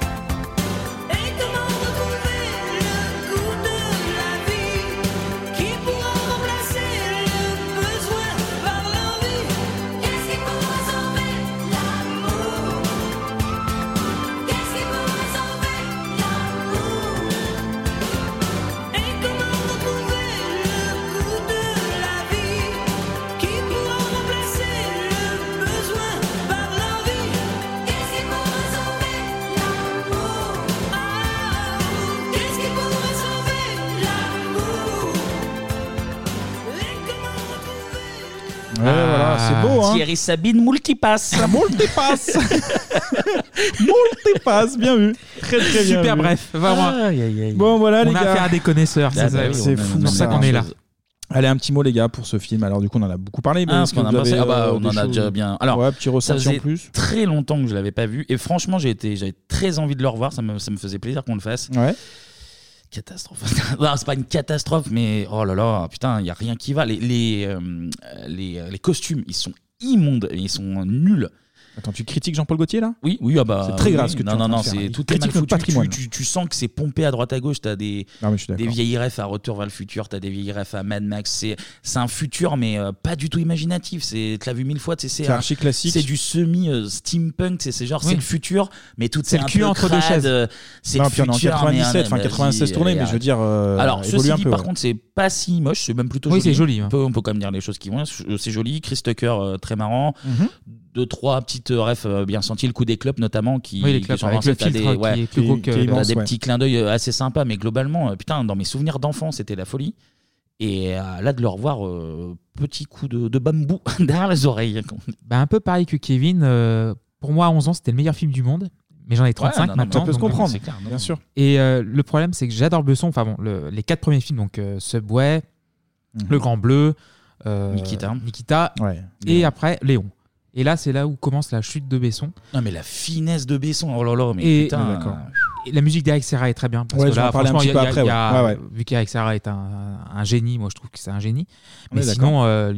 Speaker 17: Et comment retrouver le goût de la vie Qui pourra remplacer le besoin par l'envie Qu'est-ce qui pourra sauver l'amour Qu'est-ce qui pourra sauver l'amour Et comment retrouver le goût de la vie Qui pourra remplacer le besoin par l'envie Qu'est-ce qui pourra sauver l'amour Qu'est-ce qui pourra sauver l'amour
Speaker 8: Ouais, Ah, voilà, c'est beau, hein.
Speaker 1: Thierry Sabine multipasse.
Speaker 8: multipasse. multipasse, bien vu. Très très bien.
Speaker 7: Super
Speaker 8: vu.
Speaker 7: bref, vraiment.
Speaker 1: Aïe, aïe, aïe.
Speaker 8: Bon voilà
Speaker 7: On
Speaker 8: les
Speaker 7: a
Speaker 8: gars.
Speaker 7: affaire à des connaisseurs, c'est
Speaker 8: Ah,
Speaker 7: ça.
Speaker 8: bah oui,
Speaker 7: C'est
Speaker 8: on a-
Speaker 7: fou,
Speaker 8: on a
Speaker 7: pour ça qu'on
Speaker 8: des
Speaker 7: est là.
Speaker 8: choses. Allez, un petit mot les gars pour ce film. Alors du coup, on en a beaucoup parlé, mais
Speaker 1: Ah,
Speaker 8: est-ce
Speaker 1: qu'on
Speaker 8: que
Speaker 1: a
Speaker 8: vous avez,
Speaker 1: passé- ah bah,
Speaker 8: euh,
Speaker 1: on
Speaker 8: des
Speaker 1: en a
Speaker 8: choses-
Speaker 1: déjà bien. Alors,
Speaker 8: ouais, petit
Speaker 1: ça
Speaker 8: ressenti en
Speaker 1: faisait
Speaker 8: plus.
Speaker 1: très longtemps que je l'avais pas vu. Et franchement, j'ai été- j'avais très envie de le revoir. Ça me, ça me faisait plaisir qu'on le fasse. Catastrophe. non, c'est pas une catastrophe, mais oh là là, putain, il y a rien qui va. Les, les, euh, les, les costumes, ils sont immondes, et ils sont nuls.
Speaker 8: Attends, tu critiques Jean-Paul Gaultier là
Speaker 1: Oui, oui, ah bah.
Speaker 8: C'est très
Speaker 1: oui,
Speaker 8: grave
Speaker 1: oui.
Speaker 8: ce que tu es
Speaker 1: Non,
Speaker 8: en train de
Speaker 1: non, non,
Speaker 8: faire.
Speaker 1: c'est
Speaker 8: Il
Speaker 1: tout est
Speaker 8: critique
Speaker 1: mal
Speaker 8: le
Speaker 1: foutu.
Speaker 8: patrimoine.
Speaker 1: Tu, tu- tu sens que c'est pompé à droite à gauche. T'as des,
Speaker 8: Non, mais je suis d'accord.
Speaker 1: des vieilles refs à Retour vers le futur, t'as des vieilles refs à Mad Max. C'est, c'est un futur, mais euh, pas du tout imaginatif. C'est, tu l'as vu mille fois. tu sais,
Speaker 8: C'est
Speaker 1: un-
Speaker 8: archi classique.
Speaker 1: C'est du semi euh, steampunk. C'est, c'est genre,
Speaker 8: Oui.
Speaker 1: c'est le futur, mais tout
Speaker 8: C'est
Speaker 1: est
Speaker 8: le
Speaker 1: un
Speaker 8: cul
Speaker 1: peu
Speaker 8: entre deux
Speaker 1: crade,
Speaker 8: chaises.
Speaker 1: euh, C'est
Speaker 8: Non,
Speaker 1: le
Speaker 8: puis on est en
Speaker 1: futur, mais
Speaker 8: 97,
Speaker 1: un-
Speaker 8: enfin,
Speaker 1: bah,
Speaker 8: 96 tourné, mais
Speaker 1: regarde.
Speaker 8: je veux dire, euh,
Speaker 1: Alors,
Speaker 8: évolue
Speaker 1: ceci
Speaker 8: un
Speaker 1: dit,
Speaker 8: peu,
Speaker 1: par
Speaker 8: ouais.
Speaker 1: contre, c'est pas si moche. C'est même plutôt
Speaker 7: Oui,
Speaker 1: joli.
Speaker 7: c'est joli, hein.
Speaker 1: On peut- on peut quand même dire les choses qui vont. Euh, C'est joli. Chris Tucker, euh, très marrant.
Speaker 8: Mm-hmm.
Speaker 7: Mhm.
Speaker 1: Deux, trois petites euh, refs euh, bien senties. Le coup des clubs, notamment, qui
Speaker 7: Oui, les
Speaker 1: qui
Speaker 7: clubs,
Speaker 1: sont
Speaker 7: avec
Speaker 1: lancés,
Speaker 7: le
Speaker 1: t'as
Speaker 7: filtre,
Speaker 1: des-
Speaker 7: qui
Speaker 1: ouais,
Speaker 7: est plus gros que-
Speaker 1: t'as
Speaker 7: immense,
Speaker 1: des
Speaker 7: ouais.
Speaker 1: petits clins d'œil euh, assez sympas, mais globalement, euh, putain, dans mes souvenirs d'enfant, c'était la folie. Et euh, là, de le revoir, euh, petit coup de, de bambou derrière les oreilles.
Speaker 7: Bah, un peu pareil que Kevin. euh, pour moi, à 11 ans, c'était le meilleur film du monde. Mais j'en ai 35
Speaker 1: Ouais, non, non,
Speaker 7: maintenant.
Speaker 1: mais ça peut se
Speaker 7: donc,
Speaker 1: comprendre,
Speaker 7: euh,
Speaker 1: c'est clair, non, non.
Speaker 7: Et euh, le problème, c'est que j'adore Besson. Enfin bon, le- les quatre premiers films, donc euh, Subway, Le Grand Bleu, euh,
Speaker 1: Mhm. Nikita.
Speaker 7: Nikita,
Speaker 1: Ouais.
Speaker 7: et après Léon. Et là, c'est là où commence la chute de Besson.
Speaker 1: Non, mais la finesse de Besson, oh là là, mais
Speaker 7: et,
Speaker 1: putain.
Speaker 7: et la musique d'Eric Serra est très bien. Parce
Speaker 1: Ouais,
Speaker 7: que
Speaker 1: je vais
Speaker 7: là,
Speaker 1: en parler un
Speaker 7: franchement,
Speaker 1: petit
Speaker 7: il y
Speaker 1: peu
Speaker 7: a- il y a-
Speaker 1: après,
Speaker 7: il y a-
Speaker 1: ouais. Ouais,
Speaker 7: Vu qu'Eric Serra est un, un génie, moi je trouve que c'est un génie.
Speaker 1: On
Speaker 7: Mais
Speaker 1: est d'accord.
Speaker 7: sinon, euh,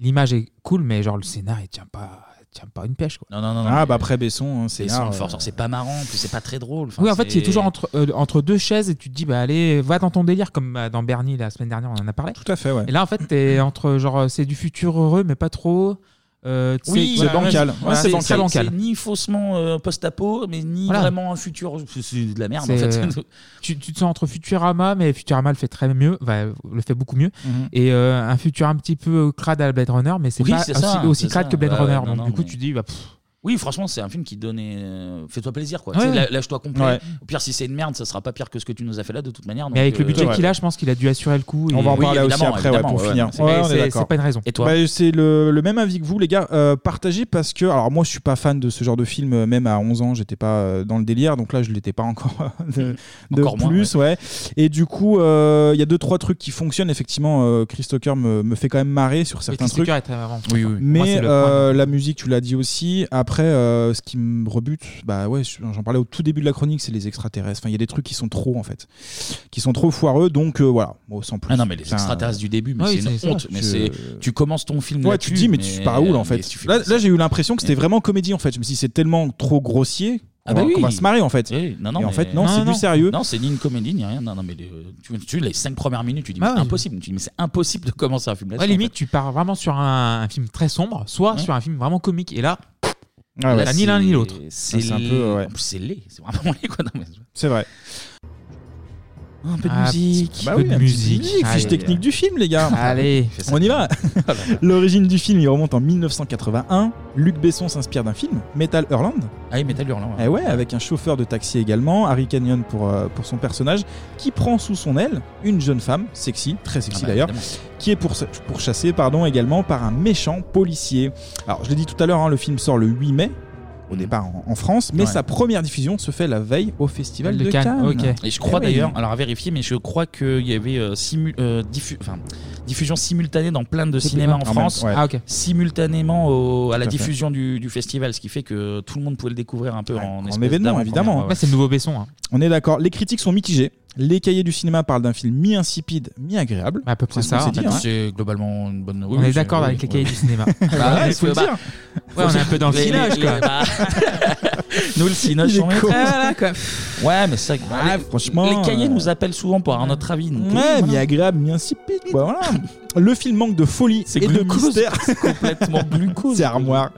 Speaker 7: l'image est cool, mais genre le scénar, il tient pas, tient pas une pêche. Quoi.
Speaker 1: Non, non, non. non,
Speaker 8: Ah
Speaker 1: mais- euh,
Speaker 8: bah après Besson, hein, c'est
Speaker 1: Besson,
Speaker 8: là, euh,
Speaker 1: forcément, c'est pas marrant, en plus c'est pas très drôle. Enfin,
Speaker 7: oui, en fait, il est toujours entre, euh, entre deux chaises et tu te dis, bah allez, va dans ton délire, comme euh, dans Bernie la semaine dernière, on en a parlé.
Speaker 8: Tout à fait, ouais.
Speaker 7: Et là, en fait, t'es entre genre, euh, c'est du futur heureux, mais pas trop. Euh, tu sais,
Speaker 1: voilà,
Speaker 7: voilà,
Speaker 1: ouais,
Speaker 7: voilà,
Speaker 1: bah, c'est
Speaker 7: très bancal.
Speaker 1: c'est ni faussement euh, post-apo, mais ni
Speaker 7: Voilà.
Speaker 1: vraiment un futur. c'est- C'est de la merde en
Speaker 7: C'est- euh,
Speaker 1: fait.
Speaker 7: tu, tu te sens entre Futurama, mais Futurama le fait très mieux, enfin, le fait beaucoup mieux,
Speaker 1: Mhm.
Speaker 7: et euh, un futur un petit peu crade à la Blade Runner, mais c'est
Speaker 1: Oui,
Speaker 7: pas
Speaker 1: c'est
Speaker 7: aussi,
Speaker 1: ça,
Speaker 7: aussi
Speaker 1: c'est
Speaker 7: crade
Speaker 1: ça.
Speaker 7: que Blade
Speaker 1: Bah ouais,
Speaker 7: Runner.
Speaker 1: non,
Speaker 7: donc
Speaker 1: non,
Speaker 7: du coup,
Speaker 1: mais-
Speaker 7: tu dis, bah, pff,
Speaker 1: Oui, franchement, c'est un film qui donnait. euh, Fais-toi plaisir, quoi.
Speaker 7: Ouais,
Speaker 1: Tu sais,
Speaker 7: ouais.
Speaker 1: lâ- Lâche-toi complet.
Speaker 7: Ouais.
Speaker 1: Au pire, si c'est une merde, ça sera pas pire que ce que tu nous as fait là, de toute manière.
Speaker 7: mais avec
Speaker 1: donc,
Speaker 7: le
Speaker 1: euh,
Speaker 7: budget qu'il a, je pense qu'il a dû assurer le coup.
Speaker 1: On
Speaker 7: et-
Speaker 1: va en
Speaker 7: Oui,
Speaker 1: parler aussi
Speaker 7: évidemment,
Speaker 1: après, ouais,
Speaker 7: évidemment,
Speaker 1: pour finir.
Speaker 7: Mais
Speaker 1: Ouais, on est
Speaker 7: c'est-
Speaker 1: d'accord.
Speaker 7: c'est pas une raison.
Speaker 1: Et toi
Speaker 8: Bah, C'est le, le même avis que vous, les gars. Euh, partagé parce que, alors moi, je suis pas fan de ce genre de film, euh, même à 11 ans, j'étais pas euh, dans le délire, donc là, je l'étais pas encore de, de
Speaker 1: Encore moins,
Speaker 8: plus, ouais. Et du coup, euh, il y a deux trois trucs qui fonctionnent. Effectivement, euh, Chris Tucker me, me fait quand même marrer sur certains
Speaker 7: Chris
Speaker 8: trucs.
Speaker 7: Tucker est très marrant.
Speaker 1: Oui, oui, oui.
Speaker 7: Moi,
Speaker 8: Mais
Speaker 7: c'est le
Speaker 8: euh, la musique, tu l'as dit aussi. Après, euh, ce qui me rebute, bah ouais, j'en parlais au tout début de la chronique, c'est les extraterrestres. Enfin, il y a des trucs qui sont trop en fait, qui sont trop foireux. Donc euh, voilà, Bon, sans plus.
Speaker 1: Ah non, mais les
Speaker 8: Enfin,
Speaker 1: extraterrestres du début, mais
Speaker 8: oui,
Speaker 1: c'est
Speaker 8: c'est
Speaker 1: une honte.
Speaker 8: ça.
Speaker 1: Mais
Speaker 8: Je-
Speaker 1: c'est, tu commences ton film
Speaker 8: Ouais,
Speaker 1: là-dessus,
Speaker 8: tu te dis, mais tu pars où là en
Speaker 1: mais tu
Speaker 8: fait
Speaker 1: fais
Speaker 8: Là,
Speaker 1: pas ça.
Speaker 8: là, j'ai eu l'impression que c'était
Speaker 1: Et-
Speaker 8: vraiment comédie en fait. Je me suis dit, c'est tellement trop grossier
Speaker 1: Ah
Speaker 8: qu'on
Speaker 1: bah
Speaker 8: va-
Speaker 1: oui.
Speaker 8: qu'on va se marrer en fait.
Speaker 1: Oui, non, non,
Speaker 8: Et en
Speaker 1: mais-
Speaker 8: fait, non, c'est du sérieux.
Speaker 1: Non, c'est ni une comédie ni rien. Non, non, mais les- tu, tu- les cinq premières minutes, tu dis,
Speaker 7: Ah
Speaker 1: mais
Speaker 7: ouais.
Speaker 1: impossible. Tu dis, mais c'est impossible de commencer un film
Speaker 7: Ouais,
Speaker 1: là-dessus.
Speaker 7: limite, tu pars vraiment sur un, un film très sombre, soit sur un film vraiment comique. Et là,
Speaker 1: Ah ouais.
Speaker 7: t'as ni
Speaker 1: Là,
Speaker 7: l'un ni
Speaker 1: c'est-
Speaker 7: l'autre.
Speaker 1: c'est
Speaker 7: Ça,
Speaker 1: laid. En plus, c'est laid. C'est vraiment laid, quoi. Non, mais-
Speaker 8: C'est vrai.
Speaker 1: Un
Speaker 7: peu de Ah, musique. petit
Speaker 8: Bah
Speaker 7: peu
Speaker 8: oui, un
Speaker 7: de
Speaker 8: petit
Speaker 7: musique.
Speaker 8: musique,
Speaker 7: Allez.
Speaker 8: Fiche technique du film, les gars.
Speaker 7: Allez.
Speaker 8: on y va. L'origine du film, il remonte en 1981. Luc Besson s'inspire d'un film, Metal Hurland.
Speaker 1: Ah oui, Metal Hurlant.
Speaker 8: Eh ouais, avec un chauffeur de taxi également, Harry Canyon pour, euh, pour son personnage, qui prend sous son aile une jeune femme, sexy, très sexy
Speaker 1: Ah bah,
Speaker 8: d'ailleurs,
Speaker 1: évidemment.
Speaker 8: qui est poursa- pourchassée pardon, également par un méchant policier. Alors, je l'ai dit tout à l'heure, hein, le film sort le 8 mai. Au départ en, en France, mais
Speaker 1: Ouais.
Speaker 8: sa première diffusion se fait la veille au Festival de, Cannes.
Speaker 1: Et je crois
Speaker 8: Eh oui.
Speaker 1: d'ailleurs, alors à vérifier, mais je crois qu'il y avait euh, simu- euh, diffu- enfin, diffusion simultanée dans plein de
Speaker 8: C'est bien.
Speaker 1: cinémas en
Speaker 8: En même-
Speaker 1: France,
Speaker 8: ouais. Ah, ok.
Speaker 1: simultanément au- à la
Speaker 8: Tout à fait.
Speaker 1: diffusion du, du festival, ce qui fait que tout le monde pouvait le découvrir un peu en,
Speaker 8: en
Speaker 1: espèce
Speaker 8: événement,
Speaker 1: d'avant-première.
Speaker 8: évidemment.
Speaker 1: Ouais, ouais.
Speaker 7: le nouveau Besson.
Speaker 8: On est d'accord. Les critiques sont mitigées. Les cahiers du cinéma parlent d'un film mi-insipide, mi-agréable.
Speaker 7: À peu
Speaker 1: près
Speaker 8: C'est ce qu'on
Speaker 1: ça,
Speaker 8: s'est
Speaker 1: en
Speaker 8: dit,
Speaker 1: fait.
Speaker 8: hein.
Speaker 1: C'est globalement une bonne.
Speaker 7: On est d'accord avec les cahiers du cinéma. Bah,
Speaker 8: ouais, faut le
Speaker 1: bah,
Speaker 8: dire.
Speaker 1: faut
Speaker 7: Ouais, on est
Speaker 1: dire-
Speaker 7: un peu dans le
Speaker 1: les-
Speaker 7: cinoche,
Speaker 1: les-
Speaker 7: quoi.
Speaker 1: les- bah, Nous, le cinoche,
Speaker 7: Il est
Speaker 1: on est
Speaker 7: con.
Speaker 1: triste.
Speaker 7: Ah, voilà, quoi.
Speaker 1: Ouais, mais c'est vrai que- les-
Speaker 8: franchement,
Speaker 1: Les cahiers
Speaker 8: euh,
Speaker 1: nous appellent souvent pour avoir notre avis. donc,
Speaker 8: Ouais,
Speaker 1: voilà.
Speaker 8: mi-agréable, mi-insipide. quoi, voilà. Le film manque de folie et de
Speaker 1: glucose.
Speaker 8: mystère.
Speaker 1: complètement glucose.
Speaker 8: C'est armoire.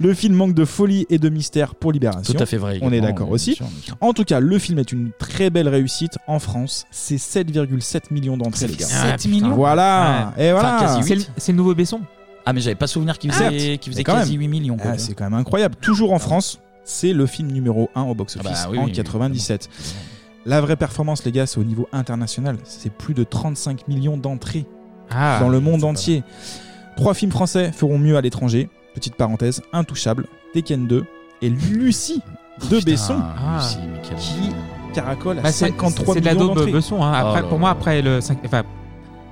Speaker 8: Le film manque de folie et de mystère pour Libération.
Speaker 1: Tout à fait vrai,
Speaker 8: On est
Speaker 1: également,
Speaker 8: d'accord
Speaker 1: oui,
Speaker 8: aussi.
Speaker 1: bien sûr,
Speaker 8: En tout cas, le film est une très belle réussite en France. C'est 7,7 millions d'entrées, les gars.
Speaker 1: Ah, putain.
Speaker 8: Voilà.
Speaker 1: Ouais.
Speaker 8: Et
Speaker 1: Enfin,
Speaker 8: voilà.
Speaker 1: quasi huit.
Speaker 7: le nouveau Besson
Speaker 1: Ah, mais j'avais pas souvenir qu'il
Speaker 8: Certes,
Speaker 1: faisait, qu'il
Speaker 8: mais
Speaker 1: faisait
Speaker 8: quand
Speaker 1: quasi
Speaker 8: même.
Speaker 1: 8 millions.
Speaker 8: Ah, c'est quand même incroyable. Toujours en France, c'est le film numéro 1 au box-office
Speaker 1: Ah bah oui,
Speaker 8: en
Speaker 1: oui,
Speaker 8: 97. La vraie performance, les gars, c'est au niveau international. C'est plus de 35 millions d'entrées
Speaker 7: Ah,
Speaker 8: dans le monde entier. Trois films français feront mieux à l'étranger. Petite parenthèse, Intouchable, Tekken 2 et Lucie
Speaker 1: Oh,
Speaker 8: de Besson, Ah,
Speaker 1: Ah,
Speaker 8: qui caracole à
Speaker 7: Bah, c'est-
Speaker 8: 53
Speaker 7: c'est de la
Speaker 8: millions
Speaker 7: daube
Speaker 8: d'entrées.
Speaker 7: Besson. hein. Après,
Speaker 8: Oh là
Speaker 7: pour moi,
Speaker 8: là.
Speaker 7: après le cinq- enfin,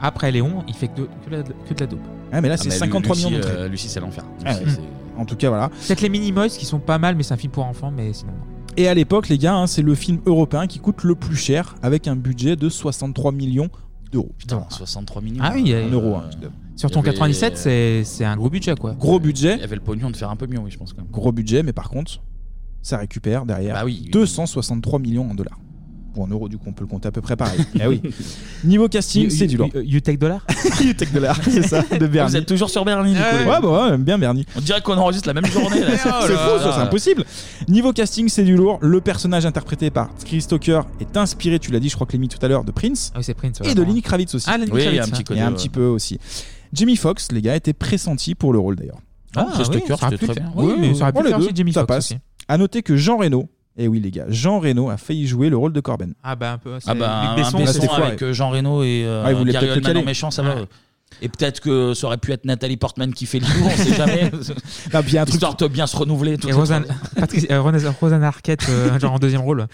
Speaker 7: après Léon, il fait que de, que de la, que de la daube.
Speaker 8: Ah, mais là, c'est 53 millions d'entrées.
Speaker 1: Lucie, c'est l'enfer.
Speaker 8: Ah, ouais. En tout cas, voilà.
Speaker 7: Peut-être les Minimoys qui sont pas mal, mais c'est un film pour enfants, mais sinon. non.
Speaker 8: Et à l'époque, les gars, hein, c'est le film européen qui coûte le plus cher, avec un budget de 63 millions d'euros.
Speaker 1: Putain, 63 millions. euh,
Speaker 7: Ah oui, il y a-
Speaker 8: En euros, hein.
Speaker 7: Sur ton 97, c'est- c'est un gros budget, quoi.
Speaker 8: Gros budget.
Speaker 1: Il y avait le pognon de faire un peu mieux, oui, je pense quand même. Bah
Speaker 8: Gros budget, mais par contre, ça récupère derrière 263 millions en dollars. Ou en euros, du coup, on peut le compter à peu près pareil. eh oui. Niveau casting,
Speaker 7: You-
Speaker 8: c'est du
Speaker 7: you-
Speaker 8: lourd.
Speaker 7: you- You Tech Dollar
Speaker 8: Tech Dollar, c'est ça, de Bernie.
Speaker 1: Vous êtes toujours sur Berlin, du coup. les
Speaker 8: Ouais,
Speaker 1: gars.
Speaker 8: bah ouais, j'aime bien Bernie.
Speaker 1: On dirait qu'on enregistre la même journée. là.
Speaker 8: C'est fou, ça, c'est impossible. Niveau casting, c'est du lourd. Le personnage interprété par Chris Tucker est inspiré, tu l'as dit, je crois que mis tout à l'heure, de Prince.
Speaker 7: Ah c'est Prince.
Speaker 8: et de Lenny Kravitz aussi.
Speaker 7: Ah, Lenny Oui, Kravitz, il y a un hein. petit
Speaker 8: Il y a un
Speaker 7: côté,
Speaker 8: petit
Speaker 7: ouais.
Speaker 8: peu aussi. Jimmy Fox, les gars, était pressenti pour le rôle d'ailleurs.
Speaker 7: Ah, Ah, Chris oui, Tucker, ça aurait c'était pu le très faire. bien. Oui, mais ça aurait pu
Speaker 8: Oh,
Speaker 7: le
Speaker 8: les
Speaker 7: faire
Speaker 8: deux,
Speaker 7: aussi, Jimmy
Speaker 8: ça
Speaker 7: Fox
Speaker 8: passe.
Speaker 7: aussi.
Speaker 8: À noter que Jean Reno, et oui les gars, Jean Reno a failli jouer le rôle de Corben.
Speaker 7: Ah bah un peu. c'est
Speaker 1: Ah bah,
Speaker 7: Luc
Speaker 1: un
Speaker 7: Besson,
Speaker 1: Besson
Speaker 7: c'est-
Speaker 1: avec euh, Jean Reno et euh,
Speaker 8: Ah, il voulait
Speaker 1: Gary
Speaker 8: peut-être le
Speaker 1: Oldman en
Speaker 8: caler.
Speaker 1: méchant, ça va. Et peut-être que ça aurait pu être Nathalie Portman qui fait le coup, on sait jamais.
Speaker 8: Ah, puis un
Speaker 1: truc... Histoire de bien se renouveler. Tout
Speaker 7: Et
Speaker 1: ça.
Speaker 7: Rosanne, Patrice- euh, Rosanne- Rosanne Arquette, euh, genre en deuxième rôle.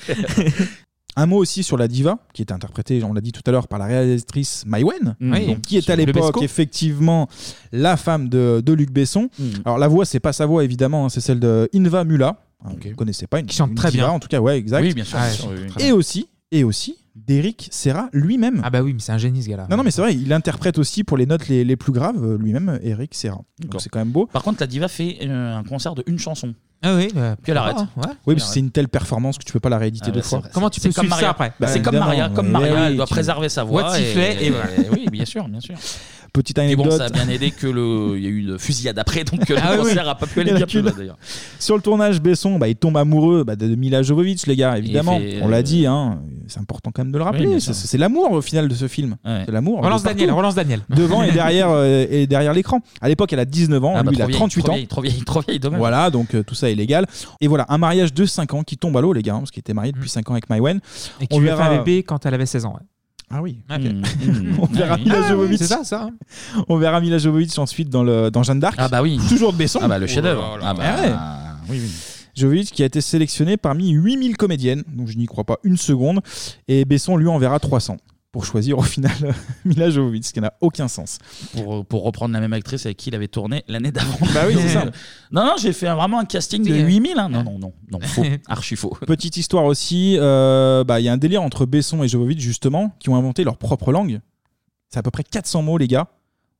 Speaker 8: Un mot aussi sur la diva, qui est interprétée, on l'a dit tout à l'heure, par la réalisatrice Mai Wen,
Speaker 7: Mm. Oui.
Speaker 8: donc, qui est à
Speaker 7: Le
Speaker 8: l'époque
Speaker 7: Besco.
Speaker 8: effectivement la femme de, de Luc Besson.
Speaker 7: Hmm.
Speaker 8: Alors la voix, c'est pas sa voix évidemment, hein, c'est celle de Inva Mula. Hein, Vous connaissez pas une, qui chante
Speaker 7: très bien.
Speaker 8: En tout cas, ouais, exact. Ah,
Speaker 7: Oui, bien sûr, bien sûr, oui, oui.
Speaker 8: Et aussi, et aussi, d'Eric Serra lui-même.
Speaker 7: Ah bah oui, mais c'est un génie ce gars-là.
Speaker 8: Non, non, mais c'est vrai, il interprète aussi pour les notes les, les plus graves euh, lui-même, Eric Serra. Donc
Speaker 1: D'accord.
Speaker 8: c'est quand même beau.
Speaker 1: Par contre, la diva fait euh, un concert de une chanson.
Speaker 7: Ah oui, bah,
Speaker 1: puis elle arrête.
Speaker 8: Oui, parce que c'est une telle performance que tu peux pas la rééditer
Speaker 1: Ah
Speaker 8: deux
Speaker 1: bah, c'est
Speaker 8: fois. Eh
Speaker 1: vrai, c'est- c'est comme Maria. Bah, c'est comme Maria, comme Maria, elle doit préserver sa voix.
Speaker 7: What sifflet, et voilà.
Speaker 1: oui, bien sûr, bien sûr.
Speaker 8: Petite
Speaker 1: Et
Speaker 8: anecdote.
Speaker 1: bon, ça a bien aidé que le, il y a eu une fusillade après, donc euh, le
Speaker 8: Ah oui, oui.
Speaker 1: concert a pas pu
Speaker 8: Il y
Speaker 1: aller
Speaker 8: en a
Speaker 1: bien plus
Speaker 8: qu'une.
Speaker 1: loin d'ailleurs.
Speaker 8: Sur le tournage, Besson, bah, il tombe amoureux bah, de Mila Jovovich, les gars, évidemment.
Speaker 1: fait,
Speaker 8: On
Speaker 1: euh,
Speaker 8: l'a dit, hein, c'est important quand même de le rappeler.
Speaker 1: Oui, bien
Speaker 8: c'est
Speaker 1: sûr.
Speaker 8: c'est l'amour au final de ce film. C'est l'amour.
Speaker 7: Relance
Speaker 8: de partout.
Speaker 7: Daniel, relance Daniel.
Speaker 8: Devant et derrière euh, et derrière l'écran. À l'époque, elle a 19 ans,
Speaker 1: Ah bah,
Speaker 8: lui il
Speaker 1: trop
Speaker 8: a
Speaker 1: vieille,
Speaker 8: 38
Speaker 1: trop
Speaker 8: ans.
Speaker 1: vieille, trop vieille, trop vieille, dommage.
Speaker 8: Voilà, donc euh, tout ça est légal. Et voilà, un mariage de 5 ans qui tombe à l'eau, les gars, hein, parce qu'il était marié depuis 5 ans avec Mywen.
Speaker 7: Et qui lui a fait un bébé quand elle avait 16 ans.
Speaker 8: Ah oui.
Speaker 7: Mmh.
Speaker 8: On verra
Speaker 7: Ah oui.
Speaker 8: Mila
Speaker 7: Ah oui,
Speaker 8: Jovovich.
Speaker 7: c'est ça, ça, hein.
Speaker 8: On verra Mila Jovovich ensuite dans, le, dans Jeanne d'Arc. Ah
Speaker 1: bah oui.
Speaker 8: Toujours de Besson.
Speaker 1: Ah bah, le chef-d'œuvre.
Speaker 8: Oh là
Speaker 1: Ah
Speaker 8: là.
Speaker 1: bah,
Speaker 8: Ah ouais.
Speaker 1: oui, oui.
Speaker 8: Jovovich qui a été sélectionné parmi 8000 comédiennes, donc je n'y crois pas une seconde, et Besson lui enverra 300 pour choisir au final Mila Jovovich, ce qui n'a aucun sens.
Speaker 7: euh,
Speaker 1: Pour, pour reprendre la même actrice avec qui il avait tourné l'année d'avant.
Speaker 8: Bah oui, c'est ça.
Speaker 1: Non, non, j'ai fait un- vraiment un casting de
Speaker 8: C'est-
Speaker 7: euh,
Speaker 1: 8000. hein. Non, non, non, non, faux, archi faux.
Speaker 8: Petite histoire aussi, euh, bah, il y a un délire entre Besson et Jovovich justement, qui ont inventé leur propre langue. C'est à peu près 400 mots les gars.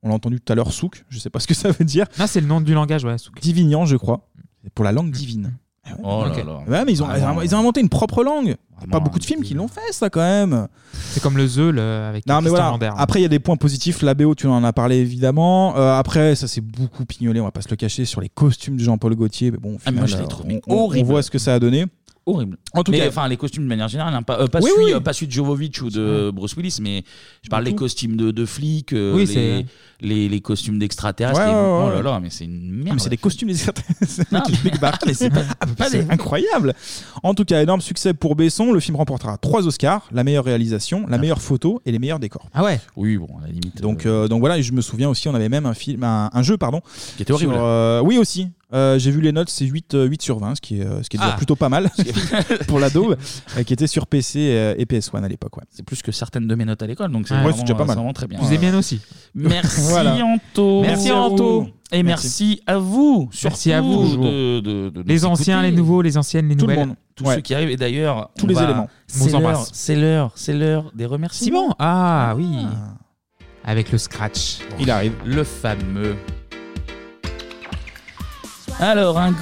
Speaker 8: On l'a entendu tout à l'heure, souk, je sais pas ce que ça veut dire.
Speaker 7: Là, c'est le nom du langage, ouais, souk.
Speaker 8: Divignan, je crois. C'est Pour la langue divine. Ah ouais.
Speaker 7: Oh là
Speaker 8: Ok.
Speaker 7: là.
Speaker 8: Ouais, mais ils ont,
Speaker 7: Vraiment.
Speaker 8: ils ont inventé une propre langue. Il y a Pas beaucoup de films qui l'ont fait, ça, quand même.
Speaker 7: C'est comme le The le- avec
Speaker 8: Non, mais
Speaker 7: Christian
Speaker 8: voilà.
Speaker 7: Lambert.
Speaker 8: Après, il y a des points positifs. La BO, tu en as parlé évidemment. Euh, après, ça c'est beaucoup pignolé, on va pas se le cacher, sur les costumes de Jean-Paul Gaultier. Mais bon, au
Speaker 1: Ah, mais moi,
Speaker 8: final,
Speaker 1: je les
Speaker 8: euh,
Speaker 1: trouve,
Speaker 8: on-
Speaker 1: mais
Speaker 8: on, on
Speaker 1: horribles.
Speaker 8: voit ce que ça a donné.
Speaker 1: Horrible.
Speaker 8: En tout
Speaker 1: Mais,
Speaker 8: cas-
Speaker 1: enfin, les costumes de manière générale, hein, pas, euh, pas,
Speaker 8: Oui,
Speaker 1: celui,
Speaker 8: oui.
Speaker 1: euh, pas celui de Jovovich ou de Bruce Willis, mais je parle des costumes de, de flics, euh,
Speaker 8: Oui,
Speaker 1: les,
Speaker 8: c'est-
Speaker 1: les, les costumes d'extraterrestres.
Speaker 8: Ouais,
Speaker 1: les-
Speaker 8: ouais, ouais,
Speaker 1: Oh
Speaker 8: ouais.
Speaker 1: là là, mais c'est une merde.
Speaker 8: Mais c'est des costumes des extraterrestres.
Speaker 1: Non, mais- ah, mais c'est pas-
Speaker 8: Ah, mais
Speaker 1: pas
Speaker 8: c'est
Speaker 1: des-
Speaker 8: incroyable. En tout cas, énorme succès pour Besson. Le film remportera trois Oscars la meilleure réalisation, la meilleure photo et les meilleurs décors.
Speaker 7: Ah ouais.
Speaker 1: Oui, bon, à la limite.
Speaker 8: Donc, euh, donc voilà. Et je me souviens aussi, on avait même un film, un, un jeu, pardon,
Speaker 1: Qui était horrible.
Speaker 8: sur, euh, oui aussi. Euh, J'ai vu les notes, c'est 8, euh, 8 sur 20, ce qui est, euh, ce qui est déjà
Speaker 1: Ah.
Speaker 8: plutôt pas mal pour la daube, euh, qui était sur PC euh, et PS1 à l'époque. Ouais.
Speaker 1: C'est plus que certaines de mes notes à l'école, donc c'est
Speaker 8: Ouais,
Speaker 1: vraiment,
Speaker 8: c'est déjà pas
Speaker 1: euh,
Speaker 8: mal.
Speaker 1: vraiment très bien.
Speaker 8: Vous aimez bien
Speaker 7: aussi.
Speaker 1: Merci
Speaker 7: Voilà.
Speaker 1: Anto.
Speaker 7: Merci, Anto.
Speaker 1: Et merci à vous.
Speaker 7: Merci à
Speaker 1: surtout,
Speaker 7: vous. toujours.
Speaker 1: de- de- de nous
Speaker 7: les anciens,
Speaker 1: écouter.
Speaker 7: les nouveaux, les anciennes, les
Speaker 1: Tout le
Speaker 7: nouvelles.
Speaker 1: monde. Tous ceux qui arrivent. Et d'ailleurs,
Speaker 7: Tous
Speaker 1: on
Speaker 7: les
Speaker 1: va-
Speaker 7: éléments. On
Speaker 1: C'est
Speaker 7: vous
Speaker 1: l'heure,
Speaker 7: embrasse.
Speaker 1: c'est l'heure, c'est l'heure des remerciements.
Speaker 7: Simon Ah oui Avec le scratch.
Speaker 8: Il arrive.
Speaker 1: Le fameux. Alors, un, gr-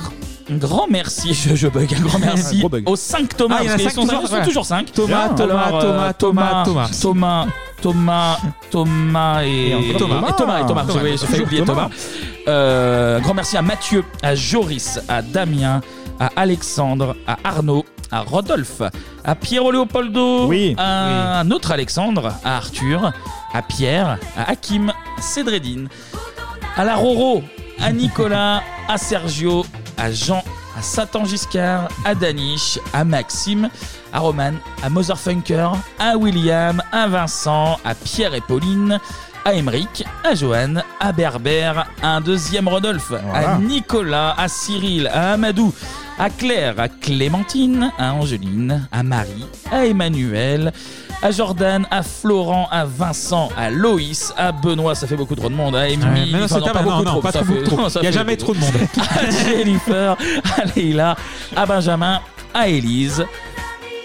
Speaker 1: un grand merci, je, je bug, un grand merci
Speaker 7: Gros bug.
Speaker 1: aux 5 Thomas,
Speaker 7: Ah, il y en a
Speaker 1: parce qu'ils
Speaker 7: cinq
Speaker 1: sont,
Speaker 7: Thomas,
Speaker 1: ils sont
Speaker 7: voilà.
Speaker 1: toujours 5.
Speaker 7: Thomas, Thomas, Thomas, Thomas,
Speaker 1: Thomas, Thomas, Thomas, Thomas et,
Speaker 7: Et encore Thomas.
Speaker 1: et Thomas, et Thomas,
Speaker 7: Thomas.
Speaker 1: oui, j'ai failli
Speaker 7: Toujours
Speaker 1: oublier Thomas.
Speaker 7: Thomas.
Speaker 1: Euh, un grand merci à Mathieu, à Joris, à Damien, à Alexandre, à Arnaud, à Rodolphe, à Piero Leopoldo, à un autre Alexandre, à Arthur, à Pierre, à Hakim, à Cédredine, à la Roro, à Nicolas, à Sergio, à Jean, à Satan Giscard, à Danish, à Maxime, à Roman, à Motherfunker, à William, à Vincent, à Pierre et Pauline, à Emeric, à Johan, à Berber, à un deuxième Rodolphe, à Nicolas, à Cyril, à Amadou, à Claire, à Clémentine, à Angeline, à Marie, à Emmanuel, à Jordan, à Florent, à Vincent, à Loïs, à Benoît, ça fait beaucoup trop de monde, à Émilie,
Speaker 7: Ouais, mais non,
Speaker 1: enfin,
Speaker 7: c'est pas-
Speaker 1: pas
Speaker 7: non,
Speaker 1: beaucoup
Speaker 7: non,
Speaker 1: trop,
Speaker 7: pas
Speaker 1: ça
Speaker 7: trop,
Speaker 1: fait-
Speaker 7: trop.
Speaker 1: ça
Speaker 7: Il y a
Speaker 1: fait
Speaker 7: jamais trop de monde.
Speaker 1: à Jennifer, à Leila, à Benjamin, à Élise.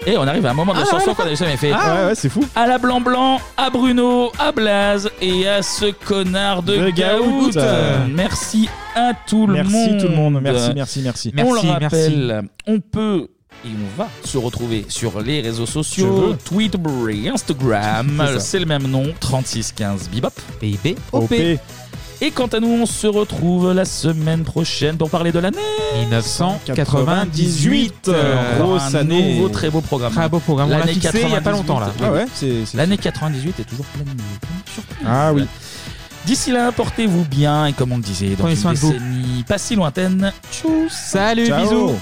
Speaker 1: Et on arrive à un moment de
Speaker 7: Ah,
Speaker 1: chanson
Speaker 7: ouais,
Speaker 1: qu'on n'avait jamais fait.
Speaker 7: Ah, ouais, ouais,
Speaker 8: c'est fou.
Speaker 1: À la Blanc Blanc, à Bruno, à Blaze et à ce connard de
Speaker 8: De
Speaker 1: Gaout.
Speaker 8: Gaout. Euh,
Speaker 1: Merci à tout le
Speaker 8: merci
Speaker 1: monde.
Speaker 8: tout le monde. Merci, merci, merci.
Speaker 1: On
Speaker 8: Merci,
Speaker 1: le rappelle,
Speaker 8: merci.
Speaker 1: on peut et on va se retrouver sur les réseaux sociaux, Twitter, Instagram,
Speaker 7: C'est ça.
Speaker 1: c'est le même nom, 3615 Bibop.
Speaker 7: PIB,
Speaker 1: OP. Et quant à nous, on se retrouve la semaine prochaine pour parler de l'année
Speaker 7: 1998.
Speaker 1: Euh,
Speaker 7: Grosse
Speaker 1: un
Speaker 7: année.
Speaker 1: nouveau très beau programme.
Speaker 7: Très beau programme. On l'a
Speaker 1: L'année
Speaker 7: fixé il y a pas
Speaker 1: 98.
Speaker 7: longtemps, là. Ah ouais,
Speaker 1: L'année 98 est toujours pleine de pleine de surprises.
Speaker 8: Ah oui.
Speaker 1: D'ici là, portez-vous bien et comme on le disait, dans
Speaker 7: Prenez
Speaker 1: une
Speaker 7: soin de vous.
Speaker 1: décennie pas si lointaine, tchuss
Speaker 7: Salut, bisous